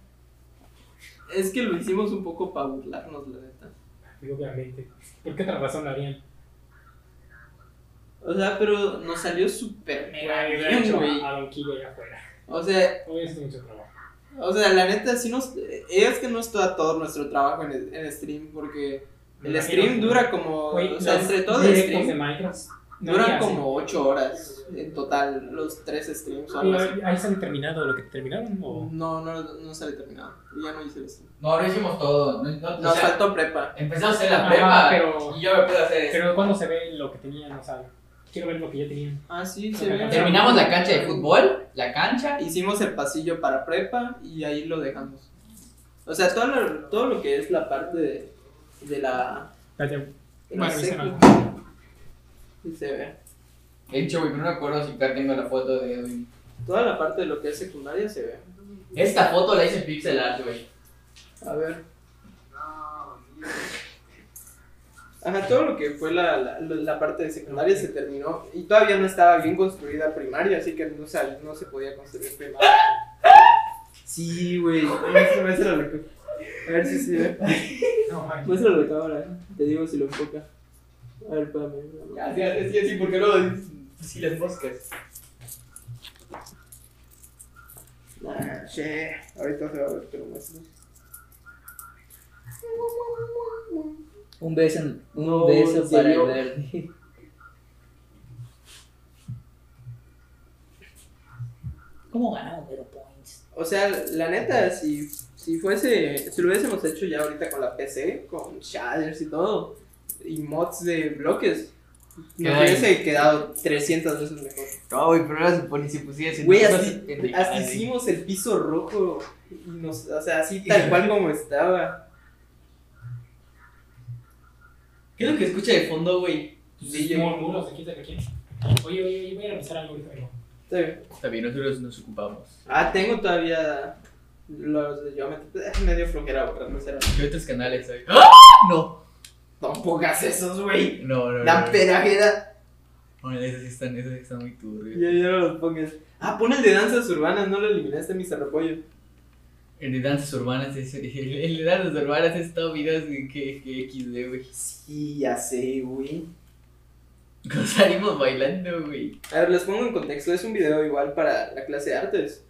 [SPEAKER 1] Es que lo hicimos un poco para burlarnos, la neta.
[SPEAKER 3] Y Obviamente. ¿Por qué otra razón lo harían?
[SPEAKER 1] O sea, pero nos salió súper mega
[SPEAKER 3] Güey, hubiera
[SPEAKER 1] bien,
[SPEAKER 3] hecho
[SPEAKER 1] güey.
[SPEAKER 3] a Don Quijote allá afuera.
[SPEAKER 1] O sea,
[SPEAKER 3] Hoy es mucho trabajo.
[SPEAKER 1] O sea, la neta, sí nos. Es que no está todo nuestro trabajo en, el- en stream, porque el
[SPEAKER 3] Me
[SPEAKER 1] stream
[SPEAKER 3] imagino.
[SPEAKER 1] dura como.
[SPEAKER 3] Güey,
[SPEAKER 1] o sea,
[SPEAKER 3] los
[SPEAKER 1] entre todo el
[SPEAKER 3] directos de
[SPEAKER 1] stream,
[SPEAKER 3] Minecraft. no
[SPEAKER 1] duran
[SPEAKER 3] había, sí.
[SPEAKER 1] como 8 horas en total, los tres streams o
[SPEAKER 3] Y
[SPEAKER 1] algo así.
[SPEAKER 3] ahí- ahí sale terminado lo que terminaron o
[SPEAKER 1] No, no, no sale terminado. Ya no hice el stream.
[SPEAKER 2] No, no hicimos todo. No, no,
[SPEAKER 1] Nos
[SPEAKER 2] o sea,
[SPEAKER 1] faltó prepa.
[SPEAKER 2] empezamos en la
[SPEAKER 3] Ajá,
[SPEAKER 2] prepa
[SPEAKER 3] pero-
[SPEAKER 2] y yo me pude hacer eso.
[SPEAKER 3] pero cuando se ve lo que tenían, o sea, quiero ver lo que ya tenían.
[SPEAKER 1] Ah, sí, se
[SPEAKER 3] Ok.
[SPEAKER 1] ve.
[SPEAKER 2] Terminamos la cancha de fútbol, la cancha.
[SPEAKER 1] Hicimos el pasillo para prepa y ahí lo dejamos. O sea, todo lo, todo lo que es la parte de, de la.
[SPEAKER 3] Espérate,
[SPEAKER 1] de la
[SPEAKER 3] Bueno,
[SPEAKER 1] secu.
[SPEAKER 3] hicieron.
[SPEAKER 1] Sí se ve.
[SPEAKER 2] De hecho, güey, no me acuerdo si acá tengo la foto de Edwin.
[SPEAKER 1] Toda la parte de lo que es secundaria se ve.
[SPEAKER 2] Esta foto la hice en pixel art, güey.
[SPEAKER 1] A ver. Ajá, todo lo que fue la, la, la parte de secundaria se terminó y todavía no estaba bien construida primaria, así que no, se- no se podía construir primaria. Sí, güey. Muestra- Muéstralo. A ver si eh. se ve.
[SPEAKER 3] No, man.
[SPEAKER 1] Muéstralo cámara. Te digo si lo enfoca. A ver, espérame.
[SPEAKER 2] Así, así, así, porque pues, no. Si las moscas.
[SPEAKER 1] Ah, che. Ahorita se va a ver, pero muestra.
[SPEAKER 2] Un beso, un
[SPEAKER 1] No, beso ¿en para serio? el
[SPEAKER 2] verde. ¿Cómo ganaron Zero Points?
[SPEAKER 1] O sea, la neta, si, si fuese, si lo hubiésemos hecho ya ahorita con la PC, con shaders y todo, y mods de bloques, nos
[SPEAKER 2] Ay.
[SPEAKER 1] hubiese quedado 300 veces mejor.
[SPEAKER 2] No, güey, pero ahora se pone si pusieras
[SPEAKER 1] Güey, así, hasta hicimos el piso rojo, y nos, o sea, así tal cual como estaba.
[SPEAKER 2] ¿Qué es lo que escucha de fondo, güey?
[SPEAKER 1] Sí, yo-
[SPEAKER 3] Murmuros de quién sabe quién. Oye, oye, oye, voy a ir a revisar algo ahorita mismo.
[SPEAKER 1] Está bien.
[SPEAKER 4] Está bien, nosotros nos ocupamos.
[SPEAKER 1] Ah, tengo todavía los de Geometry, eh, me dio flojera borrarlos, eran-
[SPEAKER 4] ¿Qué otros canales hay? ¡Ah! No.
[SPEAKER 1] Tampoco hagas esos, güey.
[SPEAKER 4] No, no, no.
[SPEAKER 1] La perajera.
[SPEAKER 4] Bueno, esos sí están, esos sí están muy turbios.
[SPEAKER 1] Ya, ya no los pongas. Ah, pon el de danzas urbanas, no lo eliminaste, mi zarrapollo.
[SPEAKER 4] El de danzas urbanas es. El, el de danzas urbanas es todo videos de que, que XD, güey.
[SPEAKER 1] Sí, ya sé, güey.
[SPEAKER 4] Cuando salimos bailando, güey.
[SPEAKER 1] A ver, les pongo en contexto, es un video igual para la clase de artes.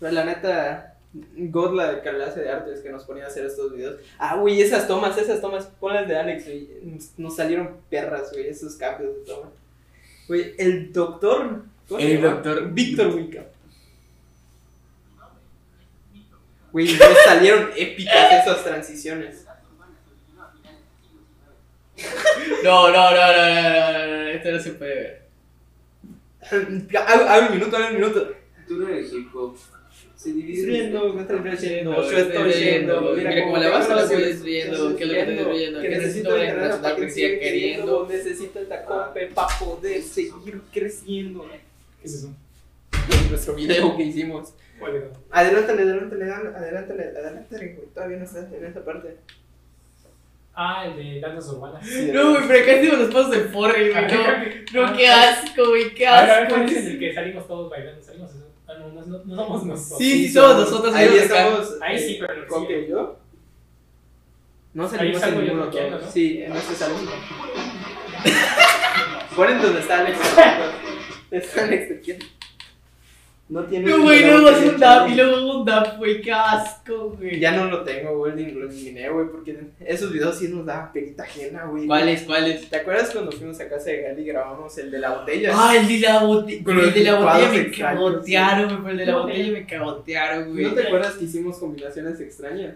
[SPEAKER 1] Pero la neta, God la de clase de artes que nos ponía a hacer estos videos. Ah, güey, esas tomas, esas tomas, ponlas de Alex, güey. Nos salieron perras, güey, esos cambios de toma. Güey, el doctor... ¿cómo se
[SPEAKER 4] El
[SPEAKER 1] llama?
[SPEAKER 4] doctor-
[SPEAKER 1] Víctor Wicca. Güey, nos salieron épicas esas transiciones.
[SPEAKER 4] No, no, no, no, no, no, no, no, esto no se puede ver.
[SPEAKER 1] Abre un minuto, abre un minuto.
[SPEAKER 2] Tú no eres hip hop.
[SPEAKER 1] Se destruyendo, me están destruyendo, yo
[SPEAKER 4] estoy
[SPEAKER 1] estoy
[SPEAKER 4] yendo.
[SPEAKER 1] yendo.
[SPEAKER 4] Mira cómo la vas, la estoy destruyendo, que lo que estoy destruyendo, que necesito ver
[SPEAKER 1] ganar
[SPEAKER 4] internacional
[SPEAKER 1] para
[SPEAKER 4] que siga
[SPEAKER 1] siga
[SPEAKER 4] queriendo.
[SPEAKER 1] Necesito esta cope para poder seguir creciendo.
[SPEAKER 3] ¿Qué es eso?
[SPEAKER 1] Nuestro video que hicimos.
[SPEAKER 3] ¿Cuál era?
[SPEAKER 1] Adelántale, adelántale, dan- adelántale, adelántale, güey. Todavía no estás en esa parte.
[SPEAKER 3] Ah, el de danzas urbanas.
[SPEAKER 4] No, güey, pero acá hicimos los pasos de porre,
[SPEAKER 3] Ah,
[SPEAKER 4] güey. No,
[SPEAKER 3] ah,
[SPEAKER 4] no, qué asco, güey, qué
[SPEAKER 3] A ver, a ver,
[SPEAKER 4] asco.
[SPEAKER 3] ¿cuál es el que salimos todos bailando? Salimos eso. Ah, no, no, no, no somos nosotros.
[SPEAKER 4] Sí, sí, somos nosotros.
[SPEAKER 1] Ahí
[SPEAKER 4] amigos, acá.
[SPEAKER 1] estamos.
[SPEAKER 3] Ahí sí, pero no
[SPEAKER 1] Eh, ¿Con que yo? No
[SPEAKER 3] Ahí
[SPEAKER 1] salimos en
[SPEAKER 3] salgo yo
[SPEAKER 1] ninguno
[SPEAKER 3] bloqueando,
[SPEAKER 1] todos.
[SPEAKER 3] ¿no? Eh,
[SPEAKER 1] Sí, no se salió. Ponen donde está Alex. Está Alex
[SPEAKER 3] este
[SPEAKER 1] aquí. No tiene.
[SPEAKER 4] No, güey, luego
[SPEAKER 1] no
[SPEAKER 4] es un
[SPEAKER 1] tiene
[SPEAKER 4] dap y
[SPEAKER 1] chavo.
[SPEAKER 4] luego un dap, güey, qué asco, güey.
[SPEAKER 1] Ya no lo tengo, güey, ni lo eliminé, güey, porque esos videos sí nos daban penita ajena, güey.
[SPEAKER 4] ¿Cuáles, cuáles?
[SPEAKER 1] ¿Te acuerdas cuando fuimos a casa de Gali y grabamos el de la botella?
[SPEAKER 4] Ah, el de la botella.
[SPEAKER 1] Con los
[SPEAKER 4] El de la botella me
[SPEAKER 1] licuados extraños,
[SPEAKER 4] cagotearon, güey. pero El de la botella me cagotearon, güey.
[SPEAKER 1] ¿No te acuerdas que hicimos combinaciones extrañas?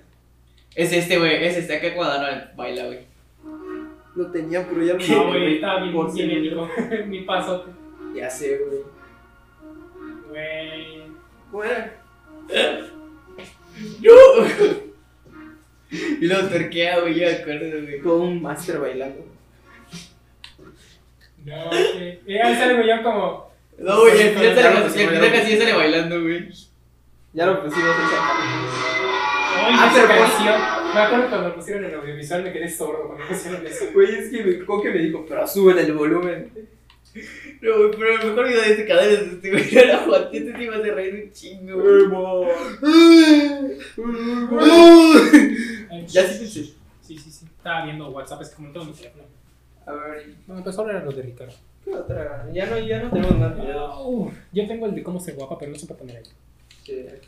[SPEAKER 4] Es este, güey. Es este. Acá cuando no baila, güey.
[SPEAKER 1] Lo tenía, pero ya lo
[SPEAKER 3] No, güey,
[SPEAKER 1] eliminé,
[SPEAKER 3] estaba bien,
[SPEAKER 1] por
[SPEAKER 3] bien
[SPEAKER 1] si-
[SPEAKER 3] épico. Mi paso.
[SPEAKER 1] Ya sé, güey.
[SPEAKER 3] Güey.
[SPEAKER 1] ¿Cómo era?
[SPEAKER 4] Y luego torquea, güey. Yo me acuerdo, güey.
[SPEAKER 1] Todo un máster bailando.
[SPEAKER 3] No, güey. Y ahí salgo yo como.
[SPEAKER 4] No, güey. Al
[SPEAKER 1] Cuando
[SPEAKER 4] final sale
[SPEAKER 1] entraron,
[SPEAKER 4] casi- al
[SPEAKER 1] se
[SPEAKER 4] final
[SPEAKER 1] fueron.
[SPEAKER 4] casi sale bailando, güey.
[SPEAKER 1] Ya lo pusimos en esa parte.
[SPEAKER 3] ¡Ay,
[SPEAKER 1] Ah,
[SPEAKER 3] esa
[SPEAKER 1] pero pues-
[SPEAKER 3] canción! Me acuerdo cuando pusieron en audiovisual me quedé sordo cuando pusieron eso.
[SPEAKER 1] Güey, es que me, Coque me dijo, pero suben el volumen.
[SPEAKER 4] No, güey. Pero el mejor video de este canal es este, güey. Era Juan. Este te iba a reír un chingo, güey.
[SPEAKER 3] Ay,
[SPEAKER 4] Ya sí, sí, sí.
[SPEAKER 3] Sí, sí, sí. Estaba viendo WhatsApp, es que como todo mi teléfono.
[SPEAKER 1] A ver,
[SPEAKER 3] Bueno, pues ahora era lo de Ricardo.
[SPEAKER 1] ¿qué otra? Ya no, ya no tenemos
[SPEAKER 3] Ah,
[SPEAKER 1] más videos.
[SPEAKER 3] No, yo tengo el de cómo ser guapa, pero no supe poner ahí.
[SPEAKER 1] que-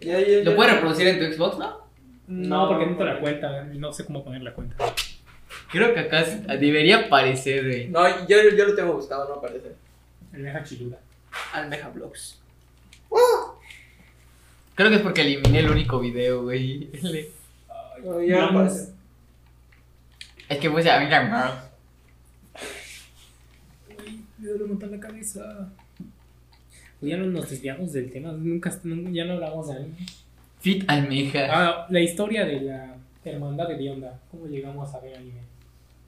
[SPEAKER 1] Ya, ya, ya.
[SPEAKER 2] ¿Lo puedes reproducir en tu Xbox, no?
[SPEAKER 3] No, porque no te la cuenta, no sé cómo poner la cuenta.
[SPEAKER 4] Creo que acá ah, debería aparecer, güey.
[SPEAKER 1] No, yo, yo lo tengo buscado, no aparece.
[SPEAKER 3] Almeja chiluda.
[SPEAKER 1] Almeja Blogs.
[SPEAKER 4] Creo que es porque eliminé el único video, güey.
[SPEAKER 1] No, Oh, ya no
[SPEAKER 6] Vamos.
[SPEAKER 1] aparece.
[SPEAKER 4] Es que puse a mira,
[SPEAKER 3] Me duele montar la cabeza. Pues ya no nos desviamos del tema, nunca, nunca- ya no hablamos de anime.
[SPEAKER 4] Fit Almeja.
[SPEAKER 3] Ah, la historia de la hermandad de Dionda. ¿Cómo llegamos a ver anime?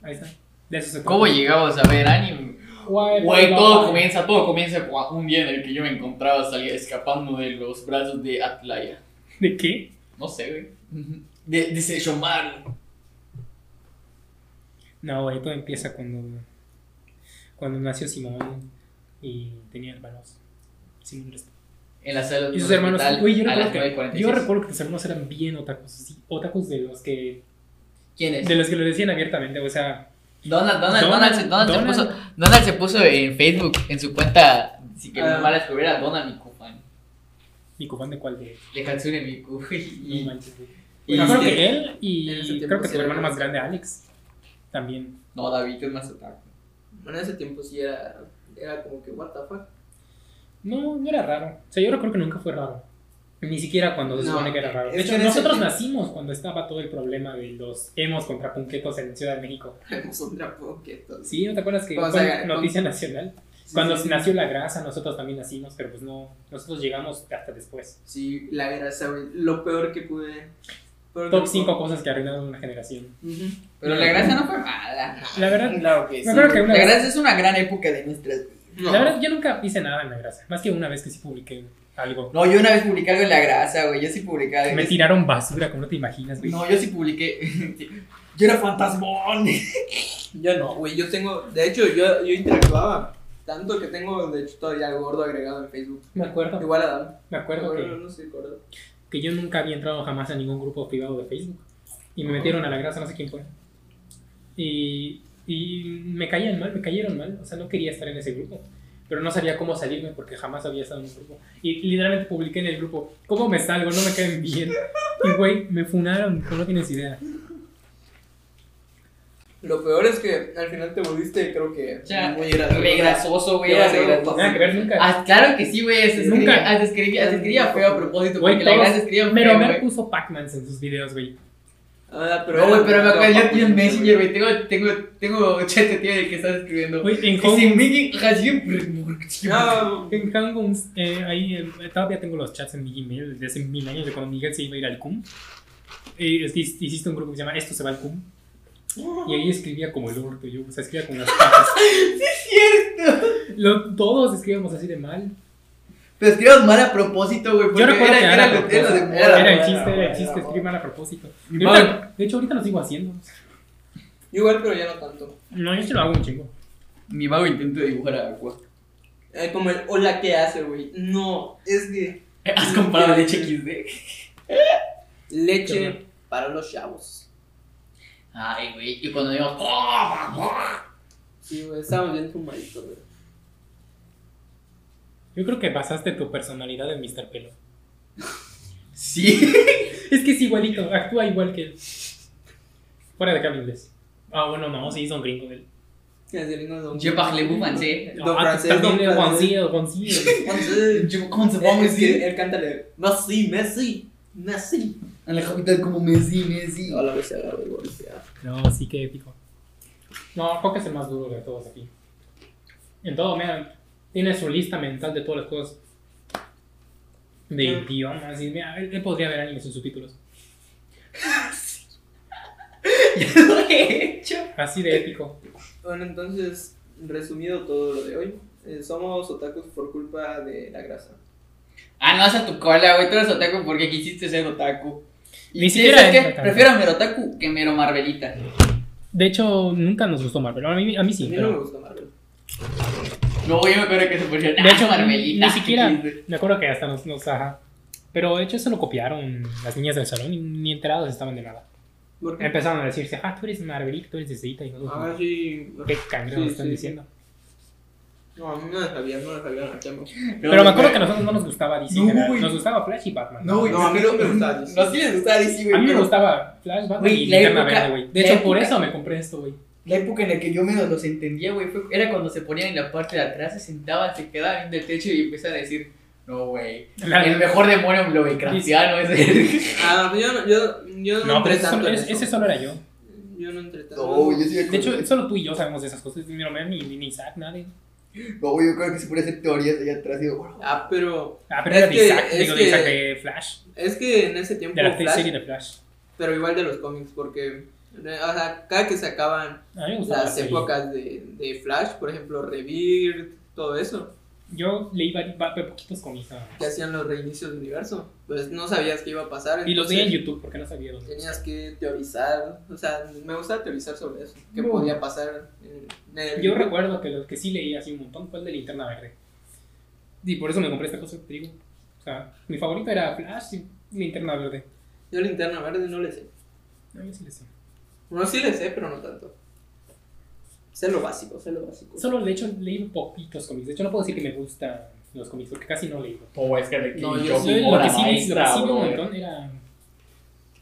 [SPEAKER 3] Ahí está. De eso se trata.
[SPEAKER 4] ¿Cómo llegamos a ver anime?
[SPEAKER 3] Guay,
[SPEAKER 7] Güey,
[SPEAKER 3] guay,
[SPEAKER 7] todo
[SPEAKER 3] guay.
[SPEAKER 7] comienza, todo comienza con un día en el que yo me encontraba salía escapando de los brazos de Atlaya.
[SPEAKER 3] ¿De qué?
[SPEAKER 7] No sé, güey. De, de Seishomaru.
[SPEAKER 3] No, güey, todo empieza cuando, cuando nació Simón y tenía hermanos. Simón les-
[SPEAKER 2] En la sala de
[SPEAKER 3] Y sus
[SPEAKER 2] un
[SPEAKER 3] hermanos.
[SPEAKER 2] hospital
[SPEAKER 3] Güey, yo
[SPEAKER 2] a las
[SPEAKER 3] recuerdo, que,
[SPEAKER 2] 9.46.
[SPEAKER 3] yo recuerdo que tus hermanos eran bien otakus. sí, otakus de los que
[SPEAKER 2] ¿Quién es?
[SPEAKER 3] de los que lo decían abiertamente. O sea,
[SPEAKER 2] Donald, Donald,
[SPEAKER 3] Donald,
[SPEAKER 2] Donald, se- Donald,
[SPEAKER 3] Donald.
[SPEAKER 2] se puso. Donald se puso en Facebook, en su cuenta. Si que
[SPEAKER 1] Ah.
[SPEAKER 2] mi mala descubriera Donald Mikufan.
[SPEAKER 3] ni cupán de cuál de.
[SPEAKER 2] De Hatsune Miku. Y,
[SPEAKER 3] No manches, güey.
[SPEAKER 2] y-
[SPEAKER 3] Me acuerdo
[SPEAKER 2] y-
[SPEAKER 3] que él
[SPEAKER 1] en ese
[SPEAKER 3] y
[SPEAKER 1] tiempo
[SPEAKER 3] creo que
[SPEAKER 1] sí
[SPEAKER 3] tu
[SPEAKER 1] era
[SPEAKER 3] hermano
[SPEAKER 1] como-
[SPEAKER 3] más grande, Alex, también.
[SPEAKER 2] No, David es más otaku.
[SPEAKER 1] Bueno, en ese tiempo sí era, era como que, what the fuck.
[SPEAKER 3] No, no era raro. O sea, yo recuerdo que nunca fue raro. Ni siquiera cuando se
[SPEAKER 1] No, eh,
[SPEAKER 3] supone que era raro. De
[SPEAKER 1] es que
[SPEAKER 3] hecho,
[SPEAKER 1] en ese
[SPEAKER 3] nosotros
[SPEAKER 1] tiempo-
[SPEAKER 3] nacimos cuando estaba todo el problema de los emos contra punquetos en Ciudad de México.
[SPEAKER 1] Hemos un trapo que todo.
[SPEAKER 3] Sí, ¿no te acuerdas que
[SPEAKER 1] O
[SPEAKER 3] fue
[SPEAKER 1] sea, con-
[SPEAKER 3] noticia nacional?
[SPEAKER 1] Sí,
[SPEAKER 3] Cuando
[SPEAKER 1] sí, sí.
[SPEAKER 3] nació la grasa, nosotros también nacimos, pero pues no, nosotros llegamos hasta después.
[SPEAKER 1] Sí, la grasa, güey. Lo peor que pude. Peor
[SPEAKER 3] Top
[SPEAKER 1] que-
[SPEAKER 3] 5 cosas que arruinaron una generación.
[SPEAKER 1] Ujú.
[SPEAKER 2] Pero la gracia no fue mala.
[SPEAKER 3] La verdad,
[SPEAKER 2] Claro que
[SPEAKER 3] me acuerdo que una
[SPEAKER 2] La
[SPEAKER 3] vez-
[SPEAKER 2] gracia es una gran época de nuestras vidas.
[SPEAKER 1] No.
[SPEAKER 3] la verdad, yo nunca hice nada en la grasa, más que una vez que sí publiqué algo.
[SPEAKER 2] No, yo una vez publiqué algo en la grasa, güey. Yo sí publiqué algo.
[SPEAKER 3] Me tiraron basura, como no te imaginas, güey.
[SPEAKER 7] No, yo sí publiqué. yo era fantasmón.
[SPEAKER 1] Yo no, güey, yo tengo, de hecho, yo, yo interactuaba tanto que tengo, de hecho, todavía al gordo agregado en Facebook.
[SPEAKER 3] Me acuerdo,
[SPEAKER 1] Igual a Dan.
[SPEAKER 3] me acuerdo que...
[SPEAKER 1] No, no sé, gordo.
[SPEAKER 3] que yo nunca había entrado jamás a ningún grupo privado de Facebook. Y me metieron a la grasa, no sé quién fue. Y, y me caían mal, me cayeron mal. O sea, no quería estar en ese grupo. Pero no sabía cómo salirme porque jamás había estado en un grupo. Y literalmente publiqué en el grupo, ¿cómo me salgo? No me caen bien. Y güey, me funaron, tú no tienes idea.
[SPEAKER 1] Lo peor es que al final te volviste, creo que,
[SPEAKER 2] Ya,
[SPEAKER 1] muy
[SPEAKER 2] Re grasoso, güey.
[SPEAKER 1] Era
[SPEAKER 2] era re grasoso.
[SPEAKER 3] Nada que ver nunca.
[SPEAKER 2] Ah, claro que sí, güey. Se
[SPEAKER 3] Nunca.
[SPEAKER 2] escribía, ah, se escribía, se escribía feo a propósito.
[SPEAKER 3] Güey,
[SPEAKER 2] Porque la
[SPEAKER 3] todos-
[SPEAKER 2] gracia se escribía
[SPEAKER 3] Pero
[SPEAKER 2] feo,
[SPEAKER 3] me
[SPEAKER 2] güey.
[SPEAKER 3] puso Pac-Man en sus videos, güey.
[SPEAKER 1] Ah, pero
[SPEAKER 2] No,
[SPEAKER 1] era
[SPEAKER 2] güey, pero me
[SPEAKER 1] muy
[SPEAKER 2] acuerdo, yo
[SPEAKER 1] guapo,
[SPEAKER 2] tengo
[SPEAKER 1] güey.
[SPEAKER 2] Messenger, güey. Tengo, tengo, tengo chat de tío del que estás escribiendo.
[SPEAKER 3] Güey, en
[SPEAKER 2] Y si
[SPEAKER 3] Hong,
[SPEAKER 2] Miki Hashem-
[SPEAKER 1] No,
[SPEAKER 3] en Hangouts, eh, ahí eh, todavía tengo los chats en mi Gmail desde hace mil años de cuando Miguel se iba a ir al CUM. Eh, es que his- hiciste un grupo que se llama Esto se va al CUM. Y ahí escribía como el orto, yo, o sea, escribía con las patas. ¡Sí es cierto! todos escribíamos así de mal.
[SPEAKER 2] Te escribas mal a propósito, güey. Porque
[SPEAKER 3] Yo recuerdo
[SPEAKER 2] era,
[SPEAKER 3] que
[SPEAKER 2] era, lo-
[SPEAKER 3] era, a
[SPEAKER 2] era,
[SPEAKER 3] propósito,
[SPEAKER 2] lo de-
[SPEAKER 3] era,
[SPEAKER 2] era
[SPEAKER 3] el
[SPEAKER 2] lo-
[SPEAKER 3] chiste, era el chiste, escribir mal a propósito. Y
[SPEAKER 2] madre.
[SPEAKER 3] ahorita- de hecho, ahorita lo sigo haciendo.
[SPEAKER 1] yo igual, pero ya no tanto.
[SPEAKER 3] No, yo se lo hago un chingo.
[SPEAKER 4] Mi vago intento dibujar agua.
[SPEAKER 1] Eh, como el hola que hace, güey. No, es que
[SPEAKER 7] ¿Has comprado leche XD?
[SPEAKER 3] Qué
[SPEAKER 1] leche para los chavos.
[SPEAKER 2] Ay, güey. Y cuando digo,
[SPEAKER 3] "Oh,
[SPEAKER 1] Sí, güey, estábamos bien fumaditos, güey.
[SPEAKER 3] Yo creo que basaste tu personalidad en Mr. Pelo.
[SPEAKER 7] Sí.
[SPEAKER 3] Es que es igualito, actúa igual que él. Fuera de cambio inglés. Ah, bueno, no, sí, son gringo él.
[SPEAKER 1] Y así vino Don-
[SPEAKER 2] je parle vous français.
[SPEAKER 1] Don
[SPEAKER 3] Ah,
[SPEAKER 1] francés,
[SPEAKER 3] también
[SPEAKER 1] don
[SPEAKER 3] es
[SPEAKER 1] francés.
[SPEAKER 3] Juancillo, Juancillo.
[SPEAKER 1] Entonces,
[SPEAKER 7] Yo con
[SPEAKER 1] Es que él canta de Messi, Messi, Messi.
[SPEAKER 7] En la capital como Messi, Messi.
[SPEAKER 1] Hola, güey, se agarró el golpeado.
[SPEAKER 3] No, sí que épico. No, creo que es el más duro de todos aquí. En todo, mira, tiene su lista mental de todas las cosas. De idiomas, y mira, él, él podría ver animes sin subtítulos.
[SPEAKER 2] Lo he hecho.
[SPEAKER 3] Así de épico.
[SPEAKER 1] Bueno, entonces, resumido todo lo de hoy, eh, somos otakus por culpa de la grasa.
[SPEAKER 2] Ah, no, haz a tu cola, güey. Tú eres otaku porque quisiste ser otaku. Y
[SPEAKER 3] Ni
[SPEAKER 2] sí,
[SPEAKER 3] siquiera
[SPEAKER 2] ¿sabes
[SPEAKER 3] entra
[SPEAKER 2] qué?
[SPEAKER 3] tanto.
[SPEAKER 2] Prefiero mero otaku que mero marvelita.
[SPEAKER 3] De hecho, nunca nos gustó Marvel. A mí, a mí sí.
[SPEAKER 1] a mí no me
[SPEAKER 3] pero-
[SPEAKER 1] gusta Marvel.
[SPEAKER 2] No, yo me acuerdo que se pusieron.
[SPEAKER 3] De hecho,
[SPEAKER 2] "Ah, marvelita.
[SPEAKER 3] ni siquiera. Me acuerdo que hasta nos. nos ajá. Pero de hecho, eso lo copiaron las niñas del salón y ni enteradas estaban de nada.
[SPEAKER 1] ¿Por qué?
[SPEAKER 3] Empezaron a decirse, ah, tú eres Marvelita, tú eres de Zeta", y nosotros,
[SPEAKER 1] Ah, sí.
[SPEAKER 3] ¿Qué cangrejos
[SPEAKER 1] Sí,
[SPEAKER 3] están
[SPEAKER 1] sí, sí.
[SPEAKER 3] diciendo?
[SPEAKER 1] No, a mí no las sabían, no las sabían a chamo.
[SPEAKER 3] Pero me acuerdo que a nosotros no nos gustaba DC.
[SPEAKER 7] No,
[SPEAKER 3] general.
[SPEAKER 7] güey.
[SPEAKER 3] Nos gustaba Flash y Batman.
[SPEAKER 4] No, güey,
[SPEAKER 1] No, a mí
[SPEAKER 4] pero-
[SPEAKER 1] no me gustaba DC.
[SPEAKER 7] No, sí les gusta DC, güey.
[SPEAKER 3] A mí me
[SPEAKER 7] pero-
[SPEAKER 3] gustaba Flash, Batman
[SPEAKER 2] Güey,
[SPEAKER 3] y
[SPEAKER 2] la
[SPEAKER 3] Linterna
[SPEAKER 2] época-
[SPEAKER 3] Verde, güey. De
[SPEAKER 2] la
[SPEAKER 3] hecho, por
[SPEAKER 2] época-
[SPEAKER 3] eso me compré esto, güey.
[SPEAKER 2] La época en la que yo menos los entendía, güey, fue- era cuando se ponían en la parte de atrás, se sentaban, se quedaban viendo el techo y empezaban a decir, no, güey, el mejor demonio Lovecraftiano es él.
[SPEAKER 1] Ah, yo no, yo, yo no,
[SPEAKER 3] No, pues, pero
[SPEAKER 1] entré
[SPEAKER 3] ese,
[SPEAKER 1] tanto
[SPEAKER 3] solo,
[SPEAKER 1] en
[SPEAKER 3] ese-
[SPEAKER 1] eso.
[SPEAKER 3] ese solo era yo.
[SPEAKER 1] Yo no entré tanto.
[SPEAKER 10] No, yo sí me
[SPEAKER 3] De hecho, solo tú y yo sabemos de esas cosas. Ni Romero, ni, ni Isaac, nadie.
[SPEAKER 10] No, yo creo que se puede hacer teorías allá atrás y digo, bueno,
[SPEAKER 1] Ah, pero
[SPEAKER 3] Ah, pero
[SPEAKER 1] Es
[SPEAKER 3] era de
[SPEAKER 1] que-
[SPEAKER 3] Isaac,
[SPEAKER 1] es
[SPEAKER 3] digo, de
[SPEAKER 1] que-
[SPEAKER 3] Isaac de Flash.
[SPEAKER 1] es que en ese tiempo
[SPEAKER 3] De la
[SPEAKER 1] Flash,
[SPEAKER 3] serie de Flash.
[SPEAKER 1] pero igual de los cómics, porque eh, o sea, cada que sacaban
[SPEAKER 3] A mí me gustaba. la
[SPEAKER 1] las
[SPEAKER 3] serie.
[SPEAKER 1] épocas de, de Flash, por ejemplo, Rebirth, todo eso,
[SPEAKER 3] Yo leí varios, va- pero poquitos cómics. nada más.
[SPEAKER 1] que hacían los reinicios del universo, pues no sabías qué iba a pasar.
[SPEAKER 3] Y los
[SPEAKER 1] entonces
[SPEAKER 3] leí en YouTube porque no sabía dónde.
[SPEAKER 1] Tenías que teorizar, o sea, me gusta teorizar sobre eso, qué
[SPEAKER 3] No.
[SPEAKER 1] podía pasar en, en el...
[SPEAKER 3] Yo recuerdo que los que sí leí así un montón fue el de Linterna Verde. Y por eso me compré esta cosa que te digo. O sea, mi favorito era Flash y Linterna Verde.
[SPEAKER 1] Yo linterna verde no le sé.
[SPEAKER 3] No, yo sí le sé.
[SPEAKER 1] No, sí le sé, pero no tanto. Sé lo básico, sé lo básico.
[SPEAKER 3] Solo, de hecho, leí poquitos cómics. De hecho, no puedo decir que me gustan los cómics porque casi no leí.
[SPEAKER 7] Oh, es que de que
[SPEAKER 1] No, yo
[SPEAKER 7] yo
[SPEAKER 1] sí,
[SPEAKER 7] vi
[SPEAKER 3] Yo lo
[SPEAKER 7] obra
[SPEAKER 3] que sí, vi- lo que
[SPEAKER 7] maestra,
[SPEAKER 3] sí vi un
[SPEAKER 7] brother.
[SPEAKER 3] montón eran,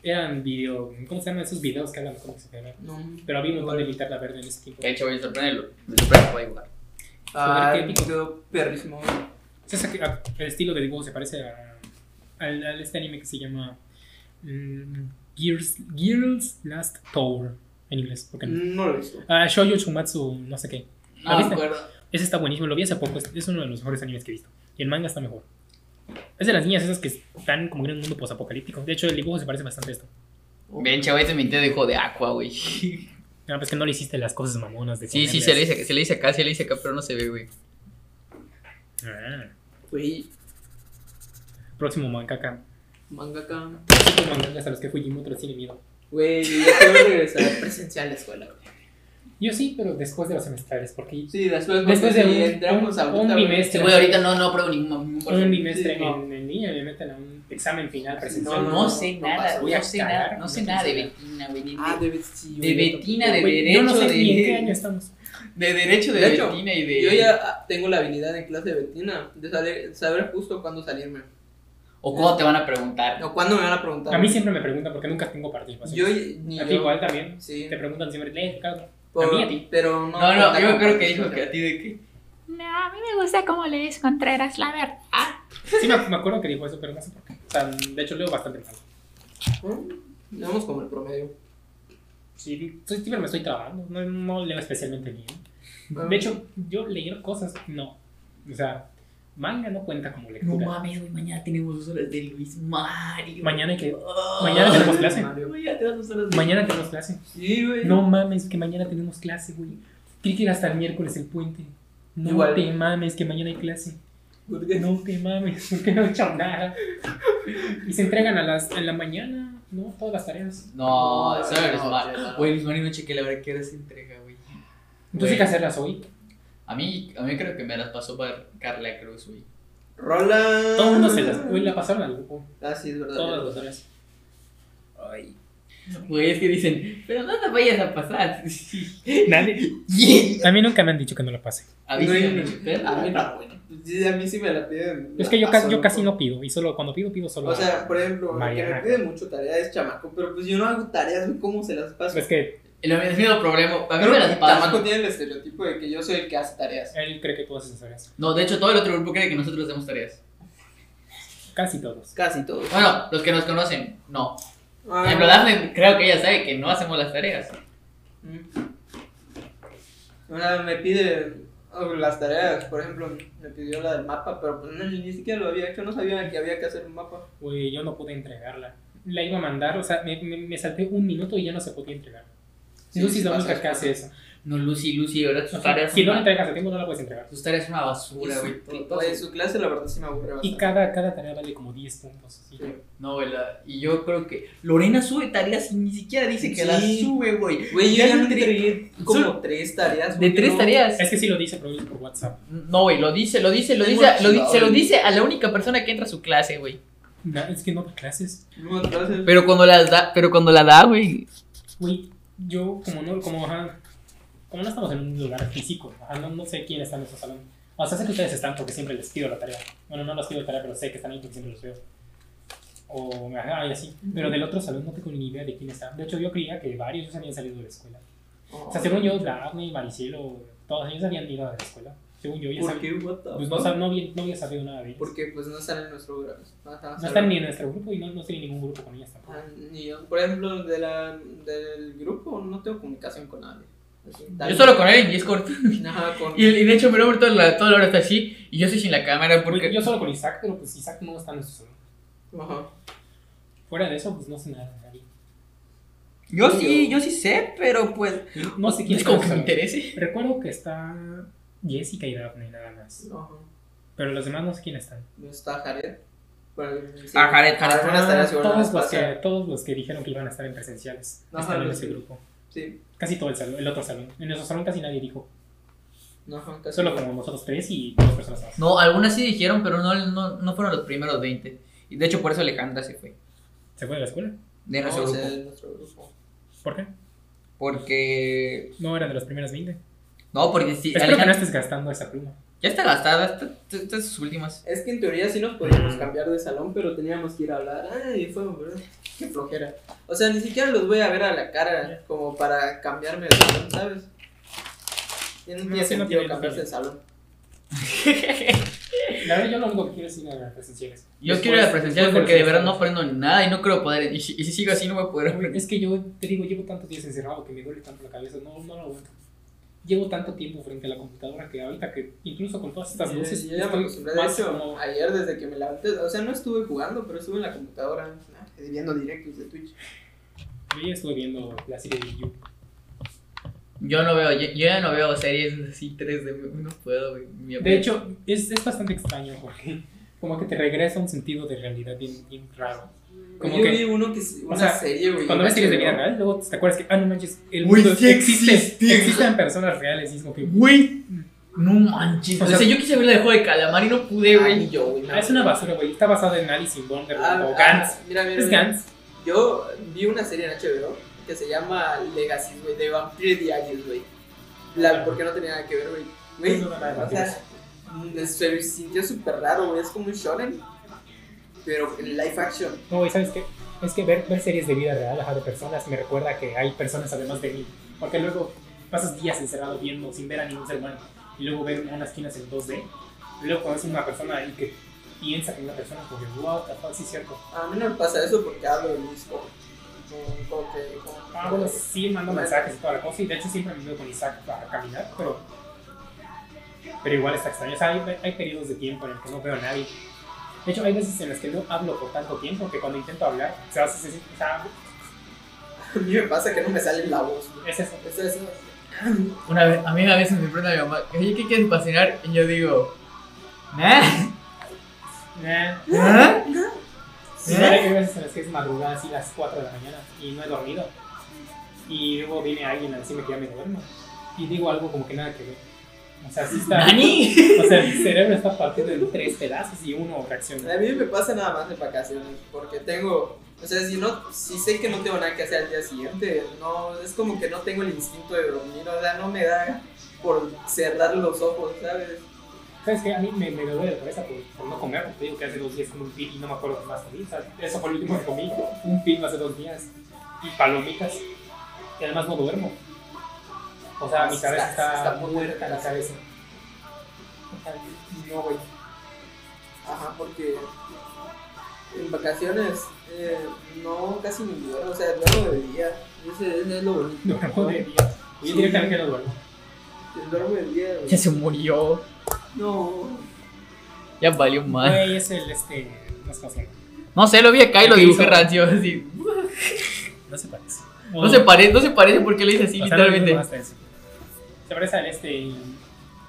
[SPEAKER 3] eran video, ¿cómo se llaman esos videos que hablan? ¿Cómo se llaman?
[SPEAKER 1] No.
[SPEAKER 3] Pero había un montón de linterna verde en ese tiempo.
[SPEAKER 2] De hecho, voy a sorprenderlo, me sorprende, voy a jugar.
[SPEAKER 1] Ah,
[SPEAKER 3] Joder, qué épico.
[SPEAKER 1] quedó perrísimo.
[SPEAKER 3] O sea, que- a- el estilo de dibujo se parece a, al, al este anime que se llama mm, Gears, Girls Last Tower en inglés. Porque
[SPEAKER 2] Mm.
[SPEAKER 3] no?
[SPEAKER 1] No lo he visto.
[SPEAKER 3] Ah, Shoujo Shumatsu, no sé qué. ¿Lo
[SPEAKER 1] No me
[SPEAKER 3] viste?
[SPEAKER 1] acuerdo.
[SPEAKER 3] Ese está buenísimo, lo vi hace poco, es, es uno de los mejores animes que he visto. Y el manga está mejor. Es de las niñas esas que están como en un mundo posapocalíptico. De hecho, el dibujo se parece bastante a esto.
[SPEAKER 2] Bien, chavo, este mintió dijo de agua, güey.
[SPEAKER 3] Ah, pues que no le hiciste las cosas mamonas de
[SPEAKER 2] Sí, sí, se le,
[SPEAKER 3] ponerle
[SPEAKER 2] dice, se le dice acá, se le dice acá, pero no se ve, güey.
[SPEAKER 3] así. Ah,
[SPEAKER 1] Güey,
[SPEAKER 3] próximo mangaka.
[SPEAKER 1] mangaka.
[SPEAKER 3] Próximo mangakas a los que Fujimoto les tiene miedo.
[SPEAKER 1] Güey, ya quiero regresar presencial a la escuela. güey.
[SPEAKER 3] Yo sí, pero después de los semestrales, porque
[SPEAKER 1] Sí, después,
[SPEAKER 3] después
[SPEAKER 1] porque
[SPEAKER 3] de
[SPEAKER 1] si
[SPEAKER 3] un,
[SPEAKER 1] entramos ahorita,
[SPEAKER 3] un
[SPEAKER 1] güey,
[SPEAKER 3] bimestre,
[SPEAKER 2] Güey, ahorita no, no apruebo ningún, ningún
[SPEAKER 3] un
[SPEAKER 2] parcial.
[SPEAKER 3] bimestre
[SPEAKER 1] Sí, no.
[SPEAKER 3] en, en línea me meten a un examen final
[SPEAKER 2] No,
[SPEAKER 3] presencial.
[SPEAKER 1] No,
[SPEAKER 2] no sé
[SPEAKER 1] no
[SPEAKER 2] nada,
[SPEAKER 1] pasa,
[SPEAKER 3] voy a
[SPEAKER 2] no sé
[SPEAKER 3] cagar,
[SPEAKER 2] nada,
[SPEAKER 3] no
[SPEAKER 2] no sé
[SPEAKER 3] tengo
[SPEAKER 2] nada de
[SPEAKER 3] idea.
[SPEAKER 2] Betina, güey. ni-
[SPEAKER 1] Ah, de sí,
[SPEAKER 2] De
[SPEAKER 1] güey, yo
[SPEAKER 2] Betina, de
[SPEAKER 3] Ah, Güey, yo no
[SPEAKER 2] derecho,
[SPEAKER 3] sé ni en qué año
[SPEAKER 2] de...
[SPEAKER 3] estamos.
[SPEAKER 2] De derecho, de
[SPEAKER 1] De hecho,
[SPEAKER 2] Betina y
[SPEAKER 1] tampoco. Yo
[SPEAKER 2] de...
[SPEAKER 1] ya ah, tengo la habilidad en clase de Betina de saber, saber justo cuándo salirme.
[SPEAKER 2] O cómo te van a preguntar.
[SPEAKER 1] O cuándo me van a preguntar.
[SPEAKER 3] A mí siempre me preguntan porque nunca tengo
[SPEAKER 1] Yo
[SPEAKER 3] participación.
[SPEAKER 1] ni
[SPEAKER 3] A
[SPEAKER 1] yo.
[SPEAKER 3] ti igual también.
[SPEAKER 1] Sí.
[SPEAKER 3] Te preguntan siempre, lee, Ricardo.
[SPEAKER 1] por-
[SPEAKER 3] a mí, a ti.
[SPEAKER 1] Pero no.
[SPEAKER 2] No, no,
[SPEAKER 1] cuenta
[SPEAKER 2] yo
[SPEAKER 1] como
[SPEAKER 2] creo que dijo que a
[SPEAKER 1] participación.
[SPEAKER 2] ti de qué.
[SPEAKER 11] No, a mí me gusta cómo lees Contreras, la verdad.
[SPEAKER 3] Sí, me, me acuerdo que dijo eso, pero no sé por qué. O sea, de hecho, leo bastante mal.
[SPEAKER 1] ¿Mm? Vamos como el promedio.
[SPEAKER 3] Sí, sí, pero me estoy trabajando. No, no leo especialmente bien.
[SPEAKER 1] Ah.
[SPEAKER 3] De hecho, yo leer cosas, no. O sea, manga no cuenta como
[SPEAKER 2] No
[SPEAKER 3] lectura.
[SPEAKER 2] mames, güey, mañana tenemos dos horas de Luis Mario.
[SPEAKER 3] Mañana hay que-
[SPEAKER 2] Ah.
[SPEAKER 3] mañana tenemos clase.
[SPEAKER 1] Mario.
[SPEAKER 2] Mañana tenemos dos horas de-
[SPEAKER 3] Mañana tenemos clase.
[SPEAKER 1] Sí, güey.
[SPEAKER 3] No mames, que mañana tenemos clase, güey. Creí que era hasta el miércoles el puente. No
[SPEAKER 1] Igual.
[SPEAKER 3] te mames, que mañana hay clase.
[SPEAKER 1] ¿Por qué?
[SPEAKER 3] No te mames, porque no he hecho nada. Y se entregan a las en la mañana, ¿no? Todas las tareas.
[SPEAKER 2] No, eso
[SPEAKER 1] No,
[SPEAKER 2] era Luis
[SPEAKER 1] no,
[SPEAKER 2] Mario.
[SPEAKER 1] no.
[SPEAKER 2] Güey, Luis Mario no chequé la hora que hora se entrega, güey.
[SPEAKER 3] Entonces hay que hacerlas hoy.
[SPEAKER 2] A mí, a mí creo que me las pasó para Carla Cruz, güey.
[SPEAKER 1] Rola.
[SPEAKER 3] Todo el mundo se las. Hoy la pasaron al grupo.
[SPEAKER 1] Ah, sí, es verdad.
[SPEAKER 3] Todas las tareas.
[SPEAKER 2] Ay. Güey, es que dicen, pero no te vayas a pasar.
[SPEAKER 3] Nadie.
[SPEAKER 2] Yeah.
[SPEAKER 3] A mí nunca me han dicho que no la pase.
[SPEAKER 2] A mí sí
[SPEAKER 1] No,
[SPEAKER 2] me
[SPEAKER 1] no,
[SPEAKER 2] han dicho, pero-
[SPEAKER 1] A mí no, güey. Sí, a mí sí me la piden.
[SPEAKER 3] Es que yo,
[SPEAKER 1] La
[SPEAKER 3] ca-
[SPEAKER 1] paso,
[SPEAKER 3] yo casi no pido. Y solo cuando pido, pido solo.
[SPEAKER 1] O
[SPEAKER 3] a-
[SPEAKER 1] sea, por ejemplo, el que me
[SPEAKER 3] Mariana.
[SPEAKER 1] pide mucho tarea es chamaco, pero pues yo no hago tareas, güey, ¿cómo se las paso?
[SPEAKER 3] Pues Es que
[SPEAKER 2] El mismo problema. A mí
[SPEAKER 1] Creo
[SPEAKER 2] me
[SPEAKER 1] que
[SPEAKER 2] las
[SPEAKER 1] el chamaco
[SPEAKER 2] pasan.
[SPEAKER 1] tiene el estereotipo de que yo soy el que hace tareas.
[SPEAKER 3] él cree que todas esas tareas.
[SPEAKER 2] No, de hecho, todo el otro grupo cree que nosotros hacemos tareas.
[SPEAKER 3] Casi todos.
[SPEAKER 1] Casi todo.
[SPEAKER 2] Bueno, los que nos conocen, no. Por
[SPEAKER 1] Ah,
[SPEAKER 2] ejemplo, Dafne, creo que ella sabe que no hacemos las tareas.
[SPEAKER 1] mm. Ahora me pide oh, las tareas, por ejemplo, me pidió la del mapa, pero pues no, ni siquiera lo había hecho, no sabía que había que hacer un mapa.
[SPEAKER 3] Güey, yo no pude entregarla. La iba a mandar, o sea, me, me, me salté un minuto y ya no se podía entregar.
[SPEAKER 1] Sí,
[SPEAKER 3] Lucy
[SPEAKER 1] sí
[SPEAKER 3] es la
[SPEAKER 1] pasa,
[SPEAKER 3] única que
[SPEAKER 1] pasa.
[SPEAKER 3] hace eso.
[SPEAKER 2] No, Lucy, Lucy, ahora tus
[SPEAKER 3] Ajá.
[SPEAKER 2] tareas
[SPEAKER 3] Si
[SPEAKER 2] son
[SPEAKER 3] no la
[SPEAKER 2] una,
[SPEAKER 3] entregas a tiempo, no la puedes entregar.
[SPEAKER 2] tus tareas son una
[SPEAKER 1] Y
[SPEAKER 2] basura, güey.
[SPEAKER 1] su, güey, su clase la verdad sí me aburre
[SPEAKER 3] Y
[SPEAKER 1] bastante.
[SPEAKER 3] cada, cada tarea vale como 10 puntos. así.
[SPEAKER 1] Sí.
[SPEAKER 2] No, güey, la- y yo creo que Lorena sube tareas y ni siquiera dice que
[SPEAKER 1] Sí.
[SPEAKER 2] las sube, güey.
[SPEAKER 1] Güey, yo
[SPEAKER 2] Ya
[SPEAKER 1] ya
[SPEAKER 2] entre-
[SPEAKER 1] entregué como
[SPEAKER 2] solo-
[SPEAKER 1] tres tareas.
[SPEAKER 2] De
[SPEAKER 1] güey,
[SPEAKER 2] tres
[SPEAKER 1] no-
[SPEAKER 2] tareas.
[SPEAKER 3] Es que sí lo dice, pero es por WhatsApp.
[SPEAKER 2] No, güey, lo dice, lo dice, lo
[SPEAKER 1] Es
[SPEAKER 2] dice, lo di-
[SPEAKER 1] motivado,
[SPEAKER 2] se lo
[SPEAKER 1] güey.
[SPEAKER 2] dice a la única persona que entra a su clase, güey.
[SPEAKER 3] No, es que no da clases.
[SPEAKER 1] No, entonces-
[SPEAKER 2] Pero cuando las da, pero cuando la da, güey.
[SPEAKER 3] Güey, yo como no, como, ajá, como no estamos en un lugar físico, ajá, no, no sé quién está en nuestro salón. O sea, sé que ustedes están porque siempre les pido la tarea. Bueno, no les pido la tarea, pero sé que están ahí porque siempre los veo. O, ajá, y así. Pero del otro salón no tengo ni idea de quién está. De hecho, yo creía que varios ya habían salido de la escuela. O sea, según yo, Daphne, Maricielo, todos ellos habían ido de la escuela. Según yo, ya
[SPEAKER 1] ¿Por
[SPEAKER 3] sabía.
[SPEAKER 1] qué? What the
[SPEAKER 3] Pues no,
[SPEAKER 1] fuck?
[SPEAKER 3] sab- no, había- no había sabido nada de ellos.
[SPEAKER 1] Porque pues no están en nuestro grado. Ajá,
[SPEAKER 3] No están ni en nuestro grupo y no, no estoy en ningún grupo con ellas tampoco.
[SPEAKER 1] Ah, ni yo. Por ejemplo, de la, del grupo no tengo comunicación con nadie. Así, tal-
[SPEAKER 4] Yo solo con él en Discord.
[SPEAKER 1] Ajá, con...
[SPEAKER 4] Y, y de hecho, pero toda la, toda la hora está así. Y yo estoy sin la cámara porque.
[SPEAKER 3] Porque yo solo con Isaac, pero pues Isaac no está en nuestro salón.
[SPEAKER 1] Ajá.
[SPEAKER 3] Fuera de eso, pues no sé nada de nadie.
[SPEAKER 4] Yo
[SPEAKER 1] sí,
[SPEAKER 4] yo sí sé, pero pues.
[SPEAKER 3] No sé quién
[SPEAKER 4] es como que me
[SPEAKER 3] está en nuestro
[SPEAKER 4] interese.
[SPEAKER 3] salón. Recuerdo que está Jessica y Daphne, nada más.
[SPEAKER 1] Ajá.
[SPEAKER 3] Pero los demás no sé quién están.
[SPEAKER 1] No está Jared. Bueno, sí.
[SPEAKER 4] Ah, Jared, Jared.
[SPEAKER 1] Algunas tareas igual
[SPEAKER 3] todos,
[SPEAKER 1] las
[SPEAKER 3] los
[SPEAKER 1] pasa.
[SPEAKER 3] que, todos los que dijeron que iban a estar en presenciales
[SPEAKER 1] Ajá,
[SPEAKER 3] están en
[SPEAKER 1] los
[SPEAKER 3] ese
[SPEAKER 1] que-
[SPEAKER 3] grupo.
[SPEAKER 1] Sí.
[SPEAKER 3] Casi todo el salón, el otro salón. En nuestro salón casi nadie dijo.
[SPEAKER 1] No, ajá, casi.
[SPEAKER 3] Solo como nosotros tres y dos personas más.
[SPEAKER 4] No, algunas sí dijeron, pero no, no, no fueron los primeros 20. Y de hecho, por eso Alejandra se fue
[SPEAKER 3] ¿Se fue de la escuela?
[SPEAKER 4] de
[SPEAKER 1] No,
[SPEAKER 4] nuestro
[SPEAKER 1] o sea,
[SPEAKER 4] grupo.
[SPEAKER 1] de nuestro grupo.
[SPEAKER 3] ¿Por qué?
[SPEAKER 4] Porque.
[SPEAKER 3] No eran de las primeras 20.
[SPEAKER 4] No, porque sí.
[SPEAKER 3] Espero que no
[SPEAKER 4] Alejandra
[SPEAKER 3] estés gastando esa pluma.
[SPEAKER 4] ya está gastada. Estas esta, esta es sus últimas.
[SPEAKER 1] Es que en teoría sí nos
[SPEAKER 4] Mm.
[SPEAKER 1] podíamos cambiar de salón, pero teníamos que ir a hablar. Ay, fue, ¿verdad? Qué flojera. O sea, ni siquiera los voy a ver a la cara como para cambiarme de salón, ¿sabes? Ya no
[SPEAKER 3] No,
[SPEAKER 1] tiene
[SPEAKER 3] sí, no
[SPEAKER 1] sentido
[SPEAKER 3] tiene
[SPEAKER 1] cambiarse de
[SPEAKER 3] sentido.
[SPEAKER 1] salón.
[SPEAKER 3] La verdad, yo lo único que quiero es ir a las presenciales.
[SPEAKER 4] Yo
[SPEAKER 3] Después-
[SPEAKER 4] quiero ir a presencial
[SPEAKER 3] después
[SPEAKER 4] porque de
[SPEAKER 3] los
[SPEAKER 4] verdad no
[SPEAKER 3] exámenes.
[SPEAKER 4] aprendo nada y no creo poder. Y si, y si sigo así, no voy a poder aprender.
[SPEAKER 3] Es que yo te digo, llevo tantos días encerrado que me duele tanto la cabeza. No, no lo aguanto. Llevo tanto tiempo frente a la computadora que ahorita que incluso con todas estas
[SPEAKER 1] Yo-
[SPEAKER 3] luces
[SPEAKER 1] yo ya me
[SPEAKER 3] estoy
[SPEAKER 1] acostumbré. De
[SPEAKER 3] más
[SPEAKER 1] hecho,
[SPEAKER 3] como-
[SPEAKER 1] ayer desde que me levanté, o sea, no estuve jugando, pero estuve en la computadora ah, viendo directos de Twitch.
[SPEAKER 3] Yo ya estoy viendo la serie de You.
[SPEAKER 4] Yo no veo, yo, yo ya no veo series así 3D. No puedo, güey. Mi
[SPEAKER 3] De hecho, es, es bastante extraño porque como que te regresa un sentido de realidad bien, bien raro. Como
[SPEAKER 1] yo
[SPEAKER 3] que-
[SPEAKER 1] vi uno que es una
[SPEAKER 3] sea,
[SPEAKER 1] serie, güey.
[SPEAKER 3] Cuando ves series de
[SPEAKER 1] HBO.
[SPEAKER 3] vida real, luego te acuerdas que, ah, no manches, el
[SPEAKER 4] Güey,
[SPEAKER 3] mundo
[SPEAKER 4] sí existe.
[SPEAKER 3] existe. Existen personas reales y es como que,
[SPEAKER 4] Güey. No manches.
[SPEAKER 3] O
[SPEAKER 4] O sea,
[SPEAKER 3] sea,
[SPEAKER 4] yo quise ver la de juego de calamar y no pude,
[SPEAKER 1] Ah,
[SPEAKER 4] güey.
[SPEAKER 1] ni yo, güey, no.
[SPEAKER 3] ah, es una basura, güey. Está basada en Alice in Wonderland
[SPEAKER 1] Ah,
[SPEAKER 3] o
[SPEAKER 1] ah,
[SPEAKER 3] Gantz.
[SPEAKER 1] Mira, mira,
[SPEAKER 3] Es
[SPEAKER 1] mira.
[SPEAKER 3] Gantz.
[SPEAKER 1] Yo vi una serie en HBO que se llama Legacy, güey, de Vampire Diaries, güey. La, porque no tenía nada que ver, güey. Güey,
[SPEAKER 3] Ah. No, no, no, no,
[SPEAKER 1] o sea, mm, se sintió súper raro, güey. Es como un shonen, pero en live action.
[SPEAKER 3] No, güey, ¿sabes qué? Es que ver, ver series de vida real, ajá, de personas, me recuerda que hay personas además de mí. Porque luego pasas días encerrado viendo sin ver a ningún ser humano. Y luego ver unas esquinas en 2D. Y luego conoces una persona ahí que piensa que es una persona, porque, wow, the fuck, sí es cierto.
[SPEAKER 1] A mí no me pasa eso porque hablo en disco. Mm, Como que. como-
[SPEAKER 3] Ah, bueno, sí, mando mensajes y toda la cosa. Y de hecho, siempre me veo con Isaac para caminar, pero. Pero igual está extraño. O sea, hay, hay periodos de tiempo en el que no veo a nadie. De hecho, hay veces en las que no hablo por tanto tiempo que cuando intento hablar, se hace. se- o sea,
[SPEAKER 1] A mí me pasa que no me sale la voz, güey.
[SPEAKER 3] es eso.
[SPEAKER 1] Eso es.
[SPEAKER 4] Una vez, a mí a veces me pregunta mi mamá, oye, ¿qué quieres para cenar? Y yo digo, ¿nah? ¿Ah?
[SPEAKER 3] Nah.
[SPEAKER 4] ¿nah?
[SPEAKER 3] Sí,
[SPEAKER 4] ¿Eh?
[SPEAKER 3] hay veces en las que es madrugada, así las 4 de la mañana, y no he dormido. Y luego viene alguien a decirme que ya me duermo. Y digo algo como que nada que ver. O sea, sí está.
[SPEAKER 4] ¿Nani?
[SPEAKER 3] O sea, mi cerebro está partido en tres pedazos y uno
[SPEAKER 1] A
[SPEAKER 3] reacciona.
[SPEAKER 1] mí me pasa nada más en vacaciones, porque tengo, o sea, si no, si sé que no tengo nada que hacer al día siguiente, no, es como que no tengo el instinto de dormir, o sea, no me da por cerrar los ojos, ¿sabes?
[SPEAKER 3] ¿Sabes qué? A mí me, me duele la cabeza por, por no comer. porque Te digo que hace dos días como un pin y no me acuerdo qué más comí. O sea, eso fue el último que comí. Un pin hace dos días. Y palomitas. Y además no duermo. O sea,
[SPEAKER 1] Ah,
[SPEAKER 3] mi
[SPEAKER 1] Está-
[SPEAKER 3] cabeza está,
[SPEAKER 1] está muy
[SPEAKER 3] muerta la
[SPEAKER 1] muerta.
[SPEAKER 3] cabeza. O sea, No, güey.
[SPEAKER 1] Ajá, porque en vacaciones eh, no casi ni duermo, o sea, duermo de día, ese, ese es lo bonito.
[SPEAKER 3] Duermo de día. Yo directamente no duermo.
[SPEAKER 1] El duermo de día, güey.
[SPEAKER 4] Ya se murió,
[SPEAKER 1] No,
[SPEAKER 4] ya valió mal.
[SPEAKER 3] Güey, es el este. No sé cómo se llama.
[SPEAKER 4] No sé, lo vi acá y lo
[SPEAKER 3] ¿Qué
[SPEAKER 4] dibujé
[SPEAKER 3] hizo?
[SPEAKER 4] rancio, así.
[SPEAKER 3] No se parece.
[SPEAKER 4] No se parece, no se parece porque lo hice así,
[SPEAKER 3] O sea, no me
[SPEAKER 4] literalmente.
[SPEAKER 3] gusta eso. Se parece al este.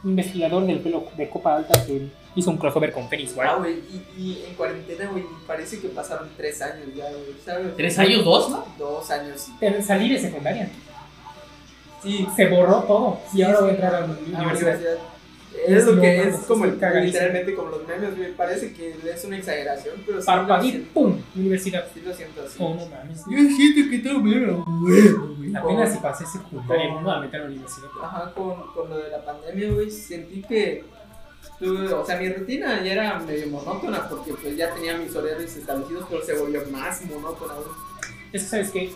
[SPEAKER 3] Investigador del pelo de copa alta que hizo un crossover con Phoenix
[SPEAKER 1] ah,
[SPEAKER 3] Wright.
[SPEAKER 1] güey, y, y en cuarentena, güey, parece que pasaron tres años ya, güey, ¿sabes?
[SPEAKER 4] ¿Tres años, dos, no?
[SPEAKER 1] Dos años, sí.
[SPEAKER 3] Pero Salí de secundaria.
[SPEAKER 1] Sí,
[SPEAKER 3] Se borró todo. Y ahora
[SPEAKER 1] sí,
[SPEAKER 3] voy a entrar a la
[SPEAKER 1] Ah,
[SPEAKER 3] universidad.
[SPEAKER 1] universidad.
[SPEAKER 3] Es
[SPEAKER 1] Es lo que
[SPEAKER 3] lo
[SPEAKER 1] es
[SPEAKER 3] más,
[SPEAKER 1] como
[SPEAKER 3] es
[SPEAKER 1] el-
[SPEAKER 3] cagadísimo.
[SPEAKER 1] literalmente como los memes, me parece que es una exageración, pero sí lo
[SPEAKER 3] Parpadeé,
[SPEAKER 1] siento,
[SPEAKER 3] ¡pum! Universidad.
[SPEAKER 1] sí lo siento así.
[SPEAKER 3] Oh, no mames.
[SPEAKER 4] siento que todo me huevo, güey.
[SPEAKER 3] Apenas si pasé secundaria, me voy a meter a la universidad.
[SPEAKER 1] Ajá, con, con lo de la pandemia, güey, sentí que Tuve- o sea, mi rutina ya era medio monótona porque pues ya tenía mis horarios establecidos, pero se volvió más monótona aún.
[SPEAKER 3] Es que, ¿sabes qué?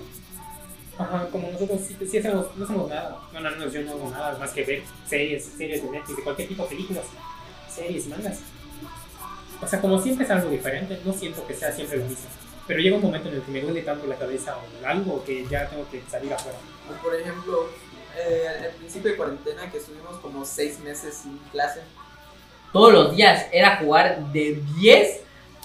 [SPEAKER 3] Ajá, como nosotros sí, sí hacemos, no hacemos nada. Bueno, al menos yo no hago nada más que ver series, series de Netflix, de cualquier tipo, películas, series, mangas. O sea, como siempre es algo diferente, no siento que sea siempre lo mismo. Pero llega un momento en el que me duele tanto la cabeza o algo que ya tengo que salir afuera.
[SPEAKER 1] Pues, por ejemplo, eh, al principio de cuarentena que estuvimos como seis meses sin clase.
[SPEAKER 2] Todos los días era jugar de 10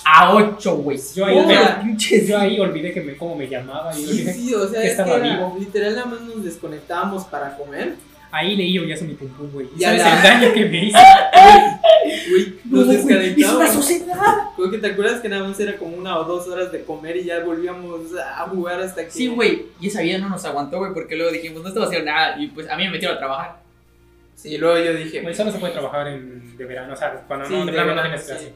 [SPEAKER 2] a 8, güey.
[SPEAKER 3] Yo ahí,
[SPEAKER 1] Hola.
[SPEAKER 2] Pinches.
[SPEAKER 3] yo ahí olvidé que me, cómo me llamaba y
[SPEAKER 1] Sí,
[SPEAKER 3] olvidé.
[SPEAKER 1] sí, o sea,
[SPEAKER 3] que
[SPEAKER 1] es que
[SPEAKER 3] estaba
[SPEAKER 1] era-
[SPEAKER 3] vivo.
[SPEAKER 1] literal nada más nos desconectábamos para comer.
[SPEAKER 3] Ahí leí yo ya soy mi pum pum, güey.
[SPEAKER 1] Ya
[SPEAKER 3] ¿Sabes
[SPEAKER 1] la-
[SPEAKER 3] el daño que me hizo?
[SPEAKER 1] Güey, nos desconectábamos.
[SPEAKER 2] sociedad.
[SPEAKER 1] Creo que te acuerdas que nada más era como una o dos horas de comer y ya volvíamos a jugar hasta que.
[SPEAKER 2] Sí, güey. Y esa vida no nos aguantó, güey, porque luego dijimos, no estamos haciendo nada. Y pues a mí me metieron a trabajar.
[SPEAKER 1] Sí, luego yo dije.
[SPEAKER 3] Güey, solo se puede trabajar en, de verano, o sea, cuando
[SPEAKER 1] Sí,
[SPEAKER 3] no,
[SPEAKER 1] de
[SPEAKER 3] de verano no
[SPEAKER 1] verano,
[SPEAKER 3] tienes clase.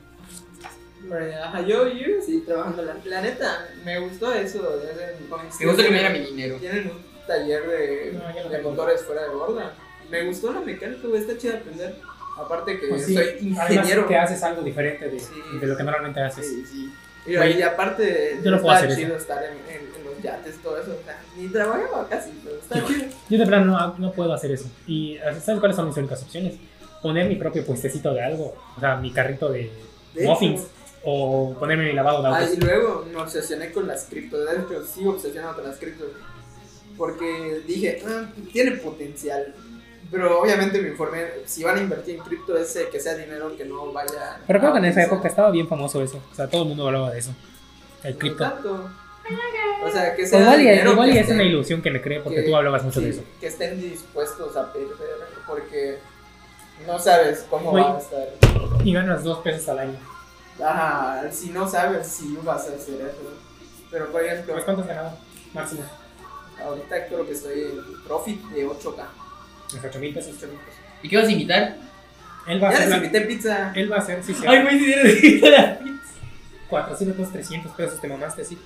[SPEAKER 1] "Hombre, Ajá, yo, yo sí, trabajando. La, la neta, me gustó eso. de hacer comics.
[SPEAKER 2] Me gusta que me diera mi dinero.
[SPEAKER 1] Tienen un taller de,
[SPEAKER 3] No, ya lo
[SPEAKER 1] de
[SPEAKER 3] tengo.
[SPEAKER 1] motores fuera de borda. Me gustó la mecánica, güey, está chida aprender. Aparte que
[SPEAKER 3] Pues sí,
[SPEAKER 1] soy ingeniero.
[SPEAKER 3] Además que haces algo diferente de,
[SPEAKER 1] Sí.
[SPEAKER 3] de lo que normalmente haces.
[SPEAKER 1] Sí, sí. Y,
[SPEAKER 3] Güey,
[SPEAKER 1] y aparte,
[SPEAKER 3] yo no puedo
[SPEAKER 1] está
[SPEAKER 3] hacer
[SPEAKER 1] chido estar en, en- en los yates, todo eso. O sea, ni trabajaba casi, pero está chido.
[SPEAKER 3] Yo de plano no, no puedo hacer eso. ¿Y sabes cuáles son mis únicas opciones? Poner mi propio puestecito de algo, o sea, mi carrito de,
[SPEAKER 1] De hecho,
[SPEAKER 3] muffins, o ponerme mi lavado de
[SPEAKER 1] Ah,
[SPEAKER 3] autos.
[SPEAKER 1] y luego me obsesioné con las criptos. De hecho, sí obsesionado con las criptos. Porque dije, "Ah, tiene potencial. Pero obviamente me informé, si van a invertir en cripto, es eh, que sea dinero que no vaya.
[SPEAKER 3] Pero creo
[SPEAKER 1] a
[SPEAKER 3] que en esa
[SPEAKER 1] utilizar.
[SPEAKER 3] época estaba bien famoso eso, o sea, todo el mundo hablaba de eso, el
[SPEAKER 1] No
[SPEAKER 3] cripto.
[SPEAKER 1] tanto. O sea, que sea
[SPEAKER 3] Igual, y-
[SPEAKER 1] dinero
[SPEAKER 3] igual
[SPEAKER 1] que
[SPEAKER 3] y es una
[SPEAKER 1] estén-
[SPEAKER 3] ilusión que me cree porque
[SPEAKER 1] que-
[SPEAKER 3] tú hablabas mucho de
[SPEAKER 1] sí,
[SPEAKER 3] eso.
[SPEAKER 1] que estén dispuestos a perder, porque no sabes cómo
[SPEAKER 3] Güey.
[SPEAKER 1] va a estar.
[SPEAKER 3] Y ganas dos pesos al año.
[SPEAKER 1] Ajá, si no sabes si vas a hacer eso. Pero por ejemplo,
[SPEAKER 3] Pues, ¿Cuánto has ganado? Máximo.
[SPEAKER 1] ahorita creo que estoy en profit de 8K.
[SPEAKER 3] Unos ocho mil pesos.
[SPEAKER 2] ¿Y qué vas a invitar?
[SPEAKER 3] Él va a
[SPEAKER 1] Ya
[SPEAKER 3] hacer,
[SPEAKER 1] les
[SPEAKER 3] la-
[SPEAKER 1] invité pizza.
[SPEAKER 3] él va a hacer, sí, sí.
[SPEAKER 2] Ay, güey, si tienes que invitar a mí.
[SPEAKER 3] 400, 300 pesos te mamaste así.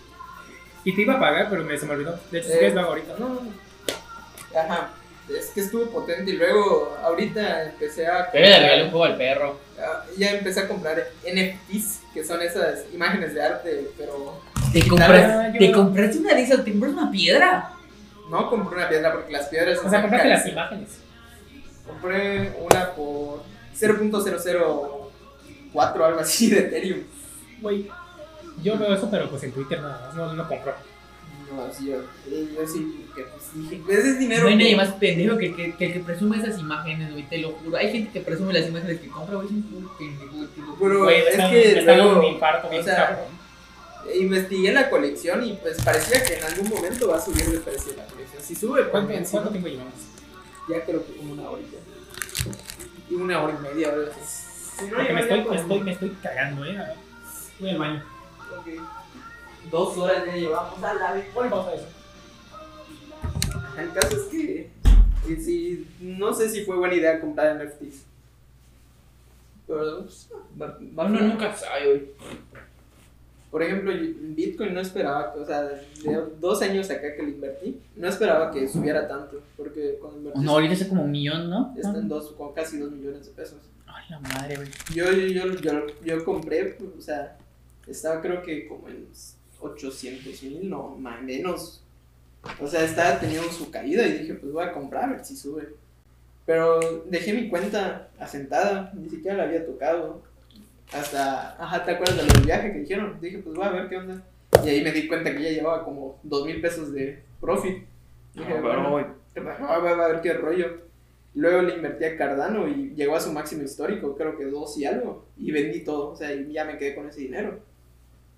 [SPEAKER 3] Y te iba a pagar, pero me, se me olvidó. De hecho, si
[SPEAKER 1] Eh.
[SPEAKER 3] quieres lo hago ahorita. No, no, no.
[SPEAKER 1] Ajá. Es que estuvo potente y luego ahorita empecé a
[SPEAKER 2] Pero le regalé un juego al perro.
[SPEAKER 1] ah, ya empecé a comprar NFTs, que son esas imágenes de arte, pero
[SPEAKER 2] ¿Te
[SPEAKER 3] compras-
[SPEAKER 2] compraste,
[SPEAKER 3] te
[SPEAKER 2] una de esas? ¿Te compraste una piedra?
[SPEAKER 1] no compré una piedra porque las piedras
[SPEAKER 3] O sea,
[SPEAKER 1] están
[SPEAKER 3] compraste las
[SPEAKER 1] carísimas.
[SPEAKER 3] imágenes.
[SPEAKER 1] Compré una por 0.004 algo así de Ethereum.
[SPEAKER 3] Güey, yo veo eso, pero pues en Twitter nada más. No, no compro.
[SPEAKER 1] No, sí, yo, eh, yo sí, que pues dije, ese es dinero.
[SPEAKER 2] No hay
[SPEAKER 1] que-
[SPEAKER 2] nadie más pendejo que, que, que el que presume esas imágenes, güey, te lo juro. Hay gente que presume las imágenes que compra, güey, es un puro pendejo, güey, te lo juro.
[SPEAKER 1] Pero
[SPEAKER 3] Güey,
[SPEAKER 1] es
[SPEAKER 3] está-
[SPEAKER 1] que
[SPEAKER 3] está
[SPEAKER 1] luego,
[SPEAKER 3] un infarto, bien
[SPEAKER 1] o sea,
[SPEAKER 3] cabrón.
[SPEAKER 1] e Investigué la colección y pues parecía que en algún momento va a subir de precio la colección. Si sube, pues
[SPEAKER 3] ¿Cuánto,
[SPEAKER 1] bien, si
[SPEAKER 3] cuánto
[SPEAKER 1] no,
[SPEAKER 3] tiempo llevamos?
[SPEAKER 1] ya creo que como una hora y ya. Y una hora y media, ahora sí.
[SPEAKER 3] Porque me, estoy, me, estoy, me estoy cagando, eh. A ver, Voy al baño.
[SPEAKER 1] Dos horas ya llevamos a la vez.
[SPEAKER 3] Voy a pausar eso.
[SPEAKER 1] El caso es que, que sí, no sé si fue buena idea comprar NFTs. Pero pues, va- va-
[SPEAKER 2] Uno nunca sabe, güey.
[SPEAKER 1] Por ejemplo, yo- Bitcoin no esperaba, que- o sea, de dos años acá que le invertí, no esperaba que subiera tanto, porque cuando invertí
[SPEAKER 2] No, ahorita está como un millón, ¿no? Ah,
[SPEAKER 1] está en dos, con casi dos millones de pesos.
[SPEAKER 2] Ay, la madre, güey.
[SPEAKER 1] Yo, yo, yo, yo, yo compré, pues, o sea, estaba creo que como en 800 mil, no, más menos. O sea, estaba teniendo su caída y dije, pues voy a comprar a ver si sube. Pero dejé mi cuenta asentada, ni siquiera la había tocado. Hasta, ajá, ¿te acuerdas de los viajes que dijeron? Dije, pues voy a ver qué onda. Y ahí me di cuenta que ya llevaba como 2 mil pesos de profit. Dije, bueno, a ver, a ver qué rollo. Luego le invertí a Cardano y llegó a su máximo histórico, creo que dos y algo. Y vendí todo, o sea, y ya me quedé con ese dinero.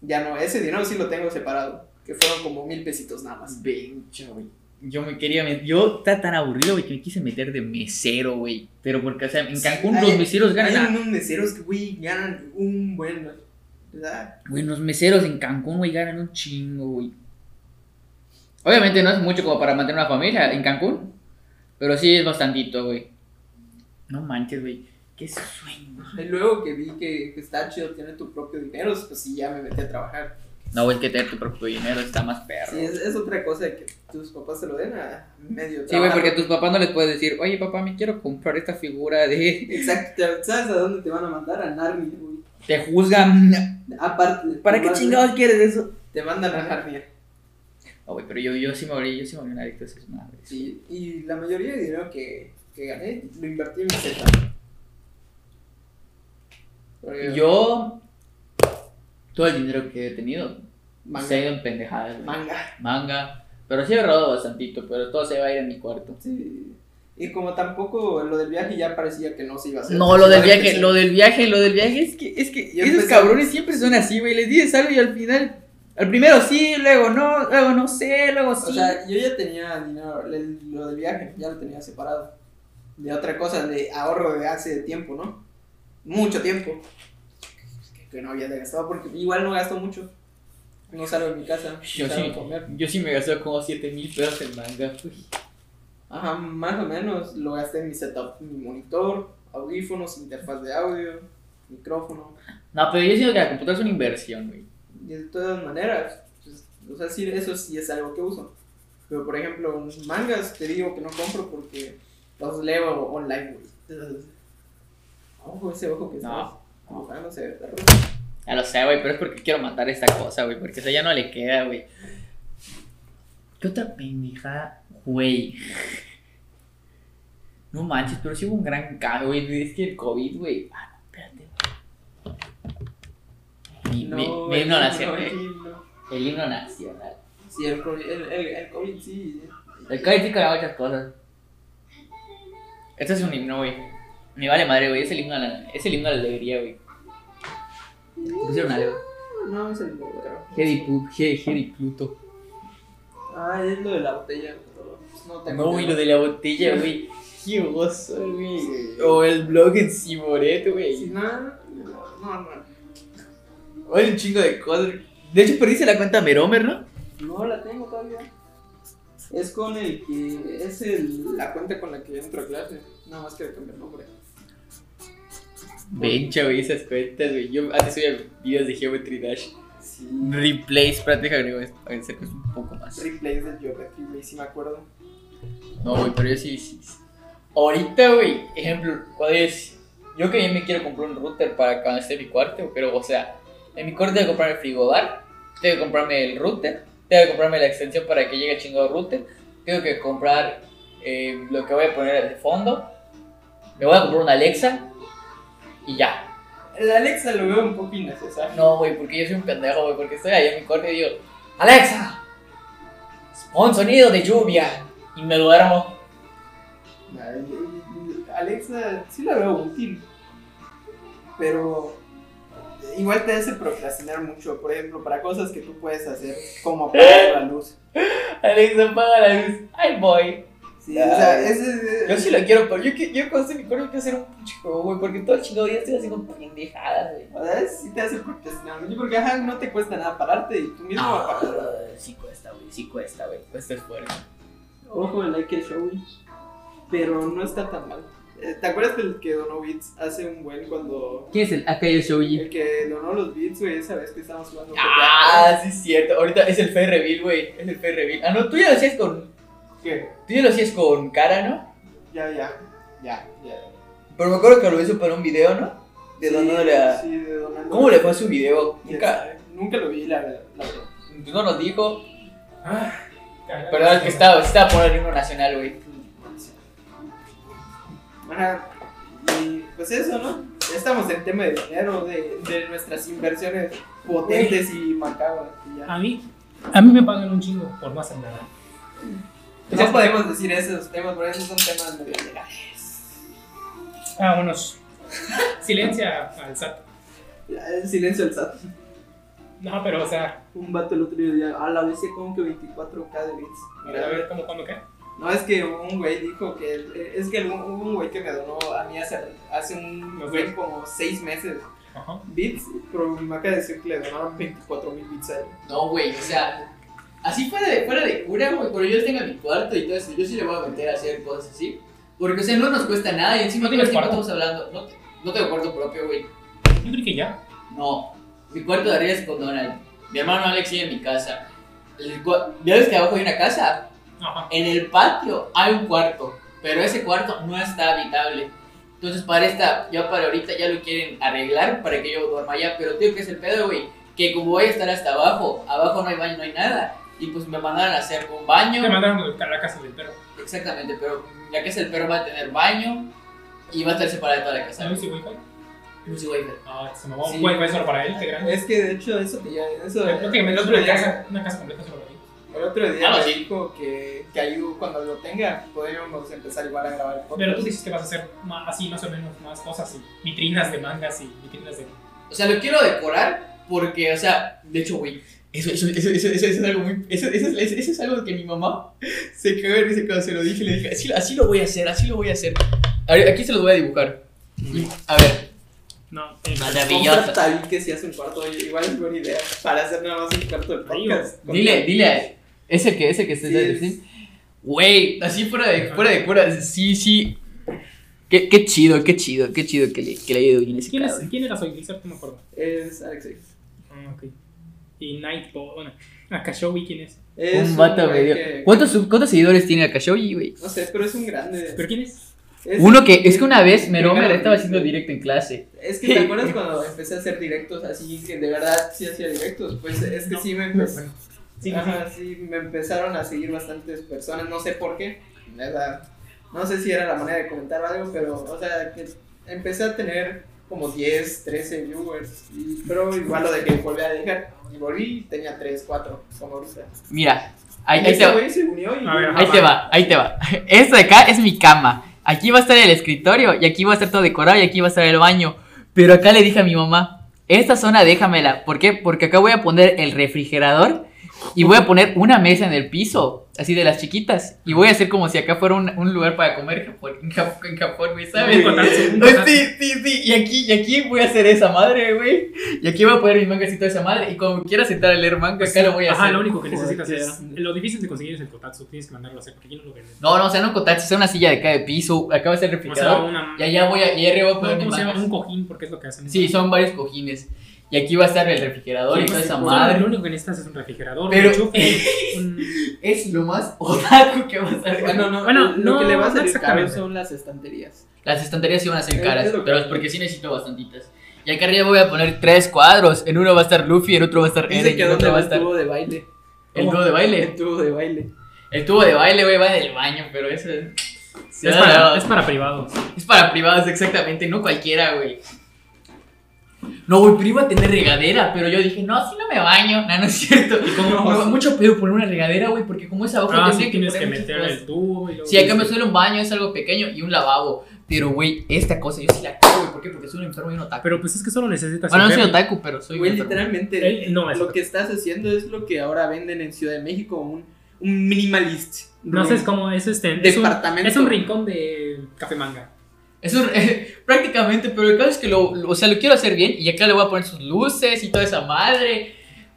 [SPEAKER 1] Ya no, ese dinero sí lo tengo separado, que fueron como mil pesitos nada más.
[SPEAKER 2] Bencha, güey. Yo me quería meter. Yo estaba tan aburrido, güey, que me quise meter de mesero, güey. Pero porque, o sea, en
[SPEAKER 1] Sí,
[SPEAKER 2] Cancún
[SPEAKER 1] hay-
[SPEAKER 2] los meseros ganan.
[SPEAKER 1] Hay
[SPEAKER 2] a-
[SPEAKER 1] unos meseros que, güey, ganan un buen. ¿verdad?
[SPEAKER 2] Güey, los meseros en Cancún, güey, ganan un chingo, güey. Obviamente no es mucho como para mantener una familia en Cancún. Pero sí es bastantito, güey. No manches, güey. Qué sueño.
[SPEAKER 1] Y luego que vi que, que está chido tener tu propio dinero, pues sí, ya me metí a trabajar.
[SPEAKER 2] No, güey, es que tener tu propio dinero está más perro.
[SPEAKER 1] Sí, es, es otra cosa que tus papás se lo den a medio
[SPEAKER 2] Sí, güey, porque a
[SPEAKER 1] tú...
[SPEAKER 2] tus papás no les puedes decir, oye, papá, me quiero comprar esta figura de...
[SPEAKER 1] Exacto, te- ¿sabes a dónde te van a mandar? A Narnia, güey.
[SPEAKER 2] Te juzgan.
[SPEAKER 1] Aparte.
[SPEAKER 2] ¿Para
[SPEAKER 1] te
[SPEAKER 2] qué
[SPEAKER 1] mandan-
[SPEAKER 2] chingados quieres eso?
[SPEAKER 1] Te mandan a Narnia.
[SPEAKER 2] No, güey, pero yo, yo sí me volví, yo sí me volví un adicto a esas madres.
[SPEAKER 1] Sí, y la mayoría de dinero que, que gané lo invertí en Z.
[SPEAKER 2] Yo... Todo el dinero que he tenido
[SPEAKER 1] Manga.
[SPEAKER 2] se ha ido en pendejadas, güey.
[SPEAKER 1] Manga.
[SPEAKER 2] manga. Pero sí he ahorrado bastantito, pero todo se va a ir a mi cuarto.
[SPEAKER 1] Sí. Y como tampoco lo del viaje ya parecía que no se iba a hacer.
[SPEAKER 2] No, lo del viaje,
[SPEAKER 1] Sí.
[SPEAKER 2] lo del viaje, lo del viaje es que, es que
[SPEAKER 1] Ya
[SPEAKER 2] esos
[SPEAKER 1] empezamos.
[SPEAKER 2] cabrones siempre son así, güey. Les dices algo y al final, al primero sí, luego no, luego no sé, luego sí.
[SPEAKER 1] O sea, yo ya tenía dinero, el- lo del viaje, ya lo tenía separado. De otra cosa, de ahorro de hace tiempo, ¿no? Mucho tiempo. Que, que no había gastado, porque igual no gasto mucho. No salgo de mi casa,
[SPEAKER 2] Yo
[SPEAKER 1] no salgo
[SPEAKER 2] sí.
[SPEAKER 1] a comer.
[SPEAKER 2] yo sí me gasté como 7 mil pesos en manga, güey.
[SPEAKER 1] Ajá, más o menos lo gasté en mi setup, mi monitor, audífonos, interfaz de audio, micrófono.
[SPEAKER 2] No, pero yo siento que la computadora es una inversión, güey.
[SPEAKER 1] Y de todas maneras, pues, o sea, sí, eso sí es algo que uso. Pero por ejemplo, mangas te digo que no compro porque los leo online, güey. Ojo, ese ojo que
[SPEAKER 2] No.
[SPEAKER 1] estás dibujándose, perro.
[SPEAKER 2] Ya lo sé, güey, pero es porque quiero matar esta cosa, güey, porque eso ya no le queda, güey. ¿Qué otra pendejada, güey? No manches, pero sí hubo un gran cambio, güey. Es que el COVID, güey. Ah, no, espérate. Mi, mi-
[SPEAKER 1] No,
[SPEAKER 2] mi
[SPEAKER 1] el
[SPEAKER 2] himno
[SPEAKER 1] himno,
[SPEAKER 2] nacional.
[SPEAKER 1] el himno.
[SPEAKER 2] El himno nacional.
[SPEAKER 1] Sí, el COVID, el, el, el COVID sí.
[SPEAKER 2] El COVID sí cambia muchas cosas. Este es un himno, güey. Me vale madre, güey. Es el himno a la, es el himno a la alegría, güey. Pusieron algo.
[SPEAKER 1] No, es el otro.
[SPEAKER 2] Heady Pluto. Heady Pluto.
[SPEAKER 1] Ah, es lo de la botella. pero No, tengo
[SPEAKER 2] No, güey,
[SPEAKER 1] idea.
[SPEAKER 2] lo de la botella, güey. Qué oso, güey. O el blog en Simoret,
[SPEAKER 1] Sí,
[SPEAKER 2] güey.
[SPEAKER 1] no, no, no, no.
[SPEAKER 2] O un chingo de cosas. De hecho, perdiste la cuenta Meromer, ¿no?
[SPEAKER 1] No la tengo todavía. Es con el que. Es el, la cuenta con la que entro a clase. Nada más que le cambié el nombre.
[SPEAKER 2] Bencha, güey, esas cuentas, güey. Yo antes subía videos de Geometry Dash.
[SPEAKER 1] Sí.
[SPEAKER 2] Replace, espérate, deja agrego esto. A ver, acerco esto un poco más.
[SPEAKER 1] Replays del Geometry, güey, sí me acuerdo.
[SPEAKER 2] No, güey, pero yo sí, sí. sí. Ahorita, güey, ejemplo, ¿cuál es? Yo que ya me quiero comprar un router para cuando esté en mi cuarto, pero, o sea, en mi cuarto tengo que comprarme el frigobar, tengo que comprarme el router, tengo que comprarme la extensión para que llegue el chingado router, tengo que comprar eh, lo que voy a poner de fondo, me voy a comprar una Alexa y ya.
[SPEAKER 1] El Alexa lo veo un poco innecesario.
[SPEAKER 2] No, güey, porque yo soy un pendejo, güey, porque estoy ahí en mi cuarto y digo, Alexa, pon sonido de lluvia y me duermo.
[SPEAKER 1] Alexa sí la veo útil. Pero. Igual te hace procrastinar mucho, por ejemplo, para cosas que tú puedes hacer, como apagar la luz.
[SPEAKER 2] Alexa, apaga la luz. Ay, voy.
[SPEAKER 1] Sí, o sea, ese
[SPEAKER 2] Yo sí lo quiero, pero yo, qui- yo cuando estoy en mi cuerpo quiero hacer un pinche juego, güey, porque todo el chingado día estoy haciendo pendejadas, güey.
[SPEAKER 1] O sea, sí te hace procrastinar mucho porque ajá, no te cuesta nada pararte y tú mismo apagas.
[SPEAKER 2] Ah, sí cuesta, güey, sí cuesta, güey. Cuesta esfuerzo.
[SPEAKER 1] Ojo, el like el show, pero no está tan mal. Eh, ¿Te acuerdas del que donó Beats hace un buen cuando.
[SPEAKER 2] ¿Quién es el Akayo Shoji?
[SPEAKER 1] El que donó los Beats, güey, esa vez que estábamos jugando.
[SPEAKER 2] Ah, sí es cierto. Ahorita es el Ferreville, güey. Es el Ferreville. Ah, no, tú ya lo hacías con.
[SPEAKER 1] ¿Qué?
[SPEAKER 2] Tú ya lo hacías con cara, ¿no?
[SPEAKER 1] Ya, ya. Ya, ya.
[SPEAKER 2] Pero me acuerdo que lo hizo para un video, ¿no? De
[SPEAKER 1] Sí,
[SPEAKER 2] dándole a.
[SPEAKER 1] Sí, de donando.
[SPEAKER 2] ¿Cómo le fue a su video?
[SPEAKER 1] Quién
[SPEAKER 2] Nunca.
[SPEAKER 1] sabe, Nunca lo vi, la verdad. la verdad.
[SPEAKER 2] No nos dijo.
[SPEAKER 3] Ah,
[SPEAKER 2] Perdón, es que estaba, estaba por el himno nacional, güey.
[SPEAKER 1] Ajá. Y pues eso, ¿no? Ya estamos en tema de dinero, de, de nuestras inversiones potentes y macabras. y ya.
[SPEAKER 3] A mí, a mí me pagan un chingo por no hacer nada.
[SPEAKER 1] No podemos decir esos temas, pero esos son temas medio legales.
[SPEAKER 3] Ah, Vámonos. Silencia al SAT.
[SPEAKER 1] Ya, El silencio del SAT.
[SPEAKER 3] No, pero o sea,
[SPEAKER 1] Un vato el otro día, a la vez como que 24k de bits.
[SPEAKER 3] a ver, a ver cómo cuando qué.
[SPEAKER 1] No, es que un güey dijo que. Es que hubo hubo un güey que me donó a mí hace, hace un.
[SPEAKER 3] Ok.
[SPEAKER 1] fue como seis meses
[SPEAKER 3] Ajá.
[SPEAKER 1] bits, pero me acaba de decir que le donaron 24 mil bits a él.
[SPEAKER 2] No, güey, o sea, así fuera de, fuera de cura, güey, pero yo tenga mi cuarto y todo eso, yo sí le voy a meter a hacer cosas así. Porque, o sea, no nos cuesta nada y encima
[SPEAKER 3] ¿No
[SPEAKER 2] todo el
[SPEAKER 3] tienes
[SPEAKER 2] tiempo
[SPEAKER 3] cuarto?
[SPEAKER 2] estamos hablando. No, te- no tengo cuarto propio, güey.
[SPEAKER 3] Yo creo que ya.
[SPEAKER 2] No, mi cuarto de arriba es con Donald. Mi hermano Alex vive en mi casa. El cua- ¿Ya ves que abajo hay una casa?
[SPEAKER 3] Ajá.
[SPEAKER 2] En el patio hay un cuarto, pero ese cuarto no está habitable. Entonces para esta, ya para ahorita ya lo quieren arreglar para que yo duerma allá, pero tío, que es el pedo, güey? Que como voy a estar hasta abajo, abajo no hay baño, no hay nada. Y pues me mandaron a hacer un baño.
[SPEAKER 3] Te mandaron a la casa del perro.
[SPEAKER 2] Exactamente, pero ya que es el perro va a tener baño y va a estar separado de toda la casa.
[SPEAKER 3] ¿Sabes si Wi-Fi?
[SPEAKER 2] No sé, güey.
[SPEAKER 3] Ah, se mamó.
[SPEAKER 2] Sí.
[SPEAKER 3] Un Wi-Fi solo para él, qué grande.
[SPEAKER 1] Es que de hecho eso te ya, eso
[SPEAKER 3] Prácticamente es una casa, una casa completa solo para él.
[SPEAKER 1] El otro día
[SPEAKER 2] Ah,
[SPEAKER 1] me
[SPEAKER 2] sí.
[SPEAKER 1] dijo que, que ahí cuando lo tenga podríamos empezar igual a grabar el podcast.
[SPEAKER 3] Pero tú dices que vas a hacer ma- así más o menos más cosas y vitrinas de mangas y vitrinas de...
[SPEAKER 2] O sea, lo quiero decorar porque, o sea, de hecho, güey, eso, eso, eso, eso, eso- eso es algo muy. Eso, eso es- eso es algo que mi mamá se cagó en ese cuando se lo dije. Le dije, así, así lo voy a hacer, así lo voy a hacer. A ver, aquí se los voy a dibujar. A ver,
[SPEAKER 3] No, eh,
[SPEAKER 1] Compra
[SPEAKER 2] maravilloso.
[SPEAKER 1] tabique si hace un cuarto, oye, igual es buena idea para hacer nada más un cuarto de podcast. Con-
[SPEAKER 2] Dile, dile a él. Ese que, ese que se
[SPEAKER 1] Sí, es-
[SPEAKER 2] Güey, así fuera de, fuera de cura. Sí, sí. Qué, qué chido, qué chido, qué chido que le, que le haya ido bien ese
[SPEAKER 3] ¿Quién, es,
[SPEAKER 2] cabrón.
[SPEAKER 3] ¿Quién era Soy Blizzard? No me acuerdo.
[SPEAKER 1] Es Alex. X.
[SPEAKER 3] Ah, ok. Y Nightbot, bueno, Akashowi, ¿quién es?
[SPEAKER 1] Es
[SPEAKER 2] Un vato
[SPEAKER 1] güey
[SPEAKER 2] medio.
[SPEAKER 1] que-
[SPEAKER 2] ¿Cuántos, sub- ¿Cuántos seguidores tiene Akashoji, güey?
[SPEAKER 1] No sé, pero es un grande.
[SPEAKER 3] ¿Pero quién es?
[SPEAKER 1] Es-
[SPEAKER 2] Uno que es que una vez Merón me
[SPEAKER 1] Primero,
[SPEAKER 2] la estaba haciendo directo en clase.
[SPEAKER 1] Es que te acuerdas cuando empecé a hacer directos así que de verdad sí hacía directos. Pues es que sí me empecé.
[SPEAKER 3] Sí,
[SPEAKER 1] Ajá, sí, me empezaron a seguir bastantes personas, no sé por qué. Nada. No sé si era la manera de comentar o algo, pero, o sea, que empecé a tener como 10, 13 viewers, y- pero igual lo dejé, volví a dejar. Y volví y tenía 3, 4, como ahorita.
[SPEAKER 2] Mira, ahí,
[SPEAKER 1] Y
[SPEAKER 2] ahí
[SPEAKER 1] ese
[SPEAKER 2] te, va,
[SPEAKER 1] güey se unió y...
[SPEAKER 3] A ver,
[SPEAKER 2] ahí te va, ahí te va. Esta de acá es mi cama. Aquí va a estar el escritorio y aquí va a estar todo decorado y aquí va a estar el baño. Pero acá le dije a mi mamá, esta zona déjamela. ¿Por qué? Porque acá voy a poner el refrigerador y voy a poner una mesa en el piso, así de las chiquitas. Y voy a hacer como si acá fuera un, un lugar para comer Japón- en Japón, en Japón, güey, ¿sabes?
[SPEAKER 3] Un cotarzo, un
[SPEAKER 2] Ay,
[SPEAKER 3] cotarzo.
[SPEAKER 2] sí, sí, sí. Y aquí, y aquí voy a hacer esa madre, güey. Y aquí voy a poner mis mangas y toda esa madre. Y cuando quiera sentar a leer manga, acá lo voy a
[SPEAKER 3] Ajá,
[SPEAKER 2] hacer.
[SPEAKER 3] lo único que necesitas
[SPEAKER 2] Porque
[SPEAKER 3] es... Lo difícil de conseguir es el Kotatsu, tienes que mandarlo a hacer porque aquí no lo venden.
[SPEAKER 2] No, no, o sea, no cotachi, sea una silla de acá de piso. Acá va a ser el
[SPEAKER 3] O sea,
[SPEAKER 2] refrigerador.
[SPEAKER 3] una...
[SPEAKER 2] y allá voy a, y arriba voy a poner
[SPEAKER 3] ¿Cómo
[SPEAKER 2] mis
[SPEAKER 3] se llama?
[SPEAKER 2] mangas.
[SPEAKER 3] Un cojín, porque es lo que hacen.
[SPEAKER 2] Sí, son varios cojines. Y aquí va a estar el refrigerador y toda esa
[SPEAKER 3] O sea, Lo
[SPEAKER 2] madre.
[SPEAKER 3] único que necesitas es un refrigerador,
[SPEAKER 2] Pero-
[SPEAKER 3] un enchufe, un...
[SPEAKER 2] Es lo más otaku que va a estar.
[SPEAKER 1] Bueno, no,
[SPEAKER 3] Bueno,
[SPEAKER 1] lo
[SPEAKER 3] no,
[SPEAKER 1] que le va a
[SPEAKER 3] no
[SPEAKER 1] salir caro
[SPEAKER 3] exactamente.
[SPEAKER 1] son las estanterías.
[SPEAKER 2] Las estanterías sí van a ser
[SPEAKER 1] Es
[SPEAKER 2] caras,
[SPEAKER 1] lo que-
[SPEAKER 2] pero es porque sí necesito bastantitas. Y acá arriba voy a poner tres cuadros. En uno va a estar Luffy, en otro va a estar
[SPEAKER 1] Dice
[SPEAKER 2] Eren, y
[SPEAKER 1] que
[SPEAKER 2] en
[SPEAKER 1] dónde
[SPEAKER 2] otro
[SPEAKER 1] va
[SPEAKER 2] va a
[SPEAKER 1] el
[SPEAKER 2] estar
[SPEAKER 1] tubo de baile.
[SPEAKER 2] el dúo de baile.
[SPEAKER 1] El tubo de baile.
[SPEAKER 2] El tubo de baile, güey, va del baño, pero eso es.
[SPEAKER 3] Sí, es, para, es para privados.
[SPEAKER 2] es para privados, exactamente, no cualquiera, güey. No, güey, pero iba a tener regadera, pero yo dije, no, si no me baño. No, no es cierto. No, mucho pedo poner una regadera, güey, porque como es abajo,
[SPEAKER 3] Ah,
[SPEAKER 2] tendría
[SPEAKER 3] sí, tienes que
[SPEAKER 2] poner muchas
[SPEAKER 3] meter
[SPEAKER 2] cosas.
[SPEAKER 3] el tubo y luego...
[SPEAKER 2] Si acá me suele un baño, es algo pequeño y un lavabo. Pero, güey, esta cosa yo sí la cago, güey. ¿Por qué? Porque soy un enfermo y un otaku.
[SPEAKER 3] Pero pues es que solo necesitas...
[SPEAKER 2] bueno, no soy
[SPEAKER 3] enfermo.
[SPEAKER 2] otaku, pero soy
[SPEAKER 1] Güey,
[SPEAKER 2] un otaku.
[SPEAKER 1] literalmente,
[SPEAKER 3] Él no es
[SPEAKER 1] lo
[SPEAKER 3] otaku.
[SPEAKER 1] que estás haciendo es lo que ahora venden en Ciudad de México, un, un minimalist.
[SPEAKER 3] No sé, es como es este. Es un,
[SPEAKER 1] Departamento.
[SPEAKER 3] es un rincón de café manga.
[SPEAKER 2] Es un- prácticamente, pero el caso es que lo, lo- o sea, lo quiero hacer bien y acá le voy a poner sus luces y toda esa madre.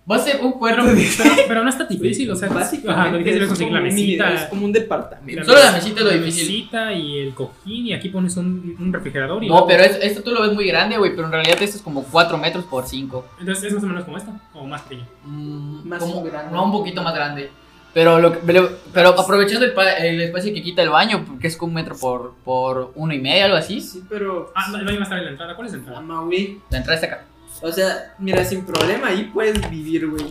[SPEAKER 2] Va a ser un cuerno de...
[SPEAKER 3] Pero, pero no está difícil, o sea,
[SPEAKER 1] Básicamente,
[SPEAKER 3] ajá, lo difícil es conseguir la
[SPEAKER 1] como un mini- es
[SPEAKER 3] mesita.
[SPEAKER 1] como un departamento.
[SPEAKER 2] Solo la mesita es lo
[SPEAKER 3] la
[SPEAKER 2] difícil.
[SPEAKER 3] mesita y el cojín, y aquí pones un, un refrigerador. Y
[SPEAKER 2] No, pero es- esto tú lo ves muy grande, güey, pero en realidad esto es como 4 metros por 5.
[SPEAKER 3] Entonces es más o menos como esta, o más pequeño.
[SPEAKER 1] Más grande.
[SPEAKER 2] Mm, No, un poquito más grande. Pero, lo, que- pero- pero aprovechando el, pa- el espacio que quita el baño, que es como un metro por, por uno y medio, algo así,
[SPEAKER 1] Sí, pero.
[SPEAKER 3] Ah, no, el baño va a estar en la entrada. ¿Cuál es la entrada?
[SPEAKER 1] ama, güey.
[SPEAKER 2] la entrada está acá.
[SPEAKER 1] O sea, mira, sin problema ahí puedes vivir, güey.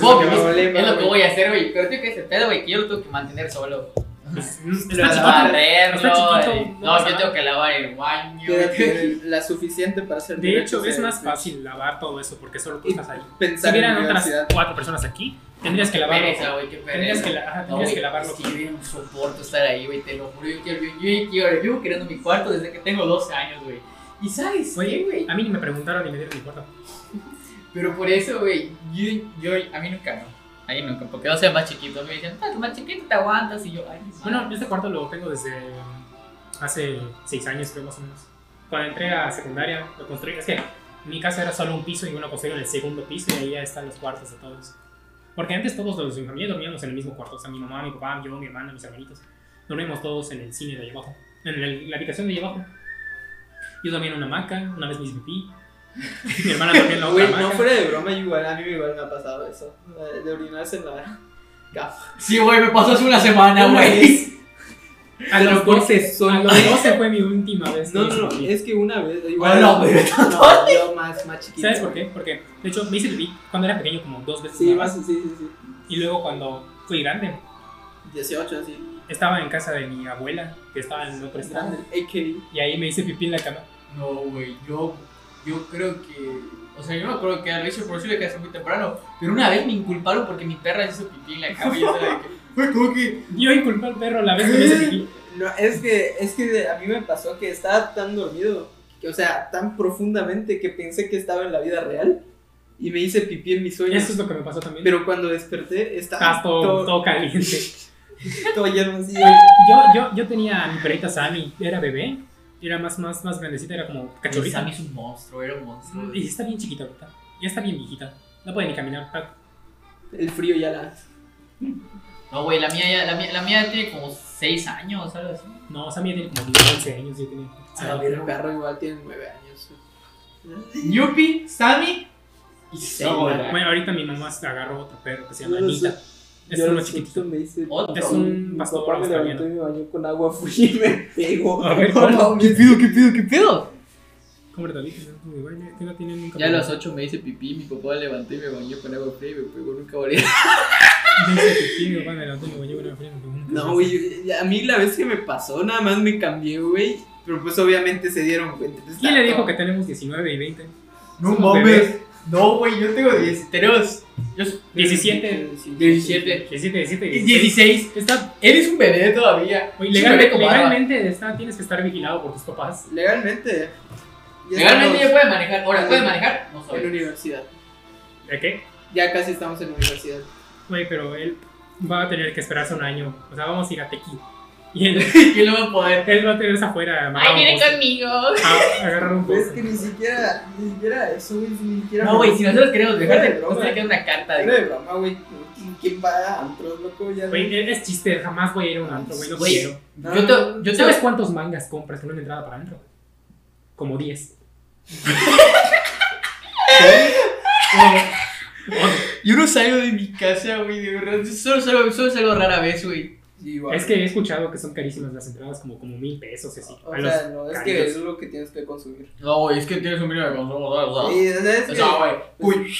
[SPEAKER 2] Bob,
[SPEAKER 1] Sin
[SPEAKER 2] es,
[SPEAKER 1] problema,
[SPEAKER 2] es lo que
[SPEAKER 1] güey.
[SPEAKER 2] voy a hacer, güey. Pero tengo que hacer pedo, güey, que yo lo tengo que mantener solo.
[SPEAKER 3] Pues, mm, está
[SPEAKER 2] Para
[SPEAKER 3] chiquito.
[SPEAKER 2] barrerlo,
[SPEAKER 3] está chiquito,
[SPEAKER 2] eh,
[SPEAKER 3] no
[SPEAKER 2] No,
[SPEAKER 3] pasa
[SPEAKER 2] yo
[SPEAKER 3] nada.
[SPEAKER 2] tengo que lavar el baño.
[SPEAKER 1] Queda tener la suficiente para hacer
[SPEAKER 3] De hecho,
[SPEAKER 1] directos,
[SPEAKER 3] es
[SPEAKER 1] eh,
[SPEAKER 3] más
[SPEAKER 1] eh,
[SPEAKER 3] fácil lavar todo eso porque solo tú
[SPEAKER 1] Y
[SPEAKER 3] estás ahí. Si
[SPEAKER 1] pensar en la
[SPEAKER 3] hubieran otras
[SPEAKER 1] universidad.
[SPEAKER 3] cuatro personas aquí, tendrías que
[SPEAKER 2] Qué
[SPEAKER 3] lavarlo.
[SPEAKER 2] pereza, güey, qué
[SPEAKER 3] Tendrías
[SPEAKER 2] pereza.
[SPEAKER 3] que, la- ajá,
[SPEAKER 2] No,
[SPEAKER 3] tendrías
[SPEAKER 2] güey,
[SPEAKER 3] que lavarlo.
[SPEAKER 2] es que yo no soporto estar ahí, güey, te lo juro. Yo quiero, yo, yo quiero, yo queriendo mi cuarto desde que tengo 12 años, güey. ¿Y sabes
[SPEAKER 3] Oye,
[SPEAKER 2] qué, güey?
[SPEAKER 3] A mí ni me preguntaron y me dieron mi cuarto.
[SPEAKER 2] Pero por eso, güey, yo, yo- a mí nunca no. A mí nunca, porque no sea más chiquito. Me dicen, ah, tú más chiquito te aguantas. Y yo, ay, mi
[SPEAKER 3] Bueno,
[SPEAKER 2] madre.
[SPEAKER 3] este cuarto lo tengo desde mm, hace seis años, creo más o menos. Cuando entré a secundaria, lo construí. Es que mi casa era solo un piso y uno construyó en el segundo piso y ahí ya están los cuartos de todos. Porque antes todos los de mi familia dormíamos en el mismo cuarto. O sea, mi mamá, mi papá, yo, mi hermana, mis hermanitos. Dormíamos todos en el cine de allá abajo. En el- la habitación de allá abajo. Yo dormía en una hamaca, una vez mis pipí. Mi hermana también la otra
[SPEAKER 1] Güey, no
[SPEAKER 3] hamaca.
[SPEAKER 1] fuera de broma, yo igual, a mí igual me ha pasado eso. De de orinarse en la gafa.
[SPEAKER 2] Sí, güey, me pasó hace una semana,
[SPEAKER 1] Una
[SPEAKER 2] güey.
[SPEAKER 1] vez-
[SPEAKER 3] A los
[SPEAKER 1] transporte
[SPEAKER 3] 12, a
[SPEAKER 1] solo.
[SPEAKER 3] los 12 fue mi última vez.
[SPEAKER 1] No,
[SPEAKER 3] que
[SPEAKER 1] no, no,
[SPEAKER 3] salí.
[SPEAKER 1] es que una vez. Igual,
[SPEAKER 2] no, güey,
[SPEAKER 1] no, yo más, más chiquito.
[SPEAKER 3] ¿Sabes por qué? Porque, de hecho, me hice pipí cuando era pequeño como dos veces.
[SPEAKER 1] Sí,
[SPEAKER 3] nada
[SPEAKER 1] más,
[SPEAKER 3] más.
[SPEAKER 1] sí, sí, sí.
[SPEAKER 3] Y luego cuando fui grande,
[SPEAKER 1] 18, así.
[SPEAKER 3] estaba en casa de mi abuela, que estaba en otro estado,
[SPEAKER 1] Grande. AKB.
[SPEAKER 3] y ahí me hice pipí en la cama.
[SPEAKER 4] No, güey, yo, yo creo que. O sea, yo no creo que lo hice por eso le quedé muy temprano. Pero una vez me inculparon porque mi perra hizo pipí en la cama y yo estaba de que. Güey, ¿cómo que?
[SPEAKER 3] Yo inculpé al perro la vez que me hice pipí.
[SPEAKER 1] No, es que, es que a mí me pasó que estaba tan dormido, que, o sea, tan profundamente que pensé que estaba en la vida real y me hice pipí en mis sueños.
[SPEAKER 3] Eso es lo que me pasó también.
[SPEAKER 1] Pero cuando desperté, estaba
[SPEAKER 3] Estás todo,
[SPEAKER 1] todo,
[SPEAKER 3] todo caliente.
[SPEAKER 1] todo lleno así.
[SPEAKER 3] Yo, yo, yo tenía a mi perrita Sammy, era bebé, era más, más, más grandecita, era como
[SPEAKER 4] Güey,
[SPEAKER 3] cachorrita.
[SPEAKER 4] Sammy es un monstruo, era un monstruo. güey.
[SPEAKER 3] Y está bien chiquita ahorita, ya está bien viejita, no puede ni caminar. Ah,
[SPEAKER 1] El frío ya la.
[SPEAKER 4] No, güey, la mía, ya, la, mía, la mía tiene como 6 años, algo así.
[SPEAKER 3] No, Sammy tiene como 11 años, yo tenía.
[SPEAKER 1] el perro igual tiene 9 años.
[SPEAKER 4] Yupi, Sammy y
[SPEAKER 3] No,
[SPEAKER 4] Seiya.
[SPEAKER 3] bueno, ahorita mi mamá se agarró otro perro que se llama
[SPEAKER 1] Yo lo
[SPEAKER 3] Anita.
[SPEAKER 1] sé.
[SPEAKER 3] Es
[SPEAKER 1] Yo
[SPEAKER 3] uno
[SPEAKER 1] lo
[SPEAKER 3] Este chiquitito.
[SPEAKER 1] siento, me dice,
[SPEAKER 4] Otro.
[SPEAKER 3] Es un
[SPEAKER 1] mi
[SPEAKER 3] pastor
[SPEAKER 1] papá me
[SPEAKER 3] australiano.
[SPEAKER 1] levantó y me bañó con agua fría y me pegó.
[SPEAKER 3] A ver,
[SPEAKER 1] No,
[SPEAKER 3] ¿cómo?
[SPEAKER 7] ¿Qué pido, qué pido, qué pido?
[SPEAKER 3] ¿Cómo era David? No, mi güey, ¿qué edad tiene? Nunca
[SPEAKER 2] Ya a
[SPEAKER 3] me-
[SPEAKER 2] las 8 me hice pipí, mi papá me levantó y me bañó con agua fría y me pegó nunca volví.
[SPEAKER 3] Me dice que sí, mi papá me levantó y me llevó una fría, me pegó una
[SPEAKER 1] No,
[SPEAKER 3] cabeza.
[SPEAKER 1] güey, yo- a mí la vez que me pasó, nada más me cambié, güey. Pero pues obviamente se dieron cuenta. Entonces,
[SPEAKER 3] ¿Quién le dijo
[SPEAKER 1] estaba-
[SPEAKER 3] que tenemos 19 y 20?
[SPEAKER 4] No
[SPEAKER 3] Somos bebés.
[SPEAKER 4] mames. No, güey, yo tengo 10. Tenemos. Yo,
[SPEAKER 3] 17.
[SPEAKER 4] 17.
[SPEAKER 3] 17, 17
[SPEAKER 4] Y 16.
[SPEAKER 3] Está,
[SPEAKER 4] Eres un bebé todavía.
[SPEAKER 3] oye,
[SPEAKER 4] Sí,
[SPEAKER 3] legal-
[SPEAKER 4] bebé como Ada.
[SPEAKER 3] legalmente está, tienes que estar vigilado por tus papás.
[SPEAKER 1] Legalmente. ya
[SPEAKER 4] Legalmente ya
[SPEAKER 1] estamos
[SPEAKER 4] puede manejar. Ahora, ¿puede manejar? No
[SPEAKER 1] En
[SPEAKER 4] sabes.
[SPEAKER 1] universidad.
[SPEAKER 3] ¿De qué?
[SPEAKER 1] Ya casi estamos en universidad.
[SPEAKER 3] Güey, pero él va a tener que esperarse un año. O sea, vamos a ir a Tequi. Y él,
[SPEAKER 4] ¿Quién lo va a poder?
[SPEAKER 3] él va a tenerse afuera. amarrado
[SPEAKER 11] Ay,
[SPEAKER 3] a un
[SPEAKER 11] viene
[SPEAKER 3] poste.
[SPEAKER 11] conmigo.
[SPEAKER 3] A- agarrar un
[SPEAKER 1] Pues
[SPEAKER 3] poste.
[SPEAKER 1] es que ni siquiera, ni siquiera eso, güey, ni siquiera.
[SPEAKER 2] No, güey, si nosotros queremos
[SPEAKER 1] Fuera
[SPEAKER 2] dejarte,
[SPEAKER 1] de
[SPEAKER 2] nos
[SPEAKER 1] broma.
[SPEAKER 2] tiene que dar una carta
[SPEAKER 1] Fuera
[SPEAKER 2] de.
[SPEAKER 1] de broma, güey. ¿Quién- ¿Quién va a antros, loco? Ya.
[SPEAKER 3] Güey, él es chiste, jamás voy a ir a un antro, güey, no
[SPEAKER 2] Güey,
[SPEAKER 3] quiero.
[SPEAKER 1] No,
[SPEAKER 2] Yo
[SPEAKER 1] no,
[SPEAKER 2] te, yo
[SPEAKER 3] ¿Tú
[SPEAKER 2] te
[SPEAKER 3] sabes cuántos mangas compras con una entrada para antro? Como 10.
[SPEAKER 4] Yo no salgo de mi casa, güey, de verdad. Yo Solo salgo, solo salgo rara vez, güey.
[SPEAKER 1] Sí, igual.
[SPEAKER 3] Es que he escuchado que son carísimas las entradas, como, como mil pesos y así.
[SPEAKER 1] O
[SPEAKER 3] A los-
[SPEAKER 1] sea, no, es que
[SPEAKER 3] cálidos.
[SPEAKER 1] es lo que tienes que consumir.
[SPEAKER 4] No, güey, es que tienes un mínimo de consumo, ¿sabes? O sea,
[SPEAKER 1] Sí, o sea, es
[SPEAKER 4] o
[SPEAKER 1] que-
[SPEAKER 4] sea, güey. Uy,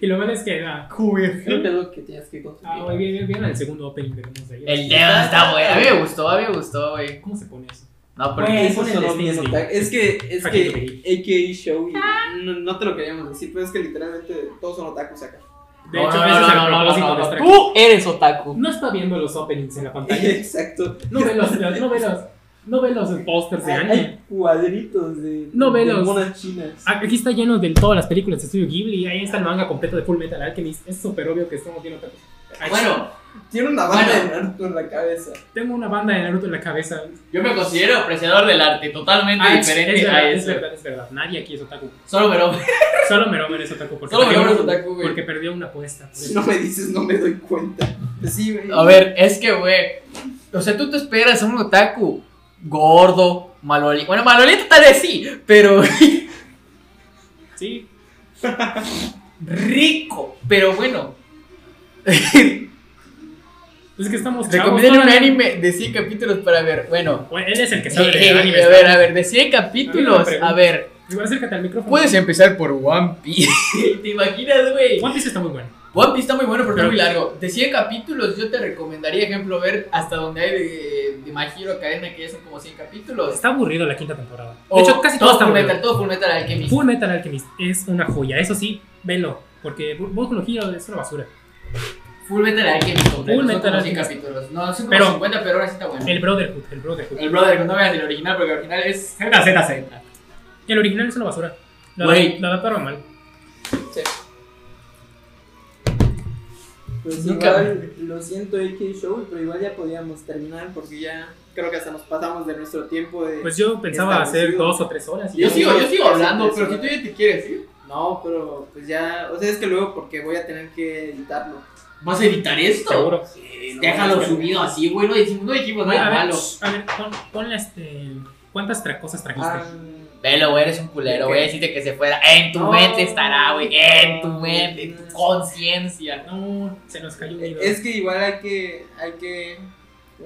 [SPEAKER 3] Y lo malo es que ah,
[SPEAKER 1] Creo que es lo que tienes que consumir.
[SPEAKER 3] ah, güey, bien, bien el segundo opening que tenemos de ayer.
[SPEAKER 2] El tema está bueno. A mí me gustó, a mí me gustó, güey.
[SPEAKER 3] ¿Cómo se pone eso?
[SPEAKER 2] No, pero.
[SPEAKER 3] Güey,
[SPEAKER 1] Porque eso
[SPEAKER 3] ponen
[SPEAKER 1] sonó
[SPEAKER 3] Destiny's
[SPEAKER 1] bien
[SPEAKER 3] League.
[SPEAKER 1] otaku. Es que, es
[SPEAKER 3] Paquito
[SPEAKER 1] que AKA Show, y- no, no te lo queríamos decir, pero es que literalmente todos son otakus acá.
[SPEAKER 3] De
[SPEAKER 4] No,
[SPEAKER 3] hecho,
[SPEAKER 4] no,
[SPEAKER 3] ese
[SPEAKER 4] no,
[SPEAKER 3] es el
[SPEAKER 4] no, no,
[SPEAKER 3] propósito
[SPEAKER 4] no,
[SPEAKER 3] de este
[SPEAKER 4] no.
[SPEAKER 3] estar aquí.
[SPEAKER 7] Tú eres otaku.
[SPEAKER 3] No está viendo los openings en la pantalla.
[SPEAKER 1] Exacto.
[SPEAKER 3] No ve los, no ve los, no ve los pósters de anime.
[SPEAKER 1] Hay cuadritos de,
[SPEAKER 3] No Ah. ve
[SPEAKER 1] de
[SPEAKER 3] los-
[SPEAKER 1] monas chinas.
[SPEAKER 3] Aquí está lleno de todas las películas de Studio Ghibli. Ahí está el manga completo de Full Metal Alchemist. Es súper obvio que estamos viendo otra cosa. Ay,
[SPEAKER 4] Bueno,
[SPEAKER 1] Tiene una banda
[SPEAKER 4] Bueno.
[SPEAKER 1] de Naruto en la cabeza.
[SPEAKER 3] Tengo una banda de Naruto en la cabeza.
[SPEAKER 4] yo me considero apreciador del arte, totalmente
[SPEAKER 3] Ah, es,
[SPEAKER 4] diferente
[SPEAKER 3] es
[SPEAKER 4] a
[SPEAKER 3] verdad, es
[SPEAKER 4] eso.
[SPEAKER 3] verdad, es verdad. Nadie aquí es otaku.
[SPEAKER 4] Solo pero
[SPEAKER 3] Solo Meromer es otaku. Porque
[SPEAKER 4] Solo Meromer es
[SPEAKER 3] perdió-
[SPEAKER 4] otaku, güey.
[SPEAKER 3] Porque perdió una apuesta.
[SPEAKER 1] Si no me dices, no me doy cuenta. Pues sí, güey.
[SPEAKER 2] A ver, es que, güey. O sea, tú te esperas a un otaku gordo, malolito. Bueno, malolito tal vez sí, pero.
[SPEAKER 3] Sí.
[SPEAKER 2] Rico. Pero bueno.
[SPEAKER 3] Es que estamos chavos.
[SPEAKER 2] Recomiendan un
[SPEAKER 3] todavía.
[SPEAKER 2] anime de 100 capítulos para ver. Bueno.
[SPEAKER 3] Bueno, él es el que sabe
[SPEAKER 2] eh,
[SPEAKER 3] de anime.
[SPEAKER 2] eh, a ver, a ver, de 100 capítulos.
[SPEAKER 3] pregunta.
[SPEAKER 2] A ver,
[SPEAKER 3] Igual acércate al micrófono.
[SPEAKER 2] puedes empezar por One Piece. ¿Te imaginas, güey?
[SPEAKER 3] One Piece está muy bueno.
[SPEAKER 2] One Piece está muy bueno porque
[SPEAKER 3] Pero-
[SPEAKER 2] es muy largo. De 100 capítulos, yo te recomendaría, ejemplo, ver hasta donde hay de, de My Hero Academia, que ya son como 100 capítulos.
[SPEAKER 3] Está aburrido la quinta temporada.
[SPEAKER 2] O
[SPEAKER 3] De hecho, casi todo, está
[SPEAKER 2] Full
[SPEAKER 3] aburrido.
[SPEAKER 2] Metal, Oh, todo Full Metal Alchemist.
[SPEAKER 3] Full Metal Alchemist es una joya, eso sí, velo, porque Boku no Hero es una basura.
[SPEAKER 2] Full Metal Alchemist completo.
[SPEAKER 3] Full
[SPEAKER 2] son
[SPEAKER 3] Metal
[SPEAKER 2] como 100
[SPEAKER 3] Alchemist.
[SPEAKER 2] capítulos. No, son como
[SPEAKER 3] Pero-
[SPEAKER 2] 50, pero ahora sí está bueno.
[SPEAKER 3] El Brotherhood, el Brotherhood.
[SPEAKER 2] El brother, no veas el original porque el original es.
[SPEAKER 3] Z, Z, Z. El original es una basura. La
[SPEAKER 2] Güey.
[SPEAKER 3] la adaptaron mal.
[SPEAKER 1] Pues
[SPEAKER 2] Nunca-
[SPEAKER 1] igual, lo siento, AK Show, pero igual ya podíamos terminar porque ya creo que hasta nos pasamos de nuestro tiempo de.
[SPEAKER 3] Pues yo pensaba
[SPEAKER 1] Establecido.
[SPEAKER 3] hacer dos o tres horas. y
[SPEAKER 2] Yo
[SPEAKER 3] ya.
[SPEAKER 2] sigo, yo sigo hablando,
[SPEAKER 1] Sí, sí,
[SPEAKER 2] pero
[SPEAKER 1] sí.
[SPEAKER 2] si tú ya te quieres ir.
[SPEAKER 1] No, pero pues ya. O sea, es que luego porque voy a tener que editarlo.
[SPEAKER 2] ¿Vas a editar esto? Eh,
[SPEAKER 3] Seguro.
[SPEAKER 1] Sí,
[SPEAKER 2] Déjalo
[SPEAKER 1] subir
[SPEAKER 2] subido así, güey. No dijimos, no dijimos
[SPEAKER 3] Güey,
[SPEAKER 2] nada
[SPEAKER 3] a ver,
[SPEAKER 2] malo.
[SPEAKER 3] shh, a ver, pon- ponle este. ¿Cuántas tra- cosas trajiste?
[SPEAKER 1] Ah,
[SPEAKER 7] velo, güey, eres un culero, güey, decirte que se fuera. En tu
[SPEAKER 6] No.
[SPEAKER 7] mente estará, güey, en tu mente, en tu conciencia.
[SPEAKER 3] No, se nos cayó un
[SPEAKER 1] Eh,
[SPEAKER 3] libro.
[SPEAKER 1] Es que igual hay que, hay que,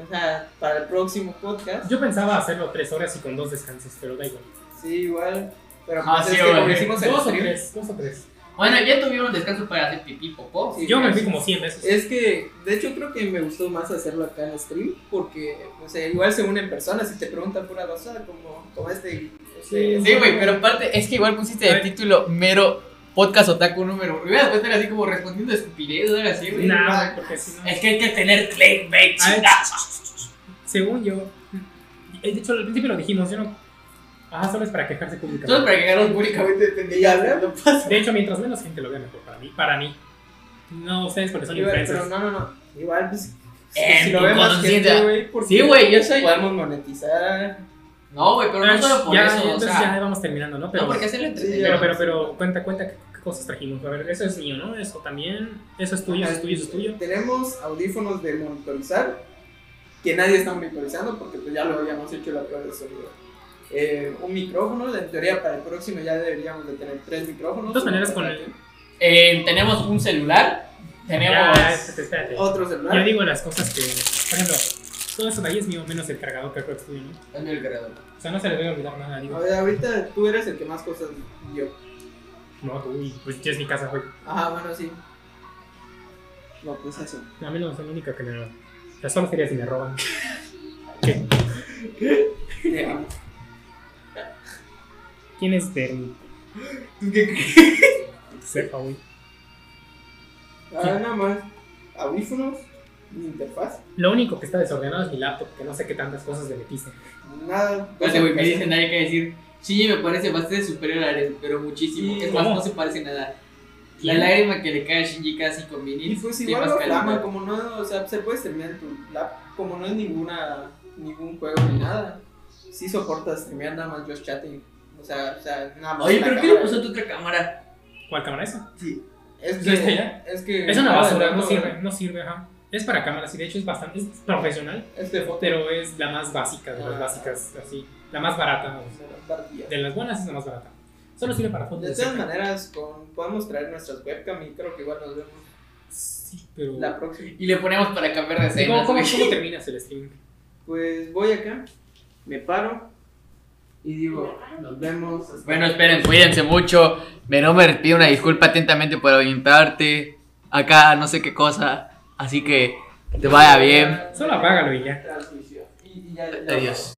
[SPEAKER 1] o sea, para el próximo podcast,
[SPEAKER 3] Yo pensaba hacerlo tres horas y con dos descansos, pero da igual.
[SPEAKER 1] sí, igual, pero
[SPEAKER 4] Ah,
[SPEAKER 1] pues
[SPEAKER 4] sí,
[SPEAKER 1] es que como
[SPEAKER 4] güey.
[SPEAKER 1] hicimos el
[SPEAKER 3] Dos o
[SPEAKER 1] stream,
[SPEAKER 3] tres, dos o tres.
[SPEAKER 4] Bueno, ya tuvieron descanso para hacer pipí, popó.
[SPEAKER 1] sí,
[SPEAKER 3] Yo me
[SPEAKER 1] güey.
[SPEAKER 3] fui como 100 veces.
[SPEAKER 1] Es que, de hecho, creo que me gustó más hacerlo acá en stream, porque, o sea, igual se unen personas y te preguntan pura basura, como, como este, este-
[SPEAKER 7] Sí, güey, pero aparte, es que igual pusiste el título mero podcast otaku número uno.
[SPEAKER 4] Me hubieras puesto así como respondiendo estupidez, algo así, güey.
[SPEAKER 3] Nah, güey, porque si no.
[SPEAKER 7] Es que hay que tener clickbait,
[SPEAKER 3] A ver,
[SPEAKER 7] chingada.
[SPEAKER 3] Según yo. eh, De hecho, al principio lo dijimos, yo no. Ah, solo es para quejarse públicamente.
[SPEAKER 4] Todo para que agarraron públicamente de
[SPEAKER 1] y
[SPEAKER 4] pendejadas.
[SPEAKER 1] hablar,
[SPEAKER 3] De hecho, mientras menos gente lo vea, mejor para mí. Para mí. No ustedes porque son
[SPEAKER 1] igual, pero
[SPEAKER 3] influencers. Eh,
[SPEAKER 1] no, no, no, igual, pues,
[SPEAKER 7] En
[SPEAKER 1] si lo
[SPEAKER 7] tu
[SPEAKER 1] vemos
[SPEAKER 7] conciencia.
[SPEAKER 1] güey, porque
[SPEAKER 7] Sí, güey, yo soy.
[SPEAKER 1] podemos monetizar,
[SPEAKER 4] No, güey, pero no solo por
[SPEAKER 3] Pues, ya,
[SPEAKER 4] eso, o
[SPEAKER 3] entonces
[SPEAKER 4] sea.
[SPEAKER 3] ya vamos terminando, ¿no? Pero,
[SPEAKER 4] No, porque hacerlo
[SPEAKER 1] Sí,
[SPEAKER 4] entretenido.
[SPEAKER 3] pero, pero, pero, cuenta, cuenta qué qué cosas trajimos. A ver, eso es mío, ¿no? Eso también. Eso es tuyo, eso es tuyo, eso es tuyo.
[SPEAKER 1] Tenemos audífonos de monitorizar, que nadie está monitorizando porque pues ya lo habíamos hecho la prueba de sonido. Eh, un micrófono, en teoría para el próximo ya deberíamos de tener tres micrófonos.
[SPEAKER 3] De todas maneras, con el-
[SPEAKER 4] Eh, tenemos un celular, tenemos...
[SPEAKER 3] Ya, espérate, espérate.
[SPEAKER 1] Otro
[SPEAKER 3] Yo
[SPEAKER 1] celular.
[SPEAKER 3] digo las cosas que. Por ejemplo, todo eso de ahí es mío, menos el cargador que creo que es tuyo, ¿no?
[SPEAKER 4] Dame el cargador.
[SPEAKER 3] O sea, no se les debe olvidar nada,
[SPEAKER 1] A
[SPEAKER 3] digo.
[SPEAKER 1] ver, ahorita tú eres el que más cosas dio.
[SPEAKER 3] No, tú, y pues ya es mi casa, güey.
[SPEAKER 1] Ajá, bueno, sí. No, pues eso.
[SPEAKER 3] A mí no soy la única que me roban. O sea, solo sería si me roban. ¿Qué?
[SPEAKER 1] Eh,
[SPEAKER 3] ¿Quién es Dermi? Sepa, güey.
[SPEAKER 1] Ah, nada más. Audífonos, interfaz,
[SPEAKER 3] Lo único que está desordenado es mi laptop, que no sé qué tantas cosas le metiste.
[SPEAKER 1] nada.
[SPEAKER 4] Oye, güey, me dicen, hay que decir, Shinji me parece bastante superior a Eren, pero muchísimo. Es más,
[SPEAKER 3] ¿Cómo?
[SPEAKER 4] no se parece nada. La lágrima que le cae a Shinji cada con
[SPEAKER 1] Y
[SPEAKER 4] minutos.
[SPEAKER 1] pues igual lo flama, como no, o sea, se puede streamear en tu lap, como no es ninguna, ningún juego ni nada. Sí soportas streamear nada más los chatting, o sea, o sea, nada más.
[SPEAKER 4] Oye,
[SPEAKER 1] la
[SPEAKER 4] pero ¿qué le
[SPEAKER 1] cámara.
[SPEAKER 4] puso tu otra cámara?
[SPEAKER 3] ¿Cuál cámara es esa?
[SPEAKER 1] Es
[SPEAKER 3] ¿Ya está
[SPEAKER 1] que,
[SPEAKER 3] ya?
[SPEAKER 1] es que...
[SPEAKER 3] Es una
[SPEAKER 1] ah,
[SPEAKER 3] basura,
[SPEAKER 1] de
[SPEAKER 3] no
[SPEAKER 1] rato,
[SPEAKER 3] sirve, no sirve, ajá. Es para cámaras y de hecho es bastante es profesional,
[SPEAKER 1] Es de este foto.
[SPEAKER 3] pero es la más básica de las
[SPEAKER 1] Ah.
[SPEAKER 3] básicas, así. La más barata, o
[SPEAKER 1] o
[SPEAKER 3] sea,
[SPEAKER 1] sea, partida.
[SPEAKER 3] de las buenas es la más barata. Solo sirve para fotos.
[SPEAKER 1] De
[SPEAKER 3] cerca.
[SPEAKER 1] todas maneras, con, podemos traer nuestras webcam y creo que igual nos vemos
[SPEAKER 3] Sí, pero.
[SPEAKER 1] la próxima.
[SPEAKER 4] Y le ponemos para cambiar de
[SPEAKER 3] Sí, ¿Cómo,
[SPEAKER 4] escena.
[SPEAKER 3] cómo,
[SPEAKER 4] güey.
[SPEAKER 3] cómo terminas el stream?
[SPEAKER 1] Pues voy acá, me paro y digo, nos vemos. hasta-
[SPEAKER 7] Bueno, esperen, cuídense mucho. Venomer pide una disculpa atentamente por orientarte. Acá, no sé qué cosa. Así que te vaya bien.
[SPEAKER 3] Solo apágalo y ya.
[SPEAKER 1] Transmisión. Y- y ya- ya-
[SPEAKER 7] Adiós.